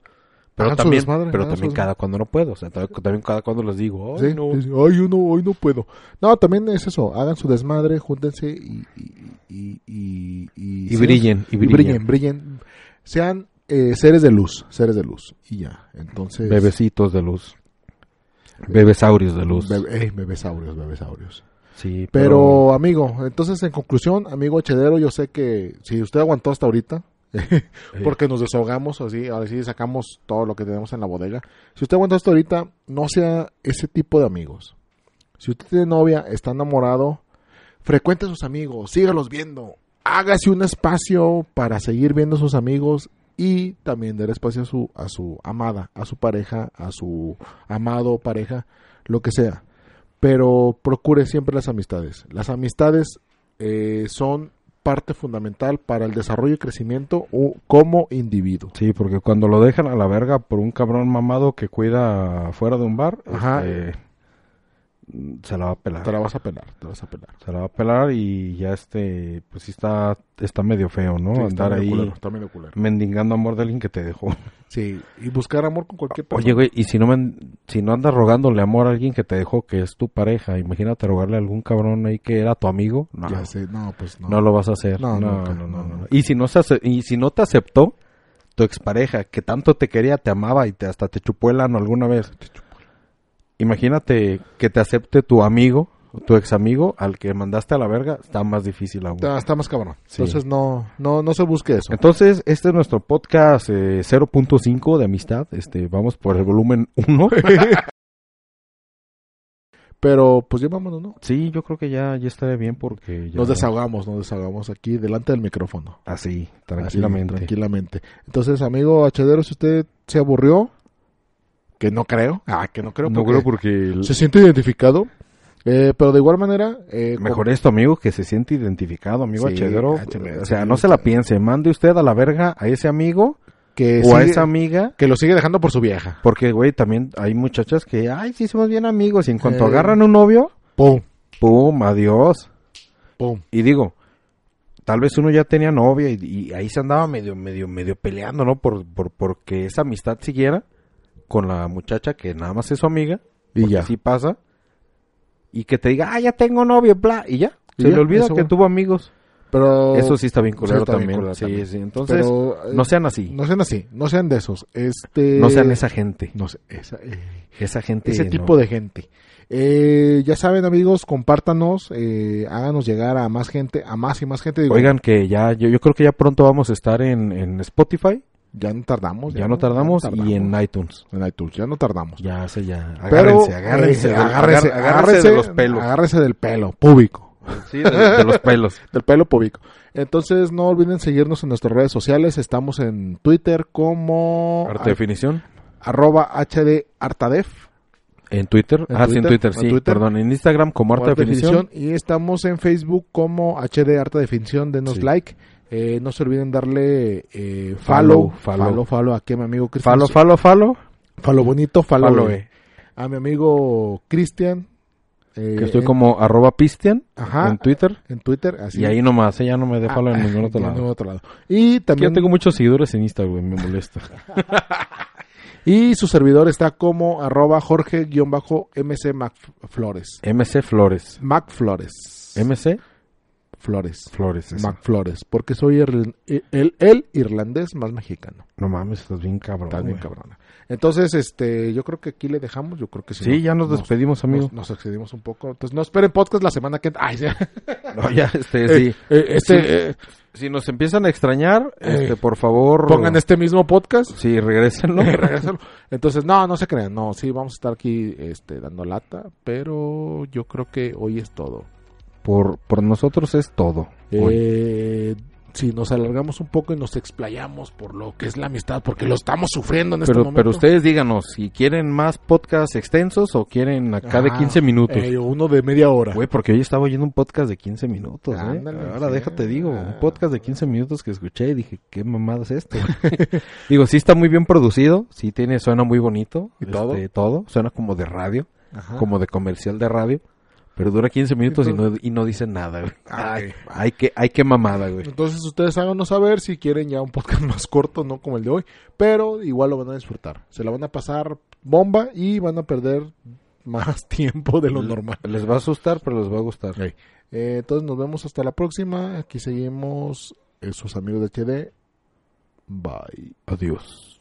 Speaker 6: Pero
Speaker 2: Hagan su
Speaker 6: también,
Speaker 2: desmadre,
Speaker 6: pero
Speaker 2: hagan su
Speaker 6: también
Speaker 2: desmadre.
Speaker 6: cada cuando no puedo. O sea, también, también cada cuando les digo, "Ay,
Speaker 2: Sí,
Speaker 6: no".
Speaker 2: dice, "Ay, yo no, hoy no puedo. No, también es eso, hagan su desmadre, júntense y... Y, y, y,
Speaker 6: Y brillen, y
Speaker 2: y brillen,
Speaker 6: brillen.
Speaker 2: brillen, Sean eh, seres de luz, seres de luz. Y ya, entonces...
Speaker 6: Bebecitos de luz. Bebesaurios de luz.
Speaker 2: Bebe- eh, ey, bebesaurios, bebesaurios.
Speaker 6: sí,
Speaker 2: Pero, amigo, entonces, en conclusión, amigo Chedero, yo sé que si usted aguantó hasta ahorita, porque nos desahogamos, así, así sacamos todo lo que tenemos en la bodega. Si usted aguantó hasta ahorita, no sea ese tipo de amigos. Si usted tiene novia, está enamorado, frecuente a sus amigos, sígalos viendo. Hágase un espacio para seguir viendo a sus amigos y también dar espacio a su, a su amada, a su pareja, a su amado, pareja, lo que sea pero procure siempre las amistades. Las amistades eh, son parte fundamental para el desarrollo y crecimiento u- como individuo.
Speaker 6: Sí, porque cuando lo dejan a la verga por un cabrón mamado que cuida fuera de un bar,
Speaker 2: Ajá.
Speaker 6: este, mm, se la va a pelar.
Speaker 2: Te la vas a pelar, te la vas a pelar.
Speaker 6: Se la va a pelar y ya este, pues sí está, está medio feo, ¿no?
Speaker 2: Sí, está
Speaker 6: Andar
Speaker 2: medio
Speaker 6: ahí
Speaker 2: culero, está medio culero.
Speaker 6: mendigando amor de alguien que te dejó.
Speaker 2: Sí, y buscar amor con cualquier persona.
Speaker 6: Oye, güey, y si no, men- si no andas rogándole amor a alguien que te dejó, que es tu pareja, imagínate rogarle a algún cabrón ahí que era tu amigo. No,
Speaker 2: Ya sé, no, pues no.
Speaker 6: no lo vas a hacer.
Speaker 2: No,
Speaker 6: No, no,
Speaker 2: nunca, no,
Speaker 6: no, no, no.
Speaker 2: nunca.
Speaker 6: Y si no, se ace- y si no te aceptó, tu expareja, que tanto te quería, te amaba y te, hasta te chupó el ano alguna vez. Imagínate que te acepte tu amigo, tu ex amigo, al que mandaste a la verga, está más difícil aún.
Speaker 2: Está, está más cabrón.
Speaker 6: Sí.
Speaker 2: Entonces no, no, no se busque eso.
Speaker 6: Entonces, este es nuestro podcast eh, 0.5 de amistad. Este, vamos por el volumen 1.
Speaker 2: Pero pues ya vámonos, ¿no?
Speaker 6: sí, yo creo que ya, ya estaré bien porque ya...
Speaker 2: Nos desahogamos, nos desahogamos aquí delante del micrófono.
Speaker 6: Así,
Speaker 2: Así,
Speaker 6: tranquilamente.
Speaker 2: tranquilamente. Entonces, amigo Hachedero, si usted se aburrió, que no creo. Ah, que no creo.
Speaker 6: no
Speaker 2: porque-
Speaker 6: creo porque... el-
Speaker 2: se siente identificado. eh, pero de igual manera, eh,
Speaker 6: Mejor esto, amigo, que se siente identificado, amigo
Speaker 2: Sí,
Speaker 6: Hachedero.
Speaker 2: Hachedero,
Speaker 6: O sea,
Speaker 2: sí,
Speaker 6: no se la
Speaker 2: sí.
Speaker 6: piense. Mande usted a la verga a ese amigo
Speaker 2: como que,
Speaker 6: o
Speaker 2: sigue-
Speaker 6: a esa amiga.
Speaker 2: que lo sigue dejando por su vieja.
Speaker 6: Porque, güey, también hay muchachas que, ay, sí, somos bien amigos. Y en cuanto
Speaker 2: Eh.
Speaker 6: agarran un novio,
Speaker 2: Pum,
Speaker 6: pum, adiós.
Speaker 2: pum.
Speaker 6: Y digo, tal vez uno ya tenía novia y, y ahí se andaba medio, medio, medio peleando, ¿no? Por, por, porque esa amistad siguiera con la muchacha que nada más es su amiga.
Speaker 2: Y
Speaker 6: porque
Speaker 2: ya.
Speaker 6: sí pasa. Y que te diga, ah, ya tengo novio, bla, y ya.
Speaker 2: Y
Speaker 6: se
Speaker 2: ya,
Speaker 6: le olvida
Speaker 2: eso,
Speaker 6: que
Speaker 2: güey.
Speaker 6: tuvo amigos.
Speaker 2: Pero,
Speaker 6: Eso sí está bien culero
Speaker 2: Sí, está bien
Speaker 6: también.
Speaker 2: culero
Speaker 6: sí,
Speaker 2: también.
Speaker 6: sí. Entonces,
Speaker 2: pero, eh,
Speaker 6: no sean así. No,
Speaker 2: no sean así, no sean de esos. Este,
Speaker 6: sean esa gente.
Speaker 2: no sé, esa- eh,
Speaker 6: Esa gente.
Speaker 2: ese tipo de gente. Eh, ya saben, amigos, compártanos, eh, háganos llegar a más gente, a más y más gente. Digo,
Speaker 6: Oigan, que ya. Yo, yo creo que ya pronto vamos a estar en, en Spotify.
Speaker 2: Ya no tardamos.
Speaker 6: Ya no tardamos, y en iTunes.
Speaker 2: en iTunes, ya no tardamos.
Speaker 6: Ya se ya.
Speaker 2: Pero,
Speaker 6: Agárrense, agárrense,
Speaker 2: eh,
Speaker 6: del-
Speaker 2: agárrense,
Speaker 6: agar- agárrense de los pelos.
Speaker 2: Agárrese del pelo, público.
Speaker 6: Sí, de, de los pelos.
Speaker 2: Del pelo público. Entonces, no olviden seguirnos en nuestras redes sociales. Estamos en Twitter como
Speaker 6: Arte definición.
Speaker 2: arroba HD Artadef.
Speaker 6: En Twitter.
Speaker 2: En
Speaker 6: ah, sí, en
Speaker 2: Twitter,
Speaker 6: Twitter,
Speaker 2: en
Speaker 6: sí.
Speaker 2: Twitter.
Speaker 6: Perdón, en Instagram como arte,
Speaker 2: Arte
Speaker 6: definición.
Speaker 2: Definición, Y estamos en Facebook como HD Arte Definición. Denos
Speaker 6: Sí.
Speaker 2: like. Eh, no se olviden darle eh,
Speaker 6: Follow,
Speaker 2: follow,
Speaker 6: follow.
Speaker 2: follow, follow, aquí a mi amigo Cristian.
Speaker 6: Falo, falo, falo.
Speaker 2: Follow bonito, follow.
Speaker 6: Falo,
Speaker 2: bien. A mi amigo Cristian. eh,
Speaker 6: eh. Que estoy
Speaker 2: en-
Speaker 6: como arroba pistian
Speaker 2: Ajá.
Speaker 6: en Twitter.
Speaker 2: en Twitter. Así
Speaker 6: Y ahí nomás, eh, ya no me dejo en
Speaker 2: Ah,
Speaker 6: ningún otro
Speaker 2: en
Speaker 6: lado.
Speaker 2: ningún otro lado. Y
Speaker 6: Es que Yo
Speaker 2: también
Speaker 6: tengo muchos seguidores en Instagram, me molesta.
Speaker 2: y su servidor está como arroba Jorge-MC Macflores.
Speaker 6: MC Flores.
Speaker 2: Macflores.
Speaker 6: MC
Speaker 2: Flores.
Speaker 6: Flores. esa.
Speaker 2: Macflores. Porque soy el, el- el irlandés más mexicano.
Speaker 6: No mames, estás bien cabrón.
Speaker 2: Está bien
Speaker 6: güey.
Speaker 2: cabrona. Entonces, este, yo creo que aquí le dejamos. Yo creo que si
Speaker 6: Sí,
Speaker 2: no-
Speaker 6: ya nos
Speaker 2: nos-
Speaker 6: despedimos, amigo.
Speaker 2: Nos, nos excedimos un poco. Entonces, no esperen podcast la semana que entra. Ay, sí.
Speaker 6: No, ya, este,
Speaker 2: Eh,
Speaker 6: Eh, sí.
Speaker 2: eh, este,
Speaker 6: Sí.
Speaker 2: eh,
Speaker 6: Si nos empiezan a extrañar,
Speaker 2: Eh,
Speaker 6: este, por favor.
Speaker 2: pongan este mismo podcast.
Speaker 6: Sí, regrésenlo.
Speaker 2: Regrésenlo. Entonces, no, no se crean. No, sí, vamos a estar aquí este, dando lata, pero yo creo que hoy es todo.
Speaker 6: por, por nosotros es todo. Hoy.
Speaker 2: Eh, si nos alargamos un poco y nos explayamos por lo que es la amistad, porque lo estamos sufriendo en este
Speaker 6: pero,
Speaker 2: momento.
Speaker 6: pero ustedes díganos si quieren más podcasts extensos o quieren acá de
Speaker 2: Ah,
Speaker 6: 15 minutos.
Speaker 2: eh, uno de media hora.
Speaker 6: Güey, porque hoy estaba oyendo un podcast de 15 minutos. ¿eh?
Speaker 2: Ándale,
Speaker 6: Ahora
Speaker 2: sí. Ah.
Speaker 6: déjate, digo, un podcast de 15 minutos que escuché y dije, ¿qué mamada es esto? digo, sí está muy bien producido, sí tiene, suena muy bonito.
Speaker 2: ¿Y todo? Ah.
Speaker 6: este, todo, suena como de radio,
Speaker 2: Ajá.
Speaker 6: como de comercial de radio. Pero dura 15 minutos y no, y no dice nada, güey.
Speaker 2: Ay.
Speaker 6: Hay que, hay que mamada, güey.
Speaker 2: Entonces ustedes háganos saber si quieren ya un podcast más corto, no como el de hoy, pero igual lo van a disfrutar. Se la van a pasar bomba y van a perder más tiempo de lo normal.
Speaker 6: Les va a asustar, pero les va a gustar.
Speaker 2: Eh, entonces nos vemos hasta la próxima. Aquí seguimos eh, sus amigos de HD. Bye.
Speaker 6: Adiós.